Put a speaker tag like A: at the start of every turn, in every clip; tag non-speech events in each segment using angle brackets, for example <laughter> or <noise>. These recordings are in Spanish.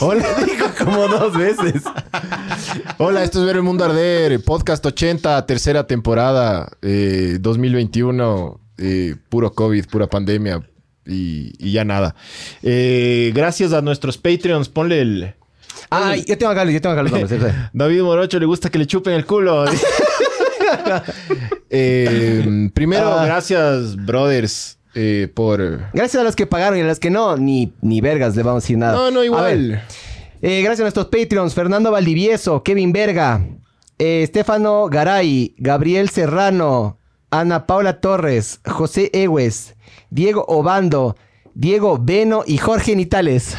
A: Hola. Dijo como dos veces.
B: Hola, esto es Ver el Mundo Arder, podcast 80, tercera temporada, eh, 2021, eh, puro COVID, pura pandemia y, y ya nada. Eh, gracias a nuestros Patreons, ponle el...
A: <laughs> Ah, yo tengo acá, yo tengo acá los nombres. sí, sí.
B: David Morocho le gusta que le chupen el culo. <laughs> Eh, primero,
A: Ah.
B: gracias, brothers, eh, por...
A: Gracias a los que pagaron y a los que no, ni, ni vergas le vamos a decir nada.
B: No, no,
A: A
B: igual.
A: ver, eh, gracias a nuestros Patreons, Fernando Valdivieso, Kevin Verga, eh, Estefano Garay, Gabriel Serrano, Ana Paula Torres, José Egues, Diego Obando, Diego Beno y Jorge Nitales.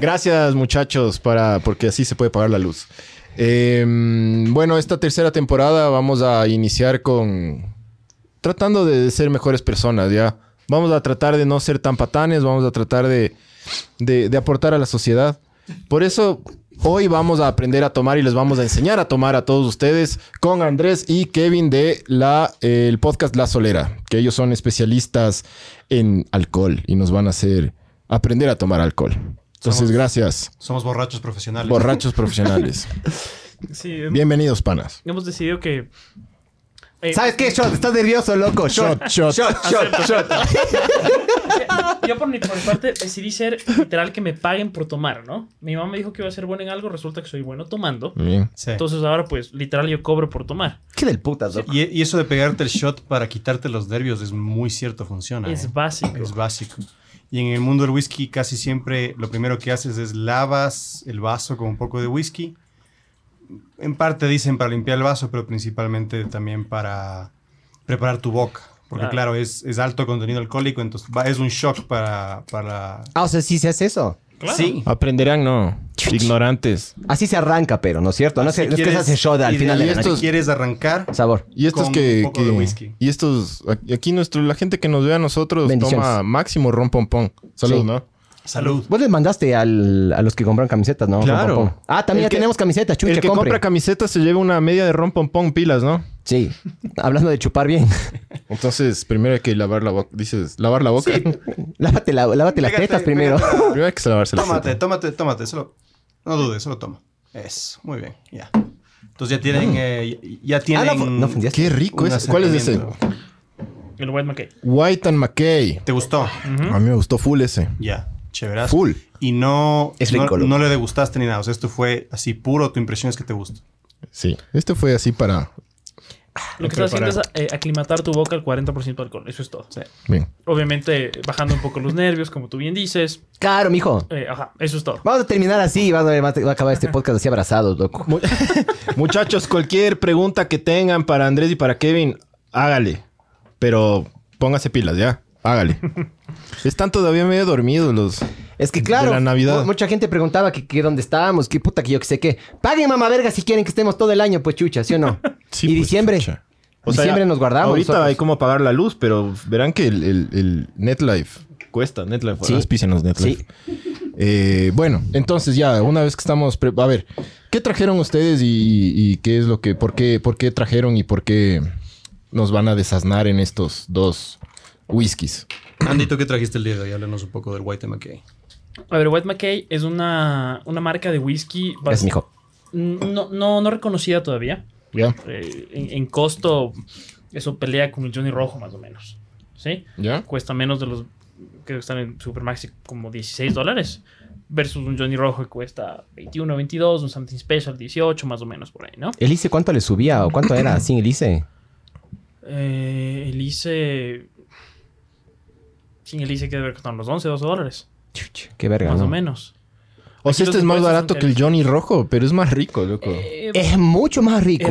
B: Gracias, muchachos, para, porque así se puede pagar la luz. Eh, bueno, esta tercera temporada vamos a iniciar con. Tratando de ser mejores personas, ya. Vamos a tratar de no ser tan patanes, vamos a tratar de, de- de aportar a la sociedad. Por eso, hoy vamos a aprender a tomar y les vamos a enseñar a tomar a todos ustedes con Andrés y Kevin de la, eh, el podcast La Solera, que ellos son especialistas en alcohol y nos van a hacer aprender a tomar alcohol. Entonces,
C: Somos-
B: gracias.
C: Somos borrachos profesionales.
B: Borrachos profesionales.
D: Sí, hem-
B: Bienvenidos, panas.
D: hemos decidido que.
A: <laughs>
D: eh,
A: ¿Sabes qué, Shot? <laughs> Estás nervioso, loco. Shot,
B: shot.
A: shot, shot, shot.
D: Yo, por mi, por mi parte, decidí ser literal que me paguen por tomar, ¿no? Mi mamá me dijo que iba a ser bueno en algo, resulta que soy bueno tomando.
B: Bien.
C: Sí.
D: Entonces ahora, pues, literal, yo cobro por tomar.
A: ¿Qué del putas, loco?
C: y, y eso de pegarte el shot para quitarte los nervios es muy cierto, funciona. ¿eh?
D: Es básico.
C: Es básico. Y en el mundo del whisky casi siempre lo primero que haces es lavas el vaso con un poco de whisky. En parte dicen para limpiar el vaso, pero principalmente también para preparar tu boca. Porque
D: Ah.
C: claro, es, es alto contenido alcohólico, entonces va- es un shock para... para...
A: Ah, o sea, sí se hace eso.
D: Claro.
C: Sí.
B: Aprenderán, no. Ignorantes.
A: Así se arranca, pero, ¿no es cierto? No, se, no es que se hace shot al
C: y de
A: final
C: ahí
A: de la
C: esto
A: noche.
B: noche.
C: quieres arrancar.
A: Sabor.
B: Y estos
C: Con
B: que,
C: un poco de
B: que-
C: whisky.
B: y estos aquí nuestro la gente que nos ve a nosotros
A: Bendiciones.
B: toma máximo ron pompón. Salud,
A: Sí.
B: ¿no?
C: Salud.
A: Vos les mandaste al- a los que compran camisetas, ¿no?
B: Claro.
A: Pom, pom, pom. Ah, también
B: El
A: ya
B: que-
A: tenemos camisetas, chucha,
B: El que
A: compre.
B: compra camiseta se lleva una media de ron pompón pilas, ¿no?
A: Sí, hablando de chupar
B: <laughs>
A: bien.
B: Entonces, primero hay que lavar la boca, dices, lavar la boca.
A: lávate la- lávate las
C: Pégate,
A: tetas primero.
C: pégate la-
B: <laughs> primero hay que lavarse la
C: Tómate,
B: boca.
C: tómate, tómate, solo. No dudes, solo toma. Eso, muy bien, ya. Entonces ya tienen. eh, ya
A: Ah,
C: tienen.
A: no, fu- no fundías.
B: Qué rico
C: un
B: es. ¿Cuál es ese?
C: acercamiento.
D: El White McKay.
B: White and McKay.
C: ¿Te gustó?
B: A mí me gustó full ese.
C: Ya, chéverazo.
B: Full.
C: Y no,
A: Es
C: no,
A: rico, loco.
C: no le degustaste ni nada. O sea, esto fue así puro. Tu impresión es que te gusta.
B: Sí. Este fue así para
D: Lo que estás haciendo es eh, aclimatar tu boca al 40% de alcohol. Eso es todo.
B: bien.
D: Obviamente, eh, bajando un poco los nervios, como tú bien dices.
A: Claro, mijo.
D: Eh, ajá, eso es todo.
A: Vamos a terminar así y vas a ver, va a- va a acabar este podcast así abrazados, loco.
B: Mu- <laughs> Muchachos, cualquier pregunta que tengan para Andrés y para Kevin, hágale. Pero póngase pilas, ya. Hágale. Están todavía medio dormidos los.
A: Es que claro,
B: De la Navidad.
A: mu- mucha gente preguntaba que, que dónde estábamos, que puta, que yo que sé qué. Paguen mamá verga si quieren que estemos todo el año, pues chucha, ¿sí o no?
B: <laughs> Sí,
A: y
B: pues,
A: diciembre.
B: chucha. O sea,
A: diciembre
B: ya-
A: nos guardamos.
B: Ahorita
A: nosotros.
B: hay como pagar la luz, pero verán que el, el- el NetLife cuesta. NetLife,
A: Sí.
B: auspícianos, NetLife.
A: Sí.
B: Eh, bueno, entonces ya, una vez que estamos. pre- A ver, ¿qué trajeron ustedes y, y- y qué es lo que. Por qué, ¿Por qué trajeron y por qué nos van a desaznar en estos dos whiskies?
C: Andy, ¿tú qué trajiste el día de hoy? Háblanos un poco del White McKay.
D: A ver, White McKay es una, una marca de whisky. bas-
A: Gracias, mijo.
D: No, no, no reconocida todavía.
B: ¿Ya?
D: Eh, en, en costo, eso pelea con el Johnny Rojo, más o menos. ¿Sí?
B: ¿Ya?
D: Cuesta menos de los que están en Supermax como 16 dólares. Versus un Johnny Rojo que cuesta 21, 22, un Something Special 18, más o menos por ahí, ¿no?
A: ¿El ICE cuánto le subía o cuánto
B: <clears throat>
A: era sin el ICE?
D: Eh, el ICE. Sin el ICE que debe costar unos 11, 12 dólares.
A: Chucha, qué verga,
D: más
A: ¿no?
D: o menos.
B: O sea,
D: Aquí
B: este
D: los
B: es más
D: impuestos
B: barato
D: son
B: que el
D: caros.
B: Johnny Rojo, pero es más rico, loco.
D: Eh,
A: Es mucho más rico.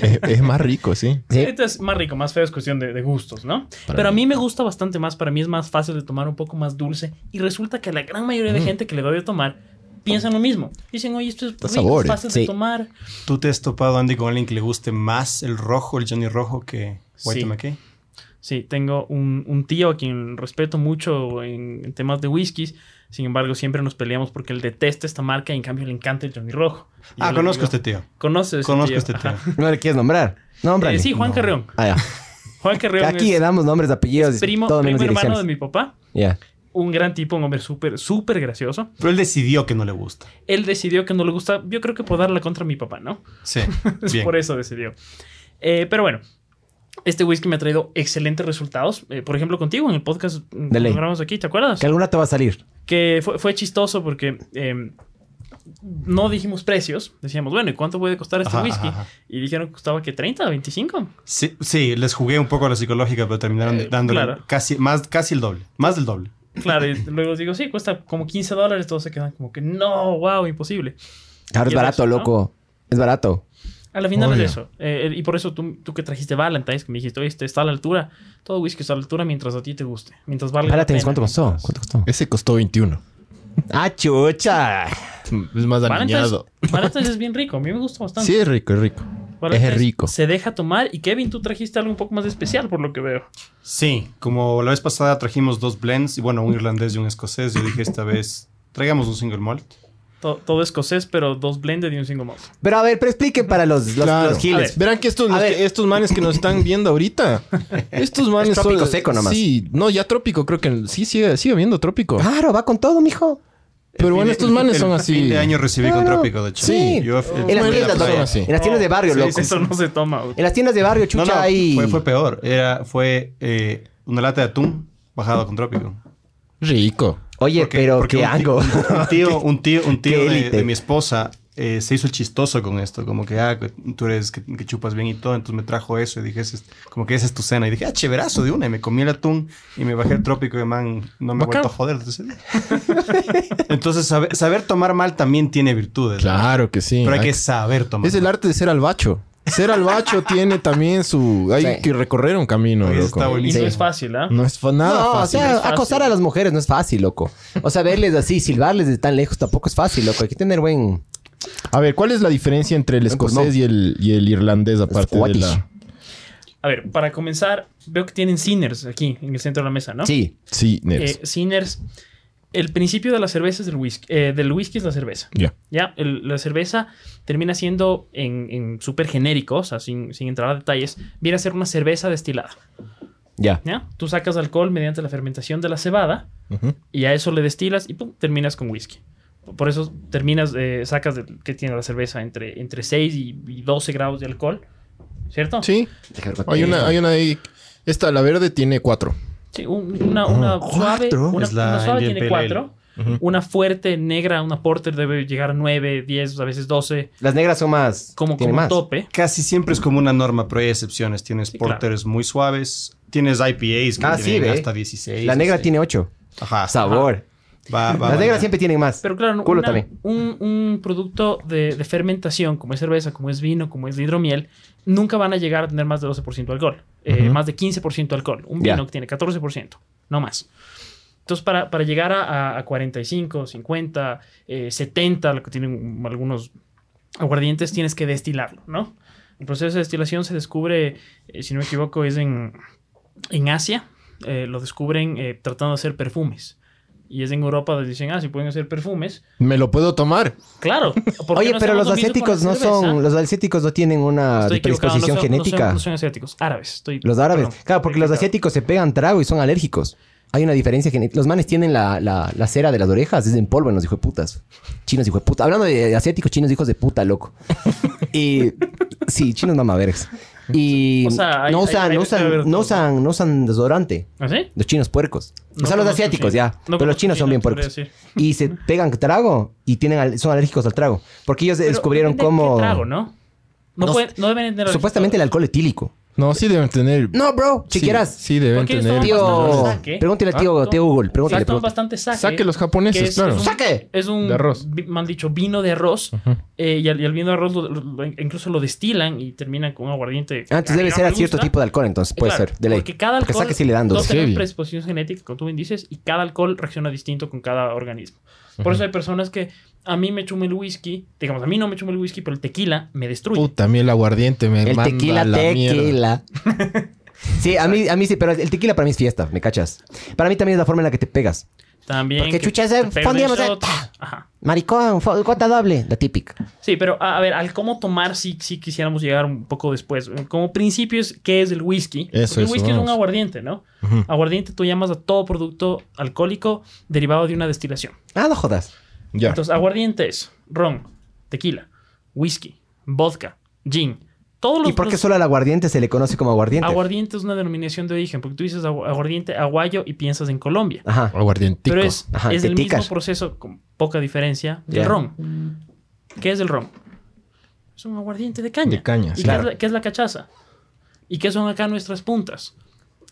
B: es, <laughs> es más rico, sí.
A: Sí.
D: Este es más rico, más feo, es cuestión de, de gustos, ¿no?
B: Para
D: Pero a
B: mí.
D: mí me gusta bastante más, para mí es más fácil de tomar un poco más dulce. Y resulta que la gran mayoría de gente que le doy de tomar piensan lo mismo. Dicen, oye, esto es rico,
B: sabores.
D: fácil de
E: Sí.
D: tomar.
F: ¿Tú te has topado, Andy, con alguien que le guste más el rojo, el Johnny Rojo, que White
D: Sí.
F: McKay?
D: Sí, tengo un, un tío a quien respeto mucho en, en temas de whiskies. Sin embargo, siempre nos peleamos porque él detesta esta marca y en cambio le encanta el Johnny Rojo. Y yo
F: Ah,
D: le
F: conozco a
D: digo,
F: este tío.
D: Conoces. ese
F: Conozco a
D: tío,
F: este tío.
D: ajá.
C: <laughs>
A: No le quieres nombrar. Nómbrale.
D: Eh, sí, Juan
F: No.
D: Carreón.
A: Ah,
D: <laughs>
A: ya.
D: Juan Carreón
A: Aquí le
D: es
A: damos nombres, apellidos,
D: primo,
A: todo
D: primo
A: menos
D: hermano de
A: direcciones.
D: mi papá.
A: Ya.
D: Un gran tipo, un hombre súper, súper gracioso.
F: Pero él decidió que no le gusta.
D: Él decidió que no le gusta, yo creo que por darla contra mi papá, ¿no? <laughs>
C: <laughs>
F: Sí.
D: Es
F: Bien.
D: por eso decidió. Eh, pero bueno, este whisky me ha traído excelentes resultados. Eh, por ejemplo, contigo en el podcast mm, que
A: ley.
D: grabamos aquí, ¿te acuerdas?
A: Que alguna te va a salir.
D: Que fue, fue chistoso porque eh, no dijimos precios. Decíamos, bueno, ¿y cuánto puede costar este
F: Ajá,
D: whisky?
F: ajá, ajá.
D: Y dijeron que costaba que 30, 25.
F: Sí, sí, les jugué un poco a la psicológica, pero terminaron
D: Eh,
F: dándole
D: claro.
F: casi, más, casi el doble. Más del doble.
D: Claro, y <laughs> luego digo, sí, cuesta como 15 dólares. Todos se quedan como que, no, wow, imposible.
A: Claro, es
D: Y el
A: barato,
D: resto, ¿no?
A: loco. Es barato.
D: A la final
F: Obvio.
D: es eso. Eh, y por eso tú, tú que trajiste Valentine's, que me dijiste, oye, este está a la altura. Todo whisky está a la altura mientras a ti te guste. Mientras valga la
A: Ojalá tenés.
D: pena.
A: ¿Cuánto costó? ¿Cuánto costó?
B: Ese costó 21.
A: ¡Ah, chucha!
B: Es más
D: Valentine's,
B: dañado.
D: <laughs> Valentine's es bien rico. A mí me gusta bastante.
B: Sí, es rico, es rico.
D: Valentine's
B: es rico.
D: Se deja tomar. Y Kevin, tú trajiste algo un poco más especial, por lo que veo.
F: Sí, como la vez pasada trajimos dos blends, y bueno, un irlandés y un escocés, yo dije esta vez, traigamos un single malt.
D: To- todo escocés, pero dos blended y un single malt.
A: Pero a ver, pero expliquen para los, los,
B: Claro.
A: los giles.
D: A
B: Verán que estos, los
A: ver.
B: que- estos manes que nos están viendo ahorita. Estos manes.
A: Es trópico seco nomás. Ah,
B: Sí, no, ya trópico, creo que sí, sigue, sigue habiendo trópico.
A: Claro, va con todo, mijo.
B: Pero bueno,
F: El-
B: estos
F: el-
B: manes
F: el
B: son así.
F: fin de año recibí con
A: Claro.
F: trópico, de hecho.
A: Sí.
F: Yo- el-
A: en las
B: Bueno,
F: fui a Eh, la
A: tiendas,
B: son
A: loco.
F: playa.
B: así.
A: En las tiendas de barrio,
F: Sí,
A: loco.
F: sí,
D: Oh, Eso no se toma. güey.
A: En las tiendas de barrio, chucha,
F: No, no,
A: hay...
F: fue, fue peor. Era, fue eh, una lata de atún bajado con trópico.
B: Rico.
A: Oye,
F: Porque-
A: pero
F: porque
A: qué
F: un ti-
A: ango.
F: <laughs>
A: <laughs>
F: Un tío, un tío, un tío
A: Qué
F: de,
A: élite.
F: de mi esposa eh, se hizo el chistoso con esto. Como que, ah, que tú eres que, que chupas bien y todo. Entonces me trajo eso y dije, "Ese es- como que esa es tu cena. Y dije, ah, chéverazo de una. Y me comí el atún y me bajé el trópico y, man, no me he
D: Bacán.
F: vuelto a joder. desde ese día. <laughs> Entonces, saber, saber tomar mal también tiene virtudes. ¿no?
B: Claro que sí.
F: Pero hay
B: Ah,
F: que saber tomar
B: Es el arte de ser albacho. Ser albacho tiene también su. Hay
A: Sí.
B: que recorrer un camino,
F: Oye, eso
B: loco.
F: está
D: Y
F: buenísimo.
D: no es fácil,
A: Mm.
D: ¿ah?
B: No es fa- nada
A: no,
B: fácil.
A: o sea,
D: no es fácil.
A: acosar a las mujeres no es fácil, loco. O sea, verles así, silbarles de tan lejos tampoco es fácil, loco. Hay que tener buen...
B: A ver, ¿cuál es la diferencia entre el
A: Eh, pues
B: escocés
A: no.
B: y, el, y el irlandés aparte de
A: Scottish.
B: la...
D: A ver, para comenzar, veo que tienen sinners aquí en el centro de la mesa, ¿no?
A: Sí.
B: Sí, Nels.
D: Eh, sinners. El principio de la cerveza es del whisky. eh, del whisky es la cerveza.
B: Ya.
D: Ya, el- la cerveza termina siendo en, en súper genérico, o sea, sin, sin entrar a detalles, viene a ser una cerveza destilada.
A: Ya.
D: ¿ya? Tú sacas alcohol mediante la fermentación de la cebada
B: Ujú.
D: y a eso le destilas y pum, terminas con whisky. Por eso terminas, eh, sacas del- que tiene la cerveza entre, entre 6 y, y 12 grados de alcohol, ¿cierto?
B: Sí, hay una, hay una ahí. Esta, la verde, tiene cuatro.
D: Sí, un- una, una suave,
A: Ah, ¿cuatro?
D: una,
F: Es la
D: una suave
F: Indian
D: tiene
F: Pale Ale.
D: 4.
B: Ujú.
D: Una fuerte negra, una porter debe llegar a 9, 10, a veces 12,
A: Las negras son más...
D: como,
A: tienen
D: como
A: más.
D: tope.
F: Casi siempre es como una norma, pero hay excepciones. Tienes
D: Sí, claro.
F: porters muy suaves, tienes IPAs que
A: Ah, sí,
F: tienen
A: ve.
F: hasta 16.
A: La negra
F: 16.
A: tiene ocho.
F: Ajá.
A: Sabor.
F: Va- va
A: Las negras
F: variando.
A: siempre tienen más.
D: Pero claro,
A: Culo
D: una-
A: también.
D: Un, un producto de, de fermentación, como es cerveza, como es vino, como es hidromiel, nunca van a llegar a tener más de 12% de alcohol. Eh,
B: Ujú.
D: Más de 15% de alcohol. Un
A: Ya.
D: vino que tiene 14%, no más. Entonces, para, para llegar a, a- a 45, 50, eh, 70, lo que tienen mm, algunos aguardientes, tienes que destilarlo, ¿no? El proceso de destilación se descubre, eh, si no me equivoco, es en, en Asia. Eh, lo descubren eh, tratando de hacer perfumes. Y es en Europa donde dicen, ah, si pueden hacer perfumes,
B: ¿Me lo puedo tomar?
D: Claro. ¿por qué
A: Oye,
D: no
A: pero los
D: hacemos lo mismo con
A: asiáticos
D: la
A: no son...
D: cerveza?
A: Los asiáticos no tienen una
D: Estoy equivocado,
A: predisposición
D: no son- no son-
A: genética.
D: No son, asiáticos, árabes. Estoy,
A: Los árabes.
D: perdón,
A: claro, porque
D: estoy
A: los
D: equivocado.
A: asiáticos se pegan trago y son alérgicos. Hay una diferencia genética. Los manes tienen la, la- la cera de las orejas, es en polvo en los hijos de putas. Chinos hijos de puta. Hablando de, de asiáticos, chinos hijos de puta, loco.
D: <laughs>
A: y sí, chinos mamavergas. Y
D: O sea, hay-
A: no, usan,
D: hay- hay-
A: no,
D: debe haber
A: usan,
D: todo.
A: no, usan, no usan desodorante.
D: ¿Ah, sí?
A: Los chinos puercos.
D: No
A: o sea, los
D: conozco
A: asiáticos,
D: China.
A: ya.
D: No
A: pero los
D: conozco
A: chinos son
D: China,
A: bien
D: te podría
A: puercos.
D: decir.
A: Y
D: <laughs>
A: se pegan trago y tienen al- son alérgicos al trago. Porque ellos
D: Pero
A: descubrieron
D: depende de
A: cómo...
D: qué trago, ¿no? No,
A: No
D: pueden- no deben entender.
A: Supuestamente el alcohol etílico.
B: No, sí deben tener...
A: No, bro.
B: sí,
A: Chiqueras.
B: Sí, deben
D: ¿Por qué estaban
B: tener...
A: Tío,
D: bastante saque.
A: pregúntele al tío,
D: Ah,
A: tío Google,
D: Sí,
A: pregúntele.
D: toman
A: pregúntele.
D: bastante saque.
B: Saque los
D: ¿eh? que
B: japoneses,
D: es-
B: claro.
D: es un-
A: ¡Saque!
D: Es un,
B: De arroz.
D: vi- mal dicho, vino de arroz. eh, y, al, y al vino de arroz lo- lo- incluso lo destilan y terminan con un aguardiente.
A: Ah, Antes
D: a mí
A: debe
D: no
A: ser
D: me
A: a cierto
D: gusta.
A: tipo de alcohol, entonces puede
D: Claro,
A: ser, de ley.
D: Porque cada
A: Porque
D: alcohol.
A: saque sí le dan
D: todos
A: dos.
B: Heavy.
D: tenemos predisposición genética, como tú bien dices, y cada alcohol reacciona distinto con cada organismo. Por eso hay personas que a mí me chuma el whisky, digamos, a mí no me chuma el whisky, pero el tequila me destruye.
B: Puta, a mí el aguardiente me
A: El
B: manda
A: tequila,
B: a la
A: tequila.
B: mierda.
A: <laughs> Sí, a mí, a mí sí, pero el tequila para mí es fiesta, ¿me cachas? Para mí también es la forma en la que te pegas.
D: También.
A: Porque
D: que
A: chucha,
D: te
A: se
D: pegan
A: fondíamos,
D: el
A: eh,
D: shot.
A: ta.
D: Ajá.
A: Maricón, fo- cuota doble, la típica.
D: Sí, pero a, a ver, al cómo tomar, sí, sí quisiéramos llegar un poco después. Como principio es qué es el whisky.
B: Eso,
D: Porque el
B: eso,
D: whisky es
B: vamos.
D: un aguardiente, ¿no?
B: Ujú.
D: Aguardiente tú llamas a todo producto alcohólico derivado de una destilación.
A: Ah, no jodas.
B: Ya.
D: Entonces, aguardiente es ron, tequila, whisky, vodka, gin. Todos los,
A: ¿Y por qué
D: los-
A: solo al aguardiente se le conoce como aguardiente?
D: aguardiente es una denominación de origen, porque tú dices agu- aguardiente aguayo y piensas en Colombia.
A: Ajá.
B: Aguardientico.
D: Pero es,
A: Ajá,
D: es
A: te
D: el
A: picas.
D: mismo proceso, con poca diferencia, del
A: Ya.
D: ron. ¿Qué es el ron? Mm. Es un aguardiente de caña.
B: De caña, sí.
D: ¿Y qué,
B: Claro.
D: es la, qué es la cachaza? ¿Y qué son acá nuestras puntas?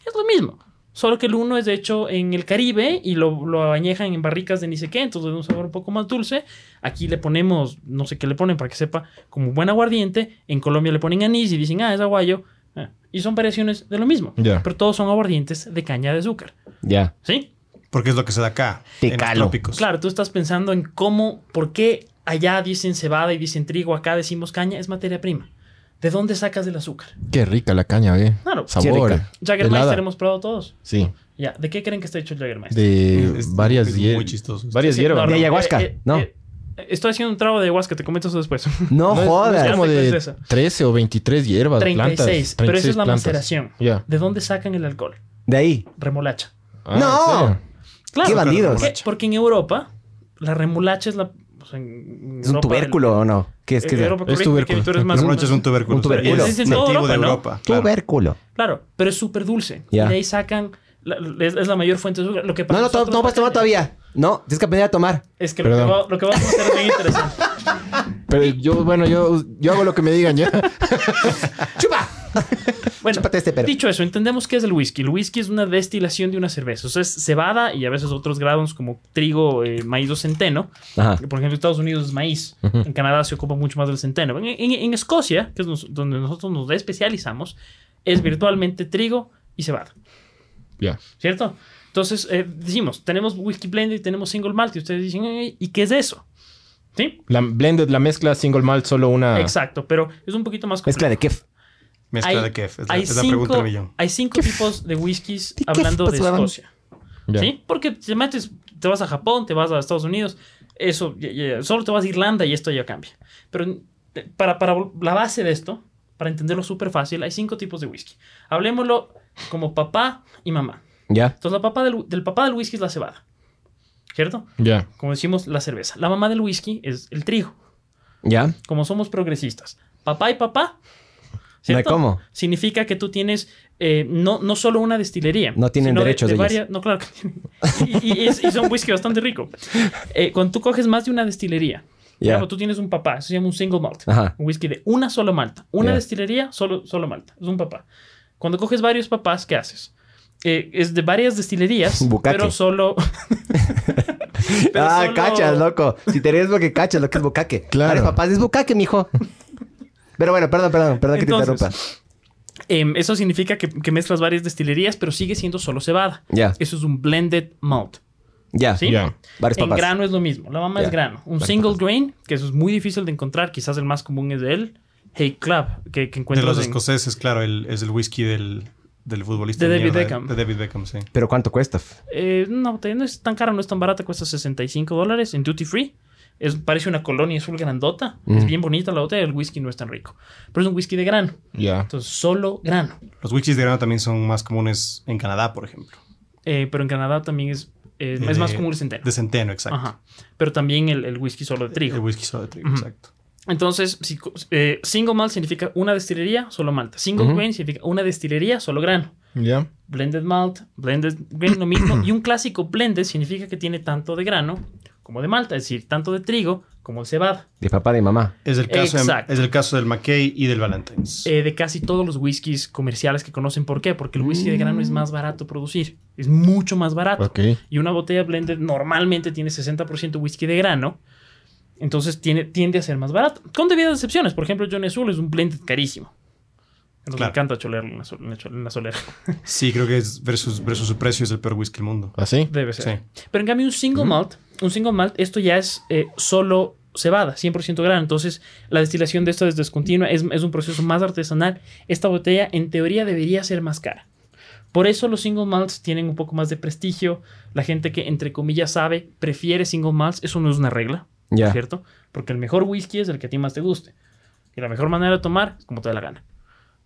D: Es lo mismo. Solo que el uno es hecho en el Caribe y lo, lo añejan en barricas de ni sé qué, entonces de un sabor un poco más dulce. Aquí le ponemos, no sé qué le ponen para que sepa, como buen aguardiente. En Colombia le ponen anís y dicen, ah, es aguayo. Ah, Y son variaciones de lo mismo.
B: Ya.
D: Pero todos son aguardientes de caña de azúcar.
A: Ya.
D: ¿Sí?
C: Porque es lo que se da acá.
A: Te
C: en
A: calo.
C: los trópicos.
D: Pues Claro, tú estás pensando en cómo, por qué allá dicen cebada y dicen trigo, acá decimos caña, es materia prima. ¿De dónde sacas el azúcar?
B: Qué rica la caña, ¿eh?
D: Claro.
B: Sabor.
A: rica.
B: helada.
D: Jaggermeister hemos probado todos.
B: Sí.
D: Ya, ¿de qué creen que está hecho el Jaggermeister?
B: De
C: Es-
B: varias
C: este, es muy
B: hier-
C: chistoso.
B: Varias hierbas.
A: no, De ayahuasca, ¿no?
D: eh, estoy haciendo un trago de ayahuasca, te comento eso después.
A: No,
B: <laughs> No es- no
A: jodas.
B: Es, como
D: Ya sé cuál es
B: de
D: esa.
B: 13 o 23 hierbas,
D: 36,
B: plantas.
D: pero esa
B: 36
D: es la
B: plantas.
D: maceración.
B: Ya.
D: ¿De dónde sacan el alcohol?
A: De ahí.
D: Remolacha.
B: Ah,
A: ¡No!
B: ¿en serio?
D: Claro.
A: ¡Qué bandidos!
D: ¿Por qué? Porque en Europa, la remolacha es la... o sea, en
A: ¿Es un
D: Europa,
A: tubérculo o no? ¿Qué es
D: eh,
A: que
D: Europa,
B: Es
D: corrígeme,
B: tubérculo.
D: que tú eres más-
C: La noche es un tubérculo.
A: Un tubérculo.
C: Y es
D: Es en toda
C: nativo de
D: Europa,
C: Europa. claro.
A: Tubérculo.
D: Claro, pero es súper dulce.
A: Ya.
D: Y de ahí sacan. la- la- es, es la mayor fuente de azúcar. Lo que para
A: No, no, to-
D: nosotros
A: no vas a tomar
D: la caña
A: todavía. No, tienes que aprender a tomar.
D: Es que lo que,
B: Perdón.
D: va- lo que vas a hacer es bien interesante.
A: <laughs>
B: Pero yo, bueno, yo, yo hago lo que me digan ya. <laughs>
A: ¡Chupa!
D: Bueno,
A: Chúpate este, pero-
D: dicho eso, entendemos qué es el whisky. El whisky es una destilación de una cerveza. O sea, es cebada y a veces otros grados como trigo, eh, maíz o centeno.
A: Ajá.
D: Por ejemplo, en Estados Unidos es maíz. En Canadá se ocupa mucho más del centeno. En, en- en Escocia, que es nos- donde nosotros nos especializamos, es virtualmente trigo y cebada.
B: ya.
D: ¿cierto? Entonces, eh, decimos, tenemos whisky blended y tenemos single malt, y ustedes dicen, "Ey, ¿y qué es eso? ¿Sí?
B: La blended, la mezcla, single malt, solo
C: Ah.
B: una.
D: Exacto, pero es un poquito más
A: Mezcla de kef.
C: Mezcla de Kef. Es la,
D: hay
C: es la pregunta del
D: cinco-
C: millón.
D: Hay cinco tipos de whiskies
A: ¿De qué
D: hablando de
A: pasó, Adam?
D: Escocia,
B: Ya.
D: ¿sí? Porque te metes, te vas a Japón, te vas a Estados Unidos, eso, ya- ya- solo te vas a Irlanda y esto ya cambia. Pero eh, para, para la base de esto, para entenderlo súper fácil, hay cinco tipos de whisky. Hablemoslo como papá y mamá.
A: Ya.
D: Entonces, la papa del, del papá del whisky es la cebada, ¿cierto?
B: Ya.
D: como decimos, la cerveza. La mamá del whisky es el trigo.
A: Ya.
D: Como somos progresistas. Papá y papá. ¿cierto?
A: No hay cómo.
D: Significa que tú tienes eh, no, no solo una destilería.
A: No tienen
D: sino de-
A: derechos
D: de
A: ellos.
D: varias- No, claro que tienen. Y, y- y es, y son whisky bastante rico. Eh, cuando tú coges más de una destilería.
A: Ya.
D: Claro, tú tienes un papá, eso se llama un single malt.
A: Ajá.
D: Un whisky de una sola malta. Una
A: Ya.
D: destilería, solo, solo malta. Es un papá. Cuando coges varios papás, ¿qué haces? Eh, es de varias destilerías,
A: <laughs> Bucaque.
D: pero solo... <laughs> <laughs> Pero
A: ah,
D: solo-
A: cachas, loco. Si te ríes porque cachas lo que es bucaque.
B: Claro.
A: Varios papás es bucaque, mijo. Pero bueno, perdón, perdón, perdón que te
D: Entonces,
A: interrumpa.
D: Em, eso significa que, que mezclas varias destilerías, pero sigue siendo solo cebada.
A: Ya.
D: Eso es un blended malt.
A: Ya.
D: ¿sí?
B: Ya.
A: Varios
D: en
A: papás.
D: grano es lo mismo. La mamá
A: Ya.
D: es grano. Un
A: Varios
D: single
A: papás.
D: grain, que eso es muy difícil de encontrar. Quizás el más común es el Hey Club, que, que
C: De
D: encuentras
C: los
D: en-
C: escoceses, claro, el- es el whisky del, del futbolista.
D: De David
C: mierda,
D: Beckham.
C: De David Beckham, sí.
A: Pero ¿cuánto cuesta?
D: Eh, no, te- no es tan cara, no es tan barata. Cuesta 65 dólares en duty free. Es, parece una colonia azul grandota.
A: Mm.
D: Es bien bonita la botella. El whisky no es tan rico. Pero es un whisky de grano.
B: Ya.
D: Entonces, solo grano.
C: Los whiskies de grano también son más comunes en Canadá, por ejemplo.
D: Eh, pero en Canadá también es, eh, es
C: De-
D: más común el centeno.
C: De centeno, exacto.
D: Ajá. Pero también el, el whisky solo de trigo.
C: El whisky solo de trigo,
D: Ujú.
C: exacto.
D: Entonces, si co- eh, single malt significa una destilería, solo malta. Single grain significa una destilería, solo grano.
B: Ya.
D: Blended malt, blended grain, lo mismo. y un clásico blended significa que tiene tanto de grano como de malta, es decir, tanto de trigo como de cebada.
A: De papá, de mamá.
C: Es el caso, de-
D: Exacto.
C: es el caso del McKay y del Valentine's.
D: Eh, de casi todos los whiskies comerciales que conocen. ¿Por qué? Porque el whisky de grano es más barato producir. Es mucho más barato.
B: Ok.
D: Y una botella blended normalmente tiene 60% whisky de grano. Entonces tiene, tiende a ser más barato. Con debidas excepciones. Por ejemplo, Johnny Azul es un blended carísimo. Nos
F: Claro.
D: encanta cholearlo en la, sol- en la chol- en la solera.
F: Sí, creo que es versus, versus su precio es el peor whisky del mundo.
B: ¿Así?
D: Debe
F: Sí.
D: ser. Pero en cambio, un single malt, un single malt, esto ya es eh, solo cebada, 100% grano. Entonces, la destilación de esto es descontinua, es, es un proceso más artesanal. Esta botella, en teoría, debería ser más cara. Por eso los single malts tienen un poco más de prestigio. La gente que, entre comillas, sabe, prefiere single malts. Eso no es una regla,
A: Ya.
D: ¿cierto? Porque el mejor whisky es el que a ti más te guste. Y la mejor manera de tomar es como te dé la gana.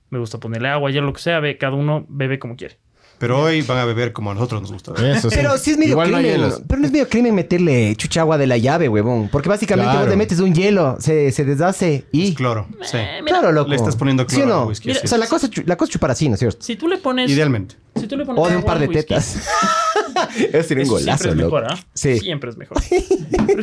D: Me gusta ponerle agua, ya lo que sea, ve, cada uno bebe como quiere.
F: Pero hoy van a beber como a nosotros nos gusta. beber.
B: Eso sí.
A: Pero sí es medio
B: Igual no hay
A: crimen.
B: hielos.
A: pero no es medio crimen meterle chucha agua de la llave, huevón. Porque básicamente
B: Claro.
A: vos le metes un hielo, se, se deshace y.
F: Es cloro, sí.
D: Eh, mira,
A: Claro, loco.
F: Le estás poniendo
A: ¿Sí o
F: cloro
A: no?
F: al whisky,
D: Mira,
F: sí.
A: O sea, la cosa, chu- la cosa es chupar así, ¿no es cierto?
D: Si tú le pones...
F: Idealmente.
D: Si tú le pones
A: O de un
D: agua
A: par de
D: al whisky,
A: tetas. <laughs> Eso sería un
D: eso
A: golazo,
D: siempre es
A: loco.
D: mejor, ¿ah?
A: Sí.
D: Siempre es mejor. Pero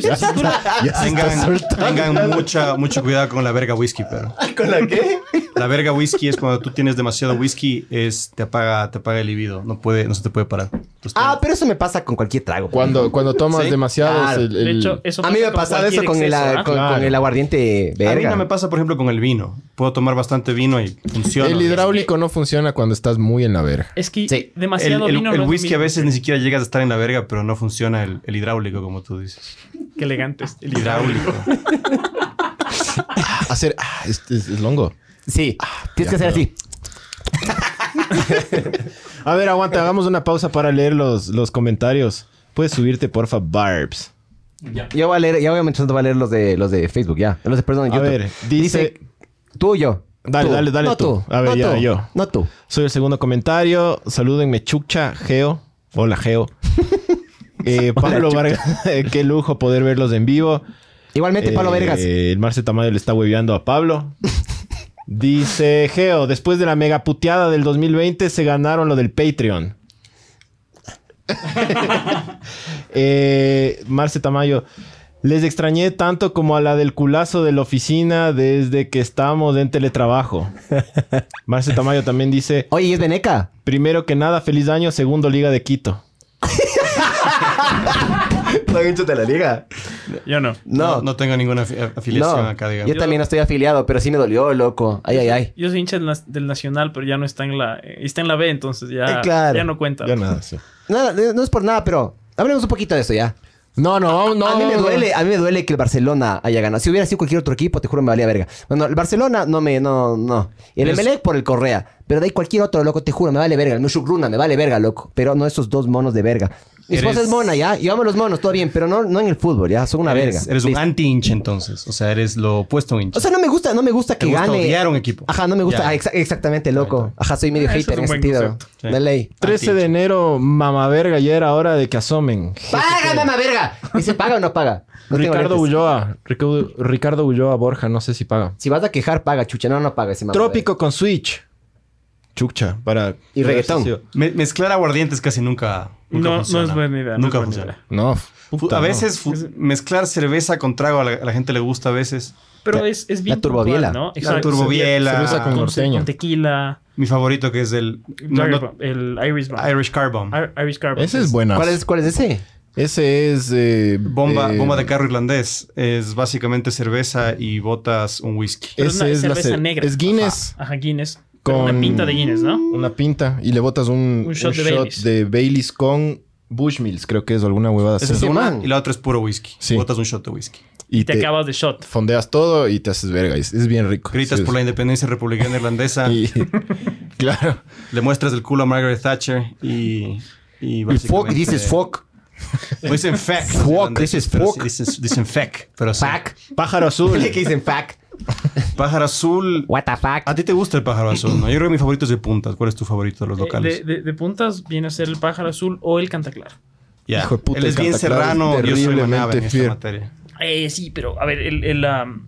A: <laughs>
D: si, si tú la-
B: Ya se está
F: Tengan,
B: soltando.
F: tengan mucha, mucho cuidado con la verga whisky, pero.
A: ¿Con la qué?
F: La verga whisky es cuando tú tienes demasiado whisky, es, te apaga, te apaga el libido. No puede, no se te puede parar. Entonces,
A: Ah, pero eso me pasa con cualquier trago.
B: Cuando, cuando tomas
F: Sí,
B: demasiado...
A: claro.
B: el-
D: de
B: el-
D: hecho, eso
A: a mí me ha
D: con
A: pasado eso
D: cualquier
A: con, el,
D: exceso, ¿ah?
A: con,
B: Claro.
A: con el aguardiente
F: a mí
A: verga.
F: no me pasa, por ejemplo, con el vino. Puedo tomar bastante vino y funciona.
B: el hidráulico no funciona cuando estás muy en la verga.
D: Es que
A: Sí.
F: El,
D: demasiado
F: el-
D: vino
F: el
D: no es lo
F: whisky a
D: mismo.
F: veces ni siquiera llegas a estar en la verga, pero no funciona el, el hidráulico, como tú dices.
D: Qué elegante es.
F: El hidráulico.
B: Hacer... Ah, es, es- es longo.
A: Sí,
B: Ah,
A: tienes que hacer así.
B: A ver, aguanta. Hagamos una pausa para leer los, los comentarios. Puedes subirte, porfa, Barbs.
A: Yo voy a leer, ya voy a mientras tanto voy a leer los de los de Facebook, ya. Los de perdón,
B: A
A: YouTube.
B: ver, dice-
A: tú o yo.
B: Dale,
A: Tú.
B: dale, dale
A: no
B: tú. A ver,
A: no
B: ya,
A: tú.
B: yo.
A: No tú.
B: Soy el segundo comentario. Salúdenme, Chucha, Geo. Hola, <laughs> Geo. Eh, Pablo Vargas, <laughs> eh, qué lujo poder verlos en vivo.
A: Igualmente, Pablo
B: Eh,
A: Vergas.
B: El Marce Tamayo le está hueveando a Pablo. Dice Geo, después de la mega puteada del 2020 se ganaron lo
A: <laughs>
B: del Patreon. Eh, Marce Tamayo, les extrañé tanto como a la del culazo de la oficina desde que estamos
A: <laughs>
B: en teletrabajo. Marce Tamayo también dice,
A: Oye, ¿y es Veneca?
B: primero que nada, feliz año, segundo Liga
A: <laughs>
B: de Quito.
A: ¿No he hecho de la liga?
D: Yo no.
A: No, no.
F: no tengo ninguna afi- afiliación
A: no.
F: acá, digamos.
A: Yo también estoy afiliado, pero sí me dolió, loco. Ay, ay, ay.
D: Yo soy hincha del, nas- del Nacional, pero ya no está en la... eh, Está en la B, entonces ya,
A: Eh, claro.
D: ya no cuenta.
B: Yo nada, sí.
A: No, no no es por nada, pero hablemos un poquito de eso ya.
B: No, no, no.
A: a mí me
B: no.
A: duele, a mí me duele que el Barcelona haya ganado. Si hubiera sido cualquier otro equipo, te juro me valía verga. Bueno, el Barcelona no me, no, no. Y el
F: Es-
A: Emelec por el Correa. Pero de ahí cualquier otro, loco, te juro, me vale verga. El Mushugruna me vale verga, loco. Pero no esos dos monos de verga. Mi esposa
F: Eres-
A: es mona, ya. Yo amo los monos, todo bien, pero no, no en el fútbol, ya. Son una
F: eres,
A: verga.
F: Eres un
A: Listo.
F: anti-hincha, entonces. O sea, eres lo opuesto a un hincha.
A: O sea, no me gusta, no me gusta
F: Te
A: que
F: gusta
A: gane.
F: odiar a un equipo.
A: Ajá, no me gusta.
F: Ya.
A: Ah, exa- exactamente, loco. Ajá, soy medio
D: Ah, ese es
A: hater en
D: un
A: ese
D: buen
A: sentido.
D: concepto.
F: Sí.
A: De ley.
B: 13 de enero, mamá verga, ya era hora de que asomen.
A: ¡Paga, mamá verga! Dice, ¿paga o no paga? No tengo
B: Ricardo
A: lentes.
B: Ulloa, Ricardo, Ricardo Ulloa Borja, no sé si paga.
A: Si vas a quejar, paga, chucha. No, no paga ese mamá
B: Trópico con Switch. Chucha, para.
A: Y
B: para
A: reggaetón.
B: ver si-
F: Me- mezclar aguardientes casi nunca, nunca
D: No,
F: funciona.
D: no es buena idea. no
F: Nunca
D: es buena
F: funciona.
D: idea.
B: No.
F: Fu-
B: puta,
F: a
B: no.
F: veces fu- mezclar cerveza con trago a la, a la gente le gusta a veces.
D: Pero
A: La-
D: es, es bien
A: la turbobiela.
D: puntual, ¿no?
F: La
D: Exacto.
F: turbobiela.
B: cerveza
D: Con,
B: con- Norteño.
D: con tequila.
F: Mi favorito que es el no,
D: Jagger
F: no,
D: Bomb, el Irish Bomb.
F: Irish Car Bomb.
D: Ir- Irish Carbon.
B: Ese es bueno.
A: ¿Cuál es, ¿Cuál es ese?
B: Ese es. eh,
F: Bomba,
B: eh,
F: bomba de carro irlandés. Es básicamente cerveza y botas un whisky.
D: Pero es
B: Ese
D: una
B: es la
D: cerveza
B: cer-
D: negra.
B: es Guinness.
D: Ajá, ajá, Guinness. Con... Una
B: Con-
D: pinta de Guinness, ¿no?
B: Una pinta y le botas un,
D: Un shot de Baileys.
B: de Baileys con Bushmills, creo que es o alguna huevada
F: Esa
B: así.
F: es
A: Sí,
F: una
A: man.
F: y la otra es puro whisky.
B: Sí.
F: Botas un shot de whisky.
B: Y
D: Te,
B: te,
D: acabas de shot.
B: fondeas todo y te haces verga. Es, es bien rico.
F: Gritas
B: Sí,
F: por la independencia republicana irlandesa.
B: <laughs> y- claro.
F: Le muestras el culo a Margaret Thatcher y. Y,
A: El fuck,
F: básicamente-
A: dices fuck.
C: Pues
F: No dicen feck.
A: Fuck, dices fuck.
F: Dicen, dicen feck. Pero sí.
A: Fuck.
B: Pájaro azul.
A: Dile <laughs> que dicen fuck.
F: Pájaro azul.
A: What the fuck.
F: A ti te gusta el pájaro azul, ¿no? Yo creo que mi favorito es de puntas. ¿Cuál es tu favorito de los
D: Eh,
F: locales?
D: De, de- de puntas viene a ser el pájaro azul o el cantaclaro.
F: Ya.
B: Hijo de puta,
F: Él es
B: el
F: bien
B: Cantaclaro es
F: serrano, yo soy
B: terriblemente
F: manaba en esta
B: fiel.
F: materia.
D: Eh, sí, pero a ver, el, el, am,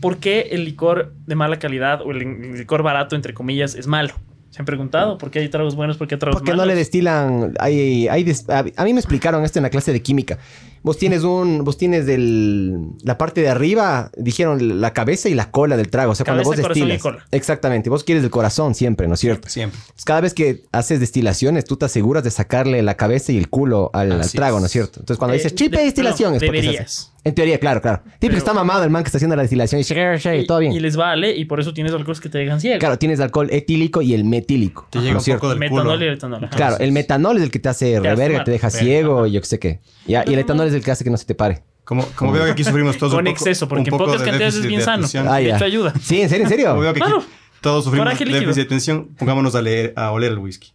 D: ¿por qué el licor de mala calidad o el, el licor barato, entre comillas, es malo? ¿Se han preguntado por qué hay tragos buenos, por qué hay tragos
A: Porque no
D: malos?
A: le destilan. hay- hay des- a, a mí me explicaron esto en la clase de química. Vos tienes un. Vos tienes del, la parte de arriba, dijeron la cabeza y la cola del trago. O sea,
D: Cabeza,
A: cuando vos
D: corazón y
A: destilas.
D: cola.
A: Exactamente. Vos quieres el corazón siempre, ¿no es cierto?
F: Siempre.
A: Entonces, cada vez que haces destilaciones, tú te aseguras de sacarle la cabeza y el culo al, al
F: Así
A: trago,
F: es.
A: ¿no es cierto? Entonces, cuando
D: Eh,
A: dices chipe
D: de-
A: destilación,
D: no,
A: es porque se hace.
D: deberías.
A: En teoría, claro, claro. Sí, pero
D: Pero-
A: está mamado el man que está haciendo la destilación. Y, shake, shake, todo bien.
D: Y les vale, y por eso tienes alcoholes que te dejan ciego.
A: Claro, tienes alcohol etílico y el metílico.
C: Te
A: ¿no
C: llega
A: es
C: un
A: cierto?
C: poco del culo.
D: metanol y etanol. ajá.
A: Claro, el metanol es el que te hace
D: hace
A: reverga,
D: mal.
A: te deja
C: Sí,
A: ciego y yo qué sé qué. Ya, y el etanol es el que hace que no se te pare.
C: Como, como veo que aquí sufrimos todos
D: Con
C: un poco-
D: exceso,
C: un
D: porque en
C: poco
D: pocas
C: de
D: cantidades es
C: déficit
D: bien
C: de
D: sano.
C: atención.
A: Ah,
D: De
A: ya.
D: hecho, ayuda.
A: Sí, en serio,
C: Como
A: en
C: veo
A: serio.
C: que aquí
D: Claro.
C: todos sufrimos
D: Coraje líquido.
C: déficit de atención, pongámonos a leer, a oler el whisky.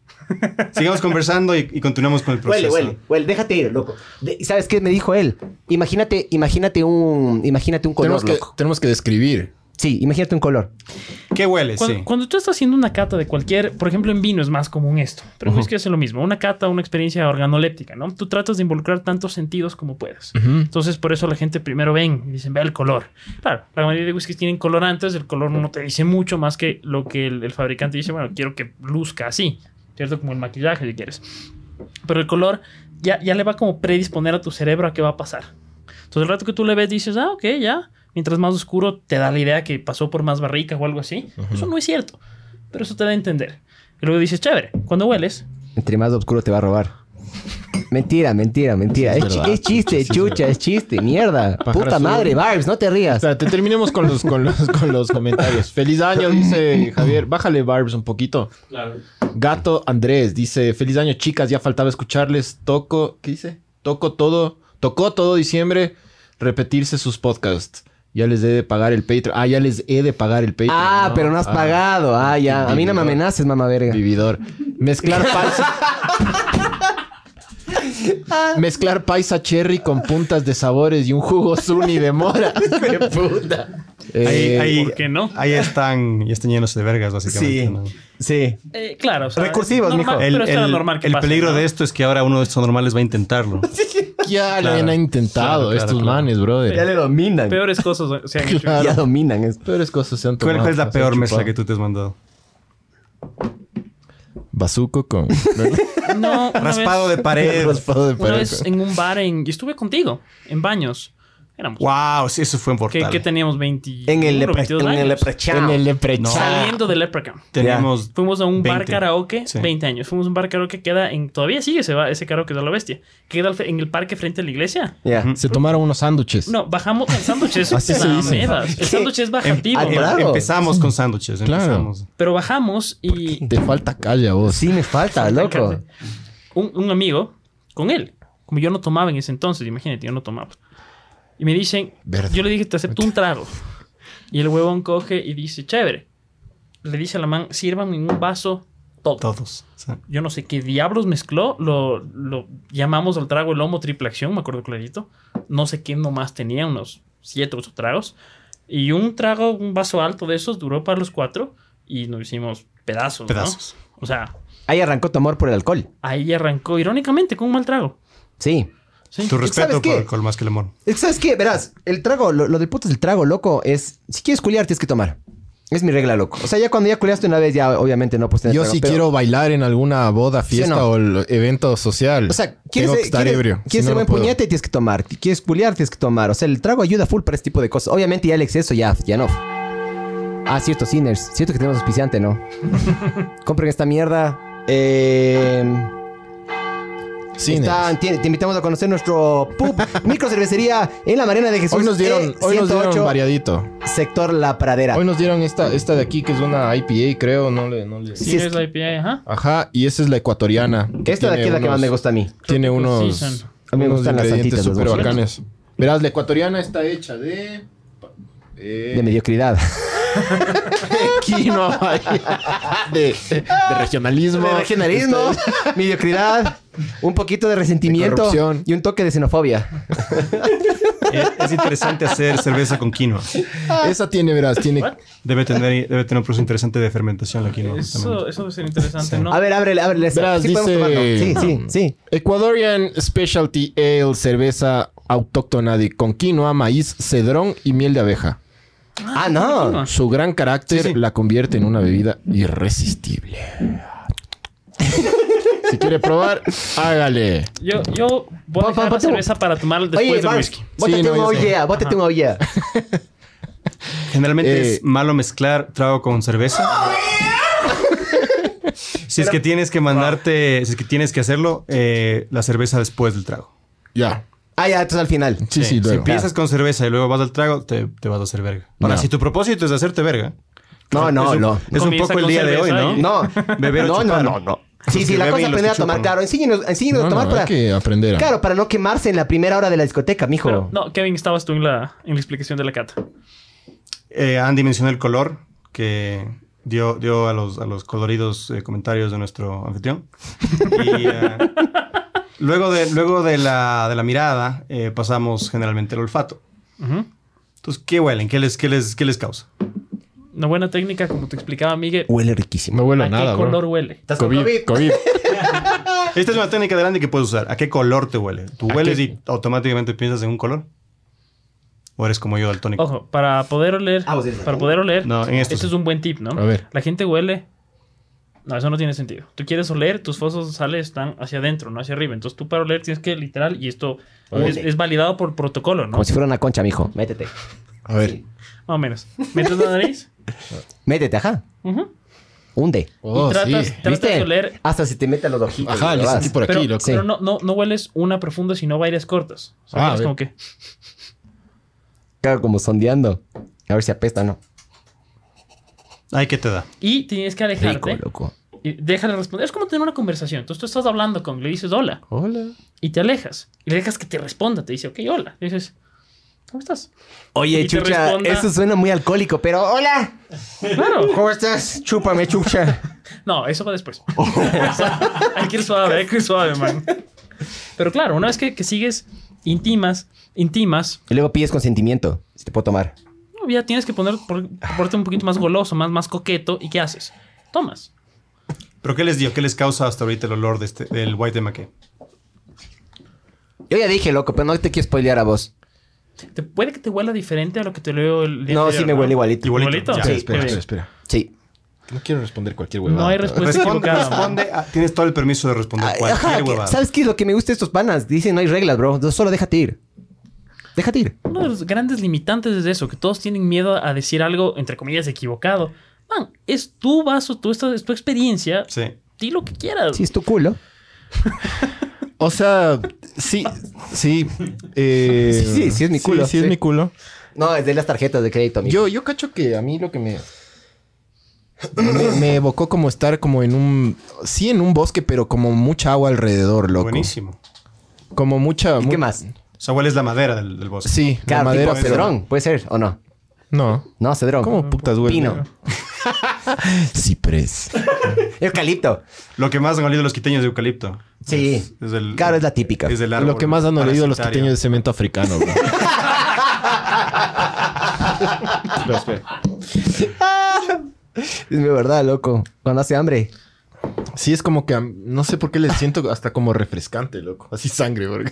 C: Sigamos conversando y, y continuamos con el proceso.
A: huele, déjate ir, loco. De- ¿y ¿Sabes qué me dijo él? Imagínate, imagínate un, imagínate un color,
B: Tenemos que,
A: loco.
B: tenemos que describir.
A: Sí, imagínate un color.
C: ¿Qué huele?
D: Cuando,
C: sí.
D: cuando tú estás haciendo una cata de cualquier, por ejemplo, en vino es más común esto, pero es que es lo mismo, una cata, una experiencia organoléptica, ¿no? Tú tratas de involucrar tantos sentidos como puedas. Entonces, por eso la gente primero ven y dicen, ve el color. Claro, la mayoría de whiskies tienen colorantes, el color no te dice mucho más que lo que el, el fabricante dice, bueno, quiero que luzca así, ¿cierto? Como el maquillaje, si quieres. Pero el color ya, ya le va como predisponer a tu cerebro a qué va a pasar. Entonces, el rato que tú le ves, dices, ah, ok, ya. Mientras más oscuro, te da la idea que pasó por más barrica o algo así. Eso no es cierto. Pero eso te da a entender. Y luego dices, chévere, cuando hueles,
A: Entre más oscuro te va a robar. Mentira, mentira, mentira.
B: Sí, es
A: es, chi-
B: verdad.
A: es chiste, chucha, es chiste, mierda.
B: Pájaro
A: Puta
B: azul.
A: madre, Barbs, no te rías.
B: Espérate, terminemos con los, con, los, con los comentarios. Feliz año, dice Javier. Bájale, Barbs, un poquito. Gato Andrés dice: Feliz año, chicas. Ya faltaba escucharles. Toco, ¿qué dice? Toco todo, tocó todo diciembre repetirse sus podcasts. Ya les he de pagar el Patreon. Ah, ya les he de pagar el Patreon.
A: Ah, pero no has
B: Ah,
A: pagado. Ah, ya. A mí no me amenaces, mamá verga.
B: Vividor.
A: <laughs>
B: Mezclar paisa. Mezclar paisa cherry con puntas de sabores y un jugo suni
A: <laughs>
B: de mora. Eh, ¡Qué puta!
A: Eh,
C: Ahí, ahí-
D: eh, ¿por qué no?
C: Ahí están, y están llenos de vergas, básicamente. ¿no?
A: sí.
D: eh, claro. O sea,
A: Recursivos,
D: es normal,
A: mijo.
C: El,
D: pero es tan
C: el-
D: normal que
C: el
D: pase,
C: peligro
D: ¿no?
C: de esto es que ahora uno de estos normales va a intentarlo.
B: Ya lo
C: Claro,
B: han intentado
C: claro, claro,
B: estos
C: claro.
B: manes, brother.
A: Ya le dominan.
D: Peores cosas se han hecho.
B: Claro.
A: Ya dominan esto.
B: Peores cosas se han tomado.
C: ¿Cuál es la
B: se han
C: peor mezcla
B: chupado.
C: que tú te has mandado?
B: Bazuco con <laughs>
D: No, una
C: Raspado
D: vez,
C: de pared.
B: raspado de
D: Una
B: perro.
D: vez en un bar en... Y estuve contigo, en baños. Éramos...
C: wow, sí, eso fue
D: ¿Qué,
C: importante.
D: qué teníamos? 20
A: En el, lepre,
D: 22
A: en el
D: años.
A: leprechao.
B: En el leprechaun.
C: No.
D: Saliendo de Leprechaun.
C: Teníamos
D: Fuimos a un bar
C: 20.
D: karaoke,
C: Sí.
D: 20 años. Fuimos a un bar karaoke que queda en. Todavía sigue ese, ba- ese karaoke de la bestia. Queda al fe- en el parque frente a la iglesia.
A: Ya.
B: Se tomaron unos sándwiches.
D: No, bajamos. El sándwich
B: <laughs>
D: es.
B: Así se
D: la
B: dice.
D: mierda. El sándwich es bajativo.
A: Ah,
C: em-
A: claro.
C: empezamos con sándwiches,
B: Claro.
C: empezamos.
D: Pero bajamos y
B: Te falta calle a vos.
A: Sí me falta, loco.
D: un, un amigo con él. Como yo no tomaba en ese entonces, imagínate, yo no tomaba. Y me dicen.
B: Verde.
D: Yo le dije, te acepto un trago. Y el huevón coge y dice, chévere. Le dice a la man, sírvanme en un vaso todo.
C: Todos. sí.
D: yo no sé qué diablos mezcló, lo, lo llamamos al trago el lomo triple acción, me acuerdo clarito. No sé qué nomás tenía, unos siete o ocho tragos. Y un trago, un vaso alto de esos duró para los cuatro y nos hicimos pedazos. ¿no?
C: Pedazos.
D: O sea,
A: Ahí arrancó tu amor por el alcohol.
D: ahí arrancó irónicamente con un mal trago.
A: Sí.
D: Sí.
C: Tu respeto
A: ¿Sabes
C: por
A: qué?
C: alcohol más que el amor.
A: Es que, ¿sabes qué? Verás, el trago, lo, lo del puto del trago, loco, es... Si quieres culiar, tienes que tomar. Es mi regla, loco. O sea, ya cuando ya culiaste una vez, ya obviamente no puedes tener
B: Yo
A: trago,
B: si
A: pero-
B: quiero bailar en alguna boda,
A: ¿Sí o
B: fiesta
A: no?
B: o el evento social.
A: O sea, quieres
B: tengo que
A: ser,
B: estar
A: quieres-
B: ebrio.
A: quieres
B: si
A: ser
B: no, no
A: buen
B: puedo.
A: puñete, tienes que tomar. Ti- Quieres culiar, tienes que tomar. O sea, el trago ayuda full para este tipo de cosas. Obviamente ya el exceso, ya, ya no. Ah, cierto, Sinners. Cierto que tenemos auspiciante, <laughs> ¿no? Compren esta mierda. Eh...
B: Sí,
A: Están-
B: Neves.
A: ti- te invitamos a conocer nuestro
B: <laughs>
A: pub microcervecería en la Marina de Jesús. eh,
B: Hoy nos dieron, hoy nos dieron
A: E108,
B: variadito.
A: sector La Pradera.
B: Hoy nos dieron esta, esta de aquí que es una IPA, creo, no le, no le-
D: Sí,
A: si es
D: es la IPA, ajá.
B: Ajá, y esa es la ecuatoriana. que
A: Esta de aquí es
B: tiene
A: la que más
B: unos-
A: me gusta a mí.
B: Tiene unos,
D: pues Sí, son.
A: A mí me
B: unos
A: gustan las
B: ingredientes
A: santitas, las
B: súper
A: más
B: bacanes. Verás, la ecuatoriana está hecha de... eh, <laughs>
A: De mediocridad.
B: quinoa, de, de regionalismo.
A: <laughs> De regionalismo, mediocridad, un poquito de
B: De
A: resentimiento
B: este, corrupción.
A: y un toque de xenofobia.
C: Eh, es interesante hacer cerveza con quinoa.
B: Ah. Esa tiene, verás, tiene...
D: What?
C: Debe tener, debe tener un proceso interesante de fermentación la quinoa.
D: Eso,
C: justamente.
D: eso debe ser interesante, ¿no?
A: A ver, ábrele, ábrele. esa.
B: Verás,
A: sí, podemos
B: dice-
A: tomarlo. sí, sí, sí.
B: Ecuadorian Specialty Ale, cerveza autóctona de con quinoa, maíz, cedrón y miel de abeja.
A: Ah, no.
B: Su gran carácter
C: Sí, sí.
B: la convierte en una bebida irresistible.
A: <laughs>
B: si quiere probar, hágale.
D: Yo, yo voy
A: Pa-
D: a
A: pa-
D: dejar la
A: ponte un-
D: cerveza para tomar después
A: Oye,
D: del
A: Mark,
D: whisky.
A: bótate
B: Sí, no,
A: un
B: yo
A: oh
B: sé.
A: yeah, bótate un oh yeah.
C: Generalmente
B: Eh,
C: es malo mezclar trago con cerveza.
A: <laughs>
C: si es que tienes que mandarte, si es que tienes que hacerlo, eh, la cerveza después del trago.
B: Ya.
A: Ah, ya, esto es al final.
B: Sí, sí,
F: Eh, si
B: luego.
F: empiezas con cerveza y luego vas al trago, te, te vas a hacer verga. Ahora,
B: No.
F: si tu propósito es hacerte verga,
A: No, no,
F: es un,
A: no.
F: Es un
D: Comienza
F: poco el
D: con
F: día de hoy,
D: cerveza
F: ¿no?
D: y-
A: No,
F: Beber o
A: no, no,
F: chupar.
A: no, no. Sí,
F: Los
A: sí,
F: que
A: la
F: beben
A: cosa es
F: y los
A: aprender a
F: que
A: tomar,
F: chupan.
A: claro. Enséñenos, enséñenos
B: No,
A: a
B: no,
A: tomar
B: hay
A: para.
B: que aprender. a-
A: Claro, para no quemarse en la primera hora de la discoteca, mijo.
D: Pero, no, Kevin, estabas tú en la, en la explicación de la cata.
F: Eh, Andy mencionó el color que dio, dio a, los, a los coloridos eh, comentarios de nuestro anfitrión. Y,
B: <laughs>
F: eh, luego de, luego de, la, de la mirada eh, pasamos generalmente al olfato.
D: Ujú.
F: Entonces, ¿qué huelen? ¿Qué les, qué les, qué les causa?
D: Una buena técnica, como te explicaba Miguel.
A: Huele riquísimo.
B: No huelo
D: ¿A
B: a nada,
D: qué
B: bro.
D: color huele?
A: ¿Estás con
B: COVID,
A: COVID?
B: COVID.
F: Esta es una técnica de Andy que puedes usar. ¿A qué color te huele? ¿Tú
B: ¿A
F: hueles
B: qué?
F: y automáticamente piensas en un color? ¿O eres como yo, daltónico?
D: Ojo, para poder oler.
A: Ah, vos eres
D: para
A: daltónico.
D: poder oler.
F: No, en esto
D: Este
F: sí.
D: es un buen tip, ¿no?
B: A ver.
D: La gente huele. No, eso no tiene sentido. Tú quieres oler, tus fosas sales están hacia adentro, no hacia arriba. Entonces tú para oler tienes que literal, y esto es,
A: Huele.
D: es validado por protocolo, ¿no?
A: Como si fuera una concha, mijo. Métete.
B: A ver.
D: Más o menos. Metes la nariz.
A: Métete, ajá.
D: ujú,
A: Hunde.
B: Oh,
D: y tratas,
B: sí.
D: tratas de oler.
A: Hasta se te meten los ojitos.
B: Ajá, le
A: ¿verdad?
B: sentí por aquí,
D: Pero,
B: loco.
D: pero no, no, no hueles una profunda, sino varias cortas. O sea,
B: Ah,
D: hueles
B: a ver.
D: como que.
A: Claro, como sondeando. A ver si apesta o no.
F: Ay, ¿qué te da?
D: Y tienes que alejarte.
A: Rico, loco.
D: y déjale responder. Es como tener una conversación. Entonces tú estás hablando con, le dices hola.
B: Hola.
D: Y te alejas. Y le dejas que te responda. Te dice, ok, hola. Y dices, ¿cómo estás?
A: Oye,
D: Y te
A: chucha,
D: responda-
A: eso suena muy alcohólico, pero hola.
D: Claro.
A: ¿Cómo estás? Chúpame, chucha.
D: No, eso va después. <laughs> hay que ir suave, hay que ir suave, man. Pero claro, una vez que, que sigues intimas, intimas,
A: <laughs> Y luego pides consentimiento. Si te puedo tomar.
D: no, ya tienes que poner, por- ponerte un poquito más goloso, más, más coqueto. ¿Y qué haces? Tomas.
F: ¿Pero qué les dio? ¿Qué les causa hasta ahorita el olor de este, del White de Mackey?
A: Yo ya dije, loco, pero no te quiero spoilear a vos.
D: Te, puede que te huela diferente a lo que te leo el día
A: No,
D: anterior,
A: sí me huele igualito.
F: Igualito.
D: ¿Igualito?
F: Ya,
D: Sí,
B: espera,
D: muy
B: espera,
D: bien.
B: espera.
A: Sí.
B: No quiero responder cualquier huevada.
D: No hay respuesta
F: Responde,
D: equivocada. man.
F: responde a- tienes todo el permiso de responder
A: Ay,
F: cualquier
A: Ah, ajá, que-
F: huevada.
A: ¿Sabes qué es lo que me gusta de estos panas? Dicen no hay reglas, bro. Tú Solo déjate ir. Déjate ir.
D: Uno de los grandes limitantes es eso, que todos tienen miedo a decir algo, entre comillas, equivocado. Man, es tu vaso, tu, esta, es tu experiencia.
F: Sí.
D: Di lo que quieras.
A: Si es tu culo.
B: O sea, sí, sí. eh,
A: Sí, sí, sí es mi culo,
B: Sí, sí es
A: sí.
B: mi culo.
A: No, es de las tarjetas de crédito, amigo.
B: Yo, yo cacho que a mí lo que me, me... me evocó como estar como en un... Sí, en un bosque, pero como mucha agua alrededor, loco.
F: Buenísimo.
B: Como mucha...
A: ¿Y
B: mu-
A: qué más?
F: O sea, hueles la madera del, del bosque.
B: Sí, la
A: Claro,
B: madera.
A: tipo
B: pero-
A: cedrón. ¿Puede ser o no?
B: No.
A: No, cedrón.
B: ¿Cómo putas huele?
A: <laughs> Pino.
B: Ciprés.
A: Eucalipto.
F: Lo que más han olido los quiteños de eucalipto.
A: Sí.
F: Es el-
A: Claro, es la típica.
F: Es el árbol
B: Lo que más han olido los
F: parasitario.
B: quiteños de cemento africano, bro. Espera, espera.
A: Es de verdad, loco. Cuando hace hambre.
B: Sí, es como que a- no sé por qué les siento hasta como refrescante, loco. Así sangre, bro.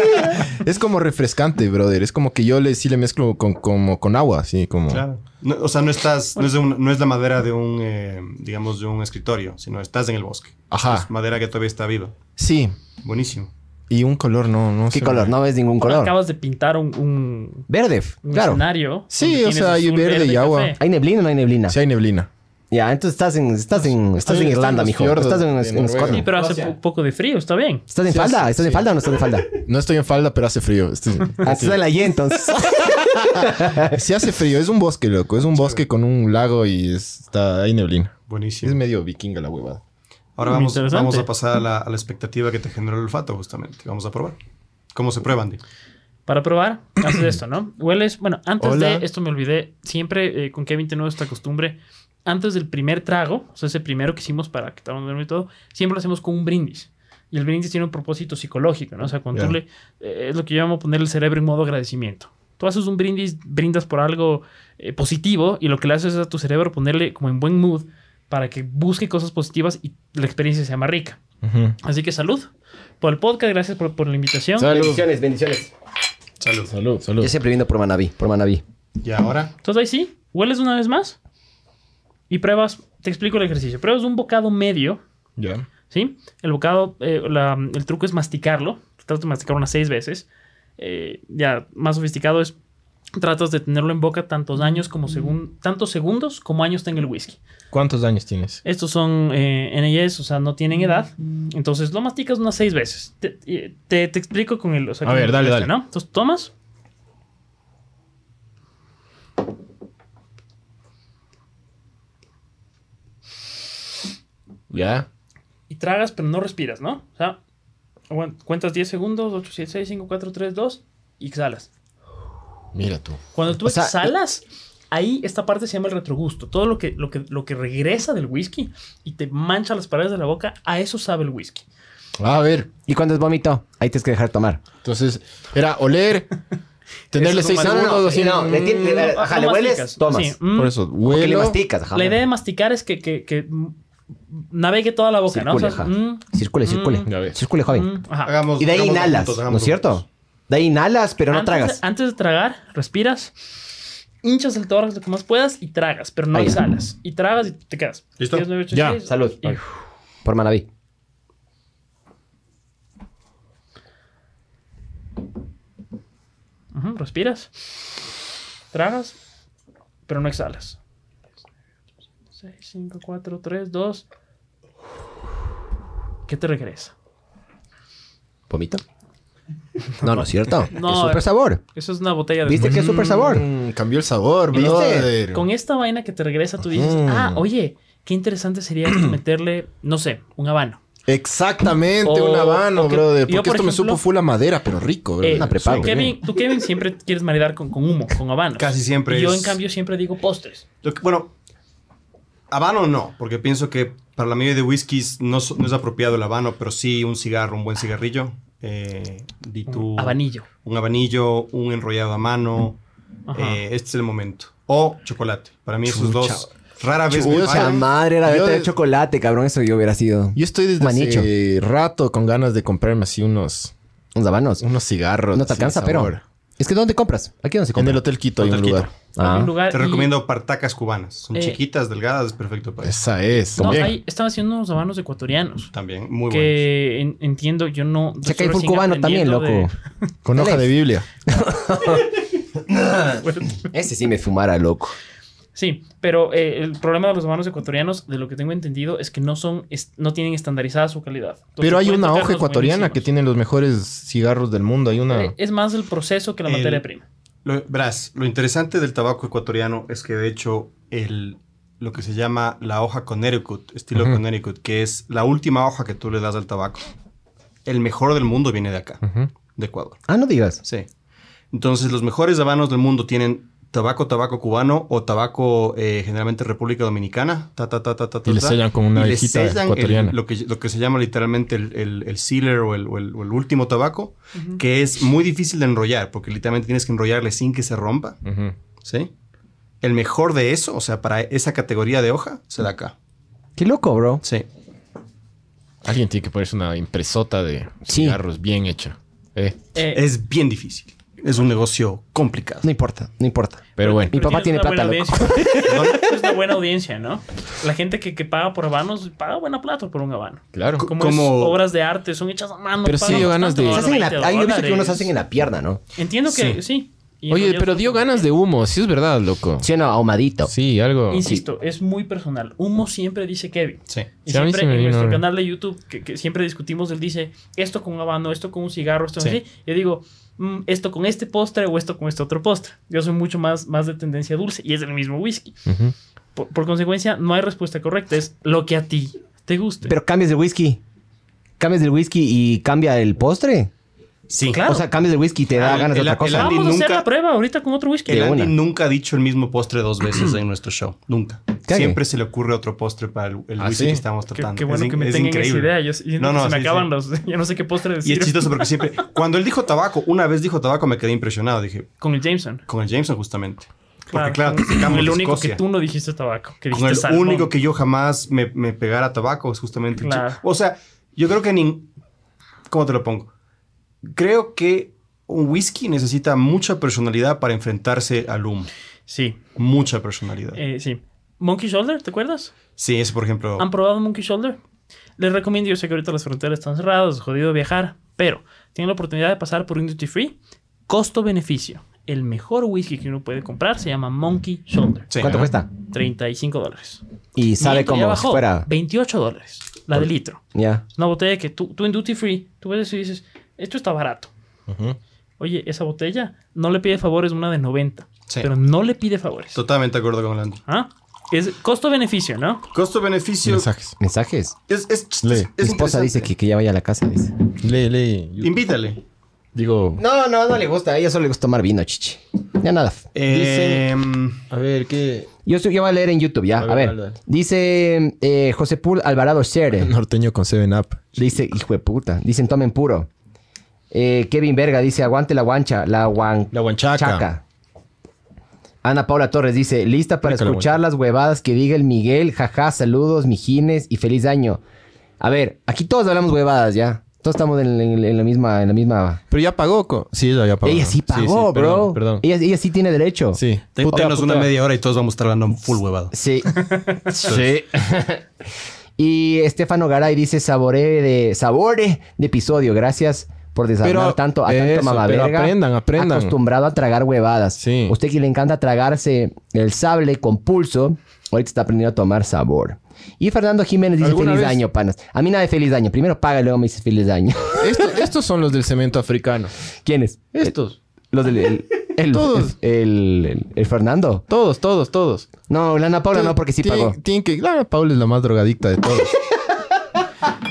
B: <laughs> es como refrescante, brother. Es como que yo le, sí le mezclo con, como, con agua, así como.
F: Claro. No, o sea, no estás, no es, de un- no es la madera de un, eh, digamos, de un escritorio, sino estás en el bosque.
B: Ajá.
F: Es madera que todavía está viva.
B: Sí.
F: Buenísimo.
B: Y un color, no, no
A: ¿Qué
B: sé.
A: color? No ves ningún
D: Ahora
A: color.
D: Acabas de pintar un, un-
A: Verde,
D: un
A: claro.
D: escenario.
B: Sí,
D: donde
B: o
D: tienes
B: sea, hay
D: azul,
B: verde y agua.
D: café.
A: ¿Hay neblina o no hay neblina?
B: Sí, hay neblina.
A: Ya, entonces estás en, estás en, estás
B: Oye,
A: en
B: están
A: Irlanda,
B: los
A: mijo.
B: fiordos
A: Estás en,
B: de
A: en
B: Noruega.
D: Sí,
A: Escocia.
D: pero hace un poco de frío, está bien.
A: ¿Estás en
B: Sí,
A: falda?
B: sí,
A: ¿Estás en
B: sí.
A: falda o no estás en falda? <laughs> Ah,
B: No estoy en falda, pero hace frío. Este,
A: <laughs>
B: Estoy-
A: Estás en la Y, entonces.
B: sí hace frío. Es un bosque, loco. Es un bosque con un lago y es- está hay neblina.
F: Buenísimo.
B: Es medio vikinga la huevada.
F: Ahora
D: Mm,
F: vamos,
D: interesante.
F: vamos a pasar a la, a la expectativa que te generó el olfato, justamente. Vamos a probar. ¿Cómo se prueba, Andy?
B: <clears throat>
D: Para probar, haces esto, ¿no? Hueles, bueno, antes
B: Hola.
D: de esto me olvidé, siempre eh, con Kevin tenemos esta costumbre, antes del primer trago, o sea, ese primero que hicimos para que estábamos y todo, siempre lo hacemos con un brindis. Y el brindis tiene un propósito psicológico, ¿no? O sea, cuando tú
B: Ya.
D: le, eh, es lo que yo llamo poner el cerebro en modo agradecimiento. Tú haces un brindis, brindas por algo eh, positivo y lo que le haces es a tu cerebro ponerle como en buen mood para que busque cosas positivas y la experiencia sea más rica.
B: Ujú.
D: Así que salud por el podcast, gracias por, por la invitación.
A: Bendiciones, bendiciones.
F: Salud.
B: Salud, salud.
A: Yo siempre viendo por Manaví, por Manaví.
F: Y ahora,
D: Entonces ahí sí, hueles una vez más y pruebas, te explico el ejercicio, pruebas un bocado medio,
B: Ya.
D: ¿sí? El bocado, eh, la- el truco es masticarlo, tratas de masticar unas seis veces, Eh, ya más sofisticado es Tratas de tenerlo en boca tantos años como segun- tantos segundos como años tenga el whisky.
B: ¿Cuántos años tienes?
D: Estos son eh, NIS, o sea, no tienen edad. Entonces lo masticas unas seis veces. Te, eh, te- te explico con el. o sea,
B: A
D: con
B: ver,
D: el-
B: dale, dale.
D: ¿no? Entonces tomas.
B: ¿Ya?
D: y tragas, pero no respiras, ¿no? O sea, aguan- cuentas 10 segundos, 8, 7, 6, 5, 4, 3, 2 y exhalas.
B: Mira tú.
D: Cuando tú
A: O sea,
D: exhalas, ahí esta parte se llama el retrogusto. Todo lo que, lo, que, lo que regresa del whisky y te mancha las paredes de la boca, a eso sabe el whisky.
B: A ver.
A: ¿Y cuando es vómito? Ahí tienes que dejar de tomar.
B: Entonces, era
A: <laughs>
B: oler, tenerle
D: Eso
B: seis
D: es lo más-
B: segundos. así, mm,
A: le tienes- le-
D: No,
A: ajá,
D: no
A: le hueles,
D: masticas.
A: tomas.
D: Sí, mm.
B: Por eso,
A: Porque le
B: huelo.
A: masticas, ajá.
D: La idea de masticar es que, que, que, mm, navegue toda la boca, ¿no? O
A: Circule,
D: sea,
A: ajá.
D: mm,
A: Circule, circule.
B: Ya ves.
A: Circule, joven.
D: mm, ajá.
F: Hagamos-
A: Ah, Y de ahí
F: hagámoslo
A: inhalas,
F: juntos,
A: ¿no
F: hagámoslo
A: es cierto?
F: juntos.
A: De ahí inhalas, pero no
D: antes
A: tragas.
D: De, antes de tragar, respiras, hinchas el tórax lo que más puedas y tragas, pero no
A: Ahí.
D: exhalas. Y tragas y te quedas.
F: ¿Listo?
D: 10, 9, 8,
B: Ya,
D: 6,
A: Salud.
D: y-
A: Por Manaví.
D: Ujú, respiras, tragas, pero no exhalas. 6, 5, 4, 3, 2. ¿Qué te regresa?
A: ¿Vomito? No, no es cierto.
D: No,
A: es
D: eh.
A: súper sabor.
D: Eso es una botella de
A: ¿Viste
D: whisky.
A: que es súper sabor?
B: Mm, cambió el sabor,
A: ¿Viste?
B: brother.
D: Con esta vaina que te regresa, tú dices,
B: Ujú.
D: ah, oye, qué interesante sería esto meterle, no sé, un habano.
B: Exactamente,
D: O-
B: un habano,
D: o que-
B: brother. Porque
D: yo, por
B: esto me
D: ejemplo-
B: supo full a madera, pero rico, brother.
D: Eh,
A: Una prepago.
D: tú, Kevin, tú, Kevin, siempre quieres maridar con, con humo, con habanos.
F: Casi siempre
D: Y yo,
F: es-
D: en cambio, siempre digo postres.
F: Lo que- bueno, habano no, porque pienso que para la mayoría de whiskies no, so- no es apropiado el habano, pero sí un cigarro, un buen cigarrillo. Eh, di tú-
D: Habanillo.
F: un abanillo, un enrollado a mano.
D: Ajá.
F: Eh, este es el momento. O chocolate. Para mí esos dos rara vez
B: Chucha,
F: me
A: La
F: paran.
A: madre era
B: Yo
A: de
B: de-
A: chocolate, cabrón. Eso yo hubiera sido.
B: Yo estoy desde
A: Manicho.
B: hace rato con ganas de comprarme así unos,
A: Unos habanos.
B: unos cigarros.
A: No te
B: así de
A: alcanza, pero.
B: sabor.
A: Es que ¿dónde compras? Aquí no se
B: En
A: compra.
B: el Hotel Quito hay
F: Hotel
B: un
F: Quito.
B: lugar.
A: Ah.
D: Algún lugar
F: Te
D: y-
F: recomiendo partacas cubanas. Son
D: Eh.
F: chiquitas, delgadas, es perfecto para eso.
B: Esa es.
D: No,
B: Bien.
D: ahí están haciendo unos habanos ecuatorianos.
F: También, muy bueno.
D: que en- entiendo, yo no.
A: Se
D: estoy
A: cae full
D: recién
A: cubano también, loco.
D: aprendiendo
B: Con hoja de Biblia.
D: de- <laughs>
A: Ese sí me fumara, loco.
D: Sí, pero eh, el problema de los habanos ecuatorianos, de lo que tengo entendido, es que no son, es- no tienen estandarizada su calidad. Entonces,
B: Pero hay
D: pueden
B: una
D: tocar
B: hoja
D: los
B: ecuatoriana que
D: buenísimos.
B: tiene los mejores cigarros del mundo. Hay una.
D: Eh, Es más el proceso que la
F: El-
D: materia prima.
F: Lo, verás, lo interesante del tabaco ecuatoriano es que de hecho el, lo que se llama la hoja Connecticut, estilo
B: Ujú.
F: Connecticut, que es la última hoja que tú le das al tabaco, el mejor del mundo viene de acá,
B: Ujú.
F: de Ecuador.
A: Ah, no digas.
F: Sí. Entonces, los mejores habanos del mundo tienen tabaco, tabaco cubano o tabaco eh, generalmente República Dominicana. Ta, ta, ta, ta, ta,
B: Y le
F: ta,
B: sellan con una
F: y le
B: hojita
F: sellan el-
B: ecuatoriana.
F: lo, que, lo que se llama literalmente el, el- el sealer o el, o el- o el último tabaco, que es muy difícil de enrollar porque literalmente tienes que enrollarle sin que se rompa.
B: Ujú.
F: ¿Sí? El mejor de eso, o sea, para esa categoría de hoja, se da acá.
A: Qué loco, bro.
F: Sí.
D: Eh.
B: Alguien tiene que ponerse una impresota de
A: Sí.
B: cigarros bien hecha. Eh,
D: Eh,
F: Es bien difícil. Es un negocio complicado.
A: No importa, no importa.
B: pero bueno.
A: Mi papá
D: tienes
A: tiene plata,
D: una
A: loco.
D: buena <laughs> audiencia. es una buena audiencia, ¿no? La gente que, que paga por habanos paga buena plata por un habano.
B: Claro.
D: Como,
F: Como-
D: es obras de arte, son hechas a mano.
B: Pero sí
D: pagan
B: dio ganas
D: bastante,
B: de-
A: Se
D: ¿no?
A: hacen en la-
D: 20
A: ah, yo he visto que unos
D: dólares.
A: se hacen en la pierna, ¿no?
D: Entiendo que
F: Sí.
D: sí. Y
B: Oye,
D: enrollados
B: pero dio
D: con-
B: ganas de humo. Sí, es verdad, loco.
A: Sí, no, ahumadito.
B: Sí, algo.
D: Insisto, es muy personal. Humo siempre dice Kevin.
F: Sí.
D: Y
B: Sí, a mí
D: siempre
B: se me
D: en
B: vino
D: nuestro
B: ahora.
D: canal de YouTube, que, que siempre discutimos, él dice esto con un habano, esto con un cigarro, esto
F: Sí.
D: así. Yo digo mm, esto con este postre o esto con este otro postre. Yo soy mucho más, más de tendencia dulce y es el mismo whisky.
B: Ujú.
D: Por, por consecuencia, no hay respuesta correcta. Es lo que a ti te guste.
A: Pero cambias de whisky. Cambias del whisky y cambia el postre.
F: Sí.
D: Claro.
A: O sea, cambias de whisky y te da
F: El-
A: ganas de
F: el-
A: otra
F: el
A: cosa.
F: Andy
D: Vamos a hacer
F: nunca-
D: la prueba ahorita con otro whisky.
F: El
A: De
F: Andy
A: una.
F: nunca ha dicho el mismo postre dos veces en nuestro show. Nunca.
A: ¿Qué?
F: Siempre se le ocurre otro postre para el, el
B: ¿Ah,
F: whisky
B: sí?
F: que estamos
D: Qué,
F: tratando.
D: qué bueno
F: in-
D: que me tengan esa idea. Yo, yo-
F: No, no,
D: se me
F: sí,
D: acaban
F: sí.
D: los... <laughs> Ya no sé qué postre
F: Y
D: decir.
F: es chistoso porque siempre... Cuando él dijo tabaco, una vez dijo tabaco, me quedé impresionado. Dije,
D: Con el Jameson.
F: con el Jameson justamente. Porque
D: Claro,
F: claro,
D: con-
F: te
D: con
F: cambias
D: el
F: de
D: único
F: Escocia.
D: que tú no dijiste tabaco. Que
F: Con
D: dijiste
F: el
D: salmón.
F: único que yo jamás me, me pegara tabaco es justamente el
D: Claro.
F: chi- O sea, yo creo que ni... ¿Cómo te lo pongo? Creo que un whisky necesita mucha personalidad para enfrentarse al humo.
D: Sí,
F: Mucha personalidad.
D: eh, sí. Monkey Shoulder, ¿te acuerdas?
F: sí, es por ejemplo...
D: ¿Han probado Monkey Shoulder? Les recomiendo, yo sé que ahorita las fronteras están cerradas, es jodido viajar, pero tienen la oportunidad de pasar por un duty free, costo-beneficio. el mejor whisky que uno puede comprar se llama Monkey Shoulder.
F: Sí.
A: ¿Cuánto cuesta?
D: 35 dólares.
A: Y sabe
D: Miento, ya
A: cómo si
D: bajó,
A: fuera.
D: 28 dólares. La de litro.
A: Ya.
D: Es una botella que tú, tú en Duty Free, tú ves eso y dices, esto está barato.
B: Ujú.
D: Oye, esa botella no le pide favores, una de 90.
F: Sí.
D: Pero no le pide favores.
F: Totalmente de acuerdo con Lando.
D: ¿Ah? Es costo-beneficio, ¿no?
F: Costo-beneficio. Es,
B: Mensajes.
A: Mensajes.
F: es,
B: Lee.
F: es
A: Mi esposa
F: interesante.
A: dice que, que ya vaya a la casa, dice.
B: Lee, lee. Yo-
F: Invítale.
B: Digo,
A: No, no, no le gusta. A ella solo le gusta tomar vino, chichi. Ya nada.
F: Eh,
B: a ver, ¿qué?
A: Yo, soy- yo voy a leer en YouTube, ya.
B: A
A: A
B: ver,
A: ver.
B: dale, dale.
A: Dice eh, José Pul Alvarado Sere.
B: Norteño con 7-Up.
A: Dice, hijo de puta. Dicen, tomen puro. Eh, Kevin Verga dice, aguante la guancha. La guanchaca.
B: La guanchaca.
A: Ana Paula Torres dice, lista para
B: Rica la
A: escuchar las huevadas que diga el Miguel. Jaja, saludos, mijines y feliz año. A ver, aquí todos hablamos huevadas, ya. Todos estamos en, en- en la misma... En la misma...
B: Pero ya pagó. co- Sí, ella ya pagó.
A: Ella sí pagó,
B: Sí, sí,
A: bro.
B: Perdón. perdón.
A: Ella, ella sí tiene derecho.
B: Sí.
F: te- denos una media hora y todos vamos a estar hablando full huevado.
A: Sí. sí. y Estefano Garay dice sabore de sabore de episodio. Gracias por desarmar
B: Pero,
A: tanto a tanto
B: eso,
A: mamaverga.
B: pero aprendan, aprendan.
A: Acostumbrado a tragar huevadas.
B: Sí.
A: Usted que le encanta tragarse el sable con pulso, ahorita está aprendiendo a tomar sabor. Y Fernando Jiménez dice
B: ¿Alguna
A: feliz
B: vez?
A: año, panas. A mí nada de feliz año. Primero paga y luego me dice feliz año. <laughs>
B: Esto- estos son los del cemento africano.
A: ¿Quiénes?
B: Estos.
A: Los del... el- el-
B: Todos.
A: el- el- el Fernando.
B: Todos, todos, todos.
A: No, Lana Paula no, porque sí
B: Tienen-
A: pagó.
B: Tienen que... Claro, Paul es la más drogadicta
A: <laughs>
B: de todos.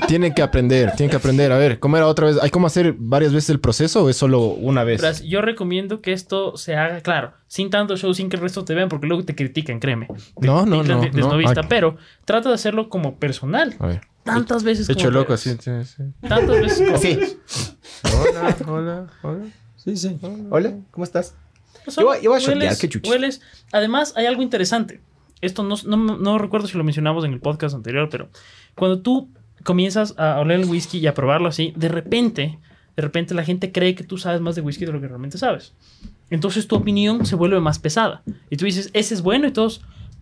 B: tienen que aprender, tienen que aprender. A ver, ¿cómo era otra vez? ¿Hay cómo hacer varias veces el proceso o es solo una vez?
D: Pero así, yo recomiendo que esto se haga, claro, sin tanto show, sin que el resto te vean, porque luego te critican, créeme. Te
B: No, no,
D: titlan
B: no,
D: de-
B: no.
D: desnovista,
B: Ay.
D: pero trata de hacerlo como personal.
B: A ver.
D: Tantas veces como
B: Hecho loco
D: puedas.
B: así. sí, sí.
D: Tantas veces como
A: Sí.
D: puedas.
B: Hola, hola, hola.
F: Sí, sí.
A: Hola, ¿cómo estás?
D: Pues
A: Yo voy- yo voy a
D: hueles-
A: shotear, qué chuchis.
D: hueles. Además, hay algo interesante. Esto no, no, no recuerdo si lo mencionamos en el podcast anterior, pero cuando tú comienzas a oler el whisky y a probarlo así, de repente, de repente la gente cree que tú sabes más de whisky de lo que realmente sabes. Entonces tu opinión se vuelve más pesada. Y tú dices, ese es bueno, y todos,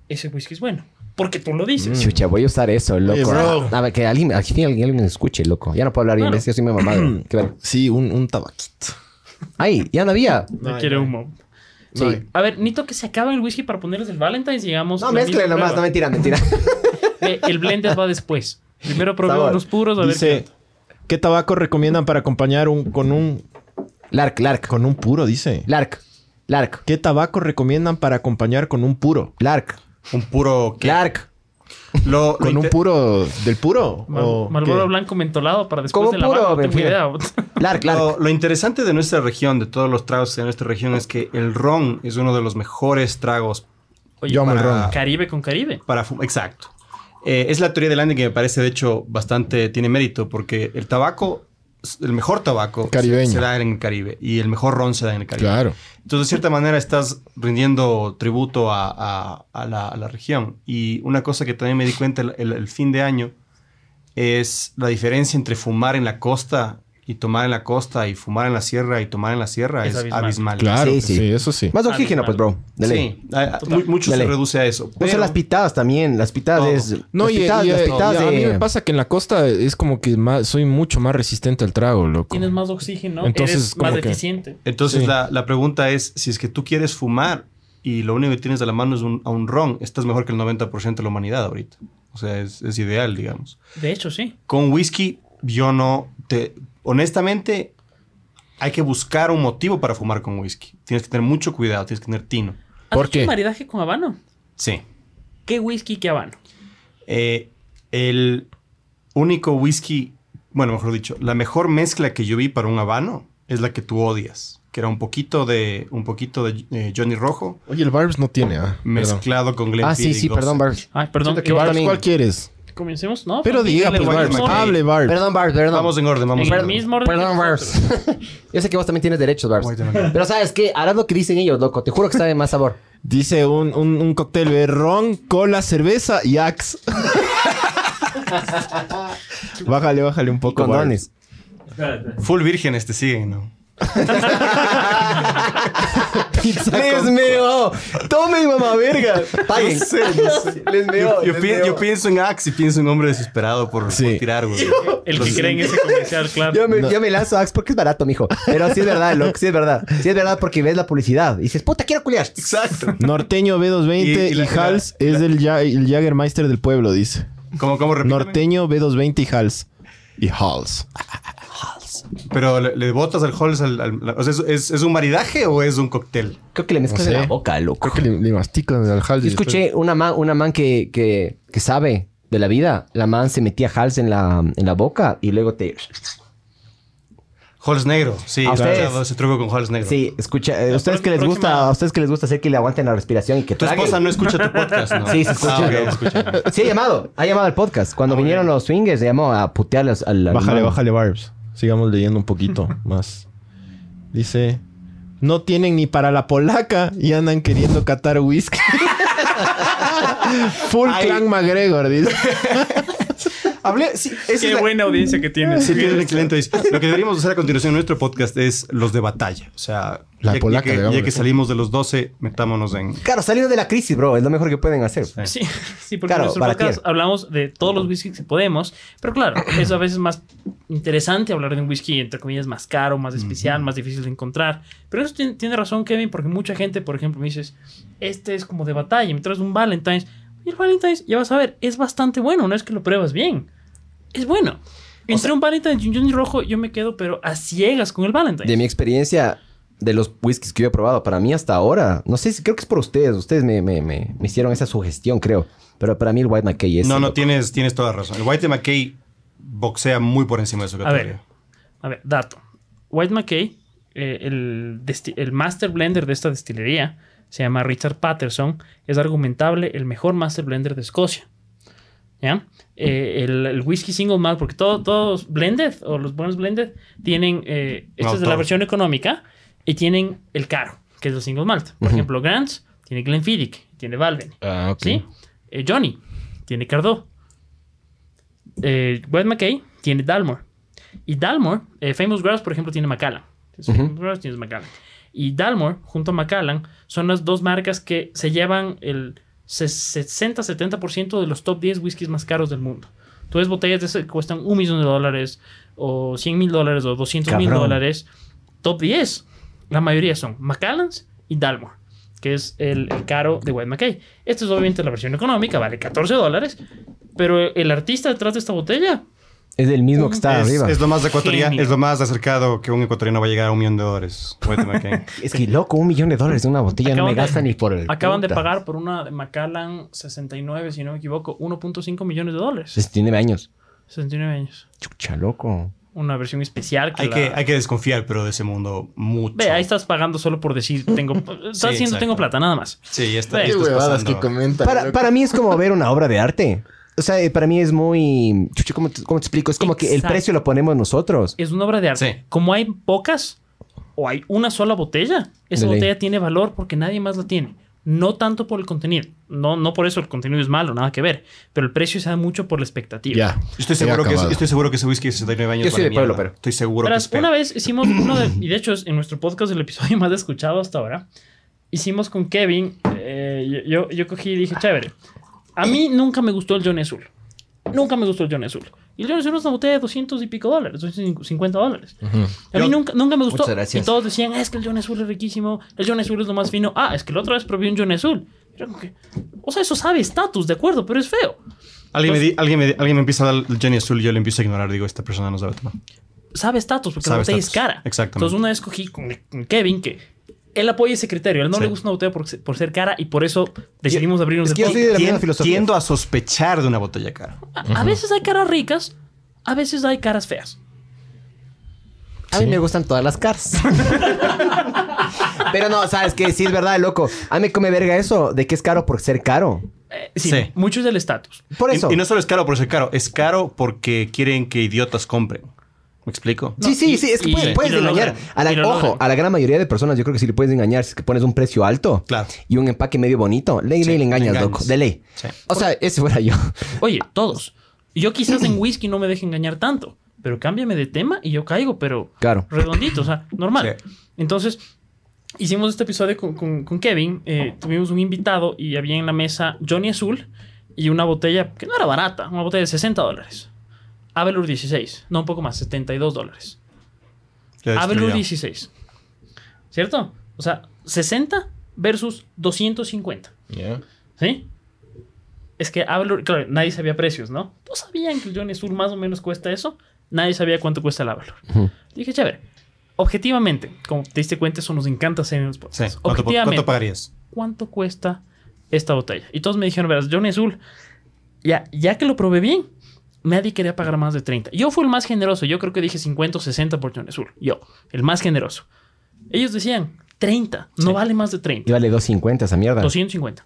D: ese whisky es bueno. Porque tú lo dices.
A: Chucha, voy a usar eso, loco.
B: Mm. Oye, bro.
A: Ah, A ver, que alguien, al fin alguien, alguien me escuche, loco. Ya no puedo hablar bien,
D: Claro.
A: ¿ves? yo soy mi
B: <clears throat>
A: mamado. Qué ver-
B: Sí, un, un tabaquito.
A: Ay, ya no había.
D: <laughs> No quiere humo.
A: Mm. Sí.
B: Ay.
D: A ver, Nito, que se acabe el whisky para ponerles el Valentine's y llegamos.
A: No, mezcle nomás, no mentira, mentira.
D: Eh, El blender va después. Primero probemos
A: Sabor.
D: los puros, a ver qué-
B: Dice, ¿qué tabaco recomiendan para acompañar un, con un
A: Lark, Lark,
B: con un puro? Dice.
A: Lark, Lark,
B: ¿Qué tabaco recomiendan para acompañar con un puro?
A: Lark,
F: Un puro. ¿qué?
A: Lark.
F: Lo, lo
B: ¿Con un
F: inter-
B: puro del puro?
D: Mal-
B: ¿O
D: Marlboro
B: qué?
D: blanco mentolado para después
A: Como
D: de la
A: puro,
D: no tengo
A: Benfica. <laughs>
D: idea.
A: Lark, Lark.
F: Lo, lo interesante de nuestra región, de todos los tragos de nuestra región, es que el ron es uno de los mejores tragos
D: Oye,
B: Yo amo el
D: para-
B: ron.
D: Caribe con Caribe.
F: para fumar. Exacto. Eh, es la teoría de Landy que me parece, de hecho, bastante tiene mérito, porque el tabaco, s- el mejor tabaco
B: Caribeño.
F: Se, se da en el Caribe y el mejor ron se da en el Caribe.
B: Claro.
F: Entonces, de cierta manera, estás rindiendo tributo a, a- a la, a la región. Y una cosa que también me di cuenta el, el- el fin de año es la diferencia entre fumar en la costa y tomar en la costa y fumar en la sierra y tomar en la sierra
D: Es
F: es,
D: abismal.
F: abismal.
B: Claro.
A: Sí,
B: Sí,
A: sí.
B: eso sí.
A: Más oxígeno, pues, bro. De ley.
F: Sí, a- a- mu- mucho
A: Dale.
F: se reduce a eso.
A: Usa
F: pero-
A: las pitadas también. Las pitadas
F: Todo.
A: es.
B: No,
A: las
B: y,
A: pitadas,
B: y-
A: las
B: y-
A: pitadas
B: a mí
A: de-
B: me pasa que en la costa es como que más- soy mucho más resistente al trago, loco.
D: Tienes más oxígeno,
B: Entonces,
D: eres
B: como
D: más
B: que-
D: deficiente.
F: Entonces
B: Sí.
F: la, la pregunta es, si es que tú quieres fumar y lo único que tienes a la mano es un, a un ron, estás mejor que el 90% de la humanidad ahorita. O sea, es, es ideal, digamos.
D: De hecho, sí.
F: Con whisky, yo no te... Honestamente, hay que buscar un motivo para fumar con whisky. Tienes que tener mucho cuidado, tienes que tener tino.
D: ¿Has
B: ¿Por
D: hecho
B: qué?
D: un maridaje con habano?
F: Sí.
D: ¿Qué whisky qué habano?
F: Eh, el único whisky, bueno, mejor dicho, la mejor mezcla que yo vi para un habano es la que tú odias, que era un poquito de, un poquito de eh, Johnny Rojo
B: Oye, el Barbs no tiene, ah. Perdón.
F: mezclado con Glenfiddich.
A: Ah, sí, sí, perdón, Barbs.
F: Gossett.
D: Ay, perdón.
A: Siento que
D: yo-
B: Barbs,
A: también.
B: ¿cuál quieres?
D: Comencemos, ¿no?
B: Pero diga,
D: dile,
B: pues,
D: guay,
B: Barbs.
D: mismo orden.
B: Hable, Barbs.
A: Perdón, Barbs, perdón.
F: Vamos en orden, vamos
D: En
F: en
D: el
F: orden.
D: mismo orden.
A: Perdón,
D: que
A: Barbs.
D: nosotros.
A: <laughs> Yo sé que vos también tienes derechos, Barbs.
F: Guay, también.
A: Pero sabes qué, harás lo que dicen ellos, loco. Te juro que sabe más <laughs> sabor.
B: Dice un, un, un cóctel de ron, cola, cerveza y
A: <laughs>
B: axe. bájale, bájale un poco.
A: Condones.
F: Full virgen este sigue, ¿no?
A: Les meó. Tomen, mamá verga. Paguen. Les meó.
F: Yo, yo
A: les
F: pi-
A: meó.
F: yo pienso en Axe y pienso en un hombre desesperado por, por
B: Sí.
F: tirar, güey.
D: El que cree en <laughs> ese comercial, claro.
A: Yo me,
B: No.
A: yo me lanzo a Axe porque es barato, mijo. Pero sí es verdad, loco, sí es verdad. Sí es verdad porque ves la publicidad y dices, puta, quiero culiar.
F: Exacto.
B: Norteño B220 y,
F: Y- y la-
B: Hals es el, ya, el Jaggermeister del pueblo, dice.
F: Como, como repíteme.
B: Norteño B220 y Hals. Y Hals.
F: Pero le, le botas al Halls al. al- o sea, ¿es, es, es un maridaje o es un cóctel?
A: Creo que le mezclas
B: No sé.
A: en la boca, loco.
B: Creo que le, le mastican al Hals.
A: Yo
B: y después-
A: escuché una man, una man que, que, que sabe de la vida. La man se metía Hals en la, en la boca y luego te...
F: Halls negro. Sí,
A: ¿A
F: he
A: ustedes?
F: escuchado ese truco con Halls negro.
A: Sí, escucha. eh, ustedes que les
D: próxima-
A: gusta, a ustedes que les gusta hacer que le aguanten la respiración y que
F: Tu
A: traguen.
F: esposa no escucha tu podcast, ¿no?
A: Sí, se escucha,
F: Ah, ok,
A: loco.
F: escucha.
A: Sí, ha llamado. Ha llamado al podcast. Cuando vinieron los swingers, le llamó a putearles al... al-
B: Ah, Bájale, bájale, Barbs. Sigamos leyendo un <laughs> poquito más. Dice: No tienen ni para la polaca y andan queriendo catar <laughs> whisky. Full
F: Ay.
B: Clan McGregor, <laughs> dice.
F: Hablé, sí, esa
D: Qué
F: es la-
D: buena audiencia que tiene.
F: Sí, tiene un excelente dice. Lo que deberíamos hacer a continuación en nuestro podcast es los de batalla. O sea,
B: La
F: ya,
B: polaca,
F: ya, que,
B: digámosle.
F: ya que salimos de los 12, metámonos en.
A: Claro, salir de la crisis, bro. Es lo mejor que pueden hacer.
D: Sí, <laughs> sí, porque
A: Claro,
D: en nuestro
A: para
D: podcast
A: ti.
D: hablamos de todos los whiskies que podemos,
A: <clears throat>
D: pero claro, es a veces más interesante hablar de un whisky, entre comillas, más caro, más especial, más difícil de encontrar. Pero eso tiene, tiene razón, Kevin, porque mucha gente, por ejemplo, me dices, este es como de batalla, me traes un Valentine's. Y el Valentine's, ya vas a ver, es bastante bueno, no es que lo pruebas bien, es bueno. Entre un Valentine's y un Johnny Rojo, yo me quedo, pero a ciegas con el Valentine's.
A: De mi experiencia, de los whiskies que yo he probado, para mí hasta ahora, no sé, si creo que es por ustedes. Ustedes me, me- me- me hicieron esa sugestión, creo. Pero para mí el White McKay es...
F: No,
A: el-
F: no, tienes, tienes toda la razón. El White McKay boxea muy por encima de su
D: A
F: categoría.
D: ver, a ver, dato. White McKay, eh, el, desti- el master blender de esta destilería, se llama Richard Patterson, es argumentable el mejor master blender de Escocia. ¿Ya? Eh, el, el whisky single malt, porque todo- todos blended o los buenos blended tienen, eh, esta
F: No,
D: es de la
F: todo.
D: versión económica, y tienen el caro, que es el single malt. Por ejemplo, Grant's tiene Glenfiddich, tiene Balvenie.
B: Ah, ok.
D: ¿Sí? Eh, Johnny tiene Cardo. Eh, Wes McKay tiene Dalmore. Y Dalmore, eh, Famous Grouse, por ejemplo, tiene Macallan. Entonces, Famous Grouse tiene Macallan. Y Dalmore, junto a Macallan, son las dos marcas que se llevan el 60-70% de los top 10 whiskies más caros del mundo. Tú ves botellas de esas que cuestan un millón de dólares, o 100 mil dólares, o 200 mil
A: Cabrón.
D: dólares. Top 10, la mayoría son Macallans y Dalmore que es el, el caro de White McKay. Esta es obviamente la versión económica, vale 14 dólares, pero el artista detrás de esta botella,
A: Es el
D: Mm.
A: mismo que está
F: es,
A: arriba.
F: es lo más ecuatoriano,
D: Genio.
F: es lo más acercado que un ecuatoriano va a llegar a un millón de dólares. White
D: <laughs>
F: McKay.
A: Es que loco, un millón de dólares de una botella no
D: Acaban
A: me
D: de-
A: gasta ni por el.
D: acaban de
A: puta.
D: pagar por una de Macallan 69, si no me equivoco, 1.5 millones de dólares.
A: 69 años.
D: 69 años.
A: Chucha, loco.
D: Una versión especial que,
F: hay,
D: la-
F: que, hay que desconfiar, pero de ese mundo mucho.
D: Ve, ahí estás pagando solo por decir, tengo... Estás
F: Sí,
D: diciendo,
F: exacto.
D: tengo plata, nada más.
F: Sí, ya está.
D: Ve,
F: ya estás pasando.
B: comentan.
A: Para, para mí es como ver una obra de arte. O sea, eh, para mí es muy. Chucha, ¿cómo te, cómo te explico? Es como que el
D: Exacto.
A: precio lo ponemos nosotros.
D: Es una obra de arte.
F: Sí.
D: Como hay pocas o hay una sola botella, esa
A: De ley.
D: botella tiene valor porque nadie más la tiene. No tanto por el contenido. No, no por eso el contenido es malo, nada que ver. Pero el precio se da mucho por la expectativa.
B: Ya.
F: Yo Estoy
B: he
F: seguro, que,
B: acabado.
F: estoy seguro que ese whisky de 69 años.
A: Yo soy
F: vale
A: de pueblo,
F: mierda.
A: pero-
F: Estoy seguro que
D: Verás,
F: es
D: una
F: peor.
D: vez hicimos uno de... Y de hecho, es en nuestro podcast, el episodio <laughs> más escuchado hasta ahora, hicimos con Kevin... eh, yo, yo cogí y dije, chévere. A mí nunca me gustó el Johnny Azul. Nunca me gustó el Johnny Azul. Y el Johnny Azul es una botella de 200 y pico dólares, 250 dólares. A mí
F: Yo-
D: nunca, nunca me gustó.
A: Muchas gracias.
D: Y todos decían, "Ah, es que el Johnny Azul es riquísimo, el Johnny Azul es lo más fino. Ah, es que la otra vez probé un Johnny Azul. Era como que, o sea, eso sabe estatus, de acuerdo, pero es feo.
F: Alguien me, di- alguien, me, di- alguien me empieza a dar el Jenny Azul y yo le empiezo a ignorar. Digo, esta persona no sabe tomar.
D: Sabe estatus, porque la
F: Sabe
D: botella es
F: estatus.
D: cara.
F: Exactamente.
D: Entonces una vez cogí con, con Kevin que él apoya ese criterio. A él no
F: Sí.
D: le gusta una botella por, se- por ser cara y por eso decidimos abrir un
A: es que yo soy de la misma filosofía.
F: Tiendo a sospechar de una botella cara.
D: a, a veces hay caras ricas, a veces hay caras feas.
A: A mí me gustan todas las cars. Pero no, sabes que sí es verdad, loco. A mí me come verga eso de que es caro por ser caro.
D: Eh, sí,
F: Sí.
D: mucho es del estatus.
A: Por
F: Y-
A: eso.
F: Y, no solo es caro por ser caro, es caro porque quieren que idiotas compren. ¿Me explico?
A: Sí, sí, sí, es que
D: y-
A: puedes,
D: y
A: puedes
D: lo
A: engañar.
D: logran,
A: A la-
D: y lo
A: ojo,
D: logran.
A: a la gran mayoría de personas yo creo que sí le puedes engañar si es que pones un precio alto
F: Claro.
A: y un empaque medio bonito. Ley,
F: Sí,
A: ley, le engañas,
F: le engañas.
A: loco. De ley.
F: Sí.
A: O sea, ese fuera yo.
D: Oye, todos. Yo quizás en whisky no me deje engañar tanto. pero cámbiame de tema y yo caigo, pero
A: Claro.
D: redondito, o sea, normal. Entonces, hicimos este episodio con, con- con Kevin, eh, tuvimos un invitado y había en la mesa Johnny Azul y una botella que no era barata, una botella de 60 dólares. Avelur 16, no un poco más, 72 dólares.
F: Le
D: Avelur
F: destruyó.
D: 16. ¿Cierto? O sea, 60 versus 250.
B: Ya.
D: ¿Sí? Es que Avalor, claro, nadie sabía precios, ¿no? Todos sabían que el Johnny Sur más o menos cuesta eso. Nadie sabía cuánto cuesta el Avalor.
A: Ujú.
D: Dije, chévere. Objetivamente, como te diste cuenta, eso nos encanta hacer en los
F: Sí.
D: podcasts.
F: ¿Cuánto, po-
D: Objetivamente,
F: cuánto pagarías?
D: ¿cuánto cuesta esta botella? Y todos me dijeron, verás, Johnny Azul, ya, ya que lo probé bien, nadie quería pagar más de 30. Yo fui el más generoso. Yo creo que dije 50 o 60 por Johnny Azul. Yo, el más generoso. Ellos decían, 30. No vale más de 30.
A: Y vale 2.50 esa mierda.
D: 250.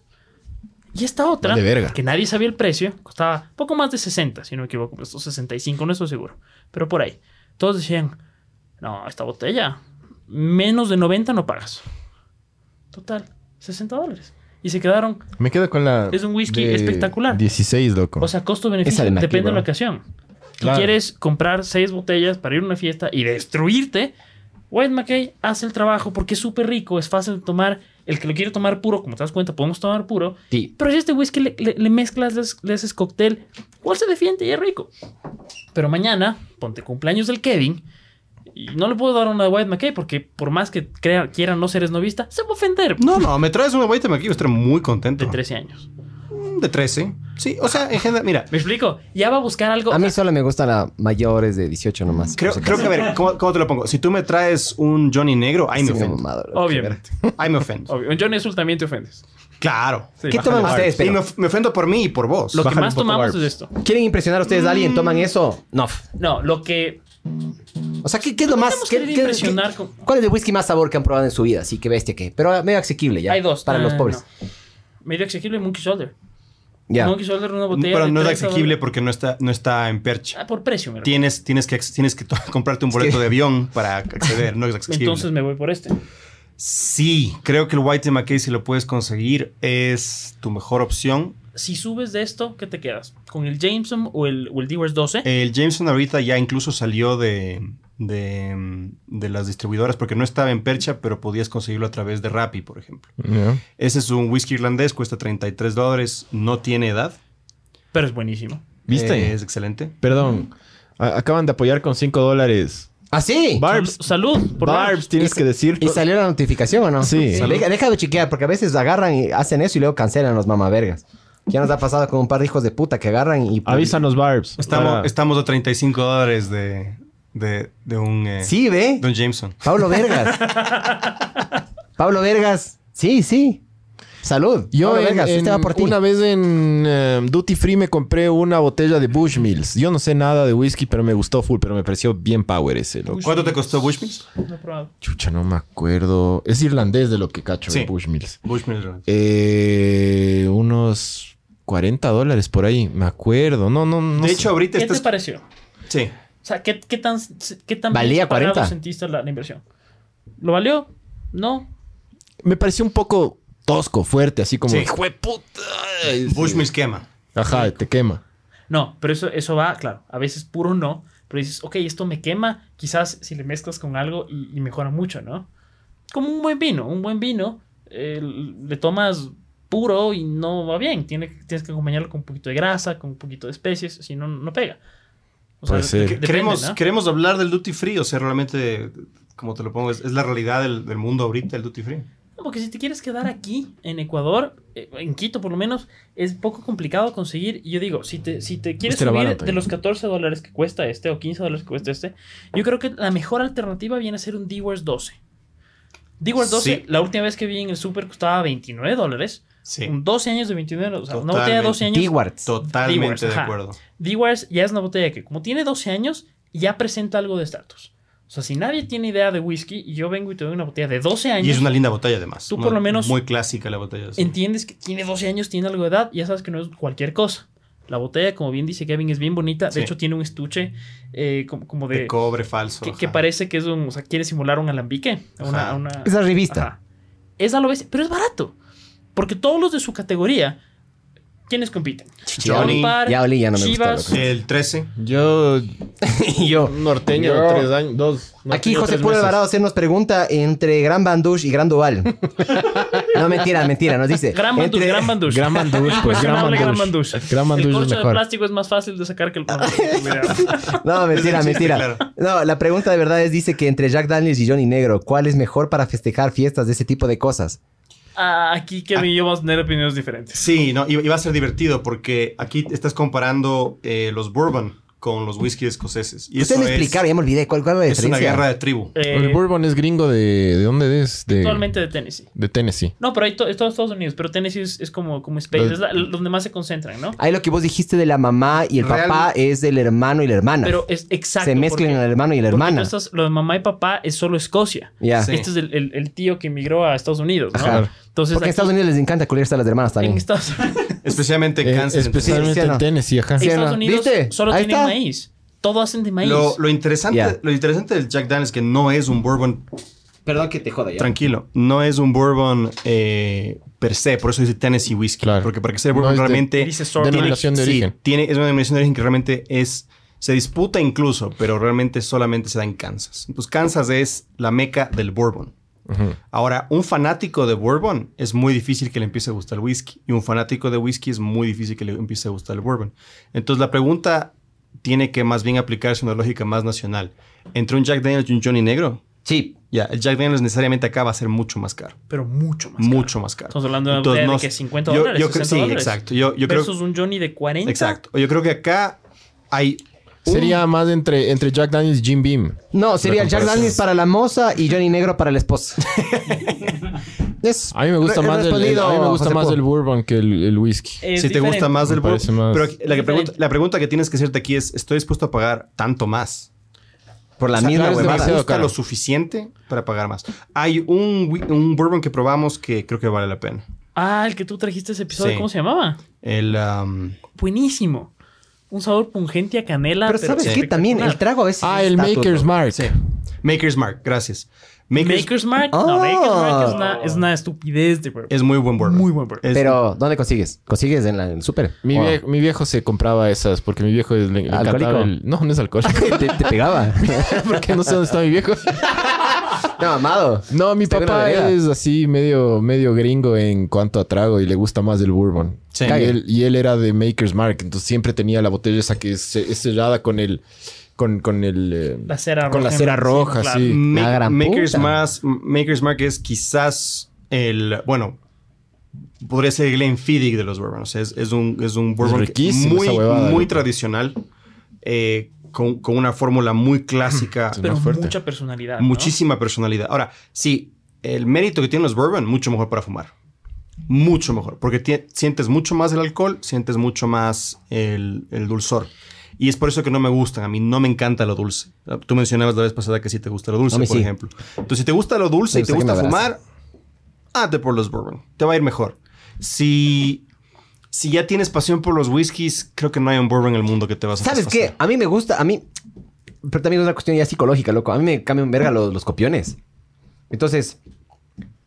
D: Y esta otra,
B: Vale verga.
D: que nadie sabía el precio, costaba poco más de 60, si no me equivoco, pues, costó 65, no estoy seguro, pero por ahí. Todos decían, no, esta botella, menos de 90 no pagas. Total, 60 dólares. Y se quedaron,
B: Me quedo con la.
D: Es un whisky
B: de
D: espectacular.
B: 16, loco.
D: o sea, costo-beneficio,
A: Esa de Macri,
D: depende de
A: bro.
D: la ocasión. Si
B: Claro.
D: quieres comprar seis botellas para ir a una fiesta y destruirte, White McKay hace el trabajo porque es súper rico, es fácil de tomar. El que lo quiere tomar puro, como te das cuenta, podemos tomar puro.
A: Sí.
D: Pero si este whisky le, le- le mezclas, le, haces- le haces cóctel, igual se defiende y es rico. Pero mañana, ponte cumpleaños del Kevin, y no le puedo dar una de White McKay porque por más que crea, quiera no ser esnovista, se va a ofender.
F: No, no, me traes una guayta aquí, yo estaré muy contento.
D: De 13 años.
F: Mm, De 13. Sí, o sea, en general, mira,
D: ¿Me explico? Ya va a buscar algo. Ah,
A: A mí solo me gustan las mayores de 18 nomás.
F: creo, creo que, a ver, ¿cómo, cómo te lo pongo? Si tú me traes un Johnny negro, ahí me ofendo.
D: Obviamente.
F: Ahí me ofendo.
D: Obvio. En Johnny Azul también te ofendes.
F: Claro.
D: Sí,
A: ¿Qué
D: bájale
A: toman
D: el
A: ustedes?
F: Y
A: Pero-
F: me, of- me ofendo por mí y por vos.
D: Lo que
F: Bájale
D: más
F: un poco,
D: tomamos
F: Barb.
D: es esto.
A: ¿Quieren impresionar a ustedes a alguien?
F: Mm.
A: ¿Toman eso? No.
D: No, lo que.
A: O sea, ¿qué, qué es lo más...
D: podemos
A: qué-
D: querer
A: qué-
D: impresionar
A: qué-
D: con-
A: ¿Cuál es el whisky más sabor que han probado en su vida? Sí, qué bestia que... Pero medio asequible ya.
D: Hay dos.
A: Para
D: Ah,
A: los pobres.
D: no. Medio asequible Monkey Shoulder.
A: Ya.
D: Monkey Shoulder, una botella.
F: Pero
D: de
F: no es
D: 30
F: asequible
D: dólares.
F: porque no está, no está en percha.
D: Ah, por precio, me refiero.
F: Tienes, tienes que, tienes que to- <laughs> comprarte un boleto de avión para acceder. No es accesible.
D: Entonces me voy por este.
F: Sí, creo que el White McKay, si lo puedes conseguir, es tu mejor opción.
D: Si subes de esto, ¿qué te quedas? ¿Con el Jameson o el, o el Dewars 12?
F: El Jameson ahorita ya incluso salió de, de, de las distribuidoras porque no estaba en percha, pero podías conseguirlo a través de Rappi, por ejemplo.
B: Ya.
F: Ese es un whisky irlandés, cuesta 33 dólares, no tiene edad.
D: Pero es buenísimo.
B: ¿Viste?
F: Eh, es excelente.
B: Perdón. A- acaban de apoyar con 5 dólares.
A: ¿Ah, sí?
B: Barbs.
D: Sal- salud. Por
B: Barbs, tienes
A: Y-
B: que decir.
A: ¿Y salió la notificación o no?
B: Sí.
A: Salud. Deja, deja de chiquear, porque a veces agarran y hacen eso y luego cancelan los mamavergas. Ya nos ha pasado con un par de hijos de puta que agarran y... pues,
B: Avísanos, Barbs.
F: Estamos,
B: para-
F: estamos a 35 dólares de, de, de un... eh,
A: Sí, ve.
F: de un Jameson.
A: Pablo
D: <laughs>
A: Vergas. Pablo Vergas. Sí, sí. Salud.
B: Yo
A: Pablo
B: en-
A: Vergas,
B: en-
A: este va por ti.
B: una vez en eh, Duty Free me compré una botella de Bushmills. Yo no sé nada de whisky, pero me gustó full, pero me pareció bien power ese, loco.
F: ¿Cuánto te costó Bushmills?
D: No he probado.
B: Chucha, no me acuerdo. Es irlandés de lo que cacho
F: Sí.
B: de Bushmills.
F: Bushmills.
B: Eh, unos 40 dólares por ahí, me acuerdo. No, no, no.
F: de
B: sé.
F: hecho, ahorita
D: ¿Qué te
F: estás...
D: pareció? O
F: Sí.
D: sea, ¿qué, qué tan, qué tan
A: Valía
D: pagado
A: 40.
D: sentiste la, la inversión? ¿Lo valió? No.
B: me pareció un poco tosco, fuerte, así como.
F: Sí.
B: "Hijo de puta".
F: Bushmills quema.
B: Ajá, te quema.
D: No, pero eso, eso va, claro. A veces puro no. Pero dices, ok, esto me quema. Quizás si le mezclas con algo y, y mejora mucho, ¿no? Como un buen vino. Un buen vino eh, le tomas puro y no va bien. Tiene, tienes que acompañarlo con un poquito de grasa, con un poquito de especies. Si no, no pega. O
B: Puede ser.
D: depende,
F: queremos,
D: ¿no?
F: queremos hablar del duty free, o sea, realmente, como te lo pongo, es, es la realidad del, del mundo ahorita, el duty free.
D: No, Porque si te quieres quedar aquí, en Ecuador, eh, en Quito por lo menos, es poco complicado conseguir. Y yo digo, si te, si te quieres
B: Este era
D: subir
B: barato,
D: de
B: ¿eh?
D: los 14 dólares que cuesta este o 15 dólares que cuesta este, yo creo que la mejor alternativa viene a ser un D-Wars 12. D-Wars 12,
F: Sí.
D: la última vez que vi en el super costaba 29 dólares.
F: Sí,
D: Un 12 años de 29 dólares. O sea, una
F: Totalmente.
D: botella de 12 años.
A: Stewarts.
F: totalmente
D: Viewers,
F: de
D: ajá.
F: acuerdo.
D: D-Wars ya es una botella que, como tiene 12 años, ya presenta algo de estatus. O sea, si nadie tiene idea de whisky y yo vengo y te doy una botella de 12 años.
F: Y es una linda botella además.
D: Tú
F: Una
D: por lo menos-
F: Muy clásica la botella. sí.
D: entiendes que tiene 12 años, tiene algo de edad, ya sabes que no es cualquier cosa. La botella, como bien dice Kevin, es bien bonita. De
F: Sí.
D: hecho, tiene un estuche eh, como, como de.
F: De cobre falso.
D: que,
F: ajá.
D: que parece que es un. O sea, quiere simular un alambique. a una,
F: Ajá.
D: a una-
A: Esa revista.
D: Ajá. Esa lo ves, pero es barato. Porque todos los de su categoría ¿Quiénes compiten?
F: Johnny.
D: Compar,
A: Ya olí, ya no me gustó,
B: <laughs>
D: Chivas,
A: loco.
F: El 13.
B: Yo,
A: y yo.
B: norteño,
A: Yo-
B: tres años, dos.
A: Aquí
B: norteño,
A: José
B: tres
A: Puro
B: meses.
A: Alvarado se nos pregunta entre Gran Bandush y Gran
D: <laughs>
A: Duval. no, mentira, mentira, nos dice.
D: Gran Bandush,
A: entre-
D: Gran Bandush.
B: Gran
D: <laughs>
B: Bandush, pues, Gran
D: Incuestionable Gran
B: Bandush.
D: Bandush.
B: Gran Bandush
D: El
B: es
D: corcho de
B: mejor.
D: plástico es más fácil de sacar que el
B: <laughs>
D: Mira.
A: No, mentira,
F: Es el chiste,
A: mentira.
F: claro.
A: No, la pregunta de verdad es, dice que entre Jack Daniels y Johnny Negro, ¿cuál es mejor para festejar fiestas de ese tipo de cosas?
D: Ah, Aquí Kevin y yo vamos a tener opiniones diferentes.
F: Sí, no, y, y va a ser divertido porque aquí estás comparando eh, los bourbon con los whisky escoceses. Y
A: Ustedes
F: eso
A: me
F: es-
A: explicaron, ya me olvidé cuál, cuál es la
F: Es una
A: diferencia.
F: guerra de tribu.
D: Eh,
B: El Bourbon es gringo de... ¿De dónde es? De,
D: actualmente de Tennessee.
B: De Tennessee.
D: No, pero hay to- es todo Estados Unidos, pero Tennessee es, es como, como Space, es la- donde más se concentran, ¿no?
A: Ahí lo que vos dijiste de la mamá y el
F: Real-
A: papá es del hermano y la hermana.
D: Pero es exacto.
A: Se mezclan
D: porque-
A: el hermano y la
D: porque
A: hermana.
D: tú estás- lo de mamá y papá es solo Escocia.
A: Ya.
F: Sí.
D: Este es el, el- el tío que emigró a Estados Unidos, ¿no?
A: Ajá.
D: Entonces,
A: Porque en
D: aquí-
A: Estados Unidos les encanta culiarse a las hermanas
D: en
A: también.
D: Estados Unidos,
F: <laughs> Especialmente en
B: Eh,
F: Kansas. entonces.
B: especialmente
A: Sí, sí, no.
B: en Tennessee, ajá.
A: Sí,
D: en Estados
A: ¿no?
D: Unidos
A: ¿Viste?
D: solo
A: Ahí
D: tienen
A: está.
D: maíz. Todo hacen de maíz.
F: Lo, lo interesante,
A: Ya.
F: lo interesante del Jack Daniels es que no es un bourbon
A: Perdón que te joda ya.
F: tranquilo, no es un bourbon eh, per se, por eso dice Tennessee whiskey,
B: Claro.
F: porque para que sea
B: No
F: bourbon
B: es de-
F: realmente
D: Dice sorghum.
F: tiene,
B: Denominación de
F: sí,
B: origen.
F: tiene- es una denominación de origen que realmente es se disputa incluso, pero realmente solamente se da en Kansas. Entonces Kansas es la meca del bourbon.
B: Ujú.
F: Ahora, un fanático de bourbon es muy difícil que le empiece a gustar el whisky. Y un fanático de whisky es muy difícil que le empiece a gustar el bourbon. Entonces, la pregunta tiene que más bien aplicarse una lógica más nacional. Entre un Jack Daniels y un Johnny Negro,
A: Sí.
F: ya, el Jack Daniels necesariamente acá va a ser mucho más caro.
D: pero mucho más.
F: mucho
D: caro.
F: más caro.
D: Estamos hablando de una
F: Entonces,
D: botella de
F: no-
D: que 50
F: yo-
D: dólares,
F: yo creo-
D: 60
F: sí,
D: dólares.
F: exacto. Yo, yo creo,
D: versus un Johnny de 40.
F: exacto. Yo creo que acá hay...
A: Uh.
F: un-
B: Sería más entre, entre Jack Daniels y Jim Beam.
A: No, sería el Jack
B: comparación.
A: Daniels para la moza
B: <laughs>
A: y Johnny Negro para la esposa. Es-
B: A mí me gusta
A: he
B: más, el, el-
A: respondido,
B: a mí me gusta
A: José
B: más
A: Polo.
B: el bourbon que el, el whisky.
D: Es
F: si te gusta
D: diferente.
F: más
B: Me
F: del bourbon.
B: parece más-
F: Pero aquí- la, que pregunta,
D: Diferente.
F: la pregunta que tienes que hacerte aquí es, ¿estoy dispuesto a pagar tanto más?
A: Por la
F: O sea,
A: misma
F: claro, es
A: huevada.
B: demasiado
F: demasiado
B: caro.
F: lo suficiente para pagar más. Hay un, wi- un bourbon que probamos que creo que vale la pena.
D: Ah, el que tú trajiste ese episodio,
F: Sí.
D: ¿cómo se llamaba?
F: El um,
D: Buenísimo. Un sabor pungente a canela.
A: Pero ¿sabes qué? También el trago a veces...
B: Ah,
A: es
B: el
A: estatuto.
B: Maker's Mark.
F: Maker's Mark, gracias. Maker's,
D: Maker's, Mark.
A: Ah.
D: No, Maker's Mark es una, es una estupidez de
F: es muy buen bourbon.
D: Muy buen bourbon.
F: Es-
A: Pero, ¿dónde consigues? ¿Consigues en, la, en el súper?
B: Mi,
A: Wow.
B: viejo, mi viejo se compraba esas porque mi viejo le, le encantaba
A: ¿Alcohólico?
B: el... No, no es
A: <laughs>
B: alcohólico. <laughs>
A: te, te pegaba.
B: porque no sé dónde está mi viejo.
A: no, amado.
B: No, mi
A: Está en la
B: papá
A: vereda.
B: es así medio, medio gringo en cuanto a trago y le gusta más el bourbon.
F: Sí.
B: Y, él, y él era de Maker's Mark, entonces siempre tenía la botella esa que es, es cerrada con el... Con, con el... eh,
D: La cera
B: Con la
D: roja,
B: cera
D: sí,
B: roja,
D: claro.
B: sí.
F: Ma-
A: La gran
F: Maker's,
A: puta.
F: Mas- Maker's Mark es quizás el. Bueno, podría ser el Glenfiddich de los bourbons. Es, es un, es un bourbon que-
B: riquísimo
F: muy,
B: esa huevada,
F: muy
B: loco.
F: tradicional, eh, con, con una fórmula muy
B: <clears throat>
F: clásica,
B: Sí,
D: Pero
B: más fuerte.
D: mucha personalidad. ¿no?
F: muchísima personalidad. Ahora, sí, el mérito que tienen los bourbon, mucho mejor para fumar. Mucho mejor, porque tie- sientes mucho más el alcohol, sientes mucho más el, el dulzor. Y es por eso que no me gustan, a mí no me encanta lo dulce. Tú mencionabas la vez pasada que sí te gusta lo dulce,
A: A mí
F: por
A: sí.
F: ejemplo. Entonces, si te gusta lo dulce
A: Me
F: y te
A: gusta
F: gusta
A: que me abracen.
F: fumar, hazte por los bourbon, te va a ir mejor. Si, si ya tienes pasión por los whiskies, creo que no hay un bourbon en el mundo que te vas a
A: ¿Sabes qué?
F: satisfacer.
A: A mí me gusta, a mí... Pero también es una cuestión ya psicológica, loco. A mí me cambian verga los, los copiones. Entonces,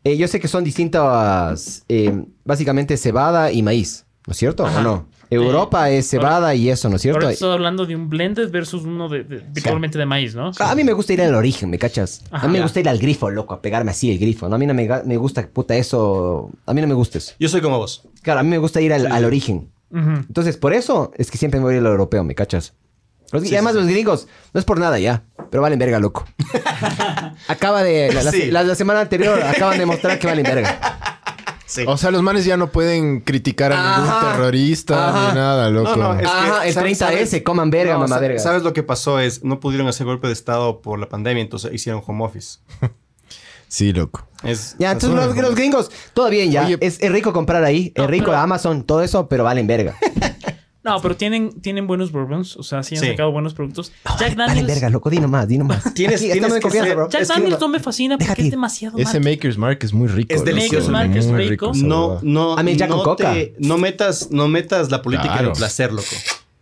A: eh, yo sé que son distintas, eh, básicamente cebada y maíz, ¿no es cierto?
D: Ajá.
A: ¿O no? Europa es cebada y eso, ¿no es cierto?
D: Ahora estás hablando de un blended versus uno de, de- virtualmente de maíz, ¿no?
A: A mí me gusta ir al origen, ¿me cachas?
D: Ajá.
A: a mí me
D: Ya.
A: gusta ir al grifo, loco, a pegarme así el grifo. ¿no? A mí no me, ga- me gusta, puta, eso... A mí no me gusta eso.
F: Yo soy como vos.
A: Claro, a mí me gusta ir al, al origen.
D: Ujú.
A: Entonces, por eso es que siempre me voy a ir a lo europeo, ¿me cachas? Los- y además los gringos, no es por nada ya, pero valen verga, loco. Acaba de... La, la-
F: Sí.
A: la- la semana anterior acaban de mostrar que valen verga.
F: Sí.
B: O sea, los manes ya no pueden criticar a ningún
A: Ajá.
B: terrorista
A: Ajá.
B: ni nada, loco.
F: No, no, es
A: Ajá,
F: que,
A: Ah, el
F: ¿sabes-
A: 30S,
F: sabes?
A: coman verga, mamá
F: sa-
A: verga.
F: ¿Sabes lo que pasó? Es, no pudieron hacer golpe de estado por la pandemia, entonces hicieron home office.
B: Sí, loco.
F: Es,
A: Ya, entonces
F: es-
A: los, los gringos, todo bien ya.
B: Oye.
A: es, es rico comprar ahí,
D: No,
A: es rico
D: pero-
A: Amazon, todo eso, pero valen verga.
D: No, pero tienen, tienen buenos bourbons. O sea, sí han
F: Sí.
D: sacado buenos productos. Jack
A: Valen
D: Daniels.
A: verga, loco, di nomás, di nomás.
F: Tienes-
A: Aquí,
F: tienes
A: estamos en
F: que
A: confianza,
F: ser-
A: bro.
D: Jack
F: Es que
D: Daniels
F: no-
D: no me fascina porque
A: déjate
D: es
A: ir.
D: demasiado
B: Ese
D: mal.
B: Maker's Mark es muy rico.
F: Es
B: loco.
F: delicioso.
B: muy
D: Maker's Mark es rico.
B: esa
F: No,
B: huevada.
F: no,
A: A mí Ah, ya con
F: no,
A: coca.
F: te- no metas, no metas la política
B: Claro.
F: del placer, loco.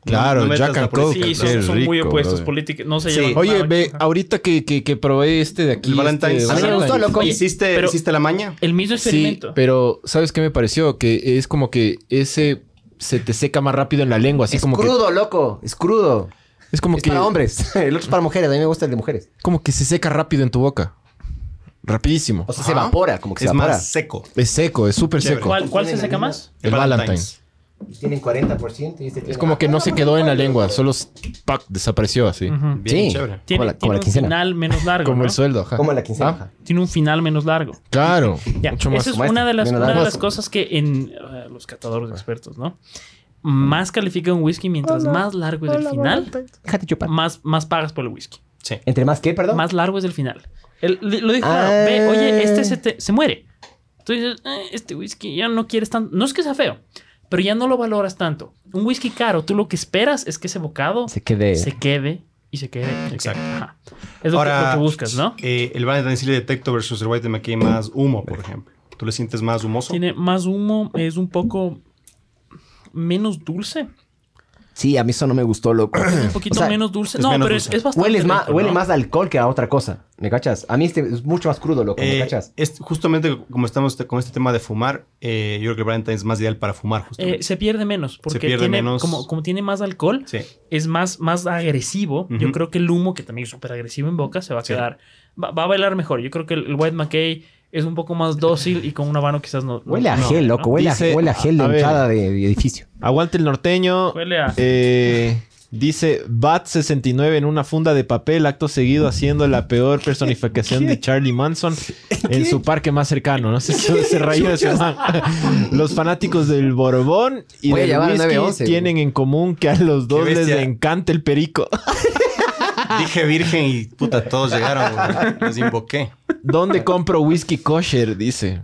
B: Claro,
F: metas
B: Jack
F: la
B: and
F: política
B: Coke.
F: del
D: Sí,
F: placer.
D: son,
B: Qué
D: son muy
B: rico,
D: opuestos
B: brother.
D: políticos. No se
F: Sí.
D: llevan
B: Oye,
D: nada,
B: ve, ah,
D: chica.
B: ahorita que, que, que probé este de aquí.
F: El Valentine's.
B: este
A: A mí me gustó, loco.
D: Oye,
F: ¿Hiciste,
D: pero-
F: ¿Hiciste la maña?
D: El mismo
B: Sí,
D: experimento.
B: pero ¿sabes qué me pareció? Que es como que ese se te seca más rápido en la lengua. Así
A: es
B: como
A: crudo, loco. Es crudo.
B: que. Es como
A: es
B: que.
A: para hombres. <laughs> El otro es para mujeres. A mí me gusta el de mujeres.
B: Como que se seca rápido en tu boca. Rapidísimo.
A: O sea, se
G: Ajá.
A: evapora, como que se
G: es
A: evapora.
G: más seco.
B: Es seco, es súper
G: Chévere.
B: seco.
D: ¿Cuál, cuál se seca más?
B: El Valentine.
A: Tienen 40% y este tiene...
B: Es como que no se quedó en la lengua, solo s- ¡pac! desapareció así.
D: Ujú.
G: Bien
A: Sí.
G: chévere.
D: Tiene,
A: Como la- como
D: tiene
A: la
D: un
A: quincena.
D: final menos largo.
B: <laughs> Como el
D: ¿no?
B: suelo, ajá.
A: Como la quincena.
B: Ah,
A: ajá.
D: Tiene un final menos largo.
B: Claro.
D: Ya,
B: Mucho más.
D: Esa es
A: Como
D: una
A: este,
D: de las,
A: menos
D: una de
A: largo.
D: las cosas que en eh, los catadores expertos, ¿no? Más califica un whisky mientras más largo es el final,
A: Déjate chupar.
D: más, más pagas por el whisky.
G: Sí.
A: ¿Entre más qué, perdón?
D: Más largo es el final. Él li- lo dijo,
A: Ah.
D: claro, ve, oye, este se, te- se muere. Tú dices, "Eh, este whisky ya no quieres tanto. No es que sea feo, pero ya no lo valoras tanto. Un whisky caro, tú lo que esperas es que ese bocado
A: Se
D: se,
A: quede...
D: quede y se quede. y se
G: Exacto.
D: quede. Ajá. Es lo, que, lo que buscas, ¿no?
G: Eh,
F: El Valentine sí le detecto versus el White McKay más humo, por ejemplo. ¿Tú le sientes más humoso?
D: Tiene más humo, es un poco menos dulce.
A: Sí, a mí eso no me gustó, loco.
D: Un poquito
A: Eh, O sea,
D: menos dulce.
G: es
D: No,
G: menos
D: pero
G: dulce.
D: Es, es bastante.
A: Hueles más,
D: rico,
A: huele
D: ¿no?
A: más a alcohol que a otra cosa. ¿Me cachas? A mí este es mucho más crudo, loco. ¿Me
F: Eh,
A: cachas?
F: es- justamente como estamos te- con este tema de fumar, eh, yo creo que el Valentine es más ideal para fumar,
D: Eh,
F: justamente.
D: se pierde menos. Porque
F: pierde
D: tiene,
F: menos.
D: Como, como tiene más alcohol,
F: sí.
D: es más, más agresivo. Yo
F: Ujú.
D: creo que el humo, que también es súper agresivo en boca, se va a
F: Sí.
D: quedar. Va, va a bailar mejor. Yo creo que el, el White McKay es un poco más dócil y con un habano quizás no. no-
A: Huele a
D: no,
A: gel,
D: ¿no?
A: loco. Huele, a-
B: Dice-
A: huele a gel de
B: a ver.
A: entrada de, de edificio.
B: Aguante el norteño.
D: Huele a.
B: Eh, dice Bat 69 en una funda de papel, acto seguido haciendo la peor personificación de Charlie Manson en su parque más cercano. No sé si se rayó de su man. <laughs> Los fanáticos del Borbón y
A: Voy a
B: del
A: llamar al
B: whisky
A: 911,
B: tienen en común que a los dos les
F: bestia.
B: encanta el
D: <laughs>
B: perico.
F: Dije virgen y puta, todos llegaron. güey. Los invoqué.
B: ¿Dónde compro whisky kosher? Dice.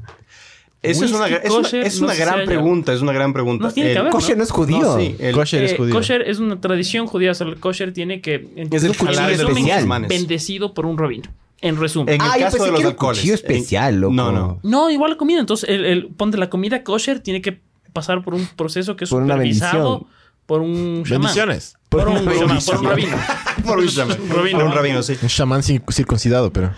F: Eso es una,
D: Whisky
F: gra- es una-
D: kosher,
F: es
D: no
F: una
D: sé si
F: gran
D: haya.
F: pregunta, es una gran pregunta.
D: No tiene que
F: El-
D: haber,
A: Coche no es judío.
F: No, sí, el-
B: Kosher es
D: Eh,
B: judío.
D: kosher es una tradición judía. O sea, el kosher tiene que. En,
F: Es el
D: en
F: halal
A: de los
D: resumen,
F: musulmanes.
D: Bendecido por un rabino. En resumen.
F: en el
A: Ah, yo
F: caso
A: pensé
F: de
A: que
F: los
A: era un
F: alcoholes.
A: cuchillo especial,
F: en-
A: loco.
F: No, no.
D: No, igual la comida. Entonces, el, el- ponte la comida kosher tiene que pasar por un proceso que es
A: Por una
D: supervisado
A: bendición.
D: por un chamán.
B: Bendiciones.
D: Por un chamán, por un rabino.
F: <laughs> Por un chamán.
D: Un rabino.
F: Por un rabino, sí.
B: Un chamán cir- circuncidado, pero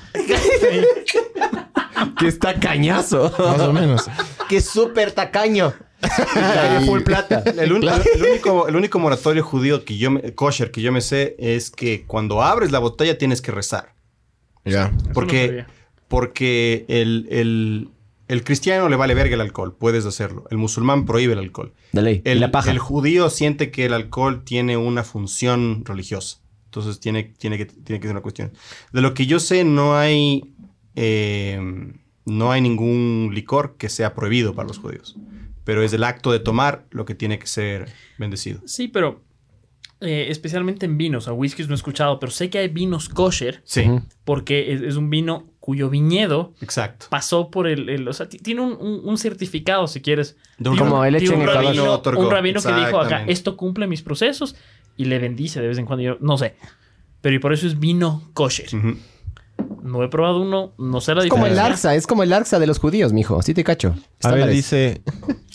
A: Que está cañazo.
F: <laughs>
B: más o
D: <laughs>
B: menos.
A: que súper tacaño. Tiene full plata.
F: El, un- el único, el único moratorio judío que yo me- kosher que yo me sé es que cuando abres la botella tienes que rezar.
B: Ya.
D: Eso no
F: Porque,
D: sabía.
F: porque el, el- el cristiano le vale verga el alcohol, puedes hacerlo. El musulmán prohíbe el alcohol.
A: Dale,
F: El,
A: la paja.
F: el judío siente que el alcohol tiene una función religiosa. Entonces tiene, tiene, que, tiene que ser una cuestión. De lo que yo sé, no hay, eh, no hay ningún licor que sea prohibido para los judíos. Pero es el acto de tomar lo que tiene que ser bendecido.
D: Sí, pero eh, especialmente en vinos. A whiskies no he escuchado, pero sé que hay vinos kosher
F: Sí,
D: porque es, es un vino cuyo viñedo
F: exacto.
D: pasó por el... el- o sea, ti- tiene un, un- un certificado, si quieres.
F: De un-
D: de un-
A: Como el
D: de
A: hecho en
D: un
A: Ecuador.
D: rabino,
F: No otorgó.
D: un rabino que dijo acá,
F: Exactamente.
D: esto cumple mis procesos y le bendice de vez en cuando. Yo no sé. Pero y por eso es vino kosher.
F: Ujú.
D: No he probado uno, no sé la
A: Es como
D: diferencia.
A: el Larsa, es como el Larsa de los judíos, mijo. Sí te cacho.
B: A ver,
A: Estándares.
B: dice.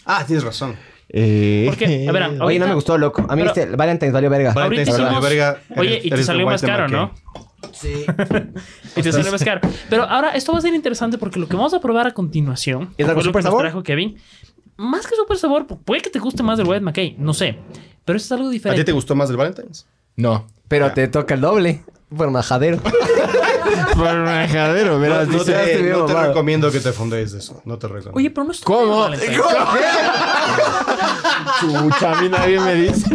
F: Ah, tienes razón.
B: eh,
D: Porque, a ver, ahorita-
A: Oye, no me gustó, loco. A mí
D: Pero-
A: este Valentine's valió verga.
F: Vale.
D: Ahorita
F: Valentine's
D: somos-
F: valió verga,
D: Oye,
F: eres-
D: y te
F: eres
D: salió
F: un
D: más
F: white
D: caro,
F: man
D: ¿no?
A: Sí.
D: <laughs> Y te sale más caro. Pero ahora esto va a ser interesante porque lo que vamos a probar a continuación
A: ¿Es algo super
D: fue lo que nos
A: sabor?
D: trajo Kevin. Más que super sabor, pu- puede que te guste más del White McKay, no sé. Pero esto es algo
F: ¿A ti
D: diferente.
F: te gustó más el Valentine's?
B: No.
A: Pero te toca el doble. Por majadero.
B: Parrajadero, verás.
F: no,
B: dice,
A: eh,
B: <laughs>
F: te,
A: no te
F: recomiendo que te fundes eso. No te recomiendo.
D: Oye, pero no es
B: ¿Cómo? Chucha, a mí nadie me dice.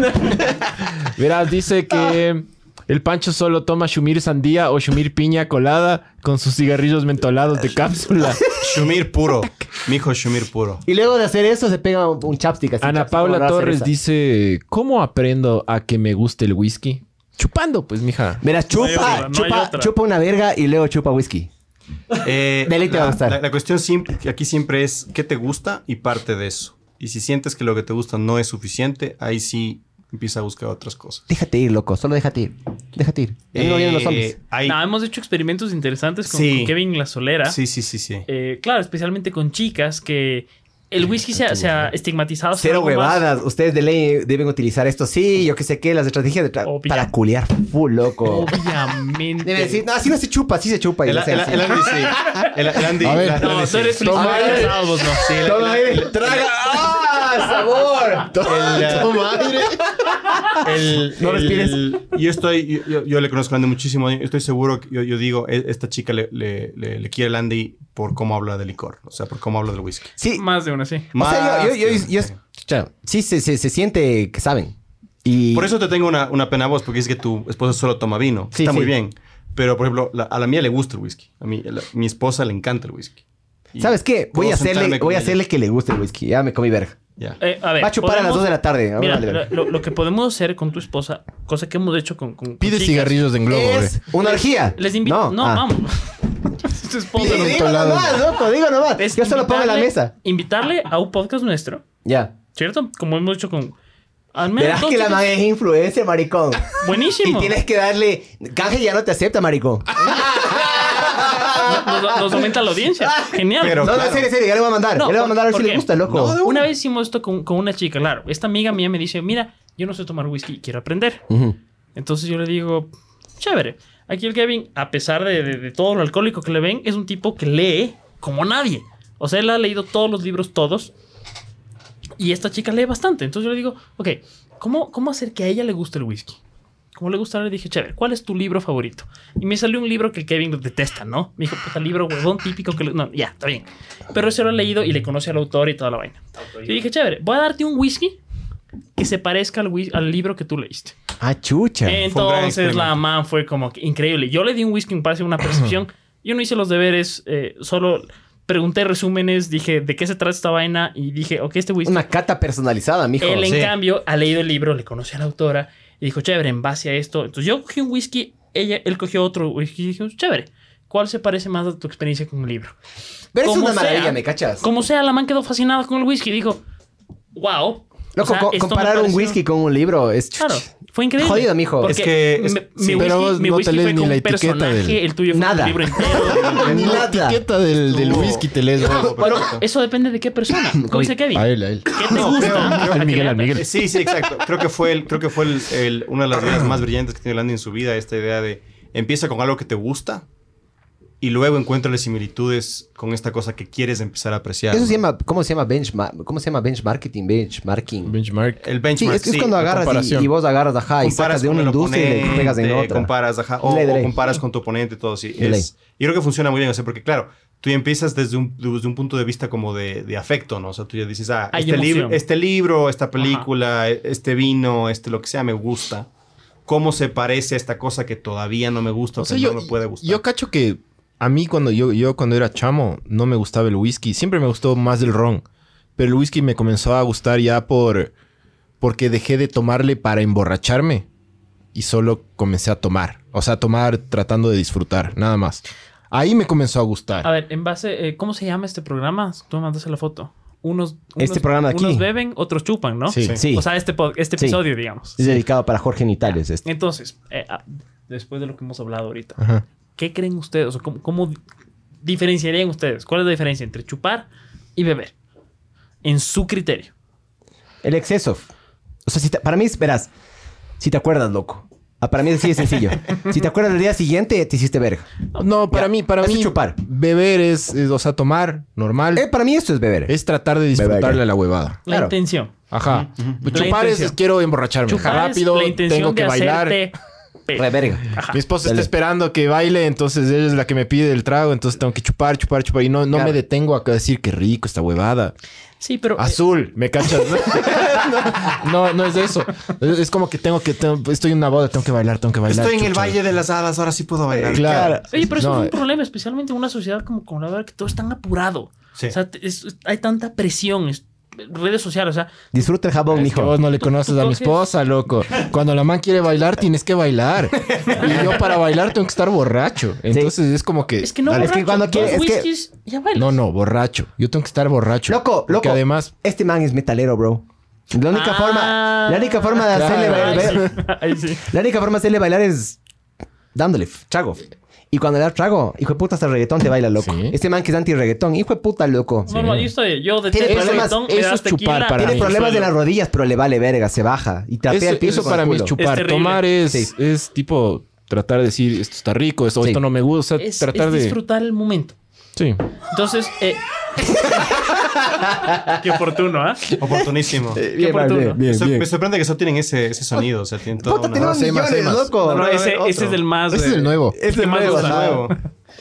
B: Verás, dice que el Pancho solo toma Shumir sandía o Shumir piña colada con sus cigarrillos mentolados de <laughs> cápsula.
F: Shumir
D: <laughs>
F: puro. Mi hijo Shumir puro.
A: Y luego de hacer eso se pega un, un chapstick. así,
B: Ana
A: chapstick, como
B: Paula
A: la
B: Torres
A: cereza.
B: dice, ¿cómo aprendo a que me guste el whisky? Chupando, pues, mija.
A: Verás,
D: hay otra,
A: chupa,
D: no hay
A: chupa,
D: otra.
A: chupa una verga y luego chupa whisky.
F: Eh,
A: De ley te
F: la,
A: va a gustar.
F: la- la cuestión simp- aquí siempre es qué te gusta y parte de eso. Y si sientes que lo que te gusta no es suficiente, ahí sí empieza a buscar otras cosas.
A: Déjate ir, loco. Solo déjate ir. Déjate ir. Ya no vienen los
F: Eh,
A: zombies.
F: hay-
D: No, hemos hecho experimentos interesantes con,
F: Sí.
D: con Kevin La Solera.
F: sí, sí, sí, sí.
D: Eh, claro, especialmente con chicas que el whisky se ha, se ha estigmatizado. por
A: Cero
D: algo más.
A: huevadas. Ustedes de ley deben utilizar esto. Sí, yo qué sé qué, las estrategias de tra-
D: Obvia.
A: para culiar full, loco.
D: Obviamente.
A: Deben decir, no, así no se chupa, así se chupa. Y
F: El,
A: lo hacen
F: el-
A: así.
F: el Andy sí. El, el Andy.
B: A ver.
F: la- la-
D: No,
F: la-
D: tú eres
F: sí.
D: feliz.
A: Toma,
D: Ah,
A: eh.
D: vos no.
F: Sí, el-
A: Toma
F: el-
A: aire, traga. ¡Ah! sabor!
B: ¡Ah,
F: El,
B: tu madre!
F: el-
A: No
F: el-
A: respires.
F: Yo estoy, yo- yo, yo le conozco a Andy muchísimo. Estoy seguro que yo, yo digo, e- esta chica le, le, le- le quiere al Andy por cómo habla de licor, o sea, por cómo habla del whisky.
A: Sí,
D: Más de una, sí.
A: o sea, yo, yo, yo,
F: que-
A: yo- chucha, sí se, se, se siente que saben. Y
F: Por eso te tengo una, una pena a vos, porque es que tu esposa solo toma vino.
A: Sí,
F: Está muy
A: sí.
F: bien. Pero, por ejemplo, la- a la mía le gusta el whisky. A mí, la- mi esposa le encanta el whisky. Y
A: ¿Sabes qué? Voy
F: puedo
A: a hacerle,
F: sentarme con
A: voy a
F: ella.
A: hacerle que le guste el whisky. Ya me comí verga.
F: Ya.
D: Eh, a ver,
A: Va a chupar a las
D: podemos-
A: 2 de la tarde. Ah,
D: Mira,
A: vale, vale.
D: lo, lo que podemos hacer con tu esposa, cosa que hemos hecho con. con- con
B: Pide
D: chicas,
B: cigarrillos en globo, güey.
A: es una orgía.
D: Les invito. No,
A: ah. <laughs>
D: vamos. Es tu esposa,
A: Digo
D: ¿no?
B: Pide-
A: nomás, loco, digo nomás.
D: Es
A: Yo solo pongo en la
D: invitarle-
A: mesa.
D: Invitarle a un podcast nuestro,
A: Ya.
D: ¿cierto? Como hemos hecho con. Al menos
A: Verás
D: dos
A: que la
D: chicas.
A: man es influencer, maricón.
D: Buenísimo.
A: Y tienes que darle. Canje ya no te acepta, maricón.
D: nos, nos aumenta la audiencia. Genial.
F: Pero-
A: No, Ah, no,
F: claro.
A: en serio, en serio, ya le voy a mandar.
D: No,
A: ya le voy a mandar a ver si
D: ¿por
A: le
D: qué?
A: gusta, loco.
D: No, una vez hicimos esto con, con una chica, claro. Esta amiga mía me dice, mira, yo no sé tomar whisky, quiero aprender.
A: Ujú.
D: Entonces yo le digo, chévere. Aquí el Kevin, a pesar de, de- de todo lo alcohólico que le ven, es un tipo que lee como nadie. O sea, él ha leído todos los libros, todos. Y esta chica lee bastante. Entonces yo le digo, ok, ¿cómo, cómo hacer que a ella le guste el whisky? Como le gusta, le dije, chévere, ¿cuál es tu libro favorito? Y me salió un libro que el Kevin detesta, ¿no? Me dijo, puta, libro huevón típico que... le- No, ya, está bien. Pero ese lo ha leído y le conoce al autor y toda la vaina. Yo dije, chévere, voy a darte un whisky que se parezca al whis- al libro que tú leíste.
A: Ah, chucha.
F: Fue un gran
D: Entonces
F: experimento.
D: la man fue como que increíble. Yo le di un whisky, me parece
F: <clears throat>
D: una percepción. Yo no hice los deberes, eh, solo pregunté resúmenes, dije de qué se trata esta vaina y dije, ok, este whisky.
A: Una cata personalizada, mijo.
D: Él, en
A: Sí.
D: cambio, ha leído el libro, le conoce a la autora y dijo, chévere, en base a esto. Entonces yo cogí un whisky, ella, él cogió otro whisky y dijimos, chévere, ¿cuál se parece más a tu experiencia con el libro?
A: Pero es
D: como
A: una maravilla,
D: sea,
A: ¿me cachas?
D: Como sea, la man quedó fascinada con el whisky y dijo, wow.
A: Loco, co- comparar un whisky con un libro es
D: Claro, fue increíble.
A: Jodido, mijo.
D: Porque
F: Es que- es-
D: me-
F: sí.
D: mi
B: Pero
D: whisky-
B: vos
D: mi
B: no te
D: whisky
B: lees
D: fue
B: ni
D: con
B: la
D: un
B: etiqueta
D: personaje,
B: del-
D: el tuyo fue
A: Nada.
D: un
B: <laughs>
D: libro entero.
B: Ni la
A: Nada.
B: etiqueta del, del
F: Estuvo-
B: whisky te
F: <laughs>
B: lees, güey.
D: Pero eso depende de qué
B: <laughs>
D: persona. ¿Cómo dice Kevin?
B: A él, a él.
D: ¿Qué te gusta?
B: Al Miguel, al Miguel.
F: Eh, Sí, sí, exacto. Creo que fue, el, creo que fue el- el- una de las ideas más brillantes que tiene Landy en su vida, esta idea de empieza con algo que te gusta y luego encuentra las similitudes con esta cosa que quieres empezar a apreciar.
A: Eso
F: ¿no?
A: se llama, ¿cómo se llama benchmark? ¿Cómo se llama benchmarking? Benchmarking.
B: Benchmark.
F: el
A: Sí,
F: benchmark.
A: es, que es cuando
B: la
A: agarras y-
B: comparación.
A: y, vos agarras, ajá, Ah, y sacas de
F: con
A: una
F: el
A: industria y le
F: oponente,
A: pegas en otra.
F: Comparas, ajá, o,
A: De ley, de
F: o
A: ley.
F: comparas con tu oponente y todo así.
A: De ley.
F: Es, yo creo que funciona muy bien, o sea, porque claro, tú ya empiezas desde un, desde un punto de vista como de, de afecto, ¿no? O sea, tú ya dices, ah,
D: Hay
F: este,
D: emoción.
F: libro, este libro, esta película, e- este vino, este lo que sea, me gusta. ¿Cómo se parece a esta cosa que todavía no me gusta o,
B: O sea,
F: que
B: yo,
F: no me puede gustar?
B: yo cacho que a mí cuando yo, yo cuando era chamo no me gustaba el whisky. Siempre me gustó más el ron. Pero el whisky me comenzó a gustar ya por... Porque dejé de tomarle para emborracharme. Y solo comencé a tomar. O sea, tomar tratando de disfrutar, nada más. Ahí me comenzó a gustar.
D: A ver, en base, eh, ¿cómo se llama este programa? Tú mandaste la foto. Unos,
A: Este
D: unos-
A: programa de aquí.
D: Unos beben, otros chupan, ¿no?
B: Sí.
A: Sí.
D: O sea, este, pod- este
A: Sí.
D: episodio, digamos.
A: Es dedicado para Jorge Nitales. Este.
D: Entonces, eh, ah, después de lo que hemos hablado ahorita,
B: Ajá.
D: ¿qué creen ustedes? O sea, ¿cómo, cómo diferenciarían ustedes? ¿Cuál es la diferencia entre chupar y beber? En su criterio.
A: El exceso. O sea, si te- para mí, es- verás, si te acuerdas, loco. Ah, para mí es así de sencillo. si te acuerdas del día siguiente, te hiciste verga.
B: No, para
A: Ya,
B: mí, para
A: eso
B: mí
A: es chupar.
B: beber es, es, o sea, tomar normal.
A: Eh, para mí esto es beber.
B: Es tratar de disfrutarle
A: Beber.
B: a la huevada.
D: La
A: Claro.
D: intención.
B: Ajá. Pues
D: La
B: Chupar es,
D: intención.
B: quiero emborracharme.
D: Chupar
B: Ajá,
D: es
B: rápido,
D: la intención
B: tengo que
D: de
B: bailar.
D: hacerte pe-
A: Re verga.
B: <laughs> Mi esposa
A: Dale.
B: está esperando que baile, entonces ella es la que me pide el trago, entonces tengo que chupar, chupar, chupar. Y no, no
A: Claro.
B: me detengo a decir qué rico esta huevada.
D: Sí,
B: Ah,
D: pero eh,
B: Azul, ¿me cachas? No, <laughs> no, no es eso. Es, es como que tengo que... tengo- estoy en una boda, tengo que bailar, tengo que bailar.
F: Estoy en el
B: chucha.
F: Valle de las Hadas, ahora sí puedo bailar.
B: Claro.
D: oye, pero eso
B: No, eh.
D: es un problema, especialmente en una sociedad como, como la verdad que todo es tan apurado.
F: Sí.
D: O sea, te- es- es- hay tanta presión, es- redes sociales, o sea,
A: Disfruta el jabón,
B: Es que
A: mijo.
B: vos no le
D: Tú-
B: conoces
D: tú
B: a mi
D: coges-
B: esposa, loco. Cuando la man quiere bailar, tienes que bailar. Y yo para bailar tengo que estar borracho. Entonces es como que...
D: es que no
B: dale.
A: es que
D: borracho,
A: cuando
D: dos
A: quieres- es que-
D: whiskies, ya bailas.
B: No, no, borracho. Yo tengo que estar borracho.
A: Loco,
B: Porque
A: loco.
B: además...
A: Este man es metalero, bro. La única
D: Ah.
A: forma, la única forma de hacerle
B: Claro.
A: beber-
D: Ahí sí.
A: La única forma de hacerle bailar es dándole f- trago. Y cuando le das trago, hijo de puta, hasta reggaetón te baila loco.
B: Sí.
A: Este man que es anti-reggaetón, hijo de puta, loco.
D: No, no, yo estoy, yo detesto
A: Tiene
D: el
A: problemas,
D: reggaetón, me
B: eso
D: das
B: es chupar
D: tequila,
B: para
A: Tiene
B: mí.
A: problemas de
D: suelo.
A: las rodillas, pero le vale verga, se baja y trapea
B: Eso,
A: el piso
B: eso
A: con
B: para
A: el
B: mí es
A: culo.
B: chupar.
D: Es terrible.
B: Tomar es,
A: Sí.
B: es tipo tratar de decir esto está rico, esto,
A: Sí.
B: esto no me gusta. O sea,
D: Es,
B: tratar
D: es
B: de.
D: disfrutar el momento.
B: Sí.
D: Entonces, eh, <laughs> qué oportuno, ¿ah?
F: Oportunísimo.
A: Eh, <laughs> bien, mal,
D: oportuno.
A: bien, bien,
F: Eso-
A: bien.
F: me sorprende que solo tienen ese, ese sonido. O sea, tienen toda
A: Puta,
F: una-
A: tenemos
B: Sema,
A: millones,
B: Semas.
A: loco.
D: No, no,
A: A
D: ese,
A: ver,
D: ese es
A: otro.
D: el más.
B: Ese es
D: eh,
B: el nuevo.
A: Es
D: ¿Qué
A: el
D: más
A: nuevo,
D: usa?
A: ajá.
F: Nuevo.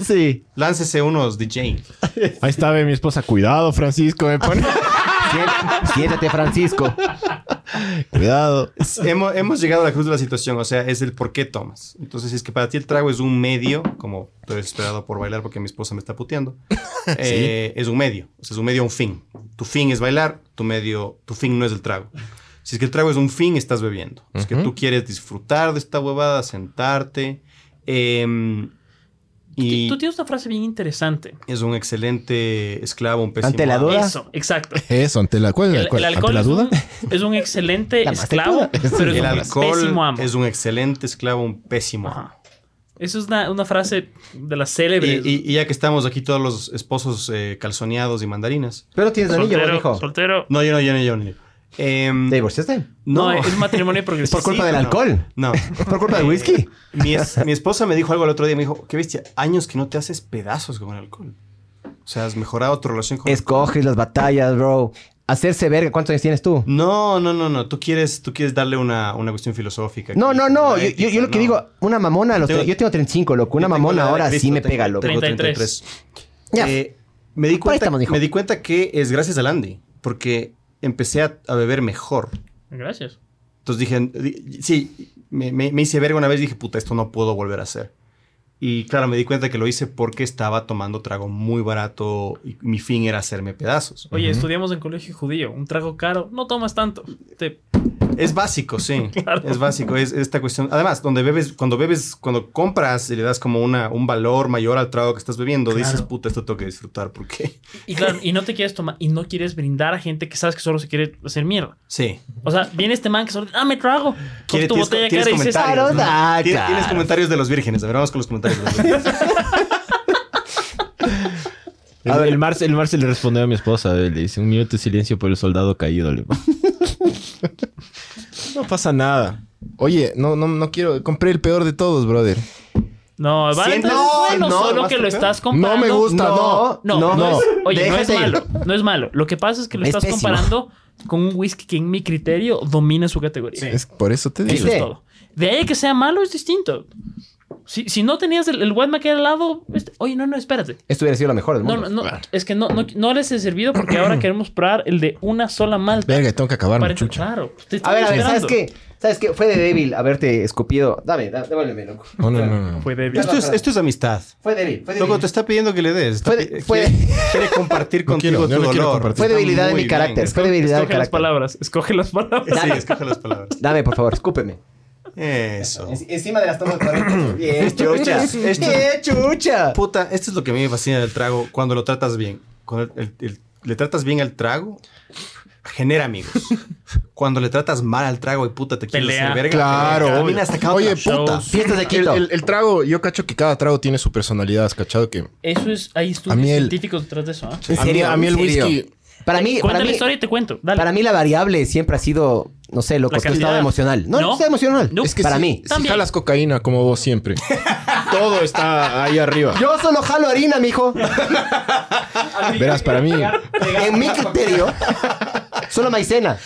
A: Sí.
F: Láncese unos DJ.
B: Ahí está ve, mi esposa. Cuidado, Francisco. eh, Me pone.
A: Siéntate, Siéntate, Francisco.
B: <laughs> Cuidado.
F: hemos, hemos llegado a la cruz de la situación, o sea, es el por qué tomas. Entonces, si es que para ti el trago es un medio, como estoy desesperado por bailar porque mi esposa me está puteando, eh, es un medio, o sea, es un medio a un fin. Tu fin es bailar, tu medio, tu fin no es el trago. Si es que el trago es un fin, estás bebiendo. Si es que
B: Ujú.
F: tú quieres disfrutar de esta huevada, sentarte. em, y
D: Tú tú tienes una frase bien interesante.
F: es un excelente esclavo, un pésimo.
A: Ante la
B: Pues
F: amo.
A: duda.
D: Eso, exacto.
B: Eso, ante la, ¿cuál es la-
D: El,
B: cuál?
D: el
B: ¿Ante
D: alcohol
B: la
D: es,
B: duda.
D: Un, es
F: <laughs>
D: un excelente
A: La
D: esclavo, pero es
F: El
D: un pésimo
F: alcohol
D: amo.
F: es un excelente esclavo, un pésimo amo.
D: Ajá. Eso es una, una frase de las célebres.
F: Y, y- y ya que estamos aquí todos los esposos eh, calzoneados y mandarinas.
A: Pero tienes anillo, vos,
D: soltero,
A: mijo.
D: soltero.
F: No, yo no, yo no, yo no. Em,
A: ¿Te divorciaste?
D: No, eh,
F: no,
D: es un matrimonio progresista.
A: Por culpa del
F: no.
A: alcohol.
F: <laughs> no. Eh,
A: Por culpa del whisky.
F: Mi, es- mi esposa me dijo algo el otro día. Me dijo, qué bestia, años que no te haces pedazos con el alcohol. O sea, has mejorado tu relación con el
A: Escoges las batallas, bro. Hacerse verga. ¿Cuántos años tienes
F: Mm.
A: tú?
F: No, no, no, no. Tú quieres, tú quieres darle una, una cuestión filosófica.
A: No, no,
F: una
A: no. Yo,
F: ética,
A: yo- yo lo que
F: no.
A: digo, una mamona a los
F: Tengo-
A: tre- Yo tengo 35, loco. Una
F: Yo tengo la
A: mamona
F: edad de
A: ahora sí
F: Cristo,
A: me
F: tengo-
A: pega, loco.
F: tengo
D: 33.
F: 33.
A: Ya.
F: Eh, me, di
A: Ahí
F: cuenta,
A: estamos, hijo.
F: me di cuenta que es gracias al Andy. Porque empecé a- a beber mejor.
D: Gracias.
F: Entonces dije, di- sí, me, me- me hice verga una vez y dije, puta, esto no puedo volver a hacer. Y claro, me di cuenta que lo hice porque estaba tomando trago muy barato y mi fin era hacerme pedazos.
D: Oye, estudiamos en colegio judío. Un trago caro. No tomas tanto. Te-
F: Es básico,
D: <laughs>
F: sí. Es básico, es esta cuestión. Además, donde bebes, cuando bebes, cuando compras y le das como una, un valor mayor al trago que estás bebiendo,
D: Claro.
F: dices, puta, esto tengo que disfrutar porque... <laughs>
D: y claro, y no te quieres tomar. Y no quieres brindar a gente que sabes que solo se quiere hacer mierda.
F: Sí.
D: O sea, viene este man que solo. Ah, me trago. Con
F: Quiere-
D: tu
F: tienes-
D: botella
F: tienes
D: cara y dices. "Ah,
F: comentarios,
A: "Claro,
F: ¿no?
A: da,
F: Tien- Tienes
A: claro".
F: comentarios de los vírgenes. A ver, vamos con los comentarios de los vírgenes.
A: A
B: El,
A: ver.
B: el, Marce, el Marce le respondió a mi esposa. eh, Le dice un minuto de silencio por el soldado caído. le- <laughs> no pasa nada. Oye, no, no, no quiero. Compré el peor de todos, brother.
D: No, vale.
F: Sientes-
D: entonces es bueno,
F: no,
D: solo
F: más
D: que
F: que
D: lo
F: peor.
D: estás comparando.
B: me gusta.
A: No,
D: Oh, No,
A: Oh, no,
D: no,
B: no.
D: es, oye,
A: Déjate
D: no es
A: ir.
D: malo, no es malo. Lo que pasa es que lo
A: Es
D: estás
A: pésimo.
D: comparando con un whisky que en mi criterio domina su categoría.
B: Es por eso te digo.
D: Eso es
A: Sí.
D: todo. De ahí que sea malo es distinto. Si, si no tenías el, el White Mac al lado, este- oye, no, no, espérate.
A: Esto hubiera sido lo mejor del
D: No,
A: mundo.
D: no, no, es que no, no, no les he servido porque ahora queremos probar el de una sola malta.
B: Verga, tengo que acabarme,
D: Para-
B: chucha.
D: claro. te
A: A ver, a ver,
D: estamos
A: ¿sabes qué? ¿Sabes qué? Fue de débil haberte escupido. Dame, dame, devuélveme, loco.
B: No, no, no, no.
D: Fue débil.
F: esto, es, esto es amistad.
A: Fue débil, fue débil.
F: Loco, te está pidiendo que le des. Está
A: Fue-
F: pi- eh,
A: fue-
F: Quiere, <laughs> quiere compartir
B: No quiero,
F: contigo
B: yo
F: tu
B: no quiero
F: dolor.
B: compartir.
A: Fue
F: Está
A: debilidad de
F: muy
A: mi carácter.
F: bien.
A: Fue debilidad de
D: Escoge las
A: carácter.
D: palabras, escoge las palabras.
F: Sí, escoge las palabras.
A: Dame, por favor, escúpeme.
F: Eso.
A: encima de las tomas correctas. <laughs> Bien, chucha.
F: Esto-
A: Bien, chucha.
F: Puta, esto es lo que a mí me fascina del trago cuando lo tratas bien. Cuando el- el- le tratas bien al trago,
A: <laughs>
F: genera amigos. Cuando le tratas mal al trago y puta te quieres
D: Pelea.
F: hacer verga.
B: Claro.
F: Termina
B: obvio.
F: sacando
B: Oye,
F: la
B: puta.
D: shows.
A: Fiestas de
B: El,
A: Quito.
B: el- el trago, yo cacho que cada trago tiene su personalidad, ¿has cachado que?
D: Eso es, hay
B: A
D: estudios
B: mí el-
D: científicos detrás de eso. ¿ah?
A: ¿En
B: a mí-
A: serio?
B: a mí el
A: ¿En serio?
B: whisky,
A: Para mí,
D: Cuenta
A: para
D: la
A: mí,
D: historia y te cuento. Dale.
A: para mí la variable siempre ha sido, no sé, loco,
D: La
A: tu estado
D: calidad.
A: emocional. No,
D: No.
A: tu estado emocional.
D: No.
B: Es que
A: para
B: si,
A: mí.
B: si
D: También.
B: jalas cocaína como vos
D: <laughs>
B: siempre, todo está ahí arriba.
A: Yo solo jalo harina, mijo.
B: Verás, para mí,
A: en mi criterio. solo maicena.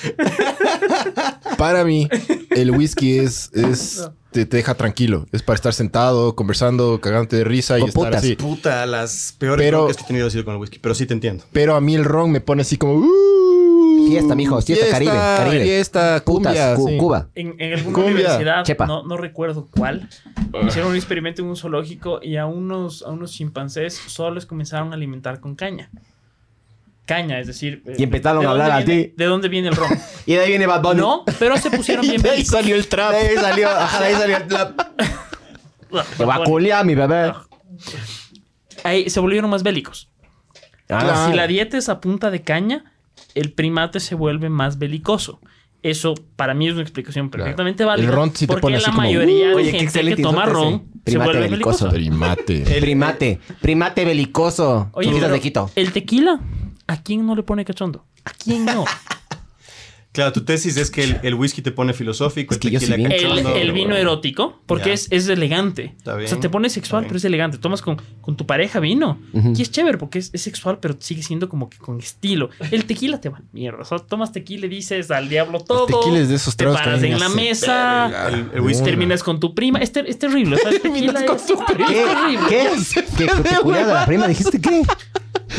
B: para mí, el whisky es, es te, te deja tranquilo. Es para estar sentado, conversando, cagante de risa y
A: Con
B: estar
A: putas.
B: así.
F: Puta, las peores
B: Pero-
F: broncas que he tenido ha sido con el whisky. Pero sí te entiendo.
B: Pero a mí el ron me pone así como... "Uh,
A: Fiesta, mijo, fiesta, Caribe, Caribe".
B: Fiesta,
A: Putas,
B: cumbia,
A: Cu-
B: sí.
A: Cuba.
D: en, en alguna
B: Cumbia.
D: universidad,
A: Chepa.
D: no, no recuerdo cuál, hicieron un experimento en un zoológico y a unos, a unos chimpancés solo les comenzaron a alimentar con caña. Caña, es decir... eh,
A: Y empezaron
D: ¿de
A: a
D: dónde
A: hablar a
D: viene-
A: ti.
D: ¿De dónde viene
A: <laughs>
D: el ron?
A: Y de ahí viene Bad
B: <laughs>
D: no, pero se
A: <laughs>
D: pusieron bien
B: De ahí
D: bélicos.
B: salió el trap.
A: ahí salió, ajá, de ahí salió el trap. Te va a culiar, mi bebé.
D: Ah, Ahí se volvieron más bélicos.
B: Ah.
D: Si la dieta es a punta de caña, el primate se vuelve más belicoso. Eso para mí es una explicación perfectamente válida.
B: El ron sí te
D: porque
B: pone
D: la
B: así como,
D: mayoría
A: "Uh,
D: de
A: oye, qué
D: gente
A: excelente
D: que toma
A: insulto ese,
D: ron se
A: primate
D: vuelve
A: belicoso".
D: belicoso. Eh,
B: Primate.
A: primate, primate belicoso.
D: Oye,
A: Fiestas
D: pero
A: de Quito.
F: <laughs>
D: El tequila, ¿a quién no le pone cachondo? ¿A quién no?
F: Claro, tu tesis es que el, el whisky te pone filosófico,
H: Es que
F: el
H: yo
F: tequila
H: soy bien
D: El,
F: cachondo.
D: el vino erótico, porque
F: Ya.
D: es, es elegante.
F: Está bien,
D: o sea, te pone
F: está
D: sexual,
F: bien.
D: pero es elegante. Tomas con, con tu pareja vino.
A: Ujú.
D: Y es chévere porque es, es sexual, pero sigue siendo como que con estilo. El tequila te va a la mierda. O sea, tomas tequila y dices al diablo todo.
H: tequila es de esos
D: Te
H: tragos que a
D: paras
H: mí me
D: en la
H: hacen
D: mesa.
F: El, el
D: Luis,
F: whisky.
D: terminas con tu prima. Es, ter- es terrible. o
H: <laughs>
D: sea, el tequila es-
A: ¿Qué?
D: Es terrible.
A: ¿Qué?
B: <laughs>
A: ¿Qué? ¿Que te cuidas de la prima? ¿Dijiste qué?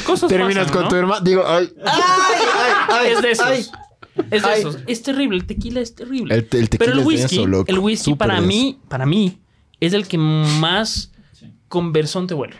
D: Cosas
H: Terminas
D: pasan,
H: con
D: ¿no?
H: tu hermano. Digo, ay.
D: Es de esos.
A: ay.
D: es de
A: Ay.
D: esos. Es terrible. El tequila es terrible.
B: El, te- el tequila
D: Pero el
B: es
D: whisky,
B: denso, loco.
D: el whisky
B: Súper
D: para
B: denso.
D: mí, para mí, es el que más conversón te vuelve.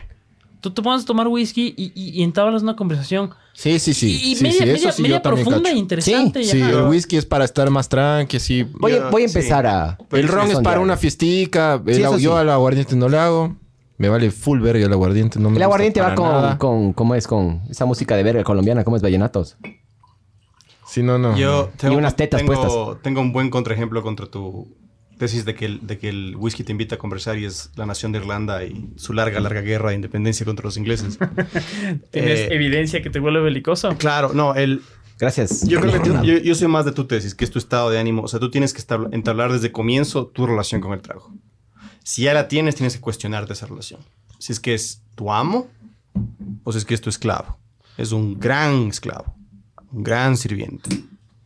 D: Tú te pones a tomar whisky y, y, y entablas una conversación.
B: Sí, sí, sí.
D: y y
B: sí,
D: media,
B: sí, eso
D: media-
B: sí, yo
D: media
B: también
D: profunda e
B: cacho.
D: interesante. y
B: Sí,
D: ajá.
B: el whisky es para estar más tranqui, sí.
A: Voy, a-
F: Yo-
A: voy a
F: sí.
A: empezar a...
B: El ron es para una fiestica. el-
A: Pues Sí, eso sí.
B: Yo al aguardiente no le hago. Me vale full verga el aguardiente. No me
A: El
B: gusta
A: aguardiente va
B: para
A: con,
B: nada.
A: con... ¿Cómo es? Con esa música de verga colombiana. ¿Cómo es? Vallenatos.
B: Sí, no, no.
F: Yo tengo,
A: Y unas tetas
F: tengo-
A: puestas.
F: Tengo un buen contraejemplo contra tu tesis de que, el, de que el whisky te invita a conversar y es la nación de Irlanda y su larga, larga guerra de independencia contra los ingleses.
D: ¿Tienes
F: Eh,
D: evidencia que te vuelve
B: <laughs>
D: belicoso?
F: claro, no, el,
A: Gracias.
F: yo creo que tú-
A: Fernando.
F: yo, yo soy más de tu tesis, que es tu estado de ánimo. O sea, tú tienes que estab- entablar desde comienzo tu relación con el trago. Si ya la tienes, tienes que cuestionarte esa relación. Si es que es tu amo o si es que es tu esclavo. Es un gran esclavo, un gran sirviente,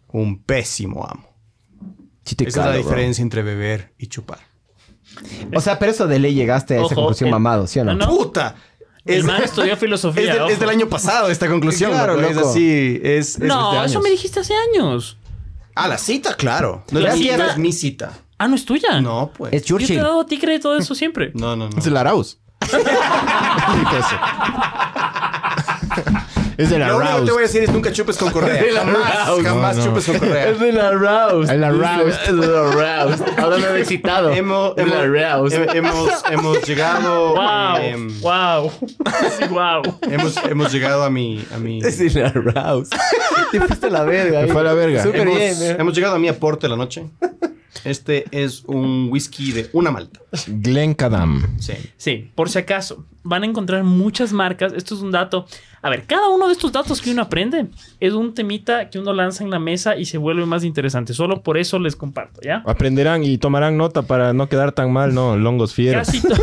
F: un pésimo amo.
A: Chito y
F: Esa es la
A: caldo, bro.
F: diferencia entre beber y chupar.
A: O sea, pero eso de ley llegaste a esa
D: Ojo,
A: conclusión
D: el- Ah,
A: mamado, ¿sí o no?
D: no, no.
F: ¡Puta!
D: El
F: Es-
D: man estudió filosofía.
F: es, del, es
D: ojo.
F: del año pasado esta conclusión.
A: Claro,
F: loco. Es
A: loco.
F: así. Es, es desde
D: No,
B: este
D: eso
F: años.
D: me dijiste hace años.
F: Ah, la cita, claro. No,
D: La
F: es, mi-
D: cita-
F: no es mi cita.
D: Ah, no es tuya.
F: No, pues.
A: Es
D: Yo te he
A: Churchill.
D: dado a ti crédito de eso siempre.
F: No, no, no.
B: Es el Arauz. Eso. es el
F: Lo único que
B: Arauz.
F: te voy a decir es nunca chupes con correa. Jamás, jamás
B: No, no.
F: chupes con correa.
H: Es el aroused.
B: El aroused.
H: Es el aroused. Hablando de excitado.
F: Hemos,
H: Es el
F: hemos,
H: aroused.
F: he- hemos, hemos llegado.
D: <laughs> Wow,
F: em,
D: wow, <laughs> sí, wow.
F: Hemos, hemos llegado a mi. A mi
H: Es el aroused. Te fuiste a la verga.
B: Me
H: eh.
B: fue a la verga.
H: Súper
F: hemos,
H: bien. eh.
F: hemos llegado a mi aporte de la noche. Este es un whisky de una malta.
B: Glenn Cadam.
F: Sí.
D: Sí, por si acaso, van a encontrar muchas marcas. Esto es un dato. A ver, cada uno de estos datos que uno aprende es un temita que uno lanza en la mesa y se vuelve más interesante. Solo por eso les comparto, ¿ya?
B: Ah, Aprenderán y tomarán nota para no quedar tan mal, ¿no? Longos fieros.
D: Casi, to-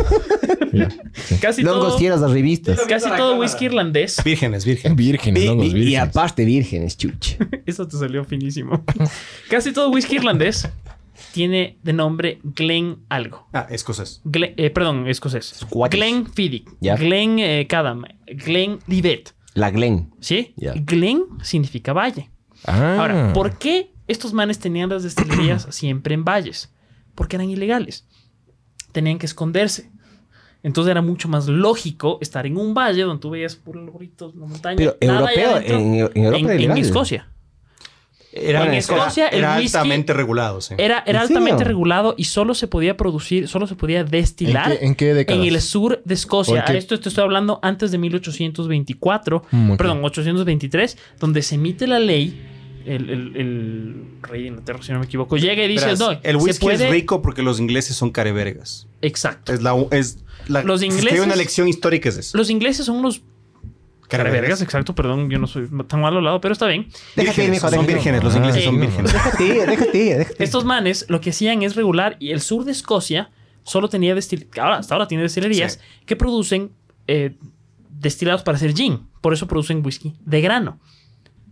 D: casi
A: <laughs> Longos
D: todo,
A: fieras las revistas.
D: casi todo whisky irlandés. <laughs>
F: Vírgenes, vírgenes.
B: Vírgenes,
A: Y,
B: longos
A: y- y
B: vírgenes.
A: aparte vírgenes, chuche.
D: Eso te salió finísimo. <laughs> Casi todo whisky irlandés tiene de nombre Glen algo.
F: Ah, escocés.
D: Gle- eh, perdón, escocés.
A: Scottish.
D: Glen Fiddick.
A: Ya.
D: Glen eh, Cadam. Glen Livet.
A: La Glen.
D: ¿Sí?
A: Ya.
D: Glen significa valle.
B: Ah.
D: Ahora, ¿por qué estos manes tenían
A: <clears throat>
D: las destilerías siempre en valles? Porque eran ilegales. Tenían que esconderse. Entonces era mucho más lógico estar en un valle donde tú veías puros loritos, una montaña.
A: Pero
D: nada
A: europeo,
D: allá adentro.
A: en, en Europa
D: En-
A: era
D: en
A: ilegal.
D: Escocia.
F: Era,
D: En
F: era-
D: Escocia, el
F: era
D: whisky-
F: altamente regulado, sí.
D: Era,
A: ¿En
D: era
A: serio?
D: altamente regulado y solo se podía producir, solo se podía
B: ¿En
D: destilar
B: qué, en qué
D: en
B: décadas?
D: el sur de Escocia.
B: Porque-
D: A esto te estoy hablando antes de 1824,
B: Mm, ok.
D: perdón, 823, donde se emite la ley. El, el- el rey de Inglaterra, si no me equivoco, llega y dice:
F: Verás,
D: No,
F: el
D: se
F: whisky
D: puede-
F: es rico porque los ingleses son carevergas.
D: Exacto.
F: Es la, es la-
D: Los
F: si es que
D: ingleses-
F: hay una lección histórica es eso.
D: Los ingleses son unos vergas, exacto, perdón, yo no soy tan mal hablado, pero está bien.
A: Déjate ir,
F: Vírgenes,
A: mijo,
F: son
A: déjate ir.
F: vírgenes, los ingleses
D: Ah,
F: son
B: no.
F: vírgenes.
A: Déjate ir, déjate ir, déjate
F: Este-
A: ir.
D: Estos manes lo que hacían es regular y el sur de Escocia solo tenía destilerías, ahora, hasta ahora tiene destilerías
F: Sí.
D: que producen eh, destilados para hacer gin, por eso producen whisky de grano.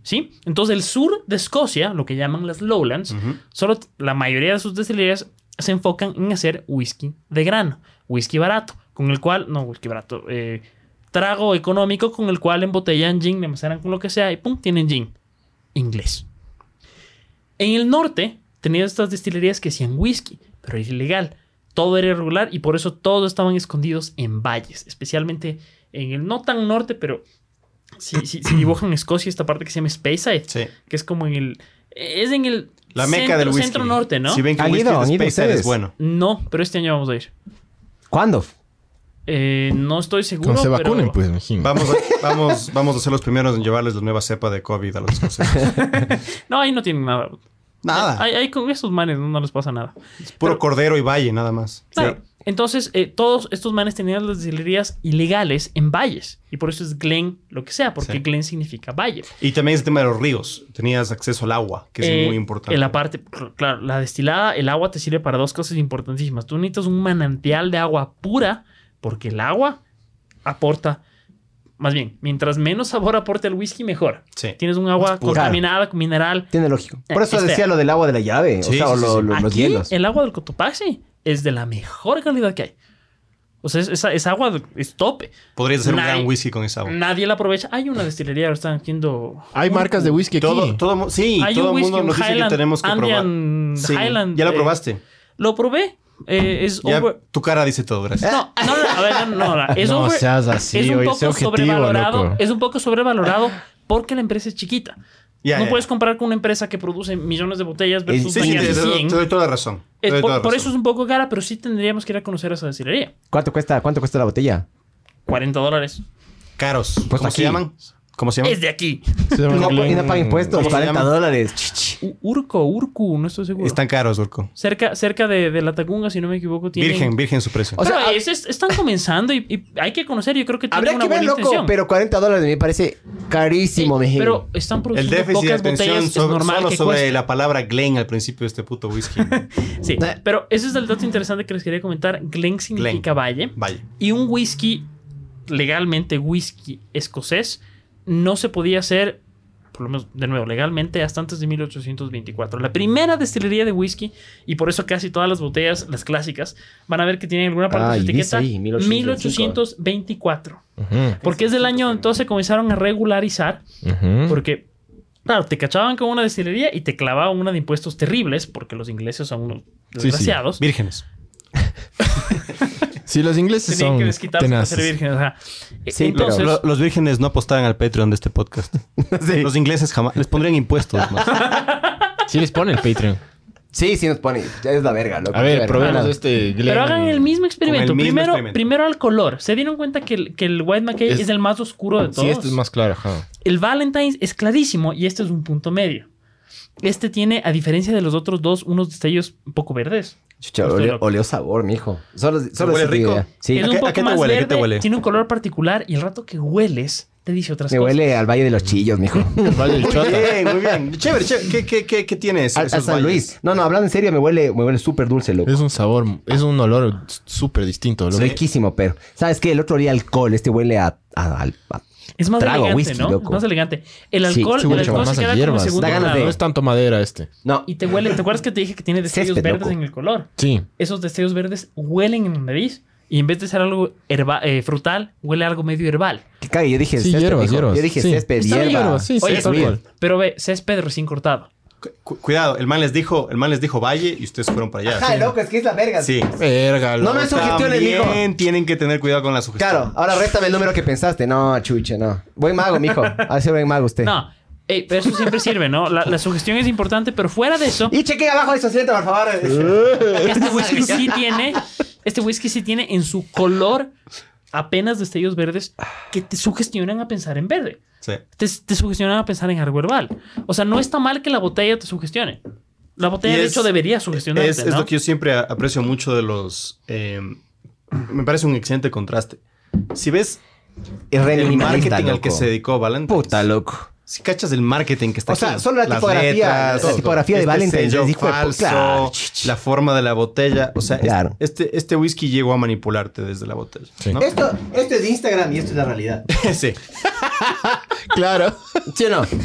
D: ¿Sí? Entonces el sur de Escocia, lo que llaman las Lowlands,
F: Ujú.
D: solo t- la mayoría de sus destilerías se enfocan en hacer whisky de grano, whisky barato, con el cual, no whisky barato, eh, trago económico con el cual embotellan gin, le maceran con lo que sea y pum, tienen gin. Inglés. En el norte tenían estas destilerías que hacían whisky, pero era ilegal. Todo era irregular y por eso todos estaban escondidos en valles, especialmente en el no tan norte, pero si, si- si dibujan Escocia, esta parte que se llama Speyside,
F: Sí.
D: que es como en el. Es en el.
F: La meca
D: centro,
F: del whisky.
D: Centro norte, ¿no?
F: Si ven que el
A: ¿Han
F: whisky
A: ido?
F: es
A: ¿Han
F: de
A: ido
F: Speyside, es
A: ustedes?
F: bueno.
D: No, pero este año vamos a ir.
A: ¿Cuándo?
D: Eh, no estoy seguro.
B: Cuando se
D: pero-
B: vacunen, pues, imagino.
A: <laughs>
F: Vamos a, vamos, vamos a ser los primeros en llevarles la nueva cepa de COVID a los escoceses.
A: <laughs>
D: No, ahí no tienen nada.
F: Nada.
D: Ahí, ahí con esos manes no, no les pasa nada.
F: Puro
D: pero-
F: cordero y valle, nada más.
D: Claro. Entonces, eh, todos estos manes tenían las destilerías ilegales en valles. Y por eso es Glen lo que sea, porque
F: Sí.
D: Glen significa valle.
F: Y también el tema de los ríos. Tenías acceso al agua, que es
D: Eh,
F: muy importante.
D: En la parte, cl- claro, la destilada, el agua te sirve para dos cosas importantísimas. Tú necesitas un manantial de agua pura, porque el agua aporta, más bien, mientras menos sabor aporte el whisky, mejor.
F: Sí.
D: Tienes un agua
F: Pura.
D: contaminada con mineral.
A: Tiene lógico.
D: Eh,
A: Por eso
D: este-
A: decía lo del agua de la llave. o
F: Sí,
A: sea,
F: sí,
A: o
F: sí,
A: lo-
F: sí.
A: lo- los
D: Aquí,
A: hielos.
D: el agua del Cotopaxi es de la mejor calidad que hay. O sea, es- esa esa agua de- es tope.
F: Podrías hacer
D: Nadie-
F: un gran whisky con esa agua.
D: Nadie la aprovecha. Hay una destilería, ahora están haciendo...
B: Hay marcas de whisky aquí.
F: Todo, todo, mu- sí,
D: Hay
F: todo
D: un
F: el
D: whisky,
F: mundo
D: un
F: nos dice que
D: Highland-
F: tenemos que
D: Andean
F: probar. Sí,
D: Highland,
F: ya
D: eh,
F: lo probaste.
D: Lo probé. eh, es
F: Ya,
D: over-
F: tu cara dice todo, gracias.
D: No, no, no, a ver, no, no, no, es
B: No
D: over-
B: seas así,
D: es un
B: oye,
D: poco
B: sé objetivo,
D: sobrevalorado,
B: loco.
D: es un poco sobrevalorado porque la empresa es chiquita.
F: Ya,
D: no
F: ya.
D: puedes comparar con una empresa que produce millones de botellas
F: Sí,
D: versus
F: sí,
D: una que
F: te,
D: hace
F: te- te
D: 100.
F: doy toda la razón. te
D: Eh,
F: doy toda
D: por,
F: la
D: por
F: razón.
D: eso es un poco cara, pero sí tendríamos que ir a conocer esa destilería.
A: ¿Cuánto cuesta, ¿Cuánto cuesta la botella?
D: 40 dólares.
F: caros.
A: Pues
F: ¿Cómo
A: aquí.
F: se llaman? ¿Cómo se llaman?
D: Es de aquí.
B: Se llama
A: No,
B: Glen-
A: y no paga impuestos,
F: ¿Cómo se
A: 40
F: llama?
A: dólares. Ch, ch.
D: U- Urco, Urcu, no estoy seguro.
F: Están caros, Urco.
D: Cerca, cerca de, de la Tagunga, si no me equivoco, tienen...
F: Virgen, virgen su precio.
A: O sea,
D: Pero
A: a-
D: es- es- están comenzando y, y hay que conocer. Yo creo que tienen
A: Habría
D: una
A: que ver,
D: buena
A: loco,
D: intención.
A: pero 40 dólares me parece carísimo,
D: Sí,
A: mijín.
D: pero están
F: el
D: produciendo
F: déficit de
D: pocas botellas,
F: atención
D: es
F: sobre-
D: normal
F: solo
D: que
F: sobre
D: cueste.
F: la palabra Glen al principio de este puto
D: <laughs>
F: whisky.
D: Sí,
A: Eh.
D: pero ese es el dato interesante que les quería comentar. Glen significa valle.
F: Vaya.
D: Y un whisky, legalmente whisky escocés, no se podía hacer, por lo menos de nuevo, legalmente hasta antes de 1824. La primera destilería de whisky, y por eso casi todas las botellas, las clásicas, van a ver que tienen alguna parte
A: Ah,
D: de
A: y
D: su
A: dice
D: etiqueta
A: ahí, 1825.
D: 1824.
B: Ujú,
D: Porque es del año entonces comenzaron a regularizar
A: Mm.
B: ujú.
D: porque, claro, te cachaban con una destilería y te clavaban una de impuestos terribles, porque los ingleses son unos
B: sí.
D: desgraciados.
F: Vírgenes.
B: Sí, los ingleses
D: Tenían que
B: son
D: desquitarse para ser
B: tenaces.
D: vírgenes. ajá. E-
A: Sí, pero-
D: Entonces,
F: Lo- los vírgenes no apostaban al Patreon de este <laughs> podcast.
A: Sí.
F: Los ingleses jamás. Les pondrían impuestos más.
B: Sí les pone el Patreon.
A: Sí, sí nos pone. Ya es la verga, loco.
B: A
A: qué
B: ver,
A: verga.
B: probemos este Glen.
D: pero hagan el mismo experimento.
F: mismo
D: primero,
F: experimento.
D: primero al color. Se dieron cuenta que el, que el White Mackay es,
B: Es-
D: el más oscuro de todos.
B: Sí, este es más claro, ajá.
D: El Valentine's es clarísimo y este es un punto medio. Este tiene, a diferencia de los otros dos, unos destellos un poco verdes.
A: Chucha,
D: Estoy
A: oleo,
D: loco.
A: oleo sabor, mijo. Solo, solo
F: huele
A: esa
F: rico?
A: idea. Sí.
D: es un
F: qué- a
D: poco
F: qué te
D: más
F: huele? ¿Qué te
D: verde,
F: huele?
D: tiene un color particular y el rato que hueles te dice otras
A: Me
D: cosas.
A: huele al Valle de los Chillos,
D: <laughs>
A: mijo.
B: Vaya el chota.
F: bien, <laughs> muy bien. Chévere, chévere. ¿Qué, qué, qué, qué tiene ese-
A: Al- a
F: esos
A: San
F: valles?
A: Luis. No, no, hablando en serio, me huele, me huele súper dulce, loco.
B: Es un sabor, es un olor súper distinto. loco.
A: Riquísimo, pero. ¿Sabes qué? El otro olía a alcohol. Este huele a. a- al- a-
D: Es más
A: Trago,
D: elegante,
A: whisky,
D: ¿no?
A: loco.
D: Es más elegante. El
A: Sí,
D: alcohol,
B: Sí,
D: el
B: huele como
D: alcohol se
B: más a
D: queda como en
B: hierbas.
D: segundo
A: Da ganas
D: plano.
A: de-
B: No es tanto madera este.
A: No.
D: Y te huele, ¿te acuerdas que te dije que tiene destellos
A: Césped,
D: verdes
A: loco.
D: en el color?
B: Sí.
D: Esos destellos verdes huelen en la nariz y en vez de ser algo herba- eh, frutal, huele a algo medio herbal.
A: Que cague, yo dije
B: Sí,
A: césped,
B: hierbas,
A: mijo.
B: hierbas.
A: Yo dije
B: Sí.
A: césped,
B: Está bien,
A: hierba.
B: hierbas, sí, sí,
D: Oye,
B: tal
D: weird.
B: cual.
D: Pero ve, césped recién cortado.
F: Cu- cuidado, el man les dijo, el man les dijo Valle y ustedes fueron para allá.
A: Ajá, loco, es que es la verga.
F: Sí.
B: Verga,
A: No
B: loco.
A: me sugestiones, mijo.
F: También tienen que tener cuidado con la sugestión.
A: Claro, ahora réstame el número que pensaste. No, chucha, no. Buen mago,
F: <laughs>
A: mijo. A ser buen mago usted.
D: No, eh, pero eso siempre sirve, ¿no? La, la sugestión es importante, pero fuera de eso,
A: Y chequea abajo de asiento, por favor.
F: <laughs>
D: este whisky sí tiene, este whisky sí tiene en su color apenas destellos verdes que te sugestionan a pensar en verde.
F: Sí.
D: te, te sugestionan a pensar en algo verbal. O sea, no está mal que la botella te sugestione. La botella,
F: Y
D: de
F: es-
D: hecho, debería sugestionarte,
F: Es, es
D: ¿no?
F: lo que yo siempre a- aprecio mucho de los. eh, me parece un excelente contraste. Si ves
A: Es re
F: el
A: minimalista,
F: marketing al
A: loco.
F: que se dedicó Valentine.
A: Puta, loco.
F: Si cachas el marketing que está
A: O sea,
F: aquí,
A: solo la
F: las
A: tipografía, la
F: todo,
A: tipografía de
F: este
A: Valentine's,
F: sello
A: les dijo,
F: falso,
A: claro.
F: la forma de la botella, o sea, es-
A: Claro.
F: este, este whisky llegó a manipularte desde la botella,
B: Sí.
F: ¿no?
A: Esto, esto es Instagram y esto es la
F: <laughs>
A: realidad.
F: Sí.
B: Claro.
A: ¿Sí o no?
B: Eso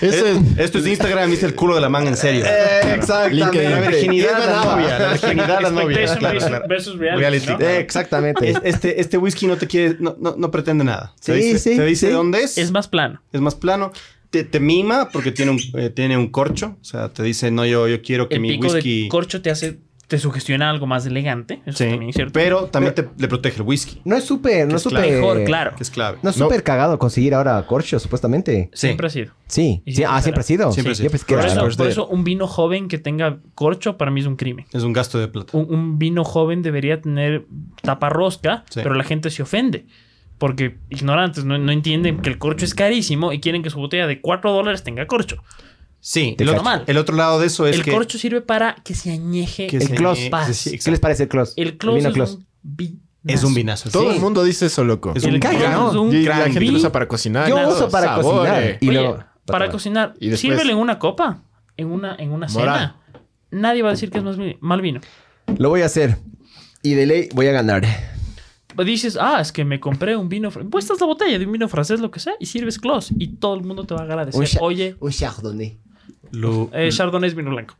B: es.
F: Eh, Esto es Instagram y es el culo de la man en serio.
A: Eh, exactamente.
B: La
F: virginidad a la novia, la virginidad a la novia.
D: Expectation
F: Claro,
D: versus-
F: claro.
D: versus reality,
F: Reality,
D: ¿no?
F: eh,
A: Exactamente.
F: Es- Este, este whisky no te quiere, no, no, no pretende nada. Te
A: Sí,
F: dice,
A: sí,
F: te dice
A: sí.
F: dónde es,
D: Es
F: es,
D: más plano.
F: más plano. Te, te mima porque tiene un, eh, tiene un corcho. O sea, te dice, no, yo, yo quiero que
D: El
F: mi
D: pico
F: whisky.
D: de corcho te hace... Te sugestiona algo más elegante. Eso
F: Sí,
D: también es cierto.
F: pero también te, le protege el whisky,
A: No es súper, no es
F: es
A: súper.
D: Mejor, claro.
F: que es clave.
A: No es súper cagado conseguir ahora corcho, supuestamente.
F: Sí.
D: Siempre ha sido.
A: Sí.
D: Y
A: sí,
D: siempre
A: ah, siempre ha sido.
F: Siempre
A: Sí,
F: ha sido.
A: pues, qué
D: Por,
A: raro.
D: eso, por eso un vino joven que tenga corcho para mí es un crimen.
F: Es un gasto de plata.
D: Un, un vino joven debería tener tapa rosca,
F: Sí.
D: pero la gente se ofende. Porque ignorantes no, no entienden que el corcho es carísimo y quieren que su botella de 4 dólares tenga corcho.
F: Sí,
A: Te
F: el
A: cacho.
F: otro, el otro lado de eso es
D: el
F: que
D: corcho sirve para que se añeje.
F: Que
D: el
A: El
F: se-
A: close.
F: eh,
D: paz.
F: sí, sí,
A: ¿Qué les
F: exacto.
A: parece el close?
D: el close
A: vino
D: es
A: close.
D: un vinazo.
F: es un vinazo.
B: Todo
F: Sí.
B: el mundo dice eso, loco.
F: Es
D: El
F: un
D: close
F: gran-
D: es un
B: y la
D: gran
B: gente
D: vin.
B: lo usa para cocinar.
A: Yo
B: ¿no?
A: uso para
B: Sabores.
D: <laughs>
A: cocinar. Y
D: Oye,
A: luego-
D: para
A: tomar.
D: cocinar,
B: Y después-
D: sírvele en una copa, en una, en una
B: Moral.
D: cena. Nadie va a decir que es más vi- mal vino.
A: Lo voy a hacer. Y de ley voy a ganar.
D: Dices, ah, es que me compré un vino. fr- Puestas la botella de un vino francés, lo que sea, y sirves close. Y todo el mundo te va a agradecer.
A: Un sha-
D: Oye,
A: Un chardonnay.
F: Lo-
D: eh, Chardonnay es vino blanco.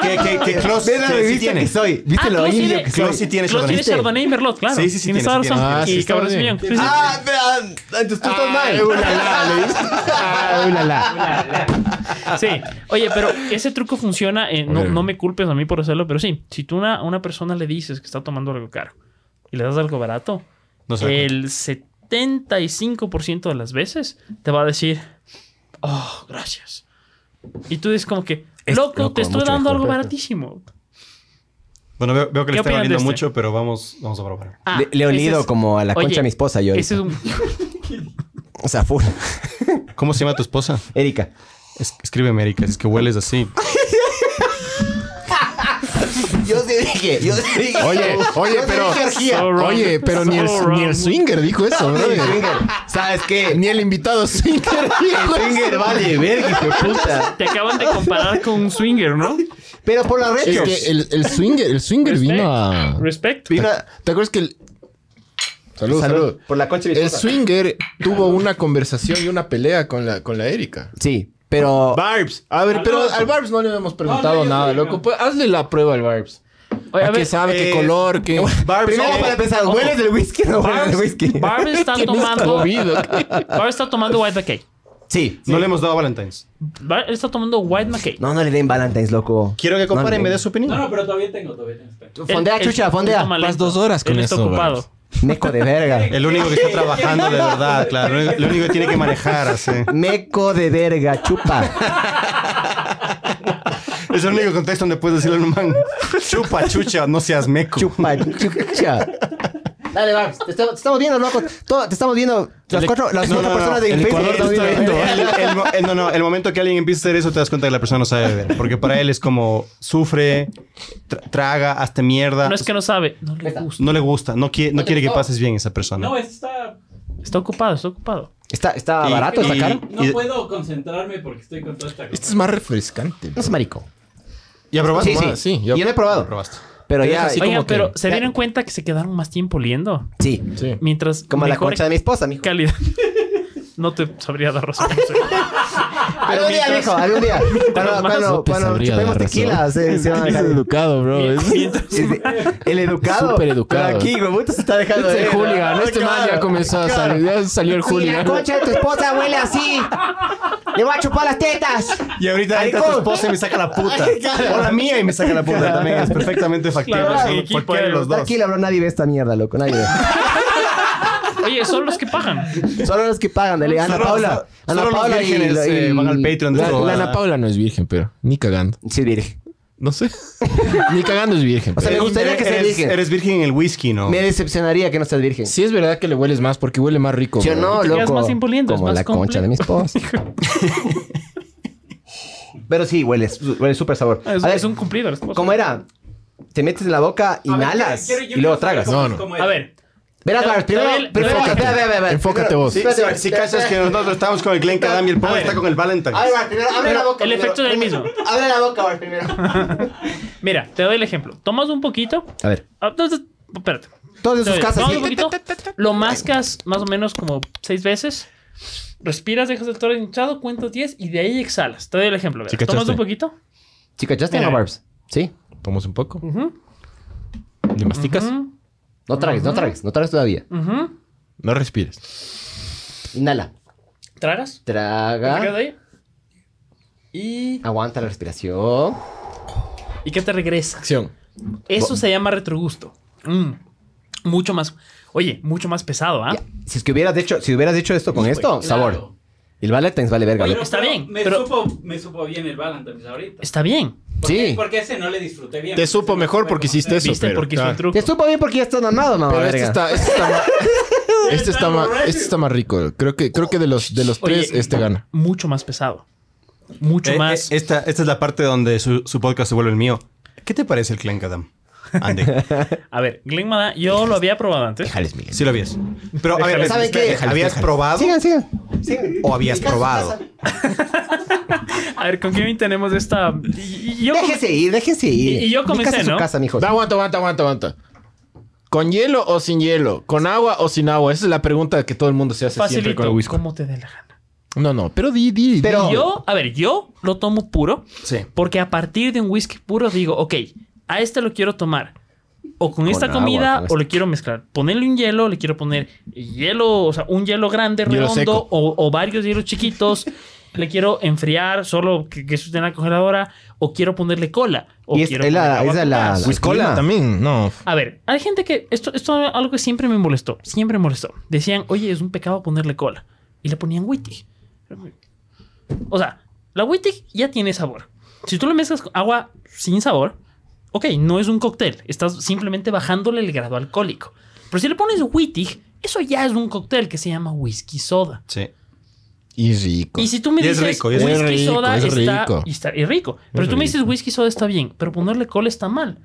F: que, que, que Close
A: Ve la
F: sí- sí
A: revista
F: tiene.
A: que soy. ¿Viste
D: Ah,
A: lo
D: Clos
A: indio
D: tiene-
A: que soy?
F: Clos sí tiene
D: Close tiene
F: Chardonnay.
D: Chardonnay y Merlot, claro.
F: Sí, sí, sí,
D: Tienes
F: tiene,
D: toda
F: sí
D: la razón.
B: tiene. Ah, sí,
D: y
B: está
D: Cabernet
B: bien.
D: Sauvignon. Sí, sí, sí.
A: Ah, vea, entonces tú
F: Ah,
A: estás mal.
B: ulala, le dice.
A: Ah, ulala.
D: Sí. Oye, pero ese truco funciona. eh, no,
B: Oye.
D: no me culpes a mí por hacerlo, pero sí. Si tú a una, a una persona le dices que está tomando algo caro y le das algo barato,
F: No se da cuenta.
D: el 75% de las veces te va a decir, oh, gracias. Y tú dices como que, loco,
A: loco,
D: te estoy
A: mucho
D: dando
A: mejor,
D: algo
A: pero-
D: baratísimo.
F: Bueno, veo, veo que
D: ¿Qué
F: le está
D: opinan de
F: doliendo
D: este?
F: mucho, pero vamos, vamos a probar.
D: Ah,
A: Le, le he
D: ese
A: olido
D: es-
A: como a la
D: Oye,
A: concha de mi esposa yo.
D: Ese es
A: ahorita.
D: un...
A: O sea, full.
F: ¿Cómo se llama tu esposa?
A: Erika.
F: Es- escríbeme, Erika, si es que hueles así.
A: Yo te dije, <laughs> yo te dije.
B: Oye, oye, pero.
D: So wrong.
B: Oye, pero ni el,
D: So wrong.
B: ni el swinger dijo eso, bro.
A: ¿Sabes qué?
B: Ni el invitado swinger dijo eso.
A: Swinger vale verga, hijo de puta.
D: <laughs> Te acaban de comparar con un swinger, ¿no?
A: Pero por la
B: Es
A: retro.
B: que el, el swinger, el swinger vino a.
D: Respecto.
B: ¿Te, te acuerdas que el. Salud, salud.
A: Salud. Por la concha de mi
B: El
A: esposa.
B: swinger tuvo una conversación y una pelea con la, con la Erika.
A: Sí, pero.
B: Barbs. A ver, pero al Barbs no le hemos preguntado nada, loco. Pues, hazle la prueba al Barbs.
D: Oye,
B: ¿A qué sabe? ¿Qué
F: eh,
B: color? ¿Qué...? <laughs>
F: Barbs,
A: Primero
F: eh,
A: para empezar, ¿hueles el whisky o no hueles el
D: Barb,
A: whisky?
D: Barb está tomando... Barb está tomando White McKay.
A: Sí.
F: No le hemos dado Valentine's.
D: Barb está tomando White McKay.
A: No, no le den Valentine's, loco.
F: Quiero que
A: comparen,
F: comparen,
A: me
F: me
A: dé
F: dé su opinión.
I: No, no, <laughs> pero todavía tengo, todavía tengo. espera.
D: Él-
A: Fondea,
D: él-
A: chucha,
D: él
A: fondea.
D: toma
J: Vas
D: lento.
J: dos horas con
D: Él está
J: eso,
D: ocupado.
J: Barbs.
A: Meco de <laughs> verga.
F: El único que está trabajando de verdad, claro. El único- el único que tiene que manejar, así.
A: Meco de verga, chupa.
F: Es el único contexto donde puedes decirle a un man, chupa, chucha, no seas meco.
A: Chupa, chucha. Dale, Babs. Te, estamos- te estamos viendo, loco. Todo- te estamos viendo. Las cuatro, las
F: No,
A: cuatro
F: no, no.
A: personas de
F: El
A: Facebook.
F: Ecuador
A: te están
F: está
A: viendo. ¿eh?
F: viendo. El- el mo- el- no, no, el momento que alguien empieza a hacer eso te das cuenta que la persona no sabe beber. Porque para él es como sufre, tra- traga, hasta mierda.
D: No es que no sabe. No le gusta.
F: No le gusta, no, quiere, no quiere que pases bien esa persona.
I: No, esto está.
D: Está ocupado, está ocupado.
A: Está, está
F: Y-
A: barato, está
F: y-
A: caro.
I: No puedo concentrarme porque estoy con toda esta
B: Este
I: cosa.
B: es más refrescante.
A: No es marico.
F: ¿Ya probaste?
A: Sí, sí.
B: sí,
A: yo
B: ya-
A: no he probado.
F: Probaste.
A: Pero
B: Te
A: ya.
B: deja así
D: Oigan,
B: como que-
D: pero ¿se
A: Ya.
D: dieron cuenta que se quedaron más tiempo oliendo?
A: Sí.
B: Sí.
D: Mientras
A: Como la
D: mejor
A: concha de mi esposa, mijo.
D: calidad. <laughs> No te sabría dar razón. no sé.
J: <laughs>
A: Algún día, mijo, algún
F: <laughs>
A: día. Cuando, cuando,
J: No te
A: cuando
J: sabría
A: chupemos
J: dar razón.
A: tequila, se, se van a
J: Es <laughs>
A: dejar.
J: educado, bro. Es-
D: Mientras-
A: Es de- El educado.
J: Súper educado.
A: Pero aquí, güey, puto se está dejando.
J: Este
A: de-
J: hooligan, este man ya
A: Claro,
J: comenzó a
A: claro.
J: salir. Ya salió el
A: Si la
J: hooligan.
A: concha de tu esposa huele así, le voy a chupar las tetas.
F: Y ahorita entra tu
A: Maricón.
F: esposa y me saca la
A: <laughs>
F: puta.
A: claro.
F: O la mía y me saca la puta. También es perfectamente factible.
D: Claro,
F: Solo
D: en equipo,
F: cualquiera de
D: eh,
F: los dos.
A: Tranquila, bro, nadie ve esta mierda, loco. Nadie ve.
D: Oye, son los que pagan.
A: Solo los que pagan, dale. Ana
F: Solo-
A: Paula.
F: solo
A: Ana
F: los
A: Paula y,
F: vírgenes,
A: y-
F: eh, van al Patreon de
J: La,
F: esto,
J: la
F: ¿verdad?
J: Ana Paula no es virgen, pero ni cagando.
A: Sí, virgen.
J: No sé. ni cagando es virgen.
A: O sea, me
J: pero-
A: gustaría que sea
F: Eres-
A: virgen.
F: Eres virgen en el whisky, ¿no?
A: Me decepcionaría que no seas virgen.
J: Sí es verdad que le hueles más porque huele más rico.
A: Yo
J: bro.
A: no,
D: te quedas
A: loco.
D: más tiempo oliendo, es
A: como
D: más
A: la concha
D: complejo.
A: de mi esposa. <laughs> Pero sí, hueles, huele súper sabor.
D: Es,
A: A ver,
D: es un cumplido. las cosas.
A: ¿Cómo era? Te metes en la boca,
I: A ver,
A: inhalas
I: quiero- quiero- yo
A: y luego
I: quiero
A: tragas.
I: saber
B: No,
I: cómo-
B: no.
I: cómo es.
D: A ver,
A: Verás,
D: Pero-
A: Barbs, primero,
D: pero él-
A: primero,
B: enfócate.
A: espera, espera, espera, espera.
B: Enfócate
A: Primero-
B: vos.
A: Sí,
F: Si,
A: espérate,
F: si,
A: espérate,
F: si
A: espérate,
F: cachas que
A: espérate.
F: nosotros estamos con el Glen Kadam y el Pau está con el Valentine.
A: A ver, Barbs, primero, abre
D: Pero
A: la boca.
D: el
A: primero.
D: efecto es el
A: Primero,
D: mismo.
A: Abre la boca, Barbs, primero.
D: <laughs> mira, te doy el ejemplo. Tomas un poquito.
A: A ver.
D: Ah, no, no, Espérate.
A: Todos en sus
D: Te doy-
A: casas.
D: tomas
A: sí.
D: un poquito, Lo mascas más o menos como seis veces. Respiras, dejas el toro hinchado, cuentas 10 y de ahí exhalas. Te doy el ejemplo. verás.
B: Sí, cachaste.
D: Tomas un poquito.
A: ¿Sí cachaste
D: Mira.
A: no, Barbs? Sí.
B: Tomamos un poco.
D: Ujú,
B: ¿Le masticas?
D: ujú,
A: No tragues, no tragues, no tragues todavía.
D: ujú.
B: No respires.
A: Inhala.
D: Tragas. ¿Te quedas
A: Traga.
D: ahí? Y,
A: Aguanta la respiración.
D: y que te regresa.
B: Acción.
D: Eso se llama retrogusto. Mm, Mucho más. Oye, mucho más pesado, ¿ah?
A: Ya. Si es que hubieras hecho, si hubieras hecho esto con esto,
I: claro.
A: sabor. El Valentine's vale verga.
I: Oye,
A: loco.
I: no,
D: Está
I: pero
D: bien,
I: Me,
D: pero-
I: supo, me supo bien el Valentine's ahorita.
D: Está bien.
I: ¿Por
A: Sí.
I: qué? Porque ese no le disfruté bien.
B: Te supo mejor porque hiciste eso.
D: ¿Viste?
B: pero-
D: Porque es un
B: Claro.
D: truco.
A: Te supo bien porque ya estás mamado, mamá.
B: Pero este
A: verga.
B: está, este está más, este está más, este está más rico. Creo que, creo que de los, de los
D: Oye,
B: tres, este gana.
D: Mucho más pesado. mucho
C: Eh,
D: más.
C: eh, Esta, esta es la parte donde su, su podcast se vuelve el mío. ¿Qué te parece el Clan Kadam?
D: <laughs>
C: Andy.
D: A ver, Glenn Madá, yo lo había probado antes.
B: Déjales, Miguel.
C: Sí lo habías. Pero, a ver,
A: Déjales, ¿saben qué?
C: espera, ¿habías
B: déjales.
C: probado
A: Sigan, sigan. sigan.
C: o habías probado?
D: A ver, ¿con quién tenemos esta? Y, y- y yo
A: Déjese ir, déjese ir.
D: Y- y yo
A: Mi
D: comencé,
A: casa es su
D: ¿no?
A: casa, mijos.
B: Da, aguanta, aguanta, aguanta, aguanta. ¿Con hielo o sin hielo? ¿Con agua o sin agua? Esa es la pregunta que todo el mundo se hace siempre con
D: facilito,
B: el whisky.
D: como te dé la gana.
B: No, no, pero di, di, di.
A: Pero- No.
D: Yo, a ver, yo lo tomo puro
C: Sí.
D: porque a partir de un whisky puro digo, ok, a este lo quiero tomar. O con, esta
A: agua,
D: comida,
A: con
D: o le quiero mezclar. Ponerle un hielo, le quiero poner hielo, o sea, un hielo grande,
B: Hielo
D: redondo,
B: seco.
D: o, o varios hielos chiquitos. le quiero enfriar, solo que, que eso esté en la congeladora, o quiero ponerle cola. O
A: Y es,
D: quiero
A: es la,
D: ponerle
A: es la, la-
D: aguacate. Pues,
A: la-
B: Whiskola también, no.
D: A ver, hay gente que. Esto, esto es algo que siempre me molestó. Siempre me molestó. Decían, oye, es un pecado ponerle cola. Y le ponían Wittig. O sea, la Wittig ya tiene sabor. Si tú le mezclas con agua sin sabor, ok, no es un cóctel. Estás simplemente bajándole el grado alcohólico. Pero si le pones Wittig, eso ya es un cóctel que se llama whisky soda.
C: Sí.
B: Y rico.
D: Y si tú me
C: Y es
D: dices
C: rico, y es
D: whisky
B: rico.
D: soda
B: Es
D: está,
B: rico.
D: y está- y rico. Pero tú me dices whisky soda está bien, pero ponerle cola está mal.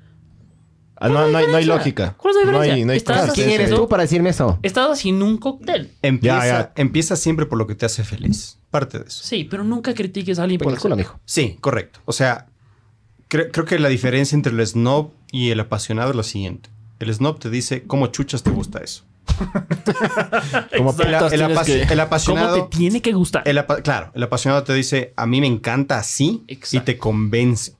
B: Ah, no, no hay, no hay lógica.
D: ¿Cuál es la diferencia?
B: No hay, no hay
D: Estás- este
B: proceso.
A: ¿Quién eres tú para decirme eso?
D: Estás haciendo un cóctel.
C: Empieza,
B: Ya, ya.
C: empieza siempre por lo que te hace feliz. Parte de eso.
D: Sí, pero nunca critiques a alguien por
A: Por el culo,
D: hacerlo.
A: mijo.
C: Sí, correcto. O sea, cre- creo que la diferencia entre el snob y el apasionado es la siguiente. El snob te dice cómo chuchas te gusta eso.
B: Como
C: El,
B: putas
C: el
B: tienes
C: apa-
B: que-
C: el
D: ¿Cómo te
C: apasionado...
D: tiene que gustar?
C: el apa- claro, el apasionado te dice, a mí me encanta así y
D: Exacto.
C: te convence.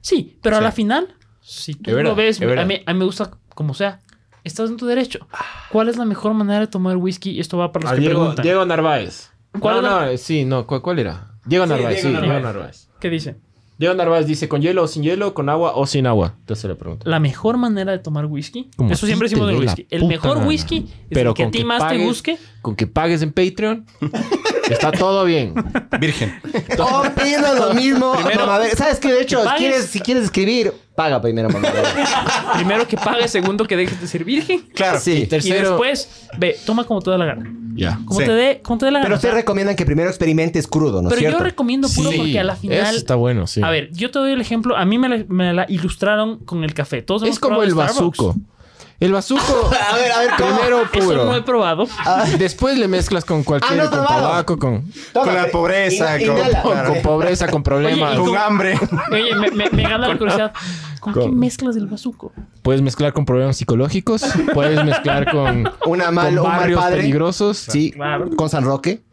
D: Sí, pero a
C: Sí.
D: la final, si tú
B: Es verdad,
D: lo ves,
B: es verdad.
D: a mí, a mí me gusta como sea. Estás en tu derecho. ¿Cuál es la mejor manera de tomar whisky? Y Esto va para los
B: Ah,
D: que
B: Diego,
D: preguntan.
B: Diego Narváez.
D: ¿Cuál
B: no, no, sí, no. ¿cu- ¿cuál, era? Diego
I: Sí,
B: Narváez,
I: Diego
B: sí, Diego
I: Narváez.
B: Narváez.
D: ¿Qué dice?
B: Diego Narváez dice, ¿con hielo o sin hielo? ¿Con agua o sin agua? Te hace la pregunta.
D: La mejor manera de tomar whisky.
B: Como
D: Eso
B: a ti
D: siempre
B: te
D: decimos del
B: dé la
D: whisky. El
B: puta
D: mejor
B: gana.
D: whisky es
B: Pero
D: el que a
B: con
D: ti
B: que
D: más te
B: pagues-
D: busque.
B: Con que pagues en
D: <laughs>
B: Patreon, está todo bien.
C: Virgen.
A: Opino lo mismo.
D: Primero,
A: mamá, a ver, ¿sabes qué? De hecho,
D: que pagues.
A: quieres- si quieres escribir, paga primero, mamá.
D: <laughs> Primero que pagues, segundo que dejes de ser virgen.
C: Claro.
A: Sí.
D: Y después, ve, toma como te da la gana.
B: Ya.
D: Como
C: Sí.
D: te dé, como te dé la
A: Pero
D: gana.
A: ustedes recomiendan que primero experimentes crudo, ¿no es
D: Pero yo
A: cierto?
D: recomiendo puro porque a la final.
B: Eso está bueno, sí.
D: A ver, yo te doy el ejemplo. A mí me la, me la ilustraron con el café. Todos hemos
B: es como
D: probado
B: el
D: Starbucks.
B: bazuco. El bazuco,
A: <laughs> A ver, a ver, ¿cómo?
B: primero
D: Eso no he
B: puro.
D: probado.
B: <laughs> Después le mezclas con cualquier,
A: Ah, no,
B: con
A: probado.
B: tabaco, con,
A: Toma,
C: Con la
A: eh,
C: pobreza,
A: in-
C: con-
A: inhala.
B: con- con pobreza, con problemas.
D: Oye, y
C: Con hambre.
D: Oye, me, me-
B: <laughs>
D: me gana la curiosidad. ¿Con, qué
B: Con-
D: mezclas el bazuco?
B: Puedes mezclar con problemas psicológicos, puedes mezclar con,
A: Una <laughs> mal,
B: con
A: un mal
B: barrios
A: padre.
B: peligrosos,
A: Sí.
D: Claro.
A: Con San Roque.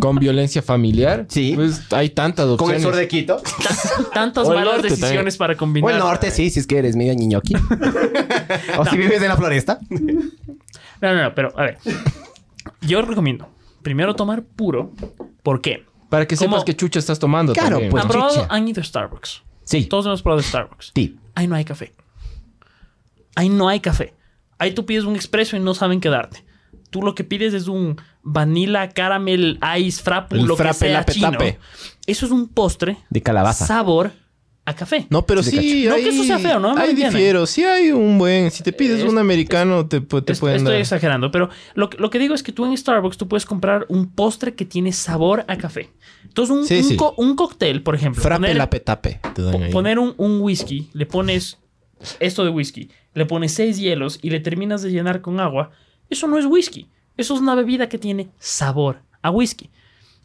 B: con violencia familiar.
A: Sí.
B: Pues hay tantas
A: Con el
B: opciones.
A: sur de Quito.
D: Tantas
B: O el
D: malas
B: norte
D: decisiones para
A: O
D: combinar.
A: el norte, sí, si es que eres medio ñiñoqui.
D: <laughs>
A: o si vives en la floresta.
D: No, no, no, pero a ver. Yo recomiendo primero tomar puro. ¿Por qué?
B: Para que
D: ¿Cómo?
B: sepas qué chucha estás tomando
A: Claro,
B: también.
A: pues.
D: ¿Han probado?
A: chicha.
D: Han ido a Starbucks.
A: Sí.
D: Todos hemos probado Starbucks.
A: Sí.
D: Ahí no hay café. Ahí no hay café. Ahí tú pides un expreso y no saben qué darte. Tú lo que pides es un vanilla caramel ice frappe,
B: El
D: lo que
B: frappe,
D: sea
B: lape,
D: chino.
B: tape.
D: Eso es un postre
A: De calabaza.
D: sabor a café.
B: No, pero sí,
D: No que eso
B: hay-
D: sea feo, ¿no? Me
B: Hay
D: entienden.
B: difiero. Sí hay un buen... Si te pides
D: Es-
B: un americano, te, pu- te
D: Es-
B: pueden eh.
D: estoy
B: dar...
D: exagerando, pero lo, que- lo que digo es que tú en Starbucks tú puedes comprar un postre que tiene sabor a café. Entonces, un,
B: Sí,
D: un
B: sí.
D: co- un cóctel, por ejemplo,
B: Frappe
D: poner-
B: la petape. Te dan
D: Po-
B: ahí.
D: poner un, un whisky, le pones esto de whisky, le pones seis hielos y le terminas de llenar con agua, eso no es whisky. Eso es una bebida que tiene sabor a whisky.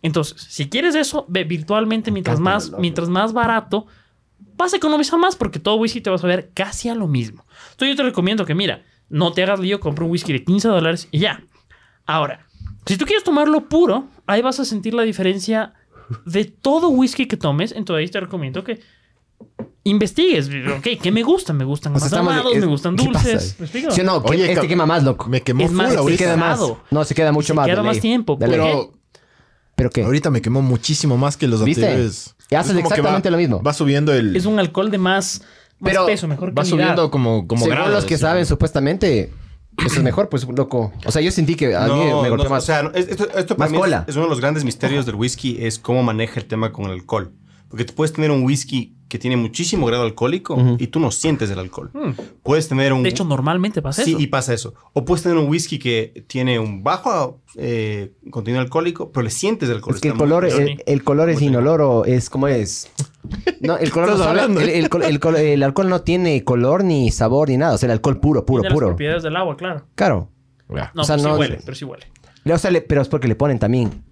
D: Entonces, si quieres eso, ve virtualmente mientras más, mientras más barato, vas a economizar más porque todo whisky te va a saber casi a lo mismo. Entonces yo te recomiendo que, mira, no te hagas lío, compra un whisky de 15 dólares y ya. Ahora, si tú quieres tomarlo puro, ahí vas a sentir la diferencia de todo whisky que tomes. Entonces ahí te recomiendo que investigues. Ok, ¿qué me gusta? Me gustan
A: O sea,
D: más
A: estamos-
D: amados,
A: es-
D: me gustan
A: ¿qué pasa?
D: dulces. ¿Me explico?
A: Sí o no, que-
B: Oye,
A: este
B: cab-
A: quema más, loco.
B: Me quemó
D: Es más,
B: full
D: se
A: se
B: ahorita.
A: queda más.
D: pesado.
A: No, se queda mucho
D: Se
A: más.
D: queda
A: de
D: más
A: ley.
D: tiempo,
A: De ley.
D: pero-
A: Pero, qué?
B: Ahorita me quemó muchísimo más que los
A: ¿Viste?
B: anteriores.
A: Y haces
B: Es como que
A: exactamente
B: va-
A: lo mismo.
B: Va subiendo el...
D: Es un alcohol de más, más
A: Pero
D: peso, mejor
B: va
D: calidad.
B: subiendo como, como
A: Según
B: grados,
A: los que
B: sí.
A: saben, supuestamente, eso es mejor, pues, loco. O sea, yo sentí que a mí me golpeó
C: no,
A: más.
C: O sea, no, es- esto, esto para
A: Más
C: mí es-
A: cola.
C: Es, uno de los grandes misterios del whisky, es cómo maneja el tema con el alcohol.
F: Porque tú puedes tener un whisky que tiene muchísimo grado alcohólico y tú no sientes el alcohol. Puedes tener un...
D: Mm. De hecho, normalmente pasa
F: Sí,
D: eso.
F: y pasa eso. O puedes tener un whisky que tiene un bajo eh, contenido alcohólico, pero le sientes el alcohol.
A: Es que el
F: Está
A: color,
F: muy-
A: el, el color es
F: Muy
A: inoloro, es como es. No, el color no
B: estás
A: sabe-
B: hablando?
A: el, el col- el col- el alcohol no tiene color ni sabor ni nada, o sea, el alcohol puro, puro,
D: Tiene las
A: puro.
D: propiedades del agua, claro.
A: Claro.
D: No,
A: O sea,
D: pero
A: no-
D: sí huele, pero sí huele.
A: O sea, le- pero es porque le ponen también.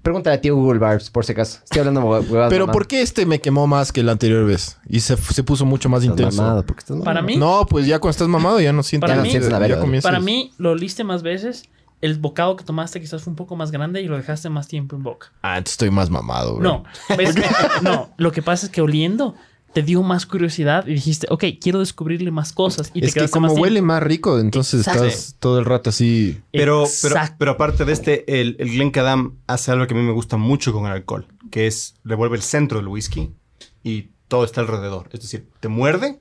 A: Pregúntale a tío Google Barbs, por si acaso. Estoy hablando hue- huevadas.
B: Pero
A: mamá.
B: ¿por qué este me quemó más que la anterior vez? Y se, se puso mucho más
A: Estás
B: intenso.
A: mamado, porque estás mamado.
D: Para mí,
B: No, pues ya cuando estás mamado ya no sientes.
D: Para
B: ya
D: mí-
B: sientes la
A: Para
B: verga. comienzas-
D: para mí lo oliste más veces. El bocado que tomaste quizás fue un poco más grande y lo dejaste más tiempo en boca.
B: Ah, entonces estoy más mamado, bro.
D: No, ¿ves? no. Lo que pasa es que oliendo te dio más curiosidad y dijiste, ok, quiero descubrirle más cosas. Y te
B: es que
D: quedaste
B: como
D: más tiempo.
B: huele más rico, entonces
D: Exacto.
B: estás todo el rato así.
F: Pero, pero,
D: Exacto.
F: pero aparte de este, el, el Glencadam hace algo que a mí me gusta mucho con el alcohol, que es le vuelve el centro del whisky y todo está alrededor. Es decir, te muerde.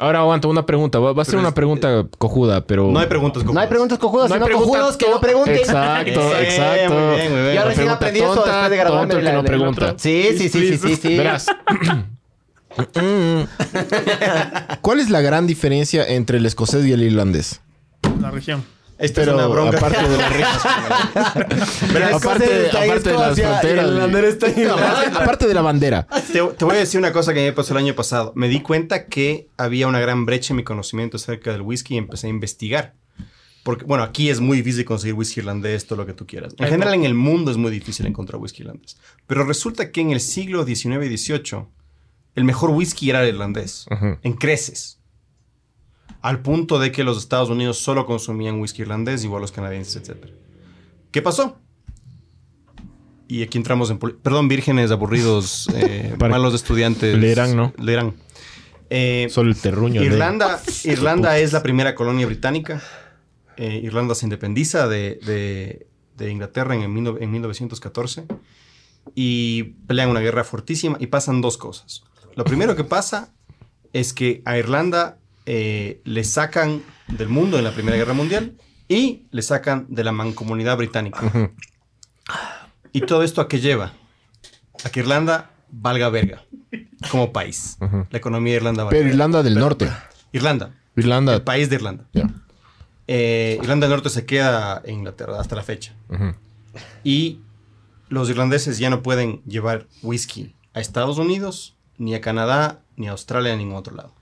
K: Ahora aguanta una pregunta. Va, va a ser
F: Pero
K: una
F: es-
K: pregunta cojuda, pero.
F: No hay preguntas.
A: No hay preguntas cojudas,
K: No hay
A: sino
K: preguntas
A: cojudos que no pregunten.
F: <laughs>
K: Exacto,
F: Eh,
K: exacto.
F: muy bien, muy bien.
A: Ya
F: La
A: recién
K: pregunta
A: aprendí eso
K: tonta,
A: después de grabarme
K: tonto que
A: la-
K: no
A: la- la
K: pregunta.
A: otra. Sí, sí, sí, sí, sí, sí.
K: Verás,
A: Mm.
B: ¿Cuál es la gran diferencia entre el escocés y el irlandés?
D: La región.
F: Esta
B: Pero
F: es una bronca. este
B: aparte de las
F: <laughs>
B: reglas. Verás, aparte, aparte de las fronteras. aparte, aparte de la bandera.
F: <laughs> Te, te voy a decir una cosa que me pasó el año pasado. Me di cuenta que había una gran brecha en mi conocimiento acerca del whisky y empecé a investigar. Porque, bueno, aquí es muy difícil conseguir whisky irlandés, todo lo que tú quieras. En general, en el mundo es muy difícil encontrar whisky irlandés. Pero resulta que en el siglo XIX y XVIII, el mejor whisky era el irlandés, en creces. Al punto de que los Estados Unidos solo consumían whisky irlandés, igual los canadienses, etc. ¿Qué pasó? Y aquí entramos en... poli- Perdón, vírgenes, aburridos,
B: <laughs>
F: eh, malos estudiantes.
B: Leerán, ¿no?
F: Leerán. Eh,
B: Solo el terruño.
F: Irlanda, Irlanda es la primera colonia británica. Eh, Irlanda se independiza de, de- de Inglaterra en, el mil no- en 1914 y pelean una guerra fortísima y pasan dos cosas. Lo primero que pasa es que a Irlanda eh, le sacan del mundo en la Primera Guerra Mundial y le sacan de la mancomunidad británica. ¿Y todo esto a qué lleva? A que Irlanda valga verga como país. La economía de Irlanda valga
B: Pero
F: verga.
B: Irlanda del Norte.
F: Irlanda, el
B: Irlanda.
F: país de Irlanda.
B: Ya.
F: Eh, Irlanda del Norte se queda en Inglaterra hasta la fecha.
B: Ujú.
F: Y los irlandeses ya no pueden llevar whisky a Estados Unidos, ni a Canadá, ni a Australia, ni a ningún otro lado.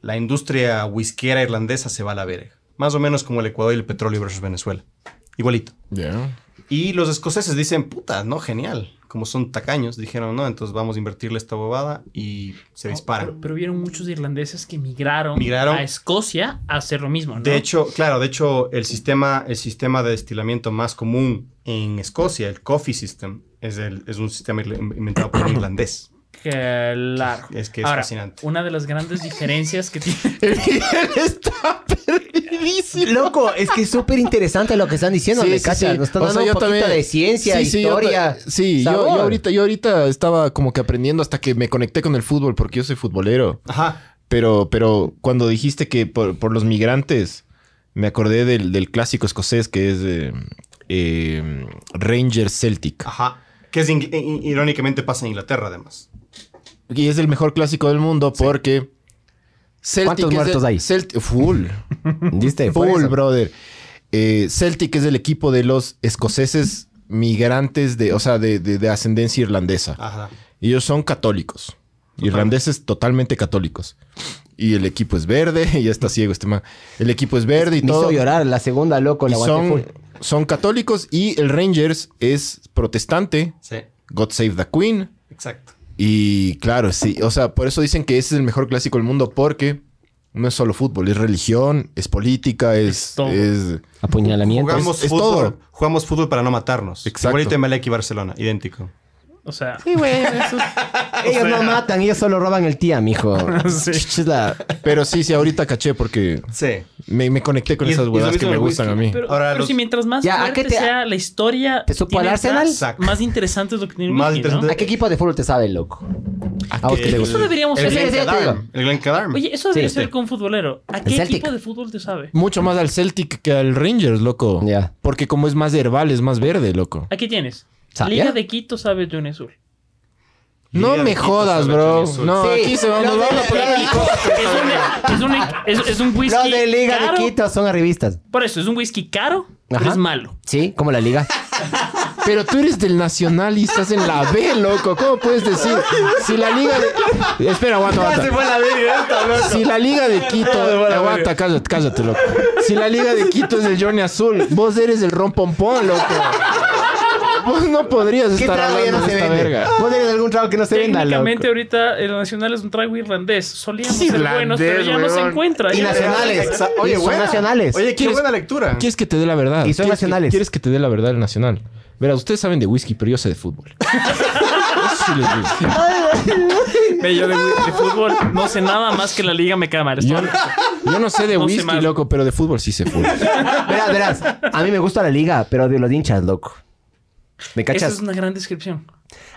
F: La industria whiskera irlandesa se va a la verga. Más o menos como el Ecuador y el petróleo versus Venezuela. Igualito.
B: Ya.
F: Y los escoceses dicen, puta, no, genial. Como son tacaños, dijeron, no, entonces vamos a invertirle esta bobada y se disparan.
D: Pero, pero vieron muchos irlandeses que migraron,
F: Migraron.
D: a Escocia a hacer lo mismo. ¿no?
F: De hecho, claro, de hecho, el sistema, el sistema de destilamiento más común en Escocia, el coffee system, es, el- es un sistema irle- inventado por un irlandés.
B: <coughs>
D: Claro.
F: Es que es
D: Ahora,
F: fascinante.
D: Una de las grandes diferencias que <laughs> tiene.
B: <laughs>
A: Loco, es que es súper interesante lo que están diciendo,
B: Sí,
A: me
B: sí,
A: cachas.
B: sí.
A: Nos están
B: O
A: dando
B: sea,
A: un
B: yo
A: poquito
B: también-
A: de ciencia,
B: Sí, sí, yo ta-
A: historia.
B: Sí, yo,
A: sabor.
B: yo ahorita, yo ahorita estaba como que aprendiendo hasta que me conecté con el fútbol porque yo soy futbolero.
F: Ajá.
B: Pero, pero cuando dijiste que por, por los migrantes, me acordé del, del clásico escocés que es eh, eh, Rangers Celtic.
A: Ah.
F: Ajá. Que es ing- i- i- irónicamente pasa en Inglaterra, además.
B: Y es el mejor clásico del mundo porque...
A: ¿Cuántos
B: Celtic es el-
A: muertos hay?
B: Celt- full.
A: ¿Viste? Por
B: full,
A: eso.
B: brother. Eh, Celtic es el equipo de los escoceses migrantes de, o sea, de, de- de ascendencia irlandesa.
F: Ajá.
B: Ellos son católicos. Irlandeses totalmente católicos. Y el equipo es verde. <laughs> Y ya está ciego este man. El equipo es verde y
A: Me
B: todo.
A: hizo llorar la segunda, loco,
B: Y
A: la aguanté
B: son,
A: full.
B: son católicos y el Rangers es protestante.
F: Sí,
B: God Save the Queen.
F: exacto.
B: Y claro, sí. O sea, por eso dicen que ese es el mejor clásico del mundo porque no es solo fútbol, es religión, es política, es...
D: todo.
B: es-
A: Apuñalamiento.
F: Jugamos
B: Es- es
F: fútbol.
B: todo.
F: Jugamos fútbol para no matarnos.
B: Exacto.
F: Igualito en Melec y Barcelona, idéntico.
D: O sea,
F: <laughs>
A: Ellos no matan, ellos solo roban el tía, mijo.
D: Sí.
A: Es la-
B: Pero sí, sí, ahorita caché porque
F: Sí.
B: me, me conecté con
F: Y es- y
B: esas
F: es lo
B: huevas que
F: mismo
B: me
F: el
B: gustan a
F: whisky.
B: mí.
D: pero,
F: Ahora
D: pero
F: los-
D: si mientras más
A: Ya, ¿a
D: fuerte
A: qué te-
D: sea la historia,
A: ¿Te supo
D: tiene
A: al
D: atrás,
A: Arsenal?
D: Más interesante es lo que tiene el
F: Más
D: whisky, ¿no?
F: interesante-
A: ¿A qué equipo de fútbol te sabe, loco? ¿A vos
F: que-
A: qué te gusta?
D: Eso deberíamos
F: El
A: Sí, sí, sí, te
D: hacer.
A: digo.
F: Glencadarm. El Glencadarm.
D: Oye, eso debería
F: Sí.
D: ser con futbolero. ¿A qué
A: Celtic.
D: equipo de fútbol te sabe?
B: Mucho más al Celtic que al Rangers, loco.
A: Ya.
B: Porque como es más herbal, es más verde, loco.
D: Aquí tienes.
A: ¿Sabía? <laughs>
D: Liga de Quito sabe Johnny Azul.
B: No me jodas, bro. No,
A: Sí,
B: aquí se va,
A: los
B: nos van
A: de
B: a
A: la-
B: poner
A: <laughs> los de-
D: Es un, es un, es- es un whisky
A: Los de Liga
D: caro.
A: de Quito son arribistas.
D: Por eso, es un whisky caro, pero
A: Ajá.
D: es malo.
A: Sí, como la
D: <laughs>
A: Liga.
B: Pero tú eres del Nacional y estás en la B, loco. ¿Cómo puedes decir? Si la Liga de... Espera, aguanta, aguanta. Si la Liga de Quito... Aguanta, cállate, cállate, loco. Si la Liga de Quito es el Johnny Azul, vos eres el Rompompón, loco. Vos no podrías
A: ¿Qué
B: estar
A: trago ya
B: hablando
A: no
B: de
A: se
B: esta
A: vende?
B: verga.
A: ¿Vos eres de algún trago que no se venda, loco?
D: Técnicamente ahorita el Nacional es un trago irlandés. Solíamos ser
B: Irlandés,
D: buenos, pero ya no se
B: weón.
D: encuentra.
A: Y
D: Ya-
A: nacionales.
F: Oye,
A: Y son
F: buena.
A: nacionales.
F: Oye, qué
B: ¿Quieres-
F: buena lectura.
B: ¿Quieres que te dé la verdad?
A: Y son
B: ¿Quieres que-
A: nacionales.
B: ¿Quieres que te dé la verdad el Nacional? Verás, ustedes saben de whisky, pero yo sé de
D: <laughs>
B: fútbol. Eso sí les digo.
D: Ve, yo de, de fútbol no sé nada más que la liga me cae mal.
B: Yo, yo no sé de
D: No sé
B: whisky,
D: más.
B: loco, pero de fútbol sí sé fútbol.
A: Verás, verás. A mí me gusta la Liga, pero de los hinchas, loco. ¿Me
D: Esa
A: cachas?
D: es una gran descripción.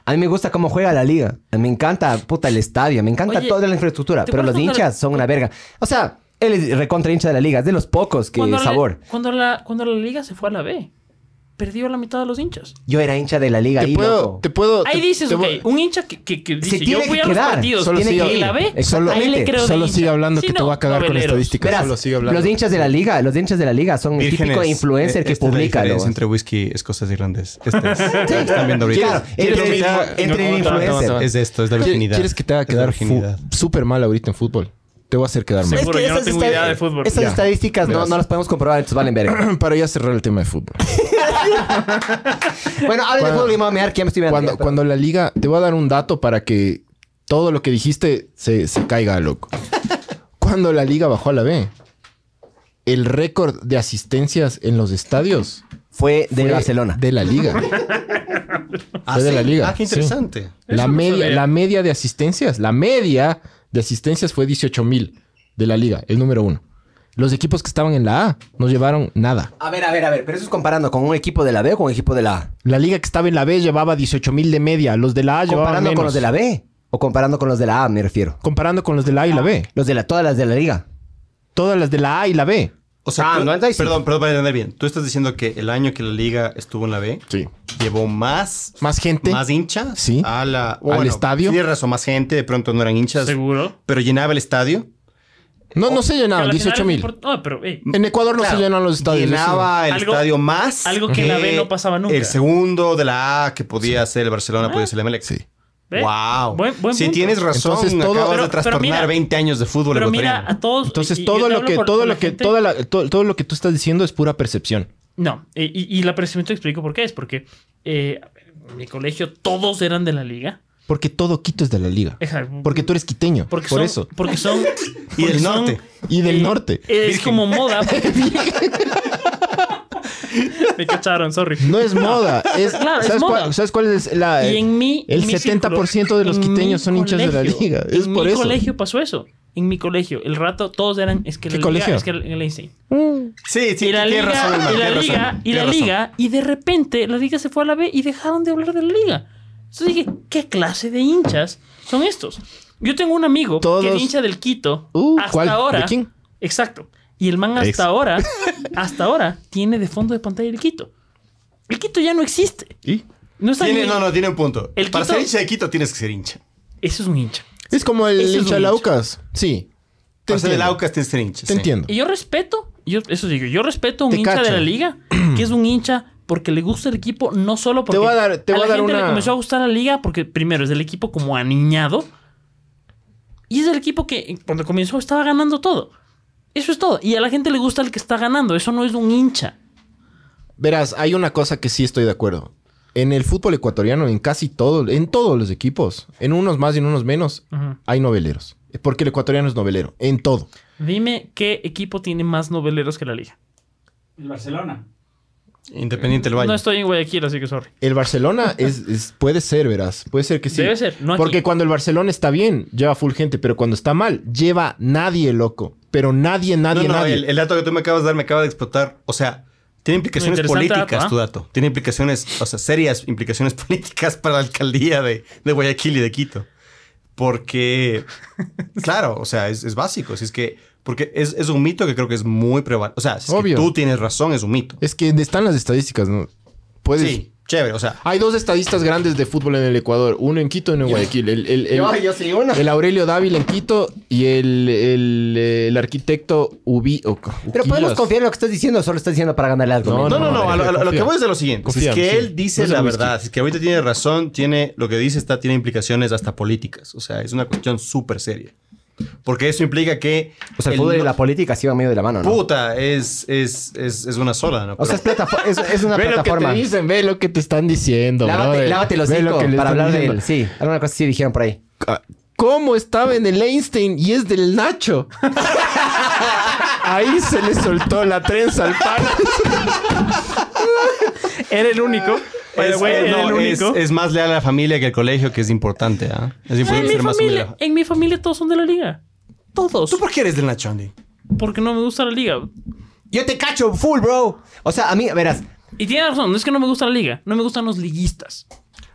A: A mí me gusta cómo juega la liga. Me encanta, puta, el estadio. Me encanta
D: Oye,
A: toda la infraestructura.
D: ¿te
A: Pero los
D: acuerdas cuando-
A: hinchas son una verga. O sea, él es recontra hincha de la liga. Es de los pocos que
D: Cuando la-
A: sabor.
D: cuando, la, cuando la liga se fue a la B, perdió la mitad de los hinchas.
A: Yo era hincha de la liga.
B: Te
A: ahí,
B: puedo,
A: loco.
B: te puedo.
D: Ahí
B: te-
D: dices,
B: te
D: ok,
B: voy-
D: un hincha que, que, que
A: Se
D: dice, yo
A: tiene
D: voy
A: que
D: a los
A: quedar.
D: partidos,
B: Solo
D: tiene
B: siga-
D: que ir a la B.
A: Exactamente.
D: Ahí le creo de
B: Solo
D: hincha.
B: sigue hablando
D: Sí,
B: que te
D: no,
B: voy a cagar con
D: noveleros.
B: estadísticas.
A: Verás,
B: Solo sigue hablando.
A: los hinchas de la liga, los hinchas de la liga son el típico
F: Vírgenes,
A: influencer
F: eh,
A: que
F: esta es la
A: publica.
F: diferencia
A: loco.
F: entre whisky escocés e irlandés.
B: <laughs>
F: Este es, están viendo ahorita.
A: Claro,
B: ¿Quieres
A: entre,
B: que-
A: entre
B: No, aguanta, aguanta,
A: influencer.
B: aguanta.
F: Es esto, es la
B: ¿Quieres-
F: virginidad.
B: ¿Quieres que te haga
F: Es la
B: quedar fu-
F: virginidad.
B: súper mal ahorita en fútbol? Te voy a hacer quedar mal.
D: Seguro, yo no
A: esas
D: tengo
A: estad-
D: idea de fútbol.
A: Esas
D: Ya.
A: estadísticas no,
B: Verás.
A: no las podemos comprobar, entonces valen
B: <laughs>
A: verga.
B: <clears throat> Para ya cerrar el tema de fútbol.
A: Bueno, hablen de
B: Cuando-
A: fútbol y me voy a mear, que ya me estoy meando.
B: Cuando,
A: Ya, pero-
B: cuando la liga, te voy a dar un dato para que todo lo que dijiste se, se
A: <laughs>
B: caiga, loco. Cuando la liga bajó a la B, el récord de asistencias en los estadios
A: Fue de
B: fue
A: Barcelona.
B: De
A: <laughs>
B: la liga.
F: Ah,
B: Fue de
F: sí.
B: la liga,
F: Ah, qué
B: sí.
F: interesante.
B: La
D: no
B: media,
D: sabía.
B: la media de asistencias, la media de asistencias fue 18 mil de la liga, el número uno. Los equipos que estaban en la A no llevaron nada.
A: A ver, a ver, a ver, pero eso es comparando con un equipo de la B o con un equipo de la A.
B: La liga que estaba en la B llevaba 18 mil de media, los de la A llevaban
A: Comparando
B: menos.
A: con los de la B o comparando con los de la A, me refiero.
B: Comparando con los de la A y la B.
D: Ah.
A: Los de la, todas las de la liga.
B: Todas las de la A y la B.
F: O sea,
A: Ah,
F: tú-
A: 95.
F: perdón, perdón para entender bien. Tú estás diciendo que el año que la liga estuvo en la B
B: Sí.
F: llevó más
B: Más gente.
F: más hinchas
B: Sí.
F: a la
B: Al estadio.
F: Tienes razón, más gente, de pronto no eran hinchas,
D: Seguro.
F: pero llenaba el estadio.
B: No, no se
D: Pero
B: llenaban,
D: la Oh, final
B: 18
D: es
B: mil.
D: import- No, pero, eh, ey,
B: En Ecuador no se llenan los estadios.
F: Llenaba el
D: Algo-
F: estadio más.
D: algo que en la B no pasaba nunca. Ah.
F: El segundo de la A que podía ser el Barcelona, podía ser el Emelec.
B: Sí.
D: ¿Ve?
F: Wow.
D: Buen- buen
F: si
D: punto.
F: tienes razón,
B: Entonces, todo-
F: acabas
D: Pero-
F: de
D: pero
F: trastornar
D: mira-
F: 20 años de fútbol
D: Pero mira,
F: ecuatoriano.
D: a todos. y-
B: Entonces
D: y
B: todo
D: yo te
B: lo
D: hablo
B: que
D: por-
B: todo
D: por
B: lo
D: la
B: que
D: gente.
B: toda la- todo, todo lo que tú estás diciendo es pura percepción.
D: No, eh, y, y la percepción te explico por qué es. Porque eh, en mi colegio todos eran de la liga.
B: Porque todo Quito es de la liga.
D: Eja,
B: Porque tú eres quiteño.
D: porque
B: por
D: son-
B: eso.
D: Porque son.
F: Y del
D: porque son-
F: norte.
B: Y del
D: eh,
B: norte.
D: Es como
B: <laughs>
D: moda. porque- Me cacharon, sorry.
B: No es
D: <laughs>
B: moda. Es,
D: Claro, es
B: ¿sabes,
D: moda.
B: Cuál, ¿Sabes cuál es la.
D: Y en mi.
B: el
D: en mi
B: 70%
D: círculo,
B: de los
D: en
B: quiteños
D: mi
B: son hinchas de la
D: colegio,
B: liga. Es
D: en
B: por
D: mi
B: eso.
D: colegio pasó eso. En mi colegio, el rato todos eran. Es que
B: ¿Qué
D: la
B: colegio?
D: Liga, es que el, el Einstein.
F: Sí, sí,
D: y la
F: tienes
D: liga,
F: razón, Omar,
D: y la
F: tienes
D: liga,
F: razón,
D: y
F: tienes
D: la
F: razón.
D: liga, y de repente la liga se fue a la B y dejaron de hablar de la liga. Entonces dije, ¿qué clase de hinchas son estos? Yo tengo un amigo que
B: Todos-
D: es hincha del Quito
B: Uh,
D: hasta
B: ¿cuál? ¿De
D: ahora.
B: quién?
D: Exacto. Y el man hasta
B: Ex.
D: ahora,
F: <laughs>
D: hasta ahora, tiene de fondo de pantalla el Quito. El Quito ya no existe.
B: ¿Y?
D: No está
F: Tiene-
D: ni-
F: no, no, tiene un punto.
D: El
F: Para
D: Quito-
F: ser hincha de Quito tienes que ser hincha.
D: Ese es un hincha.
B: Es como el
D: Ese es un
B: hincha
D: hincha.
B: Laucas. Sí. Te
F: Para ser del
B: entiendo.
F: Aucas tienes que ser hincha.
B: Te
F: sí.
B: entiendo.
D: Y yo respeto, yo, eso digo, yo respeto a un
B: Te
D: hincha
B: cacho.
D: de la liga, que es un hincha porque le gusta el equipo, no solo porque
B: voy a dar- te voy
D: la
B: a dar
D: gente le
B: una-
D: comenzó a gustar la liga porque primero es del equipo como aniñado y es el equipo que cuando comenzó estaba ganando todo. Eso es todo. Y a la gente le gusta el que está ganando. Eso no es un hincha.
B: Verás, hay una cosa que sí estoy de acuerdo. En el fútbol ecuatoriano, en casi todos, en todos los equipos, en unos más y en unos menos,
D: Ujú.
B: hay noveleros. Porque el ecuatoriano es novelero, en todo.
D: Dime qué equipo tiene más noveleros que la liga.
I: El Barcelona.
F: Independiente del Valle.
D: No estoy en Guayaquil, así que sorry.
B: El Barcelona
F: <laughs>
B: es, es- puede ser, verás. Puede ser que sí.
D: Debe ser, no aquí.
B: Porque cuando el Barcelona está bien, lleva full gente, pero cuando está mal, lleva nadie, loco. Pero nadie,
F: No,
B: nadie,
F: no,
B: nadie.
F: El, el dato que tú me acabas de dar me acaba de explotar. O sea, tiene implicaciones
D: Interesante
F: políticas
D: dato, ¿ah?
F: tu dato. Tiene implicaciones, o sea, serias implicaciones <laughs> políticas para la alcaldía de, de Guayaquil y de Quito.
D: <laughs>
F: Porque, claro, o sea, es, es básico. Si es que, porque es, es un mito que creo que es muy prevalente. O sea, si es que
B: Obvio.
F: tú tienes razón, es un mito.
B: Es que están las estadísticas, ¿no? Puedes,
F: Sí. Chévere, o sea,
B: Hay dos estadistas grandes de fútbol en el Ecuador, uno en Quito y uno en Guayaquil. El, el- el-
A: yo, yo soy uno.
B: el Aurelio Dávila en Quito y el, el, el arquitecto Ubi. o-
A: Pero
B: Uquilas.
A: podemos confiar en lo que estás diciendo, solo estás diciendo para ganar el argumento.
F: No, no, no. a lo, a lo- a lo que
B: confía.
F: voy es de lo siguiente. si
B: Confía,
F: es que
B: sí.
F: él dice
B: No es
F: la
B: el
F: verdad, si es que ahorita tiene razón, tiene lo que dice está tiene implicaciones hasta políticas. O sea, es una cuestión súper seria. Porque eso implica que.
A: O sea, el
F: el
A: fútbol y
F: no-
A: la política sí van medio de la mano, ¿no?
F: Puta, es, es, es, es una sola, ¿no?
A: O sea, es, platafo- es, es una
B: Ve lo que te
A: plataforma.
B: dicen, ve lo que te están diciendo.
A: Lávate,
B: brother.
A: lávate los
B: Ve lo
A: cinco
B: que le
A: para
B: están
A: hablar de
B: diciendo.
A: él. Sí, alguna cosa sí dijeron por ahí.
B: ¿Cómo estaba en el Einstein y es del Nacho? Ahí se le soltó la trenza al pan.
D: <laughs> Era el único. by the
F: es,
D: way,
F: es-
D: era el
F: no, es-
D: único.
F: es más leal a la familia que al colegio, que es importante, ¿ah? Es
D: Ah, en,
F: importante
D: mi
F: ser más
D: familia,
F: familia. eh,
D: en mi familia todos son de la liga. Todos.
F: ¿Tú por qué eres del Nacho, Andy?
D: Porque no me gusta la liga.
A: Yo te cacho full, bro. O sea, a mí, verás,
D: Y tiene razón, no es que no me gusta la liga, no me gustan los liguistas.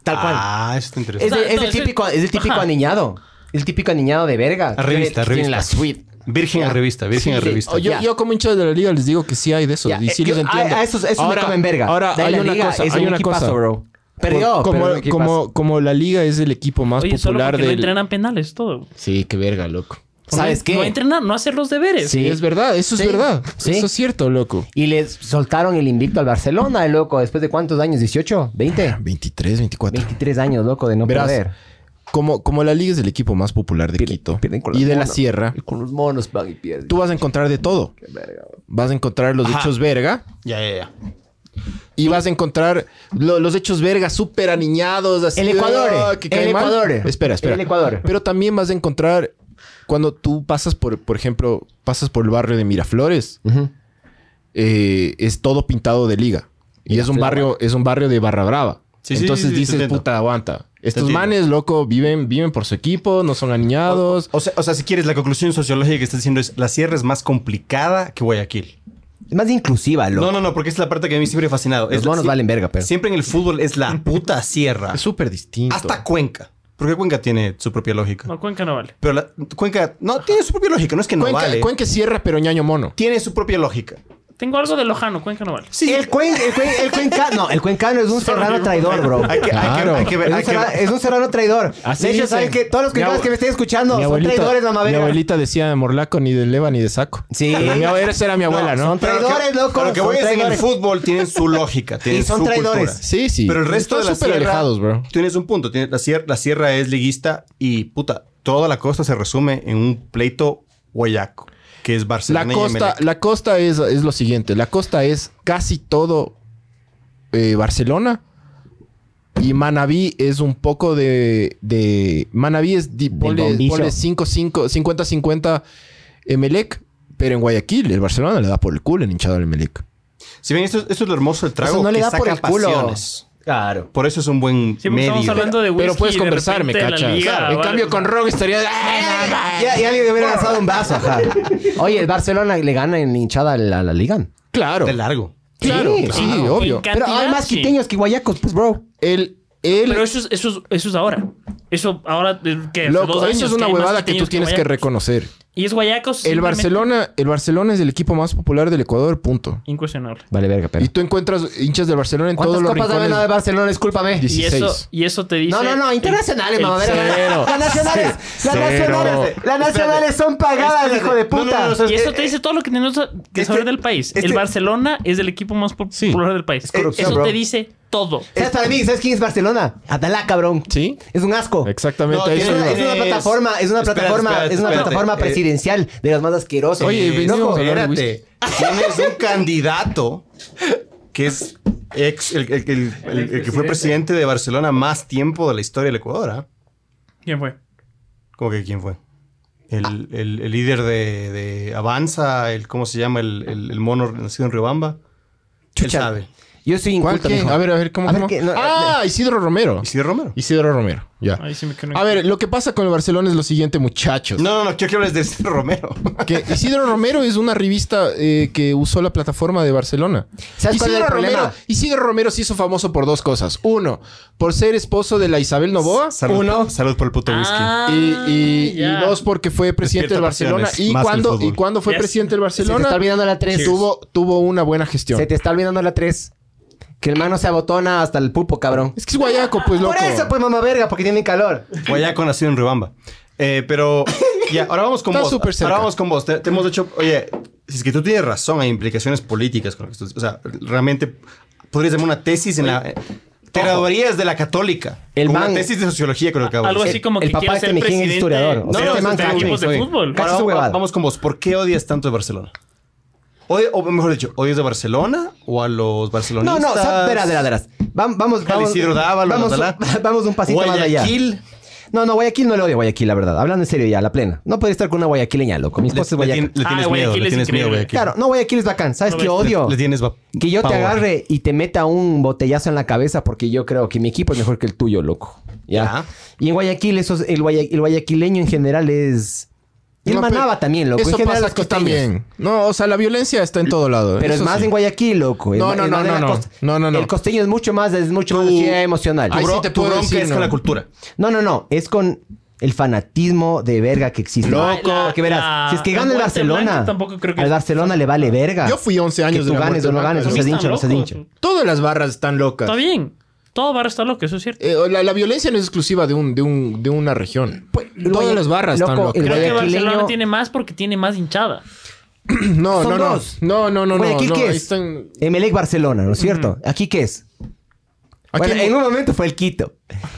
A: tal cual.
F: Ah, eso está
A: es,
F: interesante.
A: de- es el
D: entonces-
A: típico, es el típico
D: Ajá.
A: aniñado. El típico aniñado de verga.
F: A revista, a
A: Tiene- tiene
F: revista.
A: la suite.
F: Virgen a revista,
A: Sí,
F: virgen a
A: sí.
F: revista.
A: Oye,
B: Oh, Yo, yo como hincha de la liga les digo que sí hay de esos.
A: Ya,
B: y sí
A: eh,
B: los
A: yo-
B: entiendo.
A: A, a esos, esos me comen verga.
B: Ahora,
A: De ahí
B: hay
A: la
B: una
A: liga
B: cosa.
A: es
B: hay
A: un
B: una
A: equipazo,
B: cosa.
A: bro. Perdió,
B: como,
A: pero es un equipazo.
B: como, como la liga es el equipo más
D: Oye, solo
B: popular
D: porque no
B: del...
D: entrenan penales, todo.
B: Sí, qué verga, loco.
A: ¿Sabes
D: no,
A: qué?
D: No entrenar, no hacer los deberes.
B: Sí, es verdad. Eso
A: Sí.
B: es verdad.
A: Sí.
B: Eso es cierto, loco.
A: Y les soltaron el invicto al Barcelona, el loco. ¿Después de cuántos años? ¿18? ¿20?
B: 23, 24.
A: 23 años, loco, de no
B: Verás,
A: perder.
B: Como, como la liga es el equipo más popular de Quito
A: pierden con
B: y
A: las
B: de la
A: monas.
B: sierra,
A: Con los monos van y pierden.
B: tú vas a encontrar de todo. Vas a encontrar los hechos verga
F: Ya, ya, ya.
B: y vas a encontrar lo- los hechos verga súper aniñados. Así,
A: El Ecuador,
B: ah, que
A: el
B: cae mal.
A: Ecuador.
B: Espera, espera.
A: El Ecuador.
B: Pero también vas a encontrar cuando tú pasas por, por ejemplo, pasas por el barrio de Miraflores, eh, es todo pintado de liga. Y es un barrio, es un barrio de barra brava.
F: Sí, sí,
B: Entonces
F: sí, sí, te
B: dices,
F: entiendo.
B: puta, aguanta. Estos
F: entiendo.
B: manes, loco, viven, viven por su equipo, no son aniñados.
F: O sea, o sea, si quieres, la conclusión sociológica que estás diciendo es la sierra es más complicada que Guayaquil.
A: Es más inclusiva, loco.
F: No, no, no, porque es la parte que a mí siempre me ha fascinado.
A: Los
F: es la-
A: monos
F: sie-
A: valen verga, pero.
F: Siempre en el fútbol es la puta sierra.
B: Es súper distinto.
F: Hasta Cuenca. Porque Cuenca tiene su propia lógica.
D: No, Cuenca no vale.
F: Pero la- Cuenca no tiene su propia lógica. No es que no
B: Cuenca,
F: vale.
B: Cuenca cierra, pero ñaño mono.
F: Tiene su propia lógica.
D: Tengo algo de lojano, Cuenca no vale.
F: Sí.
A: El, cuen, el, cuen, el cuencano, el cuencano es un serrano traidor, bro.
F: Hay que, hay que- hay que ver.
A: Es un,
F: hay que-
A: serrano, es un serrano traidor.
B: Así
A: de hecho,
B: dicen.
A: ¿saben que Todos los
B: Mi
A: cuencanos
B: abue-
A: que me estén escuchando
B: Mi
A: son
B: abuelita,
A: traidores, mamá
B: mi
A: verga.
B: abuelita decía de morlaco, ni de leva, ni de saco.
A: Sí.
B: Pero mi abuela esa era mi abuela, ¿no?
A: son
F: pero lo que-
A: traidores, loco,
F: pero Lo que
A: son
F: voy es en el
A: traidores.
F: fútbol tienen su lógica. Tienen
A: Y son
F: su
A: traidores.
F: cultura.
B: Sí, sí.
F: Pero el resto
B: Están
F: de la
B: súper
F: sierra...
B: alejados, bro.
F: Tienes un punto. Tienes- la, sierra, la sierra es liguista y, puta, toda la costa se resume en un pleito guayaco, que es
B: La
F: Barcelona y
B: costa,
F: Emelec.
B: la costa es, es lo siguiente. La costa es casi todo eh, Barcelona. Y Manabí es un poco de... de Manabí es... di- Ponle
A: bombillo.
B: ponle 5-5, 50-50 Emelec. eh, Pero en Guayaquil, el Barcelona le da por el culo el hinchado del Emelec.
F: Si bien, esto, es- esto es lo hermoso del trago,
A: Eso no le
F: que
A: da por
F: saca
A: el culo.
F: pasiones.
A: Claro.
F: Por eso es un buen
D: Siempre estamos
F: medio.
D: hablando de whisky
B: Pero puedes
D: y de
B: conversar, me
D: repente la
B: cachas.
D: liga,
B: en
D: vale,
B: cambio,
D: o sea,
B: con Rogue estaría... "Ah,
A: Ya, ya alguien me hubiera lanzado un vaso, ajá. <laughs> Oye, el Barcelona le gana en hinchada a la, la liga.
B: Claro.
F: De largo.
B: Claro,
A: Sí,
B: sí,
D: claro.
B: obvio.
D: Ca-
A: Pero hay
D: Cantidad,
A: más
D: sí.
A: quiteños que guayacos, pues, bro.
B: El, el,
D: Pero eso es, eso es, eso es ahora. Eso ahora eh, que hace
B: loco,
D: dos
B: eso
D: años
B: es una
D: hay más
B: huevada que tú
D: quiteños
B: tienes que
D: guayacos.
B: reconocer.
D: Y es guayacos.
B: El
D: simplemente
B: Barcelona, el Barcelona es el equipo más popular del Ecuador, punto.
D: Incuestionable.
A: Vale, verga, pero.
B: Y tú encuentras hinchas del Barcelona en todos
A: ¿Cuántas
B: los
A: copas ha ganado de
B: rincones.
A: Barcelona? Discúlpame.
B: Dieci-
D: Y eso,
B: 16.
D: y eso te dice.
A: No, no, no, internacionales,
D: el-
A: mamá. verga.
B: cero.
A: Las nacionales, las
B: Cero.
A: nacionales, las nacionales son pagadas, hijo de
F: No, no,
A: puta.
F: no, o sea,
D: Y eso
F: eh,
D: te dice todo lo que tenemos que saber del país. el
F: este-
D: Barcelona es el equipo más pop-
B: Sí.
D: popular del país.
A: corrupción,
D: eso
A: bro.
D: te dice todo.
A: ¿Sabes para mí? ¿Sabes quién es Barcelona? Atalá, cabrón.
B: Sí.
A: Es un asco.
B: Exactamente.
F: No,
B: a eso
A: Es una,
B: iba.
F: tiene-
A: es una
F: Tienes-
A: plataforma, es una
F: Espérate,
A: plataforma,
F: espérate,
A: es una
F: espérate.
A: plataforma
F: Eh,
A: presidencial de las más asquerosas.
B: Oye,
F: Eh,
B: veníamos
F: loco,
B: a hablar de
F: espérate. Tienes un candidato que es ex, el, el- el- el- el que fue presidente de Barcelona más tiempo de la historia del Ecuador. ¿ah?
D: ¿Quién fue?
F: ¿Cómo que quién fue? El, el- el líder de, de Avanza, el, ¿cómo se llama? El, el- el mono nacido en Riobamba. Él
A: Chucha.
F: sabe.
A: Yo soy
B: ¿Cuál
A: inculto,
B: qué?
A: mijo.
B: A ver, a ver, ¿cómo?
A: A ver
B: cómo?
A: qué- no,
B: ah, Isidro Romero.
F: Isidro Romero.
B: Isidro Romero, ya.
D: Ahí sí me quedo en-
B: A ver, lo que pasa con el Barcelona es lo siguiente, muchachos.
F: No, no, no, quiero que hables de Isidro Romero.
B: Que Isidro Romero es una revista eh, que usó la plataforma de Barcelona.
A: ¿Sabes cuál
B: Isidro,
A: es el
B: Romero,
A: problema?
B: Isidro Romero se hizo famoso por dos cosas. Uno, por ser esposo de la Isabel Novoa.
F: <laughs> Salud,
B: uno.
F: Salud por el puto whisky.
D: Ah,
B: Y, y- y
D: ya.
B: dos, porque fue presidente
F: Despierta
B: del Barcelona.
F: pasiones,
B: Y
F: más que el
B: cuando,
F: fútbol.
B: y cuando fue
D: Yes.
B: presidente del
A: Se te está
B: Barcelona,
A: olvidando la 3.
B: tuvo, tuvo una buena gestión.
A: Se te está olvidando la 3. Que el man no se abotona hasta el pulpo, cabrón.
B: Es que es guayaco, pues, loco.
A: Por eso, pues, mamá verga, porque tienen calor.
F: Guayaco nacido en Riobamba. Eh, pero ya, ahora vamos con
B: Está
F: vos.
B: súper cerca.
F: Ahora vamos con vos. Te, te hemos hecho, oye, si es que tú tienes razón, hay implicaciones políticas con lo que estás- O sea, realmente podrías hacer una tesis en la. Te graduarías de la católica.
A: El
F: con
A: man-
F: una tesis de sociología con lo que acabo de
D: Algo
F: decir.
D: así como
A: el
D: que
A: papá
D: quiera
A: de
D: ser
A: Tenejín es
D: presidente
A: historiador. O
D: de
A: sea, este
D: los
A: man
D: tres
A: cae,
D: equipos de
F: oye.
D: fútbol.
A: Casi
F: Ahora
A: su
F: va-
A: huevada.
F: vamos con vos. ¿Por qué odias tanto a Barcelona? Odi- o mejor dicho, ¿odias a Barcelona o a los
A: No,
F: barcelonistas?
A: no, sa- verás, verás, verás. Vam- Vamos,
F: Al
A: vamos.
F: Isidro Dávalo,
A: vamos,
F: Abdalá.
A: un- <laughs> vamos un pasito más allá.
F: Guayaquil.
A: No, no, Guayaquil no le odio a Guayaquil, la verdad. Hablando en serio ya, la plena. No podría estar con una guayaquileña, loco. Mi
F: Le, le
A: esposa es
F: tien-
A: guayaquileña.
F: le
D: Ah,
F: tienes miedo,
D: Guayaquil
F: le
D: es
F: tienes miedo,
D: increíble.
F: Guayaquil.
A: Claro, no, Guayaquil es bacán. ¿Sabes
D: No
A: qué
D: ves,
A: odio?
F: Le tienes va-
A: Que yo te
F: pavor.
A: agarre y te meta un botellazo en la cabeza porque yo creo que mi equipo es mejor que el tuyo, loco. ¿Ya?
F: Ya.
A: Y en Guayaquil, eso es- el, guaya- el guayaquileño en general es... Y el
B: No, pero
A: manaba también, loco.
B: Eso
A: en general
B: pasa
A: los
B: aquí
A: costeños.
B: también. No, o sea, la violencia está en todo lado.
A: Pero es
B: eso
A: más
B: sí.
A: en Guayaquil, loco. El
B: No,
A: ma-
B: no,
A: el
B: no,
A: man de la
B: no, no.
A: costa-
B: No, no, no.
A: El costeño es mucho más, es mucho
F: Tú-
A: más energía emocional.
B: Ahí
F: Tu
B: sí
F: bro-
B: te
F: tu
B: puedo
F: bronca
B: decir,
F: es con
B: no.
F: la cultura.
A: No, no, no. Es con el fanatismo de verga que existe.
B: Loco.
D: La-
A: Porque verás,
D: la-
A: si es que
D: la
A: gana el
D: muerte
A: Barcelona,
D: blanca tampoco creo que-
A: al Barcelona le vale verga.
B: Yo fui 11
A: que
B: años
A: tú
B: de la
A: ganes
B: muerte
A: o no
B: blanca,
A: ganes, o
B: loco.
A: seas
D: Están
A: hincha, no seas
D: locos.
A: hincha.
B: Todas las barras están locas.
D: Está bien. Todo va a estar loco, eso es cierto.
B: Eh, o la, la violencia no es exclusiva de, un, de, un, de una región.
A: el
B: Todas
A: Guaya-
B: las barras están
A: Pues, loco,
B: locas.
A: el
D: Creo que
A: guayaquileño-
D: Barcelona tiene más porque tiene más hinchada.
B: No,
A: Son
B: no, no.
A: dos.
B: No, no, no, no.
A: Guayaquil,
B: no,
A: ¿qué
B: ahí
A: es?
B: están-
A: Emelec Barcelona, ¿no es cierto? ¿Aquí qué es?
B: Aquí-
A: bueno, en un momento fue el Quito.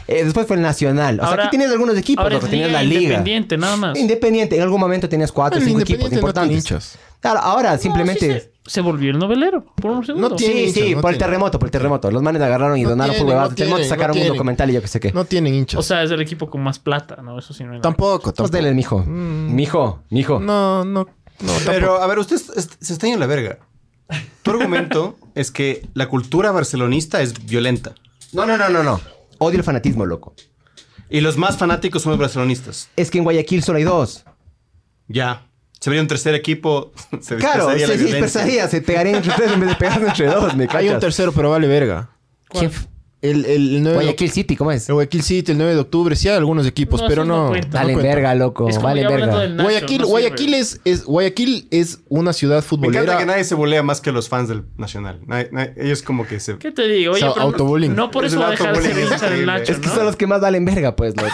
A: Eh, después fue el Nacional. O sea,
D: Ahora-
A: aquí tienes algunos equipos,
D: Ahora
A: loco,
D: es
A: tenías
D: liga
A: la Liga.
D: independiente, nada más.
A: Independiente, en algún momento tenías cuatro o
B: Ah, el
A: cinco equipos
B: Independiente no tiene
A: importantes.
B: hinchas.
A: Claro, ahora simplemente.
D: No, sí se, se volvió el novelero, por un segundo.
B: No tiene-
A: Sí,
B: hinchas,
A: sí,
B: no
A: por el
B: tienen.
A: terremoto, por el terremoto. Los manes agarraron y
B: No
A: donaron por
B: tienen,
A: huevadas
B: no
A: del terremoto,
B: tienen,
A: sacaron
B: no
A: un
B: tienen.
A: documental y yo qué sé qué.
B: No tienen hinchas.
D: O sea, es el equipo con más plata, ¿no? Eso sí no hay nada.
B: tampoco,
A: Vamos
B: tampoco. Mm.
A: dele, mijo. Mijo, mijo.
B: No, no. no
F: Pero, a ver, usted es- es- se está yendo a la verga. Tu argumento <laughs> es que la cultura barcelonista es violenta.
A: No, no, no, no, no. Odio el fanatismo, loco.
F: Y los más fanáticos son los barcelonistas.
A: Es que en Guayaquil solo hay dos.
F: Ya. Se vería un tercer equipo. <laughs> Se
A: Claro,
F: dispersaría la
A: se
F: violencia.
A: dispersaría, se pegarían entre tres en vez de pegarse entre dos, me
B: Hay un
A: cachas.
B: tercero, pero vale verga.
A: ¿Quién?
B: El, el, 9
A: Guayaquil City, ¿cómo es?
B: de, el Guayaquil City, el 9 de octubre, sí hay algunos equipos,
D: No,
B: pero
D: esos no
B: no.
D: cuentan.
A: Dale
B: cuenta.
A: verga, loco.
D: Es como
A: Vale
D: ya hablando del
A: verga.
D: Nacho,
B: Guayaquil,
D: no sirve.
B: Guayaquil, es, es, Guayaquil es una ciudad
F: Me encanta que
B: futbolera.
F: nadie se bulea más que los fans del Nacional. Nadie- nadie- ellos como que se...
D: ¿Qué te digo? Oye,
B: O sea,
D: pero no-
B: autobullying.
D: No por
F: Es
D: eso
F: el
D: va a dejar de ser
F: autobullying,
D: hincha del
F: increíble.
D: Nacho,
A: Es que
D: ¿no?
A: son los que más valen verga, pues, loco. <laughs>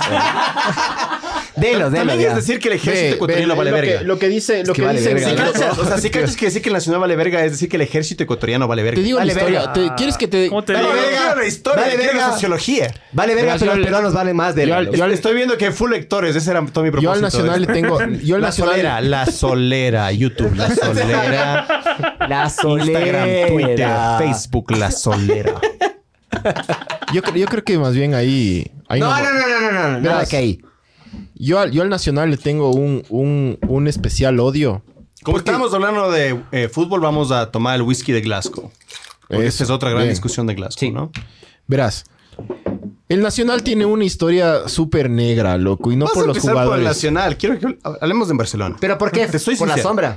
A: Delo, delo.
F: También
A: ya.
F: es decir que el
B: Ve,
F: ejército
B: ve,
F: ecuatoriano vale
B: lo,
F: verga.
B: que, lo que dice, lo
A: que
B: que,
A: vale
B: dice-
A: verga,
B: sí,
F: Sí,
A: loco.
F: cachas, o sea, si cachas que decir que el Nacional vale verga es decir que el ejército ecuatoriano vale verga.
B: Te digo
A: Vale
B: la historia.
A: verga.
B: te- ¿Quieres que te.?
D: ¿Cómo te
F: Dale
D: digo?
F: verga. quiero la historia,
A: Dale
F: quiero
A: verga.
F: la sociología.
A: Vale verga,
B: Verás,
A: pero los
B: yo al-
A: peruanos valen más verga.
B: al-
A: loco.
B: yo al-
F: Estoy viendo que full lectores, ese era todo mi propósito. ¿eh?
B: Yo al Nacional le
A: eh?
B: tengo. Yo al
F: la solera,
B: Nacional.
F: la solera,
B: <laughs>
F: YouTube, la solera,
A: La solera.
F: Instagram, Twitter, Facebook, la solera.
B: Yo, cre- yo creo que más bien ahí. ahí
A: No,
B: nos-
A: no, no, no, no, no, no. Nada
B: Verás.
A: que ahí.
B: Yo, al, yo al Nacional le tengo un, un, un especial odio.
F: Como estábamos hablando de eh, fútbol, vamos a tomar el whisky de Glasgow. Porque
B: Eso,
F: esa es otra gran
B: bien.
F: discusión de Glasgow, ¿no?
B: Verás. El Nacional tiene una historia súper negra, loco. Y no
F: Vamos
B: por
F: a
B: los
F: empezar por el
B: jugadores.
F: Nacional. Quiero que hablemos de Barcelona.
A: ¿Pero por qué?
F: Te estoy
A: por la
F: sincero.
A: sombra.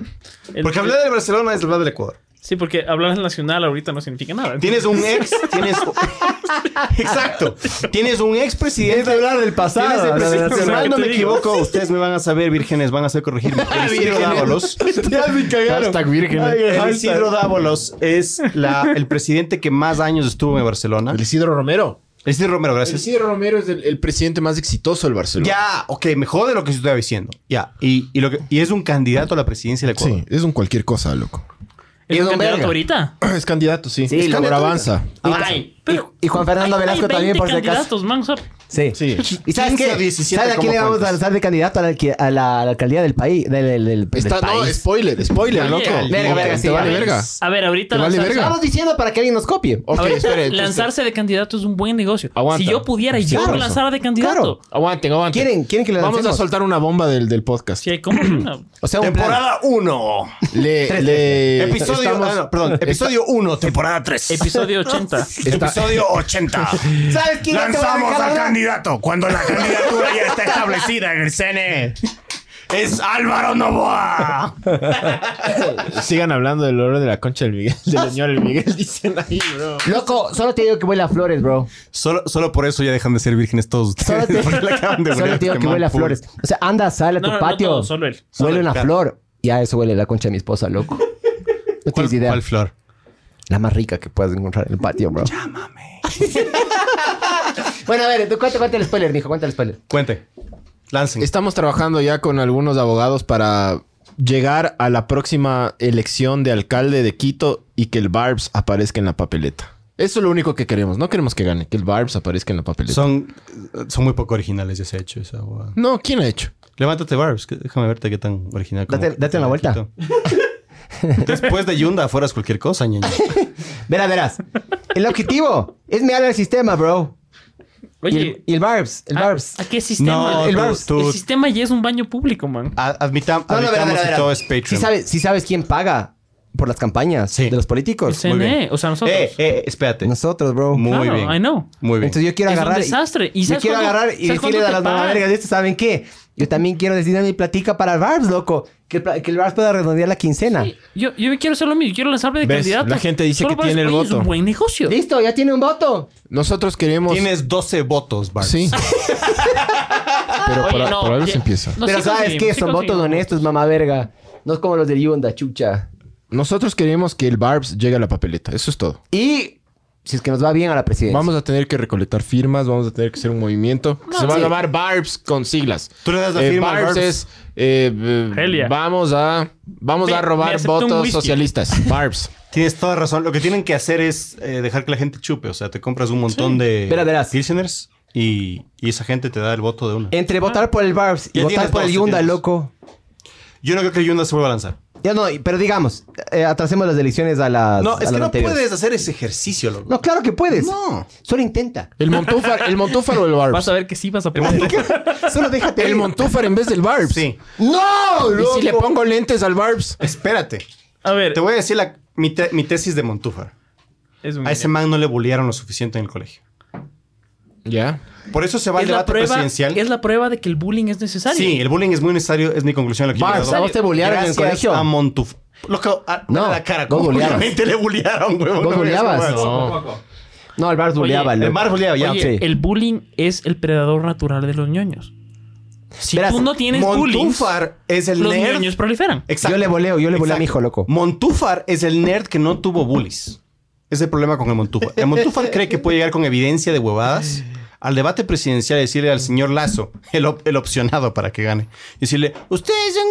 D: El-
F: Porque hablar de Barcelona es hablar del Ecuador.
D: Sí, porque hablar del Nacional ahorita no significa nada.
F: Tienes un <laughs> ex, tienes. Exacto. Tienes un ex presidente. hablar del pasado.
A: hablar del
F: si
D: nacional.
F: mal no me
D: Te digo.
F: equivoco, ustedes me van a saber, vírgenes, van a
B: <laughs>
F: saber corregirme.
B: Ah,
F: El Isidro Dávalos.
B: Hashtag virgen.
F: El Isidro Dávalos es la- el presidente que más años estuvo en Barcelona.
B: El Isidro Romero.
F: El Isidro Romero,
B: El
F: gracias.
B: Isidro Romero es el, el presidente más exitoso del Barcelona.
F: Ya, ok, mejor de lo que se estaba diciendo. Ya. Y, y, lo que- y es un candidato a la presidencia del Ecuador.
B: Sí, es un cualquier cosa, loco. <clears throat>
D: ¿Es
A: es
D: un
A: un
D: candidato
A: verga.
D: ahorita?
B: Es candidato, sí.
A: Sí,
B: es
A: lo-
B: candidato avanza.
D: Ay, pero-
A: y Juan Fernando
D: hay-
A: Velasco
D: hay
A: también, por si
D: 20
A: acaso.
D: candidatos, man. o sea,
A: Sí. <laughs>
B: Sí.
A: ¿Y sabes
F: 15
A: qué?
F: o 17
A: ¿Sabes a quién
F: como
A: le vamos a
F: cuentas?
A: lanzar de candidato a la, alqui- a la- a la alcaldía del país? Del, del- del- del
B: Está, no,
A: país?
B: spoiler, spoiler,
D: Oye,
B: loco.
A: verga, verga,
B: Te
A: sí,
B: vale
A: ya
B: verga.
D: A ver, ahorita
B: Te vale
D: lanzarse-
B: verga.
A: Estamos diciendo para que alguien nos copie.
B: Ok,
D: Ahorita
B: espere. entonces-
D: lanzarse de candidato es un buen negocio.
K: Aguanta.
D: Si yo pudiera, yo
A: claro.
D: me lanzara de candidato.
A: Claro.
K: Aguanten, aguanten.
A: ¿Quieren, quieren que le
B: Vamos a
A: lancemos?
B: soltar una bomba del, del podcast.
D: Si hay como una-
A: <clears throat> O sea, un plan.
F: Temporada 1.
B: Le, le-
F: Episodio,
B: estamos-
F: ah, no, perdón, episodio 1, temporada 3.
D: Episodio 80.
F: Episodio 80.
A: ¿Sabes quién ya te va a
L: Lanzamos
A: dejar
L: al
A: hablar?
L: candidato cuando la candidatura ya está establecida en el CNE. Es Álvaro Novoa.
K: Sigan hablando del oro de la concha del Miguel, del señor el
B: <laughs>
K: Miguel, dicen ahí, bro.
A: Loco, solo te digo que huele a flores, bro.
F: Solo, solo por eso ya dejan de ser vírgenes todos ustedes.
A: Solo te,
F: <laughs> porque le acaban de
A: solo
F: poner
A: te digo que
F: Pokémon
A: huele a
F: full.
A: flores. O sea, anda, sale a
D: No,
A: tu
D: no, no
A: patio.
D: todo, solo él.
A: huele
F: él,
A: una
F: claro.
A: flor. Ya eso huele la concha de mi esposa, loco. No
F: ¿Cuál,
A: tienes idea.
F: cuál flor?
A: La más rica que puedas encontrar en el patio, bro. bueno, a ver, tú cuenta, cuenta el spoiler, mijo, cuenta el spoiler.
F: Cuente. Lancen.
A: Este-
B: Estamos trabajando ya con algunos abogados para llegar a la próxima elección de alcalde de Quito y que el Barbs aparezca en la papeleta. Eso es lo único que queremos. No queremos que gane, que el Barbs aparezca en la papeleta.
F: Son, son muy poco originales, ya se ha hecho esa huevada.
B: No, ¿quién ha hecho?
F: Levántate, Barbs. que- Déjame verte qué tan original. como-
A: Date- date la vuelta.
F: Después de Yunda fueras cualquier cosa, ñaño.
A: Verás, verás. El objetivo es mear al sistema, bro. Y el,
D: Oye, ah,
A: y el Barbs, el
D: ¿a-
A: Barbs.
D: ¿a, qué sistema?
F: No,
D: el,
F: tú-
D: Barbs.
F: tú-
D: El sistema ya es un baño público, man.
F: A- Admitam,
A: No, no, verá,
F: admitamos
A: verá,
F: que
A: verá.
F: todo es Patreon.
A: Si sabes, sí sabes quién paga por las campañas
F: Sí.
A: de los políticos.
D: El CNE, o sea, nosotros.
F: Eh, eh, espérate.
A: Nosotros, bro.
F: Muy
D: claro,
F: bien.
D: I know.
F: Muy bien.
A: Entonces yo quiero
D: Es un
A: agarrar. y-
D: desastre. ¿Y
A: yo
D: sabes
A: quiero
D: cuándo-
A: agarrar y
D: sabes
A: decirles
D: cuándo
A: a
D: te
A: las
D: pagan?
A: mamavergas de esto, ¿saben qué? Yo también quiero decirle mi platica para el Barbs, loco. Que el, pla- que el Barbs pueda redondear la
F: Ah.
A: quincena.
D: Sí, Yo, yo quiero hacer lo mismo. Yo quiero lanzarme de
B: ¿Ves?
D: candidato.
B: La gente dice que
D: para
B: tiene
D: decir,
B: el
D: "Oye, Es
B: voto".
D: un buen negocio.
A: Listo, ya tiene un voto.
B: Nosotros queremos...
F: Tienes 12 votos, Barbs.
B: Sí. Pero
D: Ah, Oye,
B: para,
D: no,
B: por algo
D: ya-
B: se empieza.
D: no,
A: Pero
D: sí
A: ¿sabes
D: conseguimos,
A: qué?
D: sí
A: Son votos
D: conseguimos.
A: honestos, mamá verga. No es como los del Yunda, chucha.
B: Nosotros queremos que el Barbs llegue a la papeleta. Eso es todo.
A: Y si es que nos va bien a la presidencia.
B: Vamos a tener que recolectar firmas, vamos a tener que hacer un movimiento. que se va a llamar Barbs con siglas.
F: Tú le das la
B: Eh,
F: firma al
B: Barbs,
F: Barbs.
B: es eh, eh,
D: Hell yeah.
B: vamos a vamos
D: Me-
B: a
D: me
B: robar
D: aceptó un
B: votos
D: whisky.
B: socialistas.
D: <laughs>
B: Barbs.
F: <laughs> Tienes toda razón. Lo que tienen que hacer es eh, dejar que la gente chupe. O sea, te compras un montón de
A: Verá, verás. Eh.
F: Pilseners y, y esa gente te da el voto de una.
A: Entre votar por el Barbs y
F: Ya
A: votar
F: tienes
A: por el
F: dos,
A: Yunda,
F: tienes.
A: loco.
F: Yo no creo que Yunda se vuelva a lanzar.
A: Ya no, pero digamos, eh, atrasemos las elecciones a las. a
F: No, es
A: las
F: que no
A: anteriores.
F: puedes hacer ese ejercicio, loco.
A: No, claro que puedes.
F: No.
A: Solo intenta.
B: El Montúfar, el Montúfar o el
D: Vas
B: Barbs.
D: a ver que sí vas a poder.
A: Solo déjate.
B: El
A: ir.
B: Montúfar en vez del Barbs.
F: Sí.
A: ¡No!
B: Y
A: loco!
B: si le pongo lentes al Barbs.
F: Espérate.
D: A ver,
F: Te voy a decir la- mi, te- mi tesis de Montúfar.
D: es un
F: A ese
D: genio.
F: man no le bullearon lo suficiente en el colegio.
B: Ya.
F: Por eso se va al
D: es la,
F: debate
D: prueba,
F: presidencial.
D: es la prueba de que el bullying es necesario.
F: Sí, el bullying es muy necesario, es mi conclusión. Lo que yo
A: Barbs,
F: he llegado.
A: ¿a vos te bullearon en el
F: Gracias
A: colegio?
F: A Montúfar. Loco, a,
A: No,
F: no, la cara.
A: vos bulleabas.
F: Obviamente le bullearon, güey.
A: ¿Vos bulleabas?
I: Poco a poco.
A: No, el Barbs buleaba,
F: El
A: loco.
F: Barbs bulleaba, ya.
D: Oye,
A: Sí.
D: el bullying es el predador natural de los ñoños. Si
A: Verás,
D: tú no tienes bullying,
F: Montúfar es el
D: los
F: nerd. Eh.
D: ñoños proliferan.
F: Exacto.
A: Yo le voleo, yo le voleo a mi
F: Exacto.
A: hijo, loco.
F: Montúfar es el nerd que no tuvo bullies. Es el problema con el Montúfar. El Montúfar cree que puede llegar con evidencia de huevadas al debate presidencial y decirle al señor Lazo, el, op- el opcionado para que gane, y decirle, ustedes son...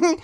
F: gay".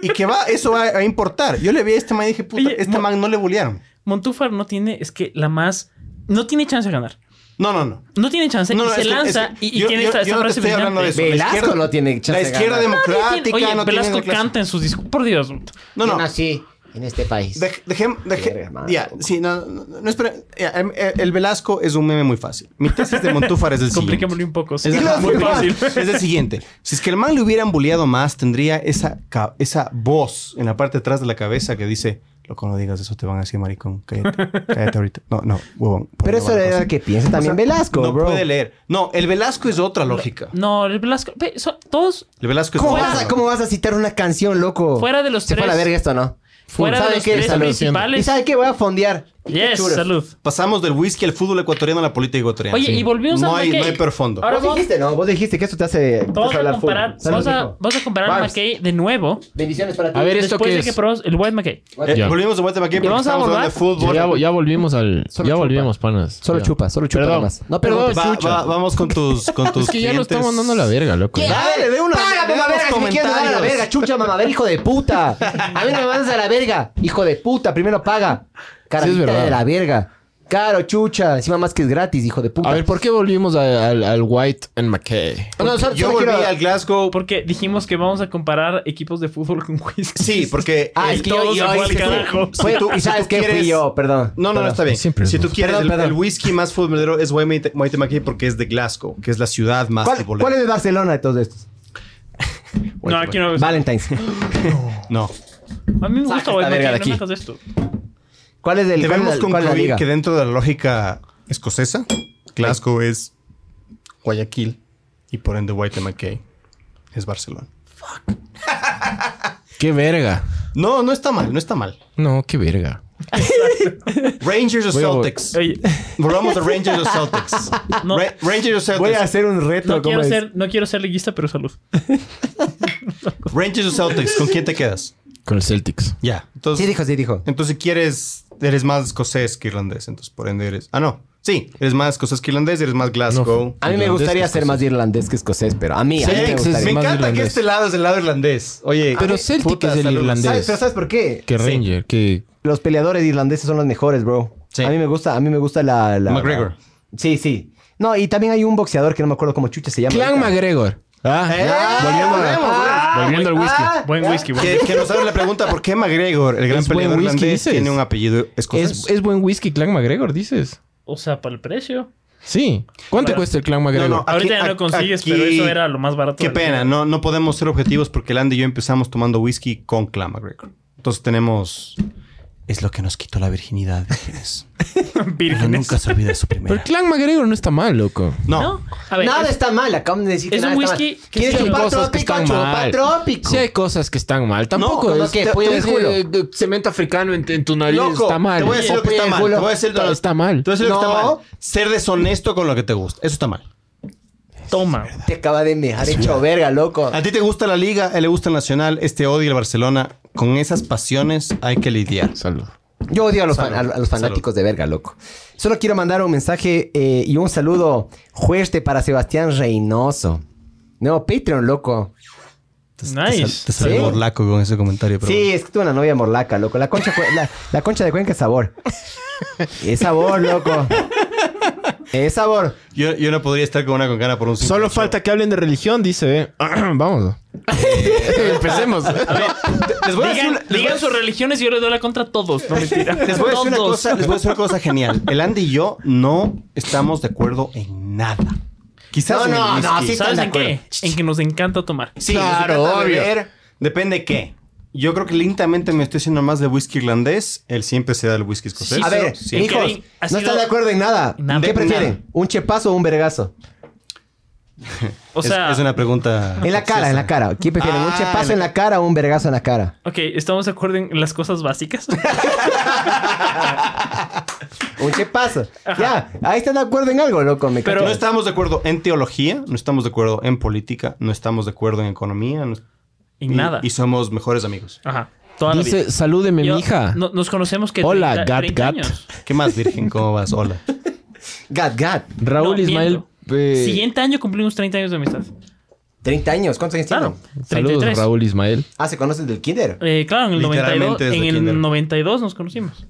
F: y, y que va, eso va a importar. Yo le vi a este man y dije, puta,
D: Oye,
F: este
D: Mo-
F: man no le bullearon.
D: Montúfar no tiene, es que la más, no tiene chance de ganar.
F: No, no, no.
D: No tiene chance
F: No,
D: y
F: no,
D: se
F: es que-
D: lanza
F: es que
D: y, y
F: yo-
D: tiene
F: yo-
D: esta,
F: yo
D: esa
F: no te
D: frase
F: estoy hablando de
D: brillante.
F: eso. La
A: Velasco
F: izquierda-
A: no tiene chance
F: La
A: de
F: izquierda
A: ganar.
D: Nadie
F: democrática
D: tiene- Oye,
F: no
D: Velasco
F: tiene
D: canta en sus discursos. Por Dios.
F: No, no.
A: nací en este país.
F: Dej- dejem- deje-
A: Verga, madre,
F: ya,
A: loco.
F: sí, no, no, no, no, espera. Ya, em- eh, el Velasco es un meme muy fácil. Mi tesis de Montúfar es el siguiente.
D: Compliquémoslo un poco. sí. <laughs>
F: Es,
D: Ajá,
F: ajá,
D: muy
F: muy
D: fácil.
F: fácil. Es el siguiente. Si es que el man le hubieran bulleado más, tendría esa, ca- esa voz en la parte de atrás de la cabeza que dice: Loco, no digas eso, te van a decir maricón. Cállate, cállate ahorita. No, no, huevón. por
A: Pero
F: ahí va
A: eso
F: la
A: era
F: cosa".
A: que piensa también
F: O sea,
A: Velasco,
F: No
A: bro.
F: puede leer. No, el Velasco es otra lógica.
D: No, el Velasco. ve, son- todos
F: El Velasco es
A: ¿Cómo
F: otra
A: vas, a,
F: lógica.
A: ¿Cómo vas a citar una canción, loco?
D: fuera de los
A: Se fue
D: tres.
A: a la verga esto, ¿no?
D: Fuera de
A: ¿Sabe
D: los
A: qué?
D: tres
A: Salud. ¿Y
D: principales.
A: sabe qué? Voy a fondear.
D: Yes,
A: Churas.
D: salud.
F: Pasamos del whisky al fútbol ecuatoriano a la política ecuatoriana.
D: Oye,
F: Sí.
D: y volvimos
F: no
D: a
F: hay,
D: McKay.
F: no hay perfondo.
D: Ahora
A: Vos
D: vos-
A: dijiste, ¿no? Vos dijiste que esto te hace, te
D: Vamos
A: hace
D: a
A: hablar full.
D: comparar.
A: Salud,
D: Vamos a,
A: hijo.
D: vamos a comparar al
A: Barbs.
D: McKay de nuevo.
A: Bendiciones para ti.
B: A ver, ¿esto
D: Después
B: qué
D: de
B: es?
D: que probamos el White McKay.
F: Eh,
B: Ya.
F: Volvimos de vuelta para aquí porque
D: ¿Y vamos a
F: estamos hablando de fútbol.
B: Ya, ya volvimos al
A: Solo
B: ya
A: chupa.
B: volvimos, panas.
A: Solo
B: Ya.
A: chupa, solo chupa
B: Perdón.
A: nomás. No
B: Perdón.
A: preguntes.
F: Va- va- vamos
A: <laughs>
F: con tus, con tus
B: Es que ya lo
F: clientes.
B: estamos mandando a la verga, loco.
A: Dale, de una. Págame,
F: de
A: mamá,
F: unos
A: verga, si me quieres mandar a la
F: comentarios.
A: verga, chucha, mamá, verga, hijo de puta. A mí no me mandas a la verga, hijo de puta, primero paga. Carajita
B: verdad.
A: de la verga. Caro, chucha, encima más que es gratis, hijo de puta.
B: A ver, ¿por qué volvimos a- al, al White and McKay?
A: No, solo- solo
F: Yo volví
A: quiero-
F: al Glasgow.
D: Porque dijimos que vamos a comparar equipos de fútbol con whisky.
F: Sí, porque.
A: Ah,
F: el-
A: es que yo,
D: todo se
A: yo
D: fue al
A: hice-
D: carajo.
A: Fue-
F: Si tú-
A: y
F: si
A: sabes
F: tú
A: que fui
F: quieres-
A: yo, perdón.
F: No, no, no,
A: Perdón.
F: está bien.
B: Siempre es
F: si tú
B: bueno.
F: quieres,
A: Perdón,
F: el,
A: perdón.
F: el whisky más futbolero es White White McKay porque es de Glasgow, que es la ciudad más
A: ¿Cuál,
F: futbolera.
A: cuál es de Barcelona de todos estos?
D: <laughs> No, aquí no.
A: Valentine's.
F: No.
D: A mí me gusta
A: Saca
D: White
A: esta verga de
D: McKay. No
A: aquí.
D: me hagas esto.
A: ¿Cuál es del cuál es
F: Debemos
A: la- cuál es la
F: concluir
A: liga?
F: que dentro de la lógica escocesa, Glasgow es Guayaquil y por ende White McKay es Barcelona.
B: Qué verga.
F: No, no está mal, no está mal.
B: No, qué verga.
F: Rangers o
B: Voy a-
F: Celtics.
D: Oye,
F: Volvamos a Rangers
B: <laughs>
F: o Celtics.
D: no,
F: Ra- Rangers o Celtics.
A: Voy a hacer un reto.
D: no,
A: ¿cómo
D: quiero
A: es?
D: ser, no quiero ser liguista, pero salud.
F: Rangers o Celtics, ¿con quién te quedas?
B: Con el Celtics.
F: Ya. Entonces,
A: Sí dijo, sí dijo.
F: Entonces quieres, eres más escocés que irlandés, entonces por ende eres... Ah, no. Sí, eres más escocés que irlandés, eres más Glasgow.
A: A mí me
F: Irlandés
A: gustaría
F: que
A: ser más irlandés que escocés, pero a mí, a mí me
F: escocés. Sí,
A: gustaría.
F: me
B: más
F: encanta que
B: irlandés.
F: este lado es el lado irlandés. Oye,
B: Pero
F: ah,
B: Celtic
F: puta,
B: es el
F: saludos.
B: irlandés.
A: ¿Sabes, pero ¿sabes por qué?
B: Que Ranger, que...
A: Los peleadores irlandeses son los mejores, bro.
F: Sí.
A: A mí me gusta, a mí me gusta la... la-
F: McGregor.
A: la- Sí, sí. No, y también hay un boxeador que no me acuerdo cómo chucha se llama.
B: Clan
A: ahorita.
B: McGregor. Ah,
F: Eh. volvemos,
A: Ah,
D: Volviendo al whisky. Buen whisky, buen
F: Que, que nos abre la pregunta, ¿por qué McGregor, el gran
B: Es buen
F: peleador
B: whisky,
F: irlandés,
B: dices.
F: tiene un apellido escocés?
B: es, es buen whisky Clan McGregor, dices.
D: O sea, para el precio.
B: Sí. ¿Cuánto
D: Claro.
B: cuesta el Clan McGregor?
F: No, no, Aquí-
D: Ahorita ya no
F: ac-
D: consigues,
F: aquí-
D: pero eso era lo más barato.
F: Qué
D: del
F: pena,
D: día.
F: no, no podemos ser objetivos porque Land y yo empezamos tomando whisky con Clan McGregor. Entonces tenemos... Es lo que nos quitó la virginidad, vírgenes. Pero
D: <laughs> Vírgenes.
F: nunca se olvida de su
B: Pero el
F: primera.
B: Clan McGregor no está mal, loco.
F: No,
D: No, a ver.
A: Nada
D: es-
A: está mal, acaban de decir que
D: es
A: nada
D: un
A: está
D: whisky
A: mal.
D: que
A: ¿Quieres
D: sí hay
A: chupar
B: cosas que
A: trópico?
B: están
A: Chupa
B: mal.
A: trópico.
B: Sí hay cosas que están mal. Tampoco
A: ¿cómo
B: es...
A: que?
B: te-
A: Pollo
B: te-
A: en culo.
B: eh, Cemento africano en, en tu nariz
F: Loco,
B: está mal.
F: te voy a decir lo que está mal. Te voy a decir lo-
B: Está, está mal.
F: Tú decir lo que está
A: No.
F: mal. Ser deshonesto con lo que te gusta. Eso está mal.
D: Toma.
A: Te acaba de mejar hecho verga, loco.
F: A ti te gusta la liga, a él le gusta el Nacional, este odia el Barcelona. Con esas pasiones hay que lidiar.
B: Salud.
A: Yo odio a los, fan-
F: Salud.
A: a- a los fanáticos de verga, loco. Solo quiero mandar un mensaje eh, y un saludo fuerte para Sebastián Reynoso. No, Patreon, loco.
D: Nice.
F: Te salió
A: Sí.
F: morlaco con ese comentario, pero
A: Sí, es que tuve una novia morlaca, loco. La concha, fue- la, la concha de Cuenca es sabor. Es sabor, loco. Es sabor.
F: yo, yo no podría estar con una concana por un simple
B: Solo
F: hecho.
B: falta que hablen de religión, dice. <clears throat> eh.
D: <laughs>
B: Vamos. Empecemos.
F: Les voy a decir
D: Digan,
F: una- les voy a
D: digan sus religiones y yo les doy la contra a todos.
F: <laughs>
D: No mentira.
F: Les voy a decir una
D: Todos.
F: cosa, les voy a decir una cosa genial. El Andy y yo no estamos de acuerdo en nada. Quizás en el
A: No, no,
F: whisky.
A: sí están
D: ¿Sabes
A: de
D: en qué? En que nos encanta tomar.
F: Sí, claro, obvio. Depende qué. Yo creo que lentamente me estoy haciendo más de whisky irlandés. Él siempre se da el whisky escocés.
D: Sí,
A: A ver,
F: Sí.
A: hijos,
D: Kevin, ha
A: no
D: sido-
A: están de acuerdo en nada.
D: Nada.
A: ¿Qué
D: De
A: prefieren?
F: nada.
A: ¿Un chepazo o un vergazo?
D: O
F: Es-
D: sea,
F: es, una pregunta.
A: En la cara, en la cara. ¿Qué prefieren? ¿Un
F: Ah,
A: chepazo
F: en
A: en la cara o un vergazo en la cara?
D: ok, ¿estamos de acuerdo en las cosas básicas?
A: Un chepazo. Ya, ahí están de acuerdo en algo, loco. Me
D: Pero-
A: cacho.
F: No estamos de acuerdo en teología, no estamos de acuerdo en política, no estamos de acuerdo en economía. no-
D: en
F: y-
D: nada.
F: Y somos mejores amigos.
D: Ajá. Toda la vida.
B: Dice, salúdeme,
D: Yo-
B: mi hija.
D: no- nos conocemos que
B: Hola,
D: 30
B: Gat
D: 30
B: Gat.
D: años.
F: ¿Qué más, Virgen? ¿Cómo
A: <laughs>
F: vas? Hola.
A: Gat, gat.
B: Raúl
D: No,
B: Ismael.
D: miento.
B: eh,
D: Siguiente año cumplimos 30 años de amistad.
A: 30 años. ¿Cuántos años
D: Claro.
A: tienen?
D: 33.
B: Saludos, Raúl Ismael.
A: Ah, ¿se conocen del kinder?
D: Eh, claro, en el, 92,
F: Literalmente desde
D: en el
F: kinder.
D: 92 nos conocimos.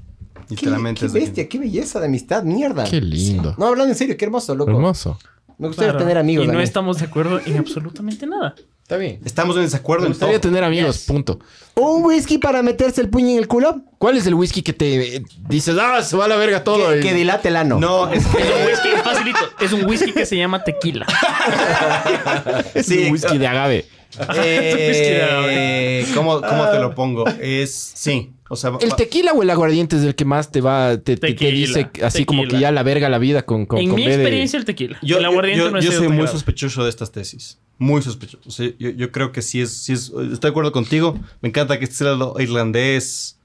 A: Qué,
F: Literalmente
A: qué
F: es de-
A: bestia, qué belleza de amistad, mierda.
B: Qué lindo.
A: No, hablando en serio, qué hermoso, loco.
B: Hermoso.
A: Me gustaría
D: Claro.
A: tener
D: Y
A: amigos.
D: no
A: Daniel.
D: estamos de acuerdo en absolutamente nada.
B: Está bien.
F: Estamos en desacuerdo
B: Me
F: en
B: gustaría
F: todo.
B: tener amigos,
D: Yes.
B: punto.
A: ¿Un whisky para meterse el puño en el culo?
B: ¿Cuál es el whisky que te eh, dices, ah, se va a la verga todo?
A: Que,
B: y-
A: que dilate el ano.
F: No, es <laughs>
D: Es un whisky, es facilito. Es un whisky que se llama tequila.
B: es un whisky de agave.
F: Eh, ¿cómo, ¿Cómo te lo pongo? Es. Sí. O sea,
B: El
F: va-
B: tequila o el aguardiente es el que más te va, te, te- te
D: Tequila,
B: dice así
D: tequila.
B: como que ya la verga la vida con, con,
D: en
B: con
D: mi
B: B de-
D: experiencia, el tequila.
F: yo,
D: el
F: yo-
D: aguardiente
F: yo-
D: no ha
F: yo
D: sido
F: soy
D: tan
F: muy
D: grave.
F: sospechoso de estas tesis. Muy sospechoso. O sea, yo, yo creo que sí es, sí es. Estoy de acuerdo contigo. Me encanta que este sea lo irlandés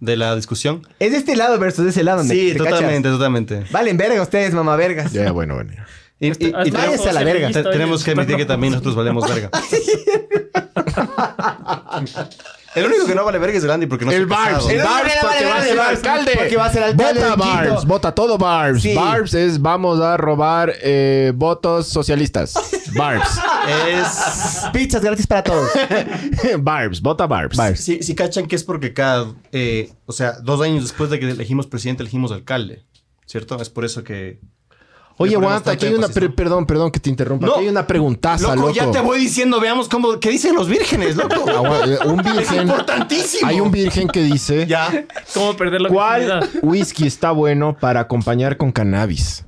F: de la discusión.
A: Es de este lado versus ese lado. me-
F: Sí,
A: ¿te
F: totalmente, totalmente.
A: cachas? Valen verga ustedes, mamá vergas.
B: Ya, bueno, bueno.
F: Y, y- y
D: Hasta- hasta
F: tenemos,
A: váyanse a la verga.
F: te- tenemos que admitir que
D: Estoy-
F: también nosotros valemos verga. <laughs> El único que no vale verga es el Andy porque no
B: El
F: está
B: Barbs,
F: casado.
B: el
A: El
B: Barbs,
A: hombre
B: porque
A: vale
B: va a
A: verga
B: ser
A: de Barbs,
B: alcalde.
A: porque va a ser alcalde
B: Vota
A: de Quito.
B: Barbs, vota todo Barbs.
A: Sí.
B: Barbs es vamos a robar eh, votos socialistas. Barbs.
F: Es-
A: Pizzas gratis para todos.
B: <laughs> Barbs, vota Barbs.
F: Pues, Si, si cachan que es porque cada, eh, o sea, dos años después de que elegimos presidente, elegimos alcalde, ¿cierto? Es por eso que...
B: Oye,
F: Le ponemos
B: aguanta, aquí hay
F: tanto
B: una...
F: énfasis,
B: pre- perdón, perdón que te interrumpa.
F: No.
B: Aquí hay una preguntaza, loco.
F: ya te voy diciendo, veamos cómo, qué dicen los
B: <laughs>
F: vírgenes, loco.
B: Agua- Un
F: es
B: virgen...
F: importantísimo.
B: Hay un virgen que dice...
F: <laughs> Ya.
D: <laughs> ¿Cómo perder la
B: ¿Cuál
D: virginidad?
B: whisky está bueno para acompañar con cannabis?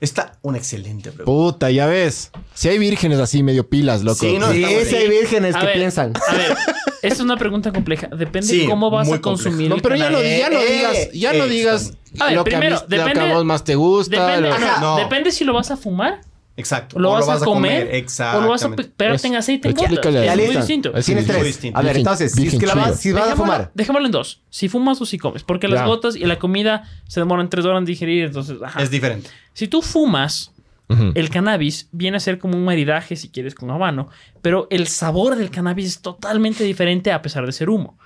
F: Está una excelente pregunta.
B: Puta, ya ves. Si hay vírgenes así, medio pilas, loco.
F: Sí, no,
A: sí,
F: está bueno.
A: sí hay vírgenes
D: A
A: que
D: ver,
A: piensan.
D: A ver, esa es una pregunta compleja. Depende
F: Sí,
D: cómo vas
F: muy
D: a consumir.
B: No,
D: el
B: pero ya no,
D: cannabis.
B: ya no digas, ya no
F: eh,
B: digas
D: A ver,
B: lo,
D: primero,
B: que a mí- lo que a
D: depende-
B: vos más te gusta.
D: Depende, ah,
B: lo-
D: ajá,
F: No.
D: depende si lo vas a fumar,
F: Exacto.
D: o lo,
F: O
D: vas, a comer,
F: Exactamente.
D: o lo vas a pe- pegarte en
B: Es-
D: aceite en gotas.
B: explícale a-
D: Es
A: Ya
D: muy
A: listo.
D: distinto.
B: Es
A: Tienes
B: muy
A: tres.
F: distinto.
A: A ver,
B: Virgen-
A: entonces, si es
B: virgen
A: que la
B: chulo.
A: vas, si vas a
D: Dejémoslo-
A: fumar.
D: Dejémoslo en dos. Si fumas o si comes. Porque las
B: Ya.
D: gotas y la comida se demoran tres horas en digerir. Entonces, ajá.
F: Es diferente.
D: si tú fumas,
B: Ujú.
D: El cannabis viene a ser como un maridaje, si quieres, con habano, pero el sabor del cannabis es totalmente diferente a pesar de ser humo.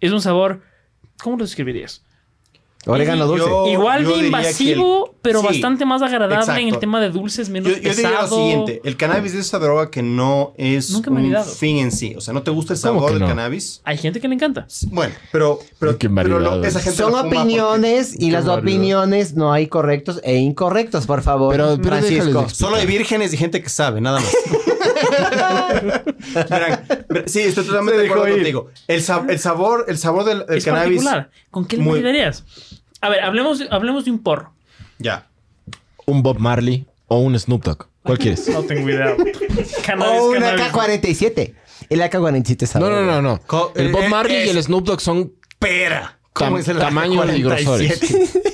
D: Es un sabor, ¿cómo lo describirías?
A: Orégano dulce.
F: Yo-
D: Igual
F: Oh, yo
D: de
F: diría
D: invasivo,
F: que el-
D: pero
F: Sí,
D: bastante más agradable <laughs> en el
F: exacto.
D: tema de dulces, menos
F: Yo, yo diría lo
D: pesado.
F: siguiente, el cannabis es esa droga que no es
D: Nunca me he
F: un
D: dado.
F: fin en sí. O sea, no te gusta el
B: ¿Cómo
F: sabor
B: que
F: del
B: no?
F: cannabis.
D: Hay gente que le encanta.
F: Bueno, pero, pero,
B: Qué
F: pero lo-
B: variedad,
F: esa gente
A: Son
F: lo fuma porque-
A: opiniones y las opiniones no hay correctos e incorrectos, por favor.
B: Pero- pero
A: Francisco.
B: déjales
F: Solo hay vírgenes y gente que sabe, nada más. <laughs> Verán, ver- sí, estoy totalmente de acuerdo contigo. El, sab- el sabor, el sabor del, del
D: es
F: cannabis.
D: particular. ¿Con qué le
F: muy-
D: maridarías? A ver, hablemos, hablemos de un porro.
F: Ya.
B: Un Bob Marley o un Snoop Dogg. ¿Cuál
F: <laughs>
B: quieres?
D: No tengo idea. Cannabis,
A: O una
D: cannabis.
A: K47. El AK47 es
B: No, no, no, no.
F: Co-
B: El Bob
F: eh,
B: Marley y
F: es-
B: el Snoop Dogg son
F: Pera.
B: tam- tamaño y grosores.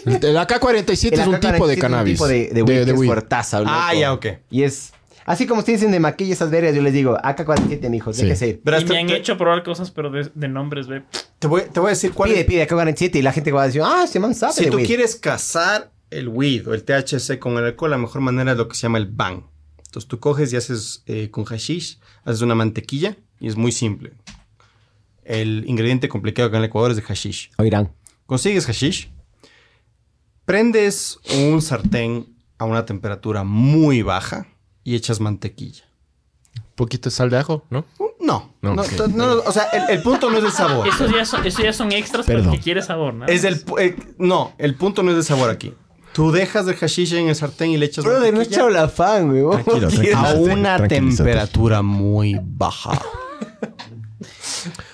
B: El AK-47
A: El
B: es un
A: AK-47
B: tipo de
A: es un
B: cannabis.
A: tipo de, de weed que es
B: weed.
A: fuertaza, loco.
F: <laughs> Ah, ya, ok.
A: Y es... Así como ustedes dicen de maquilla esas vergas, yo les digo, AK-47, mijos,
B: Sí.
A: déjese ir.
F: Verás,
D: Y
F: te,
D: me han
F: te-
D: hecho probar cosas, pero de, de nombres, ve.
F: te voy, te voy a decir cuál
A: Pide,
F: es.
A: pide AK-47 y la gente va a decir, ah, se man sabe
F: Si
A: de
F: tú
A: weed.
F: quieres casar el weed o el THC con el alcohol, la mejor manera es lo que se llama el bang. Entonces tú coges y haces eh, con hashish, haces una mantequilla y es muy simple. El ingrediente complicado acá en el Ecuador es de hashish.
A: Oirán.
F: Consigues hashish, prendes un sartén a una temperatura muy baja y echas mantequilla.
B: Un poquito de sal de ajo, ¿no?
F: No,
B: No,
F: no,
B: ok.
F: no, no, o sea, el, el punto no es el sabor.
D: Eso ya son, eso ya son extras
B: Perdón.
D: para el que quiere sabor, ¿no?
F: Es el, pu- eh, no, el punto no es de sabor aquí. Tú dejas el hashish en el sartén y le echas
A: Brother, no es
F: mantequilla
A: la fan, weón.
F: <laughs>
B: Tranquilo,
F: a
B: tranquilo.
F: una
B: Tranquilízate.
F: temperatura muy <laughs> baja.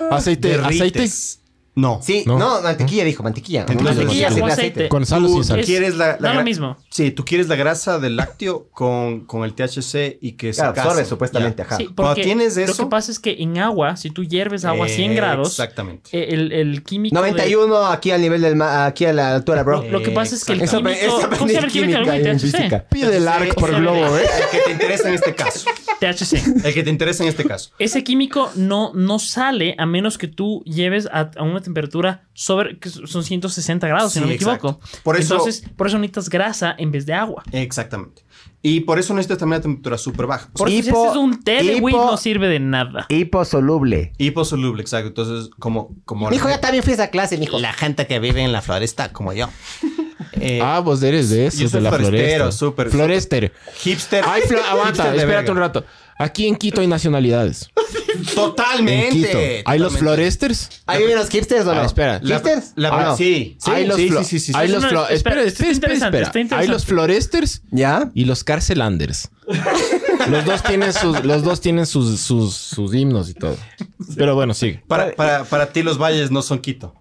F: Ah,
B: Aceite, aceite
F: Derrites. No.
A: <laughs> Sí,
B: No.
A: no, mantequilla dijo, mantequilla.
F: Entonces,
D: Mantequilla
A: aceite,
D: o
A: aceite.
D: aceite.
B: con sal o sin sal.
D: Es-
F: quieres la, la
D: da lo
F: gra-
D: mismo.
F: Sí, tú quieres la grasa del lácteo con, con el THC y que se
A: Claro, absorbe
F: case.
A: supuestamente,
F: Ya.
A: ajá.
D: Sí,
F: Cuando
D: porque
F: tienes
D: lo
F: eso-
D: que pasa es que en agua, si tú hierves agua a 100
F: Eh,
D: grados,
F: Exactamente.
D: eh, el, el químico... de-
A: 91 aquí al nivel del ma- aquí a la altura, bro.
D: Lo, lo que pasa es que el
A: Esa
D: químico...
A: pe- esa
D: ¿Cómo se llama el químico?
A: química
D: del
A: en
D: THC.
A: física.
B: Pide el arc por
D: Sí.
B: globo, ¿eh?
F: El que te interesa en este caso.
D: THC.
F: El que te interesa en este caso.
D: Ese químico no, no sale a menos que tú lleves a, a una temperatura sobre... que son 160 grados, si
F: Sí,
D: no me
F: exacto.
D: equivoco.
F: Por eso-
D: Entonces, por eso necesitas grasa en vez de agua.
F: Exactamente. Y por eso necesitas también la temperatura súper baja.
D: Por eso si
A: Hipo-
D: haces un té de weed
A: hipo-
D: no sirve de nada.
A: Hiposoluble.
F: Hiposoluble, exacto. Entonces, como... como
A: Mijo, ya también fui a esa clase, mijo.
F: La gente que vive en la floresta, como yo. <laughs> Eh,
B: Ah, vos eres de esos,
F: Yo soy
B: de la
F: forastero,
B: floresta.
F: súper-
B: Florester.
F: hipster.
B: Ay, fla-
F: <laughs> hipster
B: aguanta,
F: de
B: espérate
F: verga.
B: un rato. Aquí en Quito hay nacionalidades. En
F: Totalmente.
B: Quito. Hay los
F: Totalmente.
B: floresters.
A: ¿Ahí viven los hipsters o no?
B: Ah, espera.
F: La-
A: ¿Hipsters?
F: la-
B: Ah,
A: ¿O no?
F: Sí. sí,
B: hay los
F: sí,
B: flo-
F: sí, sí, sí,
B: Hay
D: sí.
B: los
D: No,
B: flo- espera,
D: espera, esto
B: espera,
D: está
B: espera,
D: interesante,
B: espera.
D: está
B: Hay
D: interesante.
B: los floresters
A: ¿Ya?
B: y los carcelanders. los dos tienen sus, los dos tienen sus, sus, sus himnos y todo. Pero bueno, sigue.
F: Para, para, para ti los valles no son Quito.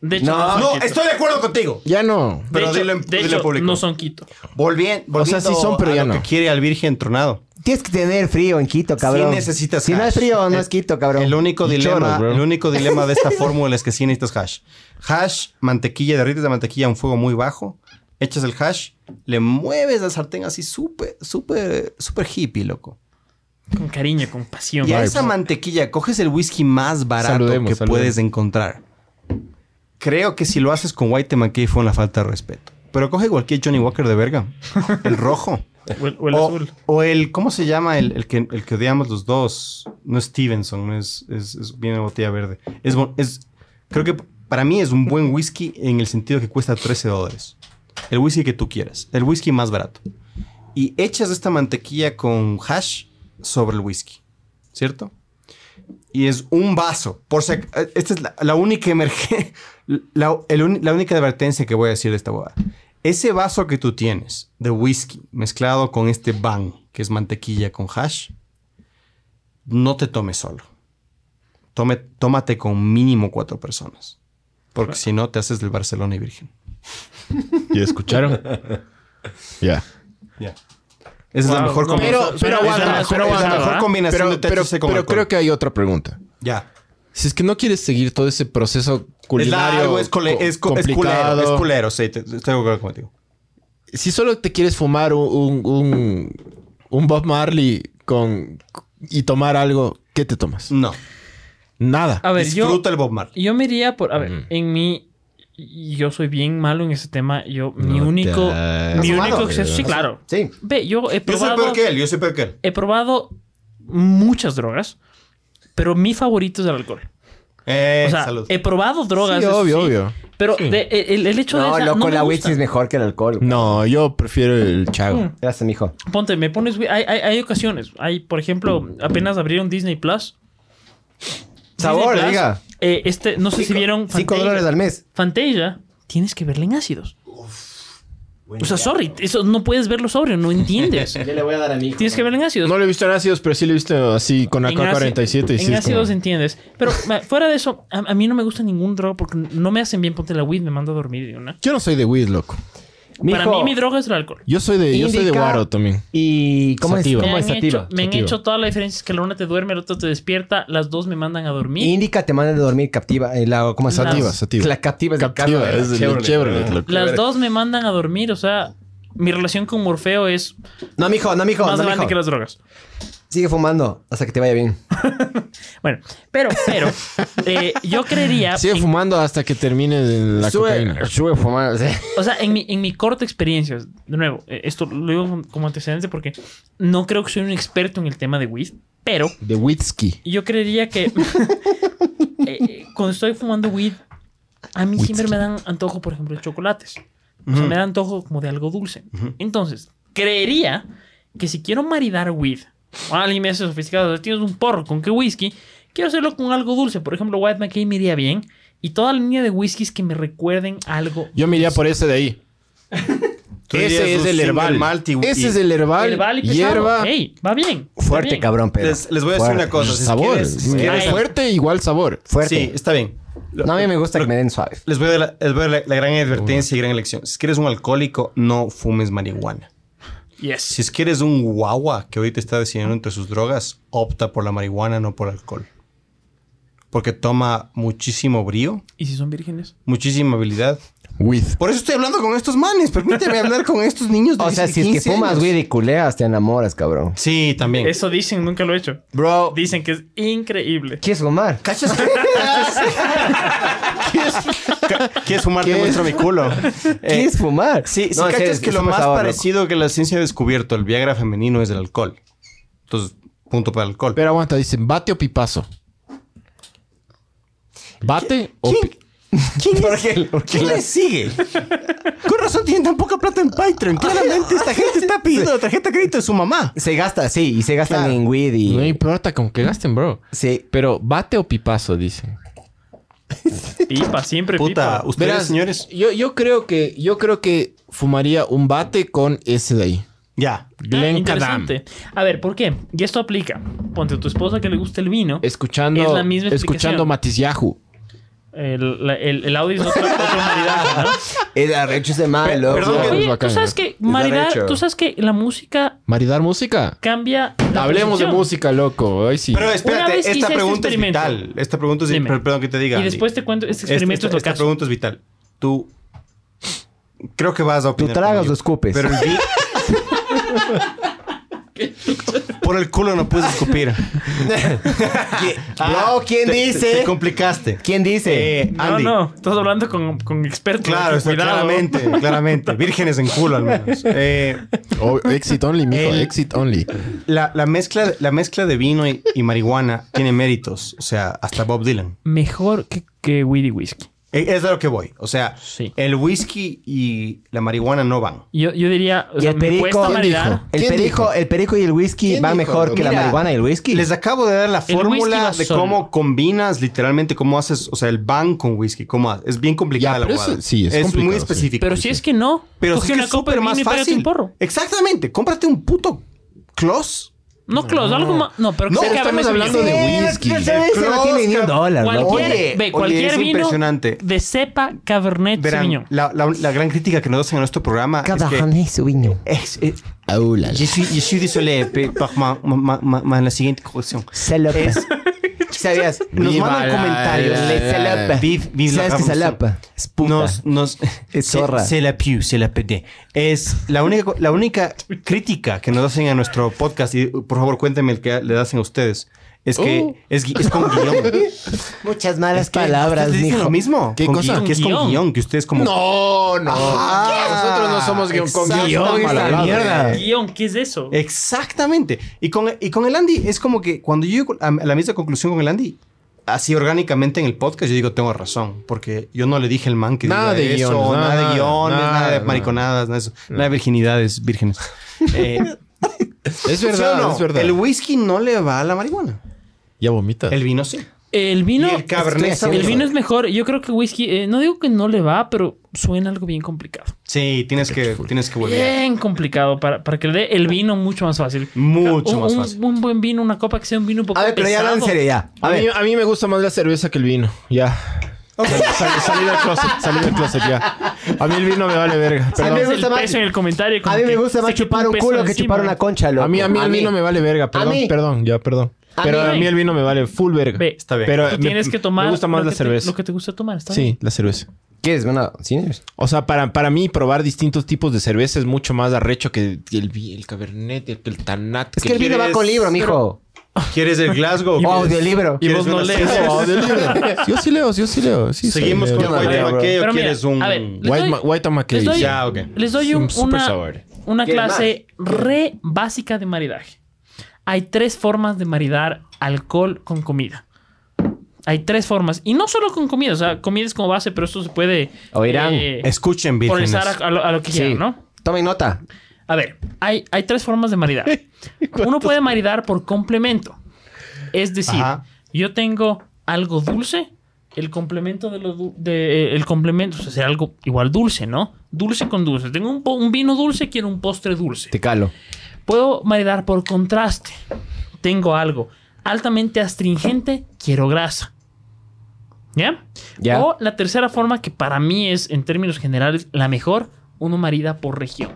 D: De hecho,
A: No,
D: son
F: No,
D: Quito.
F: estoy de acuerdo contigo.
B: Ya no.
D: De
F: Pero
D: hecho,
F: dilo en-
D: de
F: dilo
D: hecho,
F: en público.
D: no son Quito.
F: Volvien,
B: O sea, sí son, pero
F: a
B: ya
F: lo
B: no.
F: que quiere al virgen tronado.
A: Tienes que tener frío en Quito, cabrón.
F: Sí necesitas
A: Si no
F: hash.
A: es frío, no
F: El-
A: es Quito, cabrón.
F: El único,
B: Y
F: dilema,
B: choros, bro.
F: el único
B: <laughs>
F: dilema de esta fórmula es que sí necesitas hash. Hash, mantequilla, derrites la mantequilla a un fuego muy bajo, echas el hash, le mueves al sartén así súper, súper, súper hippie, loco.
D: Con cariño, con pasión.
F: Y a esa mantequilla coges el whisky más barato
B: Saludemos,
F: que
B: saludemos.
F: puedes encontrar. Creo que si lo haces con White McKay fue una falta de respeto. Pero coge cualquier Johnny Walker de verga. El rojo.
D: O el, o el
F: o,
D: azul.
F: o el, ¿cómo se llama? El, el que, el que odiamos los dos. No es Stevenson, no es, es, es- viene en botella verde. Es, bon- es, creo que para mí es un buen whisky en el sentido que cuesta 13 dólares. El whisky que tú quieras. El whisky más barato. Y echas esta mantequilla con hash sobre el whisky. ¿Cierto? Y es un vaso. Por si ac- eh, esta es la, la única emergencia. <laughs> La, el uni- la única advertencia que voy a decir de esta boda. Ese vaso que tú tienes de whisky mezclado con este bang, que es mantequilla con hash, no te tomes solo. Tome, tómate con mínimo cuatro personas. Porque si no, te haces del Barcelona y Virgen.
B: ¿Ya escucharon? Ya.
F: Ya. Esa es la
D: Wow,
F: mejor
D: no,
F: combinación.
B: Pero, pero
D: Es la
B: aguanta,
D: mejor-
B: pero
D: es la
B: aguanta.
D: mejor
F: combinación
B: Pero-
F: de
B: pero-
F: THC con
B: Pero
F: alcohol.
B: creo que hay otra pregunta.
F: Ya.
B: Si es que no quieres seguir todo ese proceso
F: Es
B: culinario
F: largo, es, cole-
B: co-
F: es, co- es culero. Es culero, sí. te- te- estoy de acuerdo contigo.
B: si solo te quieres fumar un, un, un- un Bob Marley con y tomar algo, ¿qué te tomas?
F: No.
B: Nada.
D: A ver, yo,
F: Disfruta el Bob Marley.
D: yo me iría por. A ver, en mi. y yo soy bien malo en ese tema. Yo, mi
K: No te
D: único,
K: has
D: mi único
K: asomado,
D: acceso, sí,
K: ¿verdad?
D: claro.
A: Sí.
D: Ve, yo
F: Yo
D: he
F: soy
D: probado,
F: peor que él, yo soy peor que él.
D: he probado muchas drogas, pero mi favorito es el alcohol.
F: Eh,
D: O sea,
F: salud.
D: he probado drogas.
B: Sí,
D: eso
B: obvio,
D: sí,
B: obvio.
D: Pero de- el, el hecho de.
A: No,
D: esa
A: loco,
D: me
A: la
D: gusta. Mm.
A: whisky es mejor que el alcohol.
B: No, yo prefiero el chago.
A: Gracias, mijo.
D: Ponte, me pones. güey, Hay, hay, hay ocasiones. Hay, por ejemplo, apenas abrieron Disney Plus.
A: Sabor,
D: Disney Plus,
A: diga.
D: eh, este, no sé si vieron.
A: 5
D: Fantasia.
A: dólares al mes.
D: Fantasia, tienes que verla en ácidos. o sea, sorry, eso no puedes verlo sobrio, no entiendes.
M: Yo le voy a dar a mi hijo.
D: tienes que verla en ácidos.
B: No lo he visto en ácidos, pero sí lo he visto así con
D: En ácido-
B: AK-47. y
D: En
B: sí es como-
D: ácidos entiendes. Pero ma, fuera de eso, a, a mí no me gusta ningún droga porque no me hacen bien. Ponte la weed, me mando a dormir de una.
B: Yo no soy de weed, loco.
D: Para mí, mi droga es el alcohol.
B: Yo soy de, yo soy de
A: Indica-
B: Guaro también.
A: ¿Y cómo es,
B: Sativa.
D: Me
A: cómo
D: han,
A: es sativa?
D: hecho, me han
B: Sativa.
D: hecho toda la diferencia es que la una te duerme, la otra te despierta, las dos me mandan a dormir.
A: Indica te manda a dormir captiva. eh, la, ¿Cómo es?
B: Sativa,
D: Las-
B: sativa.
A: La captiva es la
B: Captiva,
A: carne.
B: es de Chevrolet,
F: Chevrolet.
B: loco.
D: Las dos me mandan a dormir, o sea, mi relación con Morfeo es
A: No, mijo, no, mijo.
D: más
A: no,
D: grande
A: mijo.
D: que las drogas.
A: Sigue fumando hasta que te vaya bien.
D: Bueno, pero,
A: <laughs>
D: pero, eh, yo creería,
B: Sigue
D: en-
B: fumando hasta que termine la cocaína.
A: sube fumando. sí.
D: o sea, en mi, en mi corta experiencia, de nuevo, eh, esto lo digo como antecedente porque no creo que soy un experto en el tema de weed, pero
B: De whisky.
D: yo creería que eh, eh, cuando estoy fumando weed, a mí siempre me dan antojo, por ejemplo, de chocolates. O sea, me da antojo como de algo dulce. Entonces, creería que si quiero maridar weed, o alguien me hace sofisticado, tienes un porro con qué whisky, quiero hacerlo con algo dulce. Por ejemplo, White McKay me iría bien. Y toda la línea de whiskies que me recuerden algo.
B: Yo me iría por ese de ahí.
F: Tú dirías
B: Ese es
F: un
B: el
F: single
B: herbal.
F: malt y-
B: Ese
F: y-
B: es el herbal.
D: Herbal y pesado.
B: hierba.
D: Ey, va bien. va
A: Fuerte,
D: bien.
A: cabrón, pero.
F: Les, les voy a decir
A: Fuerte.
F: una cosa. Si
B: sabor.
F: quieres- si quieres-
D: Ay.
B: fuerte, igual sabor.
A: Fuerte.
F: sí, está bien. Lo-
A: No, a mí me gusta que me den suave.
F: Les voy a dar la, les voy a dar la- la gran advertencia y gran elección. Si quieres un alcohólico, no fumes marihuana.
D: Yes.
F: Si es que eres un guagua que ahorita está decidiendo entre sus drogas, opta por la marihuana, no por alcohol. Porque toma muchísimo brío,
D: ¿Y si son vírgenes?
F: muchísima habilidad.
B: With.
F: Por eso estoy hablando con estos manes. Permíteme hablar con estos niños
A: <laughs>
F: de
A: O sea, si es que
F: 15
A: fumas,
F: años.
A: güey, y culeas, te enamoras, cabrón.
F: Sí, también.
D: Eso dicen, nunca lo he hecho.
A: Bro.
D: Dicen que es increíble.
A: ¿Quieres fumar?
F: ¿Cachas?
A: <laughs>
F: Eh, ¿Quieres fumar? Te muestro
A: <laughs>
F: mi culo. Eh,
A: ¿Quieres fumar?
F: Sí, sí
A: No, en
F: cachas
A: serio,
F: que
A: es
F: lo
A: súper
F: más
A: sabor, loco.
F: parecido que la ciencia ha descubierto, el Viagra femenino, es el alcohol. Entonces, punto para el alcohol.
B: Pero aguanta, dicen bate o pipazo. ¿Bate o pi-
F: ¿Quién, le sigue? Con razón tienen tan poca plata en <laughs> Patreon. Claramente esta gente está pidiendo la tarjeta de crédito de su mamá.
A: Se gasta, sí, y se gastan
B: Claro.
A: en weed y.
B: No importa con que gasten, bro.
A: Sí.
B: Pero bate o pipazo, dicen.
D: Pipa, siempre
F: Puta,
D: pipa.
F: ustedes,
B: Verás,
F: señores.
B: Yo, yo creo que yo creo que fumaría un bate con ese de ahí.
F: Ya.
D: Ah,
B: Glen Kadam.
D: interesante. A ver, ¿por qué? Y esto aplica. Ponte a tu esposa que le gusta el vino.
B: Escuchando,
D: Es la misma explicación.
B: escuchando Matiz Yahoo.
D: El, la- el, el Audi es otra, otra maridaje,
A: El arrecho ese mal, loco.
F: perdón,
D: ¿no?
F: que-
B: Es
D: Oye,
B: bacán,
D: tú sabes
B: ¿no?
D: que maridar,
A: derecho.
D: tú sabes que la música
B: Maridar música.
D: cambia. la
B: Hablemos de
D: percepción.
B: música, loco. Ay, sí.
F: Pero espérate,
D: vez hice
F: esta
D: este
F: pregunta es
D: experimento.
F: vital. Esta pregunta es
D: Dime.
F: per- Perdón que te diga.
D: Y
F: Andy.
D: después te cuento este
F: Este- esta,
D: experimento es lo que
F: esta pregunta es vital. Tú. Creo que vas a opinar.
A: tragas
F: conmigo,
A: o escupes.
F: Pero el vi- Por el culo no puedes escupir.
A: Ah, Bro, ¿quién
F: Te- te-
A: dice?
F: Te complicaste.
A: ¿Quién dice?
F: Eh,
D: No,
F: Andy.
D: no, estás hablando con, con expertos.
F: Claro, está-
D: cuidado.
F: claramente, claramente. Vírgenes en culo, al menos. Eh,
B: Oh, exit only, mijo.
F: El-
B: Exit only.
F: la, la mezcla, la mezcla de vino y, y marihuana tiene méritos. O sea, hasta Bob Dylan.
D: Mejor que, que Weedy Whisky.
F: Eh, Es de lo que voy. O sea,
D: Sí.
F: el whisky y la marihuana no van.
D: Yo, yo diría, o
A: Y
D: sea,
A: el
D: me
A: perico,
D: cuesta
A: ¿quién
D: maridar.
B: dijo?
A: el,
B: ¿quién
A: perico,
B: dijo?
A: el perico y el whisky
B: ¿Quién
A: van
B: dijo,
A: mejor
B: loco?
A: que la
B: Mira,
A: marihuana y el whisky.
F: Les acabo de dar la
D: whisky
F: fórmula
D: va
F: de
D: solo.
F: cómo combinas, literalmente, cómo haces, o sea, el ban con whisky. Cómo ha- Es bien complicada
B: Ya,
F: la
B: pero
F: jugada.
B: es- sí, es complicado,
F: muy
B: sí.
F: específico.
D: Pero si es que no,
F: Pero
D: coge
F: sí que
D: una
F: es
D: copa de
F: súper
D: vino
F: más
D: y pégate
F: fácil.
D: un porro.
F: Exactamente. Cómprate un puto close.
D: No, Clos, algo más. No, pero
F: No,
D: que
F: estamos
D: cabe
B: hablando
D: ese
B: de
D: vino.
B: whisky.
A: Ese no tiene ni un dólar, loco.
D: Cualquier,
F: Oye,
D: ve,
F: oye,
D: cualquier
F: es
D: vino
F: impresionante.
D: de cepa Cabernet
F: Verán,
D: Sauvignon.
F: la, la- la gran crítica que nos hacen a nuestro programa es que...
A: Cabernet Sauvignon.
F: Es- es-
B: Au, la, la.
F: je suis, je suis désolé pe- par ma, ma- ma- ma- ma- la siguiente corrección.
A: Salapa.
B: <laughs>
A: ¿Sabías?
F: Nos
B: Viva
F: mandan
B: la-
F: comentarios.
B: la-
A: Le salapa.
F: Viv- viv
A: ¿Sabes
F: la
A: qué
F: revolución.
A: salapa? Es puta.
F: Nos, <laughs> nos, eh,
A: Es
F: se-
A: zorra.
F: Se la piu, se la pedé. Es la única, co- la única crítica que nos hacen a nuestro podcast, y por favor cuéntenme el que le hacen a ustedes, Es que
B: Oh.
F: es, gui- es
B: <laughs>
F: con guión.
A: Muchas malas
F: ¿Ustedes
A: palabras,
F: le dicen
A: mijo.
F: lo mismo?
B: ¿Qué
F: Con
B: cosa?
F: guión, que es
D: Guión.
F: con guión, que ustedes como...
B: No, no.
F: Ah,
B: Nosotros no somos guión con
F: exacto,
B: guión.
F: esta
B: malabar.
F: mierda.
D: Guión, ¿qué es eso?
F: Eh, Exactamente. Y con, y con el Andy es como que cuando yo llego a la misma conclusión con el Andy, así orgánicamente en el podcast, yo digo, tengo razón, porque yo no le dije al man que
B: Nada
F: diga
B: de
F: eso,
B: guiones,
F: nada,
B: nada,
F: de guiones, nada, de
B: nada.
F: mariconadas, nada de eso, nada de virginidades vírgenes. Eh,
B: <laughs> Es
F: ¿sí o
B: verdad,
F: no?
B: es verdad.
F: El whisky no le va a la marihuana.
B: Ya vomita.
F: El vino sí.
D: El
F: Y
D: vino.
F: el cabernet
A: estoy
F: Sauvignon.
D: El vino es mejor. Yo creo que whisky, eh, no digo que no le va, pero suena algo bien complicado.
F: Sí, tienes que, tienes que volver.
D: Bien complicado para, para que le dé el vino mucho más fácil.
F: Mucho
D: Un-
F: más
D: un-
F: fácil.
D: Un buen vino, una copa que sea un vino un poco
A: A ver, pero ya
D: pesado.
A: hablan en serio, ya.
B: A,
A: A
B: mí,
A: ver.
B: a mí me gusta más la cerveza que el vino. Ya. Sal- sal- salí del closet, salí del closet ya. A mí el vino me vale verga.
A: A mí me
B: Perdón.
D: Pones
A: gusta
D: el
A: más-
D: peso en el comentario. como
A: A mí me
D: que
A: gusta
D: se
A: más
D: quita
A: chupar un
D: peso
A: culo que
D: encima.
A: chupar una concha, loco.
B: A mí, a mí el vino me vale verga. Perdón,
A: mí.
B: perdón, ya, perdón.
A: A
B: Pero
A: mí.
B: a mí el vino me vale full verga.
D: Ve,
F: Está bien.
B: Pero
D: tú
B: me-
D: tienes que tomar.
B: Me gusta más
D: lo
B: la
D: que te-
B: cerveza.
D: lo que te gusta tomar, ¿está bien?
B: Sí, la cerveza.
A: ¿Quieres? Bueno, sí.
B: O sea, para, para mí probar distintos tipos de cerveza es mucho más arrecho que el, vi- el cabernet, el, el tanat.
A: Es que el vino va con libro, mijo.
F: ¿Quieres el Glasgow?
A: O
F: ¿Quieres-
A: audiolibro.
D: Y
F: ¿Quieres
D: vos no
F: <laughs> una
D: lees.
F: cerveza?
B: Yo sí leo, yo sí leo. Sí,
F: Seguimos
B: soy
F: con el
B: leo.
F: White Mackey o
D: Pero mira,
F: quieres un...
D: a ver, les
B: White,
D: doy-
B: Ma- White Mackey.
D: les doy-
F: Ya, ok.
D: Les doy un-
B: Un super
D: una,
B: sabor.
D: una
A: ¿Qué
D: clase re básica de maridaje. Hay tres formas de maridar alcohol con comida. Hay tres formas. Y no solo con comida. O sea, comida es como base, pero esto se puede...
A: Oirán,
F: Escuchen, vírgenes.
D: Polarizar a, a lo, a lo que
A: Sí.
D: quieran, ¿no?
A: Tomen nota.
D: A ver, hay, hay tres formas de maridar. Uno puede maridar por complemento. Es decir,
F: Ajá.
D: yo tengo algo dulce, el complemento de lo du- de, eh, el complemento, o sea, algo igual dulce, ¿no? Dulce con dulce. Tengo un, po- un vino dulce, quiero un postre dulce.
A: Te calo.
D: Puedo maridar por contraste. Tengo algo altamente astringente, quiero grasa. ¿Ya?
A: Ya.
D: O la tercera forma, que para mí es, en términos generales, la mejor, uno marida por región.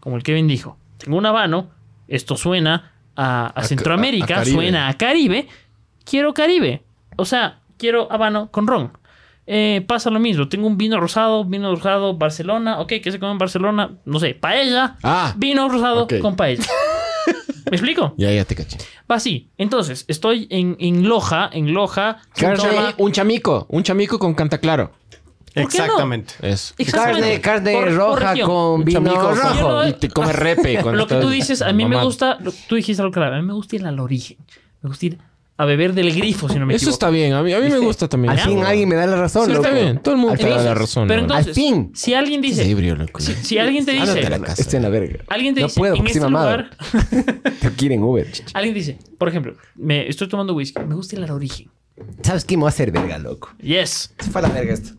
D: Como el Kevin dijo, tengo un habano, esto suena a, a
B: A ca-
D: Centroamérica,
B: a- a Caribe.
D: suena a Caribe, quiero Caribe. O sea, quiero habano con ron. Eh, pasa lo mismo, tengo un vino rosado, vino rosado, Barcelona, ok, ¿qué se come en Barcelona? No sé, paella,
B: Ah,
D: Vino rosado
B: Ok. <laughs>
D: con paella. ¿Me explico?
B: ya, ya te caché.
D: Va así. Entonces, estoy en, en Loja, en Loja. Sintoma-
B: un chamico, un chamico con cantaclaro.
D: no?
F: Exactamente.
B: Eso.
A: Carne,
D: Exactamente.
A: carne
D: Por- por
A: roja
D: región.
A: con
B: Un
A: vino
B: chamico
A: rojo.
D: Yo no-
B: y te come
D: <laughs>
B: repe. con
D: Lo que
B: todo
D: tú
B: el-
D: dices, a mí me
B: mamá.
D: gusta. lo- tú dijiste algo claro. A mí me gusta ir al origen. Me gusta ir a beber del grifo, si no me
B: Eso
D: equivoco.
B: está bien, a mí, a mí me gusta también.
A: Al
B: eso,
A: fin
B: güey.
A: alguien me da la razón,
B: Sí, está
A: loco.
B: bien, todo el mundo
A: Al
B: te
A: fin.
B: da la razón.
D: Pero
B: güey.
D: entonces,
A: Al fin.
D: si alguien
B: Qué
D: dice.
B: ebrio, loco.
D: Si, si alguien te
B: Ándate a la
D: dice.
B: casa.
A: Estoy en la verga.
D: Alguien te
A: No
D: dice.
A: puedo,
D: en
A: porque soy
D: este
A: mamado". <laughs>
D: lugar. <laughs>
A: Te quieren Uber.
D: alguien dice, por ejemplo, me estoy tomando whisky. Me gusta ir al origen.
A: ¿Sabes qué me va a hacer verga, loco?
D: Yes.
A: Se fue a la verga esto.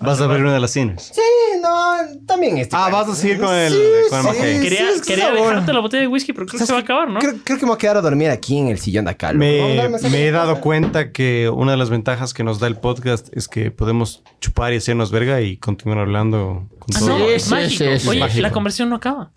F: Vas a ver una de las cines.
A: Sí, no, también este.
F: Ah, vas a seguir con el... con el
A: sí,
F: Mackey.
A: sí.
D: Quería,
A: es que
D: quería
A: sabor.
D: dejarte la botella de whisky, pero creo que se va a acabar, ¿no?
A: Creo, creo que me voy a quedar a dormir aquí en el sillón de acá. loco. Vamos a
F: Me,
A: darme esa-
F: me he dado cuenta que una de las ventajas que nos da el podcast es que podemos chupar y hacernos verga y continuar hablando con
D: Ah,
F: todo.
D: no,
F: el-
D: es mágico.
B: sí, sí.
D: Oye,
F: Mágico.
D: la conversión no acaba.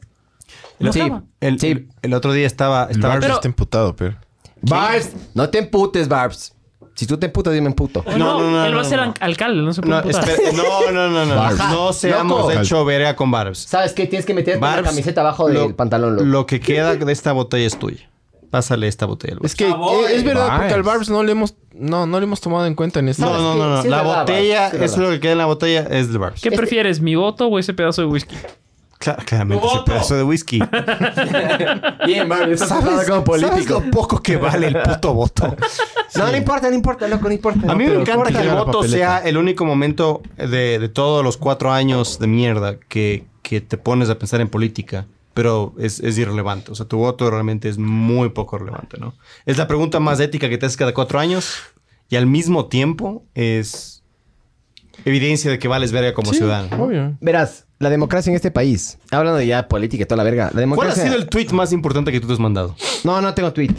D: No
F: Sí,
D: acaba.
F: el,
A: Sí.
F: el otro día estaba... estaba
D: Pero-
B: está emputado, pero.
A: Barbs, no te emputes, Barbs. Si tú te emputas, yo me emputo.
D: No,
F: no, no,
D: él va a
F: no,
D: ser
F: no.
D: al- alcalde, no se puede
F: no,
D: emputar. <laughs>
F: espera, no, no, no, no.
B: Barbs.
F: No se
A: Loco.
F: hemos hecho verga con Barbs.
A: ¿Sabes qué? Tienes que meterte la
F: Barbs,
A: camiseta abajo
F: lo-
A: del pantalón, loco.
F: Lo que queda de esta botella es tuya. Pásale esta botella. al Barbs.
B: Es que
I: Sabor.
B: es, es verdad, porque al
F: Vibes.
B: Barbs no le hemos, no, no le hemos tomado en cuenta en esta.
F: No,
A: ¿sabes
F: no,
A: qué?
F: no, no.
A: Sí es
F: la
A: verdad,
F: botella,
A: Barbs, sí es
F: eso es lo que queda en la botella es del Barbs.
D: ¿Qué prefieres, mi voto o ese pedazo de whisky?
F: Cla- claramente ese
I: voto.
F: pedazo de whisky. <laughs>
A: Bien, <laughs> Barbs.
F: ¿Sabes, sabes lo poco que vale el
B: <laughs>
F: puto voto?
A: No, no importa, no importa, loco, no importa.
F: A mí me
B: pero
F: encanta
B: ¿cómo te
F: que el
B: llega la
F: voto
B: papeleta?
F: sea el único momento de, de todos los cuatro años de mierda que, que te pones a pensar en política, pero es, es irrelevante. O sea, tu voto realmente es muy poco relevante, ¿no? Es la pregunta más ética que te haces cada cuatro años y al mismo tiempo es evidencia de que vales verga como ciudadano. ¿no?
B: Obvio.
A: Verás, la democracia en este país. Hablando de ya política y toda la verga. La
F: ¿Cuál ha
A: democracia.
F: sido el tweet más importante que tú te has mandado?
A: No, no tengo tweet.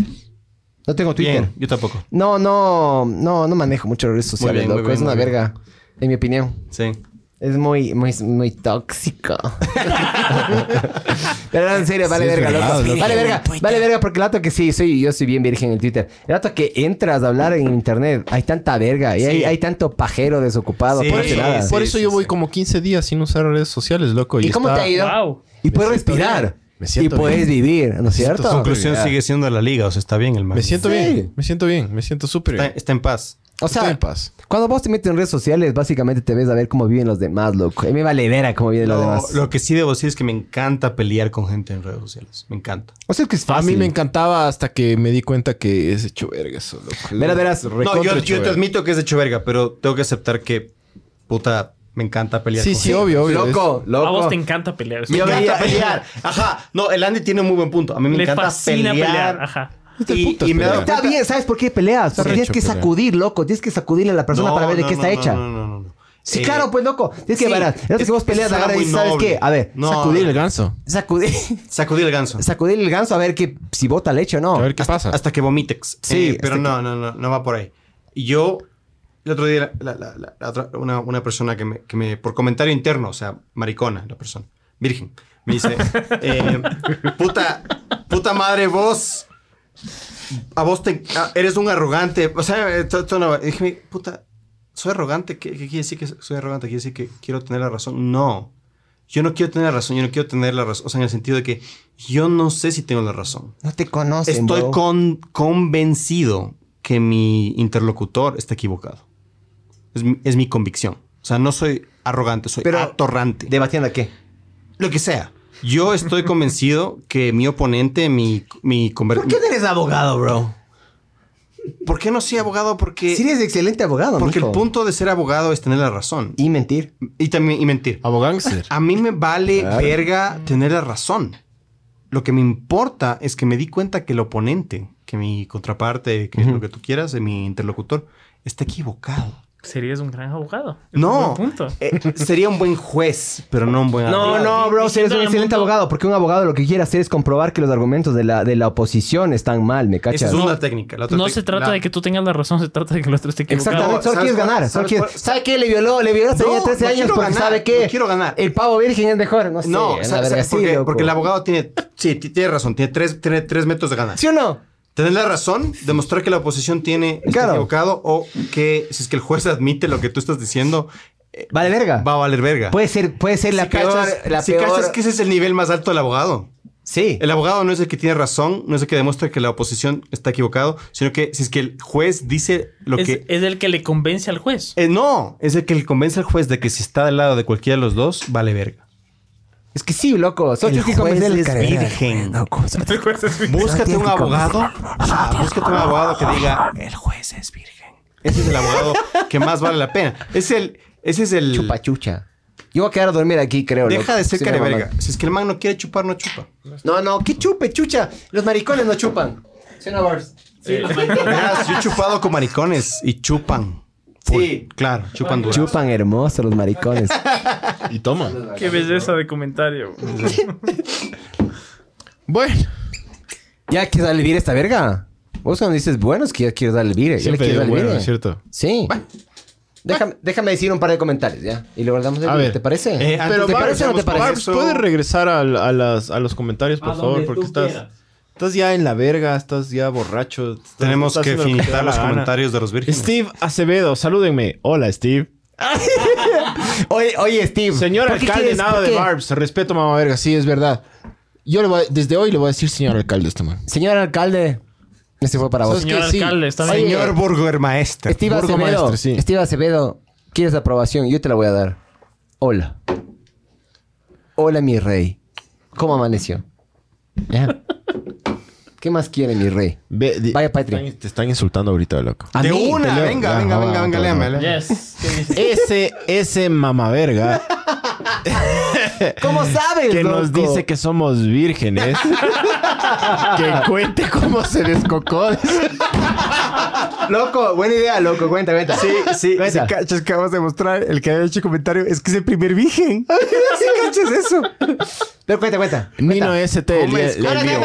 A: No tengo Twitter.
F: Bien, yo tampoco.
A: No, no, no, no manejo mucho redes sociales,
F: bien, muy
A: loco.
F: bien,
A: es una
F: muy bien.
A: verga, en mi opinión.
F: Sí.
A: Es muy, muy, muy
F: <laughs>
A: tóxico. Pero no, en serio, vale verga, loco. Vale verga, vale verga, porque el dato que sí, soy, yo soy bien virgen en Twitter. El dato que entras a hablar en internet, hay tanta verga y hay, hay tanto pajero desocupado.
F: Sí,
A: por eso, Eh, nada.
F: sí.
B: Por eso yo voy como 15 días sin usar redes sociales, loco.
A: ¿Y cómo
B: está-
A: te ha ido?
D: Wow.
A: Y puedes respirar.
B: Me
A: Y
B: siento
A: puedes
B: bien.
A: vivir, ¿no es cierto?
F: Tu conclusión
A: Ya.
F: sigue siendo la liga, o sea, está bien el man.
B: Me siento
A: Sí. Eh,
B: bien. Me siento bien. Me siento súper
F: Está,
B: bien.
F: está en paz.
A: O
B: Estoy
A: sea,
B: en paz.
A: cuando vos te metes en redes sociales, básicamente te ves a ver cómo viven los demás, loco. A mí me vale ver a cómo viven los
F: Lo,
A: demás.
F: lo que sí debo decir es que me encanta pelear con gente en redes sociales. Me encanta.
A: O sea, es que es
B: A
A: fácil.
B: mí me encantaba hasta que me di cuenta que es hecho verga eso, loco.
A: Verás, verás.
B: Recontra
F: No, yo,
B: hecho
F: yo te
B: verga.
F: admito que es de hecho verga, pero tengo que aceptar que, puta, me encanta pelear
B: Sí,
F: con
B: sí,
F: gente.
B: obvio, obvio.
A: Loco,
D: A vos
A: loco.
D: te encanta pelear.
F: Me
A: Yo
F: encanta
A: veía-
F: pelear. Ajá. No, el Andy tiene un muy buen punto. A mí me
D: Le
F: encanta
D: fascina
F: pelear.
D: pelear. Ajá.
B: Este
F: Y,
B: puto es
F: y me he dado
B: pelear.
A: Está
F: cuenta-
A: bien, ¿sabes por qué peleas? Porque tienes
B: recho
A: que
B: pelear.
A: sacudir, loco. Tienes que sacudirle a la persona
F: No,
A: para ver de
F: no,
A: qué
F: no,
A: está
F: no,
A: hecha.
F: No, no, no, no.
A: Sí,
F: Eh,
A: claro, pues, loco. Tienes que
F: sí,
A: verás. No
F: es-
A: que vos peleas,
F: es algo
A: agarras y dices, ¿sabes
F: noble.
A: qué? A ver,
F: No,
B: Sacudir el ganso.
A: sacudir,
F: Sacudir el
A: <laughs>
F: ganso.
A: sacudir el ganso a ver que, si bota leche o no.
B: A ver qué pasa.
F: Hasta que Eh, vomitex.
A: Sí,
F: Sí, pero
A: hasta
F: no, no, no, no va por ahí. Yo, el otro día, la- la- la- la otra- una, una persona que me, que me- por comentario interno, o sea, maricona, la persona, virgen, me <laughs> dice, eh, puta, puta madre, vos, a vos te, a- eres un arrogante, o sea, esto, esto no, va. Y dije, puta, soy arrogante, ¿Qué, qué quiere decir que soy arrogante? ¿Quiere decir que quiero tener la razón? No. Yo no quiero tener la razón, yo no quiero tener la razón. O sea, en el sentido de que yo no sé si tengo la razón.
A: No te conocen,
F: Estoy
A: bro.
F: con- convencido que mi interlocutor está equivocado. Es mi, es mi convicción. O sea, no soy arrogante, soy
A: Pero-
F: atorrante.
A: ¿Debatiendo qué?
F: Lo que sea. Yo estoy convencido que mi oponente, mi, mi conver-
A: ¿Por qué no eres abogado, bro?
F: ¿Por qué no soy abogado? Porque,
A: Si eres excelente abogado,
F: porque el
A: mijo.
F: punto de ser abogado es tener la razón. Y,
A: Y mentir.
F: y también y mentir.
B: Abogáncer.
F: A mí me vale verga tener la razón. Lo que me importa es que me di cuenta que el oponente, que mi contraparte, que lo que tú quieras, eh, mi interlocutor, está equivocado.
D: Serías un gran abogado. Es
F: No,
D: un buen punto.
F: eh, <laughs> sería un buen juez, pero no un buen
A: No,
F: abogado.
A: no, bro, si eres
D: Diciendo
A: un
D: al
A: excelente
D: mundo-
A: abogado, porque un abogado lo que quiere hacer es comprobar que los argumentos de la, de la oposición están mal, ¿me
F: Esa
A: cachas?
F: es una técnica. La otra
D: No
F: tec-
D: se trata
F: la-
D: de que tú tengas la razón, se trata de que el otro esté equivocado.
A: Exactamente, solo
F: ¿Sabes
A: quieres
F: cuál-
A: ganar. Solo
F: sabes
A: quieres,
F: cuál-
A: ¿Sabe qué? Le violó, le violó hasta
F: No,
A: tenía 13
F: no
A: años
F: quiero
A: porque
F: ganar, Eh,
A: sabe qué.
F: no quiero ganar.
A: El pavo virgen es mejor, no sé.
F: No,
A: una
F: o sea,
A: verga
F: o sea,
A: así,
F: porque,
A: loco.
F: porque el abogado tiene... Sí, ti- tiene razón. Tiene tres, tiene tres métodos de ganar.
A: ¿Sí o no?
F: Tener la razón, demostrar que la oposición tiene está
A: Claro.
F: equivocado o que si es que el juez admite lo que tú estás diciendo,
A: Eh, Vale verga.
F: va a valer verga.
A: Puede ser, puede ser la
F: si
A: peor,
F: cachas,
A: la
F: si
A: peor.
F: cachas que ese es el nivel más alto del abogado.
A: Sí.
F: El abogado no es el que tiene razón, no es el que demuestra que la oposición está equivocado, sino que si es que el juez dice lo
D: Es,
F: que...
D: es el que le convence al juez.
F: Eh, no, es el que le convence al juez de que si está del lado de cualquiera de los dos, vale verga.
A: Es que sí, loco. Solo tienes que convencer al carrera. Loco, solo tienes-
F: Búscate un
A: Tienes que
F: abogado. ah, búscate un abogado que diga. El juez es virgen. Ese es el abogado que más vale la pena. Es el. Ese es el.
A: Chupachucha. Yo voy a quedar a dormir aquí, creo.
F: Deja
A: loco.
F: de ser
A: Sí, me va
F: careverga.
A: mal.
F: Si es que el man no quiere chupar, no chupa.
A: No, no, que chupe, chucha. Los maricones no chupan. ¿Sí o no, Bars?
F: Verás, <laughs> yo he chupado con maricones y chupan. Full.
A: Sí.
F: Claro, chupan duro.
A: Chupan hermoso los
F: <laughs>
A: maricones.
B: Y toma.
D: Qué belleza de comentario.
B: Bueno,
A: ¿Ya quieres darle vire a esta verga? Vos cuando dices, bueno, es que ya quieres darle vire. Ya le
B: siempre
A: quieres
B: digo,
A: darle
B: bueno,
A: vire.
B: es cierto.
A: Sí. Déjame, déjame decir un par de comentarios, ¿ya? Y luego damos el
B: A
A: vire,
B: ver.
A: ¿Te parece?
F: Eh, antes
B: Pero
F: de que
B: Barbs,
A: parece o no te
F: empecemos con
A: parece?
B: Barbs,
F: eso,
B: ¿puedes regresar al- a, las, a los comentarios, por
I: A
B: favor?
I: donde
B: Porque
I: tú
B: estás,
I: quieras.
B: estás ya en la verga, estás ya borracho. estás-
F: Tenemos
B: estás
F: que
B: haciendo lo te da
F: finitar
B: la
F: los
B: gana.
F: comentarios de los vírgenes.
B: Steve Acevedo, salúdenme. Hola, Steve.
A: Oye, oye, Steve.
B: Señor
A: ¿por qué
B: alcalde,
A: quieres-
B: nada
A: por
B: de
A: qué?
B: Barbs. Respeto, mamá verga. Sí, es verdad. Yo le voy a- desde hoy le voy a decir señor alcalde a este man.
A: Señor alcalde. Este fue para vos.
B: ¿Sabes
D: Señor
B: qué? Sí.
D: alcalde, está bien.
F: Señor Burgermaestre.
A: Steve
B: Burgo
A: Acevedo.
B: maestre, sí.
A: Steve Acevedo, ¿quieres aprobación? Yo te la voy a dar. Hola. Hola, mi rey. ¿Cómo amaneció? ¿Ya? ¿Qué más quiere mi rey?
B: Ve- di-
A: Vaya, Patri.
B: están- Te están insultando ahorita, loco.
A: ¿A
F: De
A: mí?
F: una,
B: Peleo.
F: venga,
B: Ya,
F: venga,
B: va,
F: venga,
B: va,
F: venga,
B: va,
F: léame,
B: va.
F: léame.
D: Yes. ¿Qué dice?
B: Ese, ese mamaverga
A: <laughs> ¿Cómo sabes,
B: que
A: loco?
B: nos dice que
A: <laughs>
B: somos vírgenes. que cuente cómo se descocó.
A: Loco, buena idea, loco. Cuenta, cuenta. Sí,
F: Sí,
A: Cuenta.
F: sí, cachas que acabas de mostrar, el que había hecho comentario es que es el primer virgen.
A: ¿Sí cachas eso? Pero cuenta, cuenta.
B: Nino este, ST. le- le envió-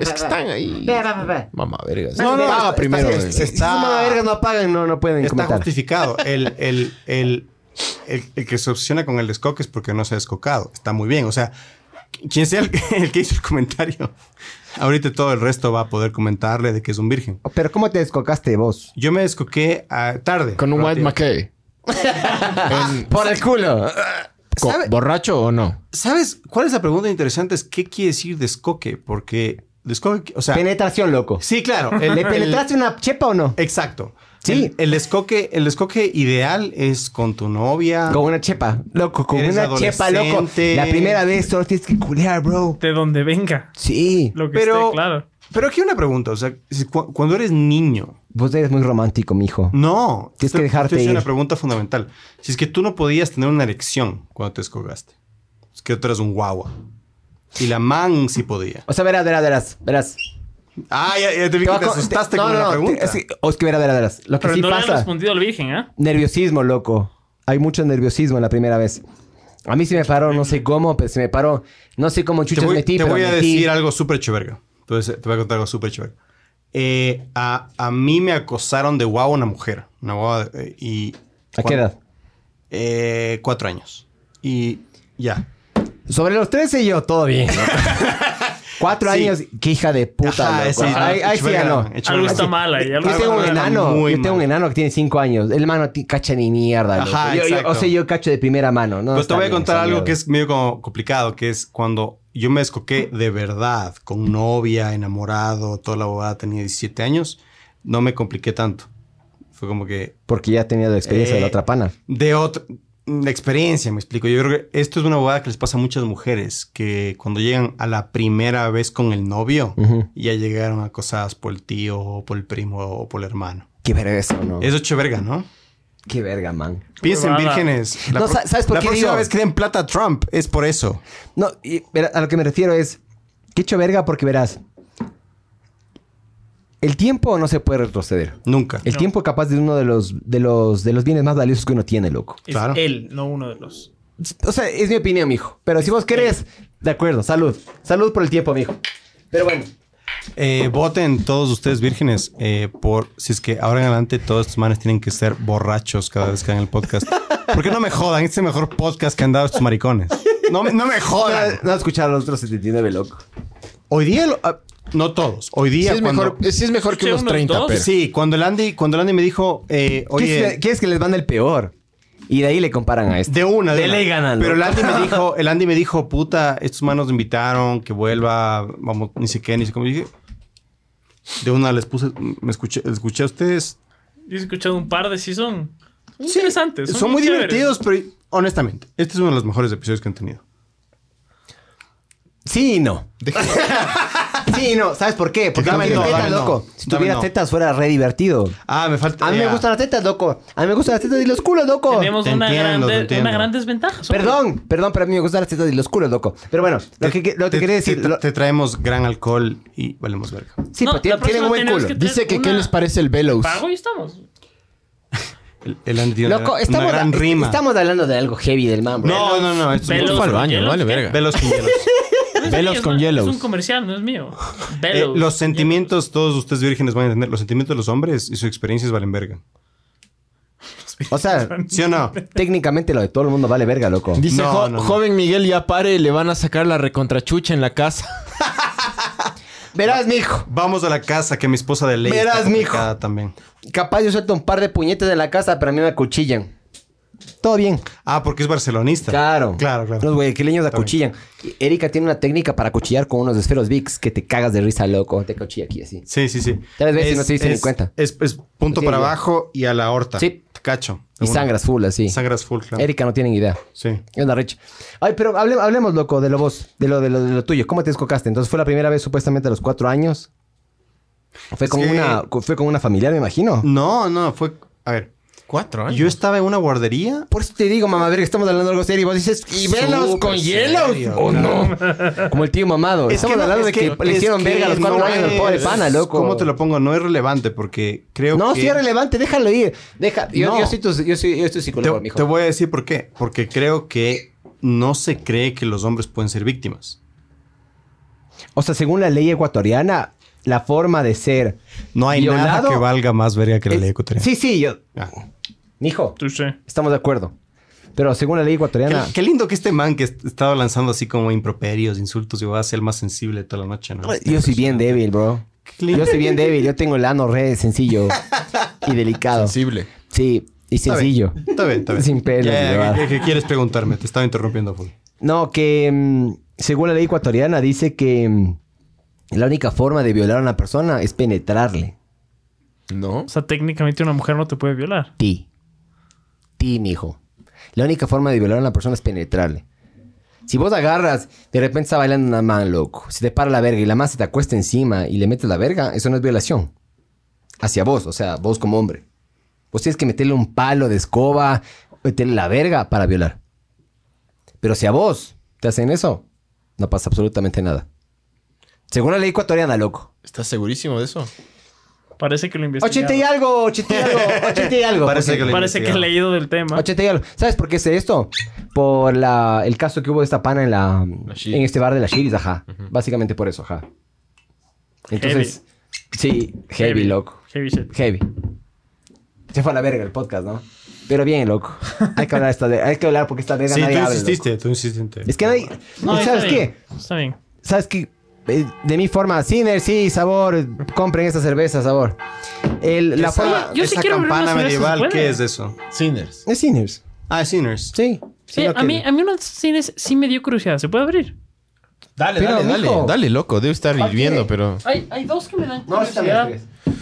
A: Es
B: Es que están ahí. Mamá vergas.
A: No, no,
B: paga
A: está-
B: primero.
A: está-
B: eh.
F: está-
A: Si son mala verga, no pagan, no, no pueden
F: Está
A: comentar.
F: justificado. El, el, el, el, el que se obsesiona con el descoque es porque no se ha descocado. Está muy bien. O sea, quien sea el, el que <laughs> hizo el comentario, ahorita todo el resto va a poder comentarle de que es un virgen.
A: Pero ¿cómo te descocaste vos?
F: Yo me descoqué ah, tarde.
B: Con un White
F: Relativo.
B: McKay.
A: Por el culo.
B: Co-
F: ¿Sabe-
B: ¿Borracho o no?
F: ¿Sabes cuál es la pregunta interesante? Es qué quiere decir descoque, porque descoque, o sea,
A: Penetración, loco.
F: sí, claro, <laughs> el-
A: ¿Le
F: el-
A: penetraste una chepa o no?
F: exacto.
A: Sí.
F: El, el descoque, el descoque ideal es con tu novia.
A: Con una chepa, loco, con
F: Eres
A: una chepa, loco.
F: adolescente.
A: La primera vez solo tienes que culear, bro.
D: De donde venga.
A: Sí.
D: Lo que
F: Pero-
D: esté, claro.
F: Pero aquí una pregunta, o sea, si cu- cuando eres niño,
A: Vos eres muy romántico, mijo.
F: no,
A: Tienes
F: estoy-
A: que dejarte
F: estoy haciendo
A: ir.
F: una pregunta fundamental. Si es que tú no podías tener una erección cuando te descogaste, es que tú eras un guagua. Y la man sí podía.
A: O sea, verás, verás, verás, verás.
F: Ah, ya, ya te vi que
A: va
F: te
A: con-
F: asustaste
A: te-
F: con la
A: te-
F: pregunta.
A: es que, o es que verás, verás, verás. Lo que
D: Pero
A: sí
D: no le han
A: pasa.
D: respondido al virgen, ¿ah?
A: Nerviosismo, loco. Hay mucho nerviosismo en la primera vez. A mí se me paró, no sé cómo, pero se me paró. No sé cómo
F: Te
A: chuchas
F: voy,
A: metí,
F: te
A: pero
F: voy a
A: metí.
F: decir algo súper chéverga. Entonces, te voy a contar algo súper chéverga. Eh, a, a mí me acosaron de guau una mujer. Una guagua, eh, y,
A: ¿A qué edad?
F: Eh, cuatro años. Y ya.
A: Sobre los 13 yo, todo bien.
F: <laughs>
A: Cuatro
F: Sí.
A: años, qué hija de puta,
F: Ajá,
A: loco.
F: ese-
A: Ay, ay, sí,
F: Echeverga
A: ya
F: era
A: no.
F: man, Echeverga
D: Algo
F: era
D: está
F: man.
D: mal ahí. algo
A: Yo
D: está
A: tengo un
D: mal.
F: Echeverga era
A: enano,
F: muy
A: yo tengo un
F: mal.
A: enano que tiene cinco años. El mano ti- cacha ni mierda. loco.
F: Ajá,
A: Yo- yo-
F: exacto.
A: o sea, yo cacho de primera mano. No,
F: Pero te
A: está
F: voy a
A: bien,
F: contar
A: esa
F: algo
A: mierda.
F: que es medio como complicado, que es cuando yo me descoqué de verdad, con novia, enamorado, toda la bobada, tenía 17 años, no me compliqué tanto. Fue como que
A: Porque ya tenía la experiencia de la
F: Eh,
A: otra pana.
F: de otra la experiencia, me explico. Yo creo que esto es una bobada que les pasa a muchas mujeres, que cuando llegan a la primera vez con el novio,
A: Ujú.
F: ya llegaron acosadas por el tío, o por el primo, o por el hermano.
A: Qué verga eso, ¿no?
F: Eso es cheverga, ¿no?
A: Qué verga, man.
F: Piensen,
D: Huevada.
F: vírgenes. La,
A: No,
F: pro-
A: sa- ¿sabes por
F: la
A: qué
F: próxima
A: digo?
F: vez que den plata a Trump es por eso.
A: No, y, verá, a lo que me refiero es, que hecho verga porque verás, el tiempo no se puede retroceder.
F: Nunca.
A: El
D: No.
A: tiempo capaz de uno de los, de los, de los bienes más valiosos que uno tiene, loco.
D: Es
F: Claro.
D: él, no uno de los.
A: O sea, es mi opinión, mijo. Pero si vos querés, de acuerdo, salud. Salud por el tiempo, mijo. Pero bueno, <laughs>
F: Eh, voten todos ustedes vírgenes eh, por si es que ahora en adelante todos estos manes tienen que ser borrachos cada vez que hagan el podcast. Porque no me jodan, este es el mejor podcast que han dado estos maricones. No, me- no
A: <laughs>
F: me jodan.
A: no escuchar a los otros 79, loco.
F: Hoy día, lo- ah, no todos, hoy
B: Sí
F: día
B: es,
F: cuando,
B: mejor, sí es mejor que
D: Escuché
B: unos
D: unos
B: 30,
D: dos.
B: pero.
F: Sí, cuando el Andy, cuando el Andy me dijo, eh,
A: ¿Quieres,
F: oye,
A: que- quieres que les mande el peor? Y de ahí le comparan a este.
F: de una, de una.
A: Delegan al-
F: Pero el Andy <laughs> me dijo, el Andy me dijo, puta, estos manos me invitaron, que vuelva, vamos, ni sé qué, ni sé cómo. Y dije, de una les puse, me escuché, escuché a ustedes
D: Yo he escuchado un par de sí son interesantes.
F: Son,
D: Son,
F: muy
D: chéveres.
F: divertidos, pero honestamente, este es uno de los mejores episodios que han tenido.
A: Sí y no. <laughs> sí y no. ¿Sabes por qué? Porque no
F: Dame
A: tiene
F: no,
A: tetas,
F: dame no.
A: loco. Si
F: Dame
A: tuviera
F: no.
A: tetas fuera re divertido.
F: Ah, me falta.
A: A mí me
F: ya.
A: gustan las tetas, loco. A mí me gustan las tetas y los culos, loco.
D: Tenemos
F: Te
D: una,
F: entiendo, te
D: gran, de-
F: entiendo.
D: una gran desventaja. Son-
A: Perdón, perdón, pero a mí me gustan las tetas y los culos, loco. Pero bueno, lo que, lo que
F: Te-
A: quería decir...
F: Te,
A: lo-
F: te traemos gran alcohol y valemos verga.
A: sí,
D: No,
A: pero tiene-
D: la próxima
A: tienen un buen
D: tenemos
A: culo.
D: que-
B: Dice que
D: Una-
B: qué les parece el Bellows.
D: Pago y estamos.
F: El, el Andy tiene
A: Loco,
F: una,
A: estamos,
F: una gran
A: eh,
F: rima.
A: estamos hablando de algo heavy del ¿eh? man, bro.
F: No, no, no. Esto
D: Velos,
F: es
B: Fue al baño,
D: ¿Velos?
B: vale,
D: ¿Qué?
B: verga.
F: Velos
A: <laughs>
F: con hielos.
D: No es
B: Velos
D: mío, es
B: con
D: una-
B: yellows.
D: Es un comercial, no es mío.
F: Eh,
D: Velos.
F: los sentimientos, todos ustedes vírgenes van a entender. Los sentimientos de los hombres y sus experiencias valen verga.
A: O sea,
F: ¿Sí
A: <laughs>
F: o no?
A: técnicamente lo de todo el mundo vale verga, loco.
B: Dice
F: No,
B: "Jo-
F: no, no.
B: joven Miguel ya pare, le van a sacar la recontrachucha en la casa.
A: Verás, mijo.
F: Vamos a la casa que mi esposa de ley.
A: Verás,
F: está
A: mijo.
F: complicada También.
A: Capaz yo suelto un par de puñetes de la casa, pero a mí me acuchillan. Todo bien.
F: Ah, porque es barcelonista.
A: Claro.
F: Claro, claro.
A: Los guayaquileños
F: Está bien.
A: acuchillan. Erika tiene una técnica para acuchillar con unos esferos VIX que te cagas de risa, loco. Te acuchilla aquí así.
F: Sí, sí, sí.
A: Tres veces no se diste ni
F: es-
A: cuenta.
F: Es, es punto
A: Sí,
F: para
A: ya.
F: abajo y a la horta.
A: Sí.
F: Te Cacho.
A: Y sangras full así.
F: Sangras full, claro.
A: Erika no tienen idea.
F: Sí.
A: Es una recha. Ay, pero hable- hablemos, loco, de lo vos, de lo, de lo, de lo tuyo. ¿Cómo te descocaste? Entonces fue la primera vez supuestamente a los cuatro años. Fue con
F: que- Mm.
A: una, fue con una familiar, me imagino.
F: No, no, fue. A ver.
B: Cuatro
F: Yo estaba en una guardería.
A: Por eso te digo, mamá, verga, estamos hablando de algo serio. Y vos dices, y velos con hielo.
F: ¿O no?
A: Como el tío mamado.
F: Es
A: estamos
F: no,
A: hablando
F: es
A: de que, le
F: es
A: hicieron
F: que
A: verga a los cuatro
F: no
A: años al pobre
F: es-
A: pana, loco.
F: ¿Cómo te lo pongo? No es relevante porque creo
A: No,
F: que.
A: sí es relevante, déjalo ir. Deja, yo,
F: No.
A: yo soy tu, yo soy, yo soy psicólogo,
F: Te,
A: mijo.
F: te voy a decir por qué. Porque creo que no se cree que los hombres pueden ser víctimas.
A: O sea, según la ley ecuatoriana, la forma de ser.
F: No hay
A: Violado- Eh,
F: nada que valga más verga que la ley ecuatoriana.
A: Sí, sí, yo.
F: Ah.
A: Mijo,
D: Touché.
A: estamos de acuerdo. Pero según la ley ecuatoriana.
F: Qué, qué lindo que este man que est- estaba lanzando así como improperios, insultos, y va a ser el más sensible toda la noche, ¿no?
A: Yo soy bien débil, bro.
F: Qué lindo.
A: Yo soy bien débil. Yo tengo el ano re sencillo y delicado.
B: Sensible.
A: Sí. Y sencillo.
F: Está bien, está bien.
A: Sin pelos,
F: Ya, ya,
A: ya.
F: ¿qué- ¿Qué quieres preguntarme? Te estaba interrumpiendo, full.
A: No, que mm, según la ley ecuatoriana dice que mm, la única forma de violar a una persona es penetrarle.
B: No.
D: O sea, técnicamente una mujer no te puede violar.
A: Ti. Ti, mijo. La única forma de violar a una persona es penetrarle. Si vos agarras, de repente está bailando una man, loco. Se te para la verga y la man se te acuesta encima y le metes la verga, eso no es violación. Hacia vos, o sea, vos como hombre. Vos tienes que meterle un palo de escoba, meterle la verga para violar. Pero si a vos te hacen eso, no pasa absolutamente nada. Según la ley ecuatoriana, loco.
B: ¿Estás segurísimo de eso?
D: Parece que lo investigaron.
A: 80 y algo, 80 y algo,
F: <laughs>
A: 80 y algo.
F: Parece
A: porque-
F: que lo
D: Parece que he
F: investigaron.
D: leído del tema.
A: 80 y algo. ¿Sabes por qué es esto? Por la, el caso que hubo de esta pana en, la,
B: Shiris.
A: en este bar de la Shiris, ajá. Básicamente por eso, ajá. Entonces, sí, heavy,
D: Heavy.
A: loco.
D: Heavy shit.
A: Heavy. Se fue a la verga el podcast, ¿no? Pero bien, loco. Hay que hablar, esta de- hay que hablar porque esta verga
F: Sí,
A: nadie
F: tú
A: habla, loco.
F: insististe, tú insististe.
A: Es que nadie...
D: No, está
A: ¿Sabes
D: bien.
A: qué?
D: Está bien.
A: ¿Sabes qué? Eh, De mi forma, Ciner, sí, sabor, compren esta cerveza, sabor. El, la forma...
D: yo sí
F: esa
D: quiero abrir una
F: campana
D: cerveza, ¿se
F: medieval,
D: puede?
F: ¿qué es eso?
B: Sinners.
A: Es Sinners,
F: Ah, es Sinners.
A: sí.
D: Sí, Eh, a, mí, a mí unos cines sí me dio curiosidad. ¿Se puede abrir?
B: Dale,
A: Pero,
B: dale, dale,
A: mijo.
B: dale, loco. Debe estar hirviendo, pero.
D: Hay, hay dos que me dan curiosidad.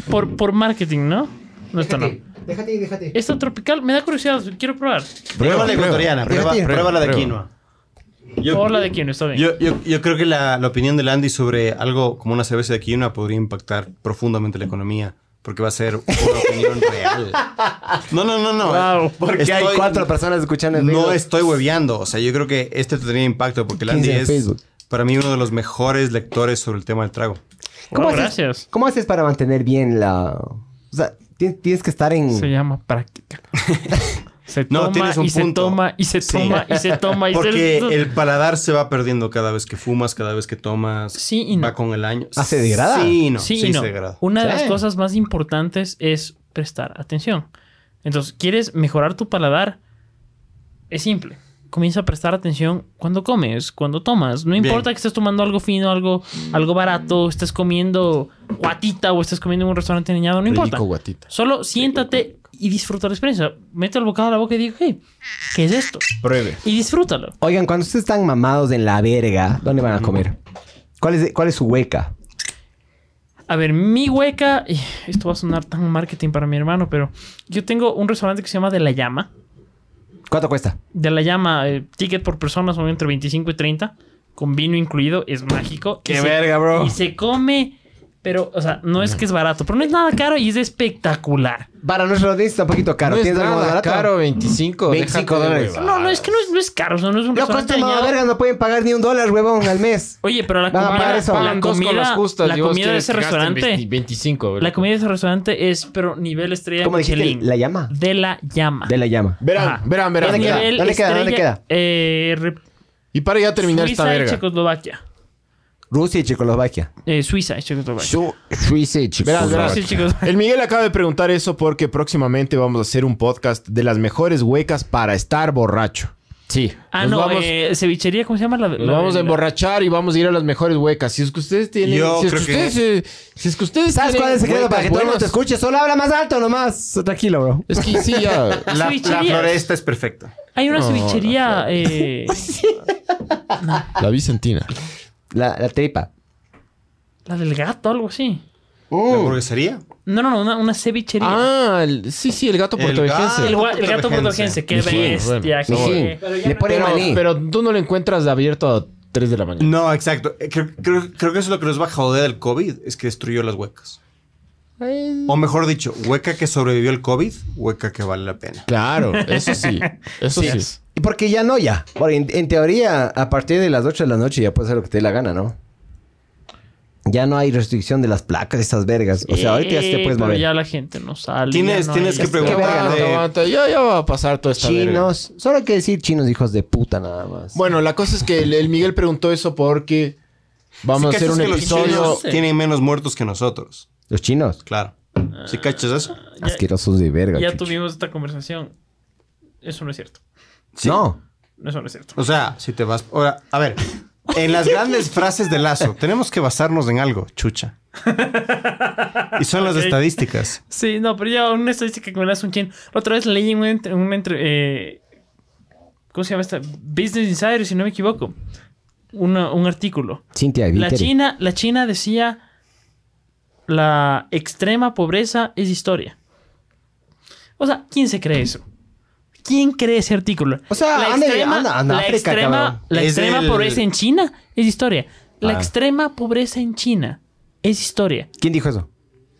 D: por, por marketing, ¿no? No, esta no.
A: Déjate, déjate.
D: Esta tropical me da curiosidad. Quiero probar.
F: Prueba la ecuatoriana,
A: Prueba,
F: prueba, prueba,
A: prueba,
F: la de
B: prueba.
F: quinoa.
D: Por la de quién, está bien.
F: Yo, yo- yo creo que la, la opinión del Andy sobre algo como una cerveza de quinoa podría impactar profundamente la economía. Porque va a ser una
A: <laughs>
F: opinión real. No, no, no, no.
D: Wow,
A: Porque hay
F: Estoy-
A: cuatro personas escuchando el
F: No
A: ruido.
F: estoy hueveando. O sea, yo creo que este tendría impacto porque el
A: 15
F: Andy
A: en
F: es
A: Facebook.
F: para mí uno de los mejores lectores sobre el tema del trago.
A: ¿Cómo
D: Wow,
A: haces?
D: gracias.
A: ¿Cómo haces para mantener bien la... O sea, ti- tienes que estar en...
D: Se llama
F: <laughs>
D: práctica. Se
F: Mm. No,
D: toma
F: tienes un
D: y se
F: punto.
D: toma y se
F: Sí.
D: toma y se
F: <laughs>
D: toma y
F: Porque
D: se
F: el paladar se va perdiendo cada vez que fumas, cada vez que tomas.
D: Sí y no.
F: Va con el año.
A: Ah, ¿se degrada?
F: Sí, y no.
D: sí,
F: Sí,
D: y no.
F: se degrada.
D: Una de
A: Sí.
D: las cosas más importantes es prestar atención. Entonces, ¿quieres mejorar tu paladar? Es simple. Comienza a prestar atención cuando comes, cuando tomas. No
F: Bien.
D: importa que estés tomando algo fino, algo, algo barato, estés comiendo guatita o estés comiendo en un restaurante niñado, no importa.
B: Rico guatita.
D: Solo siéntate y disfruta la experiencia. Mete el bocado a la boca y digo, hey, ¿qué es esto?
B: Pruebe.
D: Y disfrútalo.
A: Oigan, cuando ustedes están mamados en la verga, ¿dónde van a comer? ¿Cuál es, cuál es su hueca?
D: A ver, mi hueca. y Esto va a sonar tan marketing para mi hermano, pero yo tengo un restaurante que se llama De la Llama.
A: ¿Cuánto cuesta?
D: De la Llama, eh, ticket por persona son entre 25 y 30, con vino incluido, es mágico. Y
A: ¡Qué
D: se-
A: verga, bro!
D: Y se come, pero, o sea, no es que es barato, pero no es nada caro y es espectacular.
A: Para nuestra audiencia está un poquito caro.
B: No es
A: ¿Tienes algo más
B: nada
A: barato?
B: caro, 25.
A: 25
B: déjate de
A: dólares.
B: huevadas.
D: No, no, es que no es, no es caro, o sea, no es un
A: Loco,
D: restaurante
A: esta mamá
D: dañado.
A: verga no pueden pagar ni un dólar, huevón, al mes.
D: Oye, pero la
B: Ah,
A: Van a pagar
D: comida,
A: eso.
D: la
B: Pagan dos con las
D: comida,
B: justas
D: la
B: y vos
D: comida de
B: quieres
D: ese
B: que gasten
D: restaurante,
B: 20 25, ¿verdad?
D: la comida de ese restaurante es, pero nivel estrella
A: ¿Cómo dijiste?
D: Michelin.
A: La llama.
D: De la llama.
A: De la llama.
B: Verán,
D: Ajá.
B: verán, verán.
A: ¿Dónde
B: verán.
A: queda? ¿Dónde queda? ¿Dónde queda?
D: eh, re-
B: Y para ya terminar
D: Suiza
B: esta
D: y
B: verga.
D: Checoslovaquia.
A: Rusia y Checoslovaquia.
D: Eh, Suiza y Checoslovaquia.
A: Suiza y
B: Verás, verás.
D: Sí, chicos.
B: El Miguel acaba de preguntar eso porque próximamente vamos a hacer un podcast de las mejores huecas para estar borracho. Sí.
D: Ah,
B: nos
D: no,
B: vamos,
D: eh, cevichería, ¿cómo se llama? La,
B: nos
D: la-
B: vamos a
D: la-
B: emborrachar y vamos a ir a las mejores huecas. Si es que ustedes tienen.
F: Yo
B: si, es que
F: creo que-
B: ustedes, eh, si es que ustedes
A: ¿Sabes
B: tienen
A: cuál es el secreto
B: huecas
A: para que todo el mundo te
B: buenas-
A: escuche? Solo habla más alto nomás. Tranquilo, bro.
B: Es que sí, ya.
F: La, la
D: Cevicherías.
F: floresta es perfecta.
D: Ah, Hay una
B: No,
D: cevichería. eh,
B: La Vicentina.
A: La, la tripa.
D: la del gato, algo así.
A: Uh.
F: ¿La hamburguesería?
D: No, no, no, una, una cevichería.
B: Ah, el- sí, sí, el gato
F: El
B: portovejense.
D: el, gua- el gato
F: Portugense.
D: portuguense, qué
B: Mijín,
D: bestia.
B: bueno,
D: qué-
A: Le pone
B: Eh, Pero,
A: maní.
B: pero tú no lo encuentras abierto a 3 de la mañana.
F: No, exacto. Eh, Creo, creo- creo que eso es lo que nos va a joder del COVID, es que destruyó las huecas. O mejor dicho, hueca que sobrevivió el COVID, hueca que vale la pena.
B: Claro, eso sí. Eso sí.
A: Y Porque ya no, ya. Porque en, en teoría, a partir de las 8 de la noche ya puedes hacer lo que te dé la gana, ¿no? Ya no hay restricción de las placas, esas vergas. O sea, ahorita ya sí te
D: Eh,
A: puedes
D: pero
A: mover.
D: ya la gente no sale.
F: Tienes-
D: ya no
F: tienes
D: hay- este,
F: que preguntar.
A: verga,
B: Aguanta,
F: de-
B: aguanta, Ya, ya va a pasar toda esta verga.
A: Chinos. Solo hay que decir chinos, hijos de puta, nada más.
B: Bueno, la cosa es que el, el Miguel preguntó eso porque
F: Si
B: vamos a hacer
F: cachas
B: un
F: que los
B: episodio.
F: chinos tienen menos muertos que nosotros.
A: Los chinos.
F: Claro.
D: Ah.
F: Si cachas eso?
D: Ya,
A: Asquerosos de verga.
D: ya
A: chucho.
D: tuvimos esta conversación. Eso no es cierto.
A: No.
D: Eso no es cierto.
F: O sea, si
D: <laughs>
F: te vas... Ahora, a ver. En las grandes frases de Lazo, tenemos que basarnos en algo, chucha. Y son las
D: Ok.
F: estadísticas.
D: Sí, no, pero ya una estadística que me la hace un chin. La otra vez leí en una, entre- una entre- eh, ¿Cómo se llama esta? Business Insider, si no me equivoco. Una- un artículo.
A: Cintia,
D: La
A: Viteri.
D: China, la China decía la extrema pobreza es historia. O sea, ¿quién se cree eso? ¿Quién cree ese artículo?
A: O sea,
D: la
A: anda-
D: extrema,
A: anda- anda
D: la
A: África,
D: extrema-
A: cabrón.
D: la
F: Es
D: extrema
F: el-
D: pobreza en China es historia. La
A: Ah.
D: extrema pobreza en China es historia
A: ¿Quién dijo eso?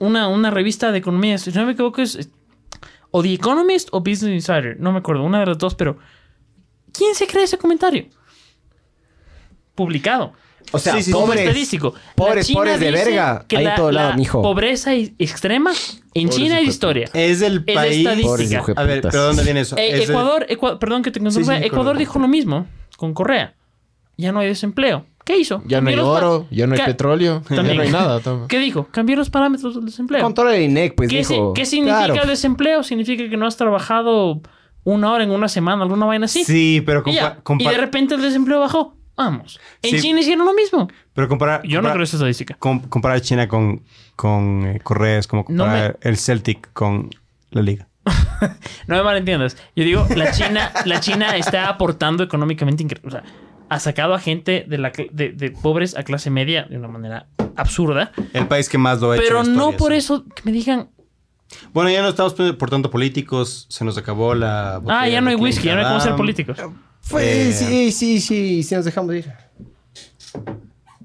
D: una, una revista de economía. Si no me equivoco, es eh, o The Economist o Business Insider. No me acuerdo, una de las dos, pero ¿quién se cree ese comentario? Publicado.
A: O sea,
F: Sí, sí, sí.
D: Como
A: pobres.
D: estadístico. La
A: pobres,
D: China
A: pobres de
D: dice
A: verga.
D: que
A: Hay en
D: la-
A: todo lado,
D: la
A: mijo.
D: Pobreza i- extrema en China es historia.
F: Es el
D: Es
F: país.
D: estadística.
B: Pobres
F: A ver,
B: hijueputas.
F: ¿pero dónde viene eso?
D: Eh,
F: Es el-
D: Ecuador, Ecua- perdón que te interrumpa,
F: Sí, sí,
D: Ecuador
F: correcto.
D: dijo lo mismo con Correa. Ya no hay desempleo. ¿Qué hizo?
B: Ya no hay
D: Cambió los pa-
B: oro, ya no hay
D: Ca-
B: petróleo, ya
D: También.
B: no hay nada.
D: <laughs>
B: toma.
D: ¿Qué dijo? Cambió los parámetros del desempleo.
A: Control del INEC, pues
D: ¿Qué,
A: dijo.
D: si- qué significa
A: Claro.
D: desempleo? Significa que no has trabajado una hora en una semana, alguna vaina así.
F: Sí, pero,
D: Y,
F: compa-
D: ya.
F: compa-
D: Y de repente el desempleo bajó. Vamos. En
F: Sí.
D: China hicieron lo mismo.
F: pero comparar,
D: Yo no
F: comparar-
D: creo esa estadística.
F: com- comparar China con, con eh, Correa es como
D: No
F: comparar el Celtic con la Liga.
D: No me malentiendas. Yo digo, la China, la China está aportando económicamente. incre- O sea, ha sacado a gente de, la, cl- de, de pobres a clase media de una manera absurda.
F: El país que más lo ha hecho.
D: Pero
F: en la
D: no
F: historia,
D: por
F: sí.
D: eso que me digan,
F: Bueno, ya no estamos por tanto políticos. Se nos acabó la.
D: ah, ya no hay whisky, ya no hay cómo ser
F: político.
D: políticos.
A: Fue,
F: Eh.
A: sí, sí, sí, sí, nos dejamos ir.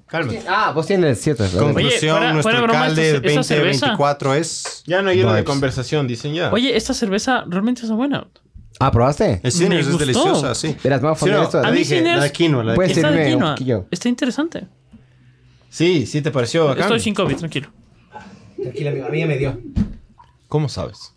K: Cálmate.
A: Ah, vos tienes ciertas. ¿verdad?
D: Oye,
F: Conclusión,
D: fuera-
F: nuestro
D: fuera broma,
F: alcalde
D: esta- esta cerveza-
F: 2024 es...
K: Ya no hay hilo de
F: Vibes.
K: conversación, dicen ya.
D: Oye, esta cerveza realmente está buena.
A: Ah, ¿probaste?
F: Es Sinners,
D: Me
F: es
D: gustó.
F: deliciosa, sí.
A: Verás, vamos a
F: Sí,
A: poner
F: no,
A: esto.
F: la
D: A mí
F: dije,
D: Sinners-
F: la de quinoa, la de
A: Puede
F: quinoa.
D: Está
A: servirme
D: de
A: un
D: quinoa.
A: poquillo.
D: Está interesante.
K: Sí, sí te pareció bacán.
D: Estoy sin COVID, tranquilo.
A: Tranquila, amigo, a mí ya me dio.
K: ¿Cómo sabes?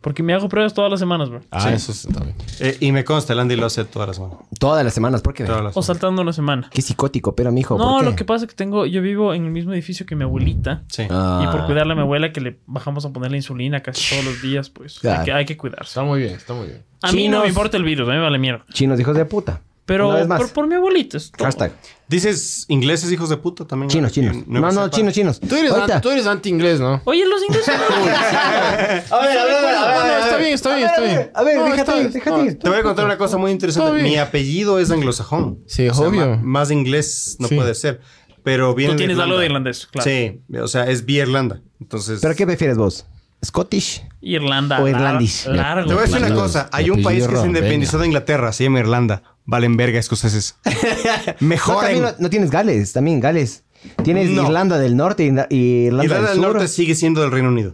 D: Porque me hago pruebas todas las semanas, bro.
K: Ah, eso es también.
F: Eh, y me consta, el Andy lo hace todas las semanas.
A: Todas las semanas, ¿por qué?
F: Todas las
D: O
F: semanas.
D: saltando una semana.
A: Qué psicótico, pero mijo. ¿por
D: No,
A: qué?
D: lo que pasa es que tengo, yo vivo en el mismo edificio que mi abuelita.
F: Sí.
A: Ah.
D: Y por cuidarla a mi abuela, que le bajamos a poner la insulina casi todos los días, pues.
A: Claro.
D: Hay, que, hay que cuidarse.
B: Está muy bien, está muy bien.
D: A mí no
A: Chinos.
D: me importa el virus, a mí me vale mierda.
A: Chinos, hijos de puta.
D: Pero
A: Una vez más.
D: por, por mi abuelita. es todo.
A: Hashtag.
F: Dices ingleses, hijos de puta, también.
A: Chinos, chinos. No, no,
F: sepa.
A: chinos, chinos.
B: Tú eres,
A: Ahorita.
B: an- tú eres anti-inglés, ¿no?
D: Oye, los
A: <laughs>
D: ingleses.
B: A ver, a ver, Está bien, está bien, está bien.
A: A ver,
B: No, está
A: déjate ir,
B: bien,
A: déjate
B: no.
A: ir.
F: Te voy a contar una cosa muy interesante.
B: Está bien.
F: Mi apellido es anglosajón.
B: Sí, obvio.
F: ma- Más, inglés no
B: Sí.
F: puede ser. Pero viene
D: Tú
F: de
D: tienes algo de
F: Irlanda.
D: irlandés, claro.
F: Sí, o sea, es vía Irlanda. Entonces.
A: ¿Pero qué prefieres vos? ¿Scottish?
D: Irlanda.
A: O
D: lar-
A: irlandés.
D: Largo.
F: Te voy a decir una
B: Irlanda.
F: cosa.
B: Mi
F: Hay un
B: apellido
F: país que se
B: Ravenna.
F: independizó de Inglaterra. Se llama Irlanda. Valen
A: <laughs>
F: verga, escoceses.
A: No,
F: Mejoren.
A: también no, no tienes Gales, también Gales. Tienes
F: No.
A: Irlanda del Norte y Irla- y Irlanda,
F: Irlanda
A: del,
F: del
A: Sur.
F: Norte sigue siendo del Reino Unido.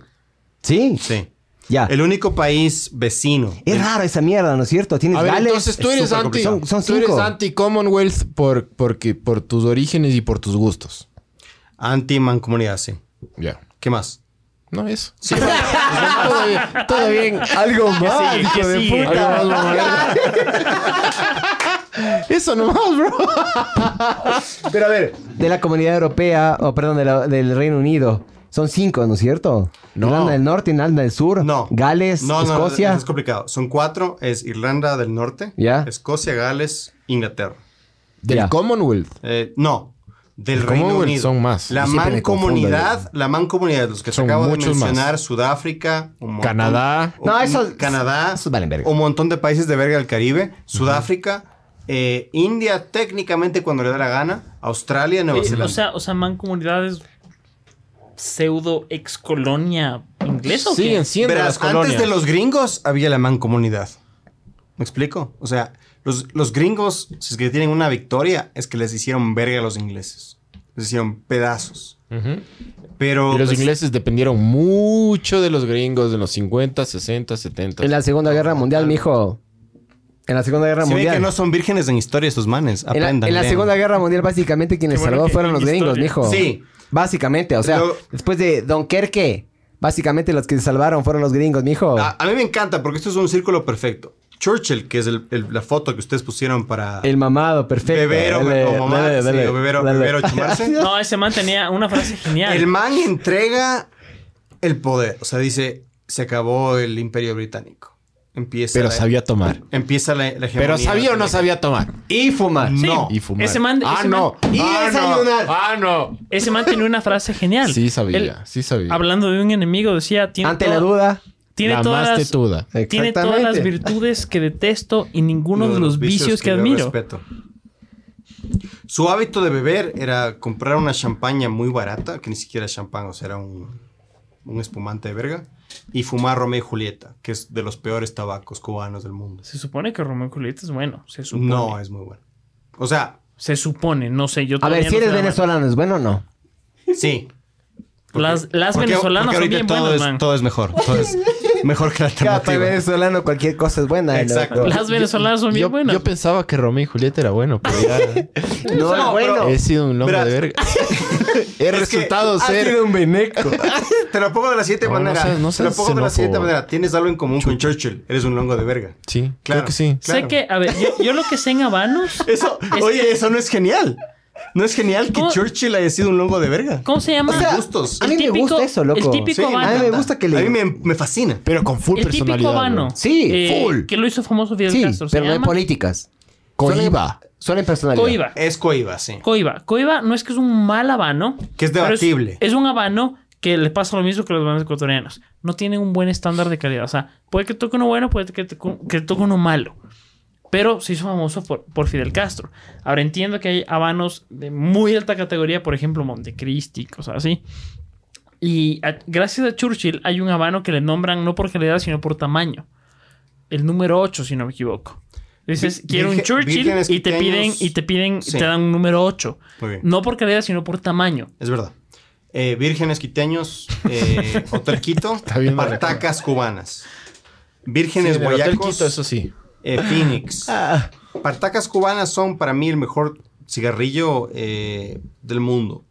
A: Sí,
F: Sí.
A: ya.
F: El único país vecino.
A: Ah. Es raro esa mierda, ¿no es cierto? Tienes
B: A ver,
A: Gales.
B: entonces tú
F: es
B: eres
F: súper
B: anti,
A: complicado. Son- son
B: tú eres
A: cinco.
B: anti Commonwealth por, porque, por tus orígenes y por tus gustos.
F: Anti-mancomunidad, sí.
B: Ya.
F: ¿Qué más?
B: No eso. todo bien, todo bien.
A: Algo
F: Ah,
A: más,
D: sigue?
A: hijo
D: ¿Qué
A: de
D: sigue?
A: puta.
B: Algo más, mamá. Eso nomás, bro.
A: Pero a ver, de la comunidad europea, o perdón, de la- del Reino Unido. Son cinco, ¿no es cierto?
B: No.
A: Irlanda del Norte, Irlanda del Sur,
F: No.
A: Gales,
F: No, no,
A: Escocia.
F: No, es complicado. Son cuatro. Es Irlanda del Norte,
A: Ya.
F: Escocia, Gales, Inglaterra.
B: Del
A: Ya.
B: Commonwealth.
F: Eh, no, del
B: El
F: Reino
B: Commonwealth
F: Unido.
B: son más.
F: La
B: Yo siempre me confundo,
F: mancomunidad, la mancomunidad, los que te
B: Son
F: acabo de
B: muchos más.
F: mencionar, Sudáfrica, un montón-
B: Canadá.
F: un-
A: No, esos-
F: Canadá,
A: esos valen verga.
F: un montón de países de verga del Caribe, Sudáfrica, eh, India técnicamente cuando le da la gana, Australia, Nueva
D: Eh,
F: Zelanda.
D: o sea, o sea, mancomunidades pseudo ex colonia inglesa. ¿o qué?
B: Siguen siendo
F: Verás,
B: las colonias.
F: antes de los gringos había la mancomunidad. ¿Me explico? O sea, los, los gringos, si es que tienen una victoria, es que les hicieron verga a los ingleses. Les hicieron pedazos. Pero...
B: Y los
F: pues,
B: ingleses dependieron mucho de los gringos en los 50, 60, 70.
A: En la Segunda Guerra Mundial, mijo. En la Segunda Guerra
F: Se ve
A: Mundial.
F: que no son vírgenes en historia estos manes.
A: En la,
F: Aprendan.
A: en la
F: lean.
A: Segunda Guerra Mundial, básicamente, quienes
D: Qué bueno
A: salvó
D: que
A: fueron los
D: en
A: gringos,
D: historia.
A: mijo.
F: Sí.
A: Básicamente, o sea,
F: Lo-
A: después de Dunkerque, básicamente los que se salvaron fueron los gringos, mijo.
F: A, a mí me encanta porque esto es un círculo perfecto. Churchill, que es el- el- la foto que ustedes pusieron para...
A: El mamado, perfecto.
F: Beber o-
A: Dale,
F: o mamar,
A: dale,
F: sí,
A: dale,
F: o beber o-
A: dale.
F: beber o
A: <laughs>
F: chumarse.
D: No, ese man tenía una frase genial.
F: El man entrega el poder. O sea, dice, se acabó el imperio británico. empieza.
B: Pero
F: la-
B: sabía tomar.
F: Empieza la, la
B: Pero
F: hegemonía
B: sabía o no sabía tomar.
A: Y fumar.
F: No.
B: Y fumar.
D: Ese man-
B: ah,
D: ese man-
B: no.
A: Y
B: ah,
A: desayunar.
B: No. Ah, no.
D: Ese man tenía una frase genial.
B: Sí sabía,
D: Él,
B: sí sabía.
D: hablando de un enemigo, decía... Tiene
A: Ante
D: toda-
A: la duda.
D: Tiene
B: la
D: todas
B: más
D: las-
B: tetuda.
D: Tiene todas las
A: Exactamente.
D: virtudes que detesto y ninguno de los vicios, que,
F: yo
D: admiro.
F: respeto. Su hábito de beber era comprar una champaña muy barata, que ni siquiera era champán, o sea, era un, un espumante de verga, y fumar Romeo y Julieta, que es de los peores tabacos cubanos del mundo.
D: Se supone que Romeo y Julieta es bueno. Se supone.
F: No, es muy bueno. O sea,
D: Se supone, no sé. Yo
A: A ver, si
D: todavía no
A: eres
D: sé nada
A: venezolano, ¿es bueno o no?
F: sí.
D: más. Las, las
F: Porque-
D: venezolanas
F: porque
D: son
F: ahorita
D: bien
F: todo
D: buenas,
F: es,
D: man.
F: todo es mejor. Todo es mejor <laughs> que la
A: Capa
F: alternativa.
A: venezolano, cualquier cosa es buena.
F: Exacto.
A: loco.
D: Las venezolanas son bien
B: Yo,
D: buenas.
B: yo pensaba que Romeo y Julieta era bueno, pero <laughs> ya
A: No, es bueno.
B: he sido un hombre
F: Verás.
B: de verga. He resultado
A: Ha
B: ser.
A: sido un veneco.
F: <laughs> Te lo pongo de la siguiente
B: No, no
F: manera.
B: seas- no
F: Te lo
B: seas
F: pongo de la
B: xenófobo.
F: siguiente manera. Tienes algo en común con Churchill. Eres un longo de verga.
B: Sí,
F: Claro.
B: creo que sí.
F: Claro.
D: Sé que, a ver, yo, yo lo que sé en habanos.
F: Eso,
D: Es
F: oye,
D: que-
F: eso no es genial. No es genial que
D: ¿Cómo?
F: Churchill haya sido un longo de verga.
D: ¿Cómo se llama?
F: O sea, gustos.
A: A mí me gusta eso, loco.
D: El
F: Sí,
D: típico
F: me
A: A mí
D: habano.
A: me gusta que le-
F: A mí me, me fascina.
B: Pero con full
D: el típico
B: personalidad.
D: habano. Eh,
B: bro.
A: Sí,
B: full.
D: Que lo hizo famoso Fidel
A: Sí,
D: Castro.
A: pero no hay
D: llama
A: políticas. Solo en-
B: Cohiba.
A: Solo en personalidad.
D: Coiba.
F: Es coiba, sí.
D: Coiba. Coiba no es que es un mal habano.
F: Que es
D: pero
F: debatible.
D: Es, un habano que le pasa lo mismo que los habanos ecuatorianos. No tienen un buen estándar de calidad. O sea, puede que toque uno bueno, puede que, toque- que toque uno malo. Pero se hizo famoso por, por Fidel Castro. Ahora entiendo que hay habanos de muy alta categoría, por ejemplo, Montecristi, cosas así. Y a- gracias a Churchill hay un habano que le nombran no por calidad, sino por tamaño. El número 8, si no me equivoco. Dices,
F: Vi-
D: quiero un
F: virgen-
D: Churchill
F: vírgenes
D: y te piden,
F: pequeños.
D: y te piden,
F: Sí.
D: te dan un número 8.
F: Muy bien.
D: No por calidad, sino por tamaño.
F: Es verdad. Eh, vírgenes quiteños, eh, Hotel Quito,
B: bien mal.
F: partacas cubanas.
B: Sí,
F: Vírgenes
B: en el Hotel
F: guayacos,
B: Quito, eso sí.
F: eh, Phoenix.
A: Ah,
F: Partacas cubanas son para mí el mejor cigarrillo eh, del mundo.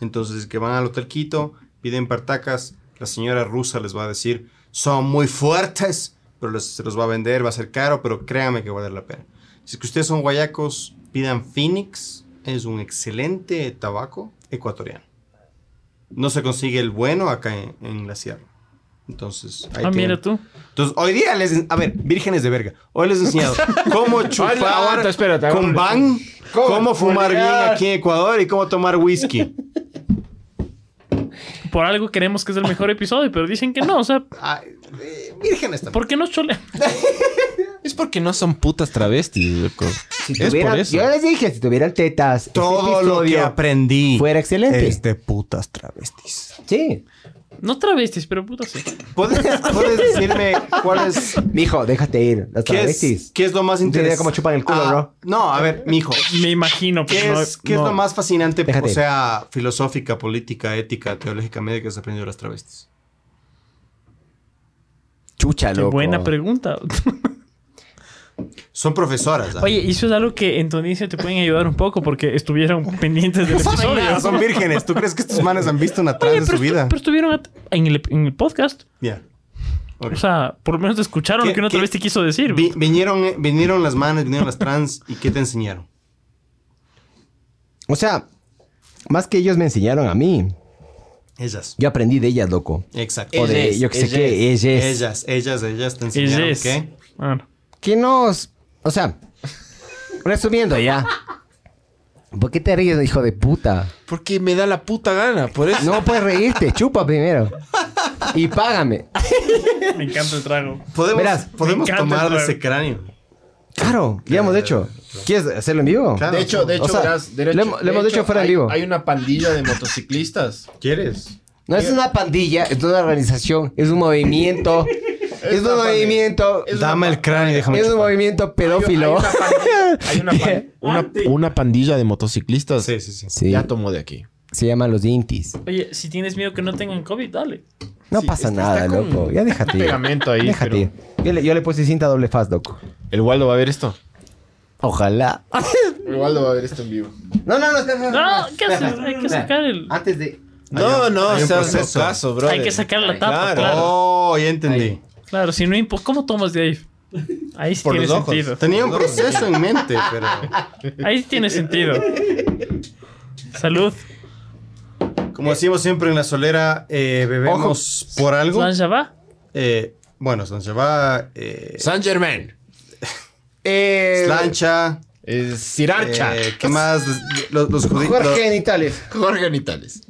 F: Entonces, que van al Hotel Quito, piden partacas, la señora rusa les va a decir, son muy fuertes, pero les- se los va a vender, va a ser caro, pero créanme que vale la pena. Si es que ustedes son guayacos, pidan Phoenix, es un excelente tabaco ecuatoriano. No se consigue el bueno acá en, en la sierra. Entonces, ahí
D: ah,
F: tienen.
D: mira tú.
F: Entonces, hoy día les. en- A ver, vírgenes de verga. Hoy les he enseñado
A: <laughs>
F: cómo chupar
B: Hola, aguanta, espérate,
F: con
B: aguanta.
F: van,
B: ¿Cómo
F: cómo fumar bien
B: culiar?
F: aquí en Ecuador y cómo tomar whisky.
A: <laughs>
D: Por algo creemos que es el mejor episodio, pero dicen que no.
F: <laughs>
D: O sea,
F: Ay, eh, vírgenes también.
D: ¿por qué nos chole?
B: Es porque no son putas travestis, loco.
A: Si
B: es
A: tuvieran-
B: por eso.
A: Yo les dije, si tuvieran tetas, este
F: Todo lo que
A: episodio
F: aprendí Este.
A: fuera excelente.
F: es de putas travestis.
A: Sí.
D: No travestis, pero puta sí.
F: ¿Puedes, puedes decirme cuál es.
A: Mijo, déjate ir. Las
F: ¿Qué
A: travestis.
F: es, qué es lo más
A: Diría
F: interesante?
A: como chupan el culo,
F: Ah,
A: bro.
F: No, a ver,
A: <laughs>
F: mijo.
D: Me imagino,
F: ¿Qué
D: pero no-
F: es, qué es
D: no.
F: lo más fascinante,
A: Déjate.
F: o sea, filosófica, política, ética, teológica, médica que has aprendido de las travestis?
A: Chucha,
D: Qué
A: loco.
D: buena
F: <laughs>
D: pregunta.
F: Son profesoras. ¿ah?
D: Oye, y eso es algo que en tu audiencia te pueden ayudar un poco
F: <laughs>
D: porque estuvieron pendientes del
F: saben
D: episodio.
F: nada, son vírgenes. ¿Tú crees que estos manes han visto una trans
D: Oye,
F: de
D: pero,
F: su vida?
D: estu- pero estuvieron at- en el, en el podcast.
F: Ya. Ok.
D: O sea, por lo menos te escucharon lo
F: ¿Qué-
D: que una
F: qué-
D: travesti quiso decir.
F: Vi- vinieron, eh, vinieron las manes, vinieron las trans y ¿qué te enseñaron?
A: O sea, más que ellos me enseñaron a mí.
F: Ellas.
A: Yo aprendí de ellas, loco.
F: Exacto.
A: O de,
B: Ellas,
A: yo que sé qué, ellas.
F: Ellas, ellas, ellas te
D: Y
F: enseñaron
D: yes.
F: qué.
D: Ah, no.
A: ¿Qué nos...? O sea, resumiendo ya. ¿Por qué te ríes, hijo de puta?
B: Porque me da la puta gana, por eso.
A: No puedes reírte, chupa primero. Y págame.
D: Me encanta el trago.
F: Podemos,
A: Verás,
F: podemos
D: me encanta
F: tomar de
D: el
F: ese cráneo.
A: Claro, ya hemos hecho. ¿Quieres hacerlo en vivo?
F: Claro.
B: De hecho, de hecho,
A: O sea,
B: verás, de
A: le
B: hecho-
A: hemos- le hemos dicho fuera en
B: hay-
A: vivo.
B: Hay una pandilla
A: <laughs>
B: de motociclistas.
F: ¿Quieres?
A: No es una pandilla, es una organización, es un
B: <laughs>
A: movimiento. Es un
B: una pandilla.
A: movimiento.
B: Es una
F: Dame el cráneo y déjame.
A: Es un
F: chupar.
A: movimiento
B: Hay-
A: pedófilo. <laughs>
B: Hay una, pan- hay una pan- una- una pandilla de motociclistas.
F: Sí, sí, sí.
A: Sí,
B: Ya tomó de aquí.
A: se llaman los intis.
D: Oye, si tienes miedo que no tengan COVID, dale.
A: No pasa nada, loco. Ya déjate ir.
B: Pegamento ahí.
A: déjate
B: pero-
A: ir. Yo le, yo le puse cinta doble faz, loco.
B: <laughs> El Waldo va a ver esto.
A: Ojalá.
B: El Waldo va a ver esto en vivo.
A: No, no, no. espera, espera,
D: No,
A: espera.
D: ¿qué haces? Hay que sacar el.
A: Antes de.
B: No, no,
F: hay un
B: seas
F: proceso.
B: caso, bro.
D: Hay que sacar la tapa,
B: Claro.
D: claro.
F: Oh, ya entendí.
D: Claro, si no impo- ¿Cómo tomas de ahí? Ahí sí
B: Por
D: tiene
B: los ojos.
D: sentido.
F: Tenía un proceso en mente, pero.
D: Ahí sí
B: <laughs>
D: tiene sentido. Salud.
F: Como decimos siempre en la solera, eh, bebemos por algo.
D: Plan ya va.
F: Eh, Bueno, Sancheva, eh,
B: San Germain. Eh,
F: Slancha,
B: Es Siracha.
F: eh, ¿qué más? Los, los judi-
A: Jorge
F: los-
A: genitales.
B: Jorge Nitales.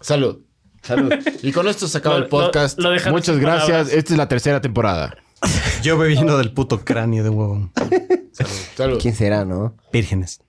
B: Salud. Salud. Y con esto se acaba
D: Lo-
B: el podcast.
D: lo- lo dejamos
N: Muchas
D: sin
N: gracias.
D: palabras.
N: Esta es la tercera temporada.
F: yo bebiendo del puto cráneo de huevón.
B: Salud.
A: ¿Quién será, no?
F: Vírgenes.